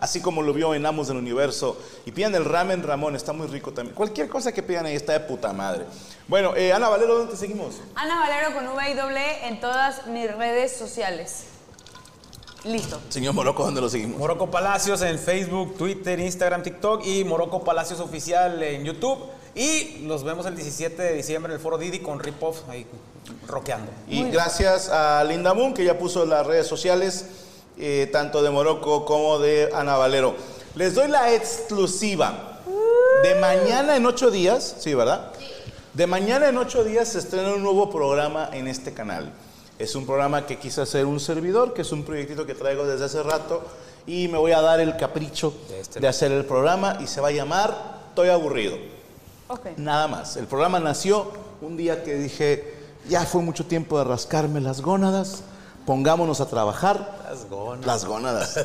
Speaker 1: Así como lo vio en Amos del Universo. Y pidan el ramen Ramón, está muy rico también. Cualquier cosa que pidan ahí está de puta madre. Bueno, eh, Ana Valero, ¿dónde te seguimos?
Speaker 3: Ana Valero con V y doble E en todas mis redes sociales. Listo.
Speaker 1: Señor Moroco, ¿dónde lo seguimos?
Speaker 5: Morocco Palacios en Facebook, Twitter, Instagram, TikTok y Morocco Palacios Oficial en YouTube. Y nos vemos el 17 de diciembre en el foro Didi con Ripoff ahí rockeando.
Speaker 1: Y gracias a Linda Moon, que ya puso las redes sociales, eh, tanto de Morocco como de Ana Valero. Les doy la exclusiva. De mañana en ocho días, sí, ¿verdad? De mañana en ocho días se estrena un nuevo programa en este canal. Es un programa que quise hacer un servidor, que es un proyectito que traigo desde hace rato y me voy a dar el capricho de, hacer el programa y se va a llamar Estoy aburrido.
Speaker 3: Ok.
Speaker 1: Nada más. El programa nació un día que dije, ya fue mucho tiempo de rascarme las gónadas, pongámonos a trabajar. Las gónadas. Las gónadas.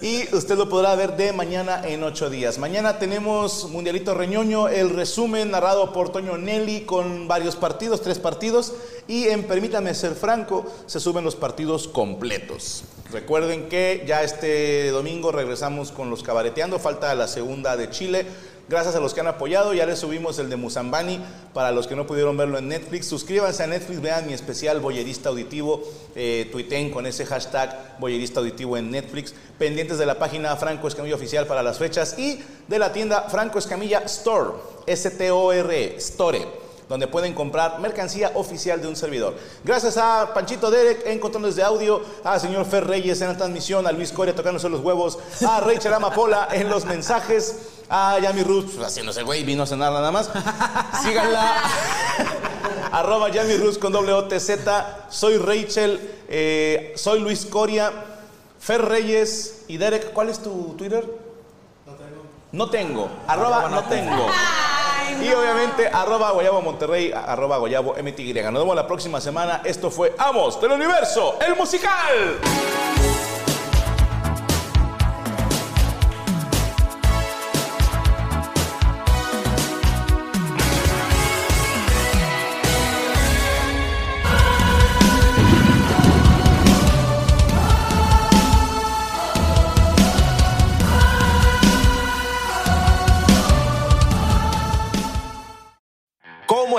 Speaker 1: y usted lo podrá ver de mañana en ocho días. Mañana tenemos Mundialito Reñoño, el resumen narrado por Toño Nelly con varios partidos, tres partidos. Y en Permítame Ser Franco, se suben los partidos completos. Recuerden que ya este domingo regresamos con los cabareteando, falta la segunda de Chile. Gracias a los que han apoyado, ya les subimos el de Musambani. Para los que no pudieron verlo en Netflix, suscríbanse a Netflix, vean mi especial Boyerista Auditivo. Eh, tuiteen con ese hashtag Boyerista Auditivo en Netflix. Pendientes de la página Franco Escamilla Oficial para las fechas y de la tienda Franco Escamilla Store, S-T-O-R-E, E, Store donde pueden comprar mercancía oficial de un servidor. Gracias a Panchito Derek en controles de audio, a señor Fer Reyes en la transmisión, a Luis Coria tocándose los huevos, a Rachel Amapola en los mensajes, a Yami Roots pues, haciéndose el güey, vino a cenar nada más. Síganla. Arroba Yami Roots con doble OTZ. Soy Rachel, eh, soy Luis Coria, Fer Reyes y Derek. ¿Cuál es tu Twitter? No tengo. Arroba no tengo. Y obviamente, arroba Guayabo Monterrey, a- arroba Guayabo MTY. Nos vemos la próxima semana. Esto fue Amos del Universo, el musical.
Speaker 10: ¿Cómo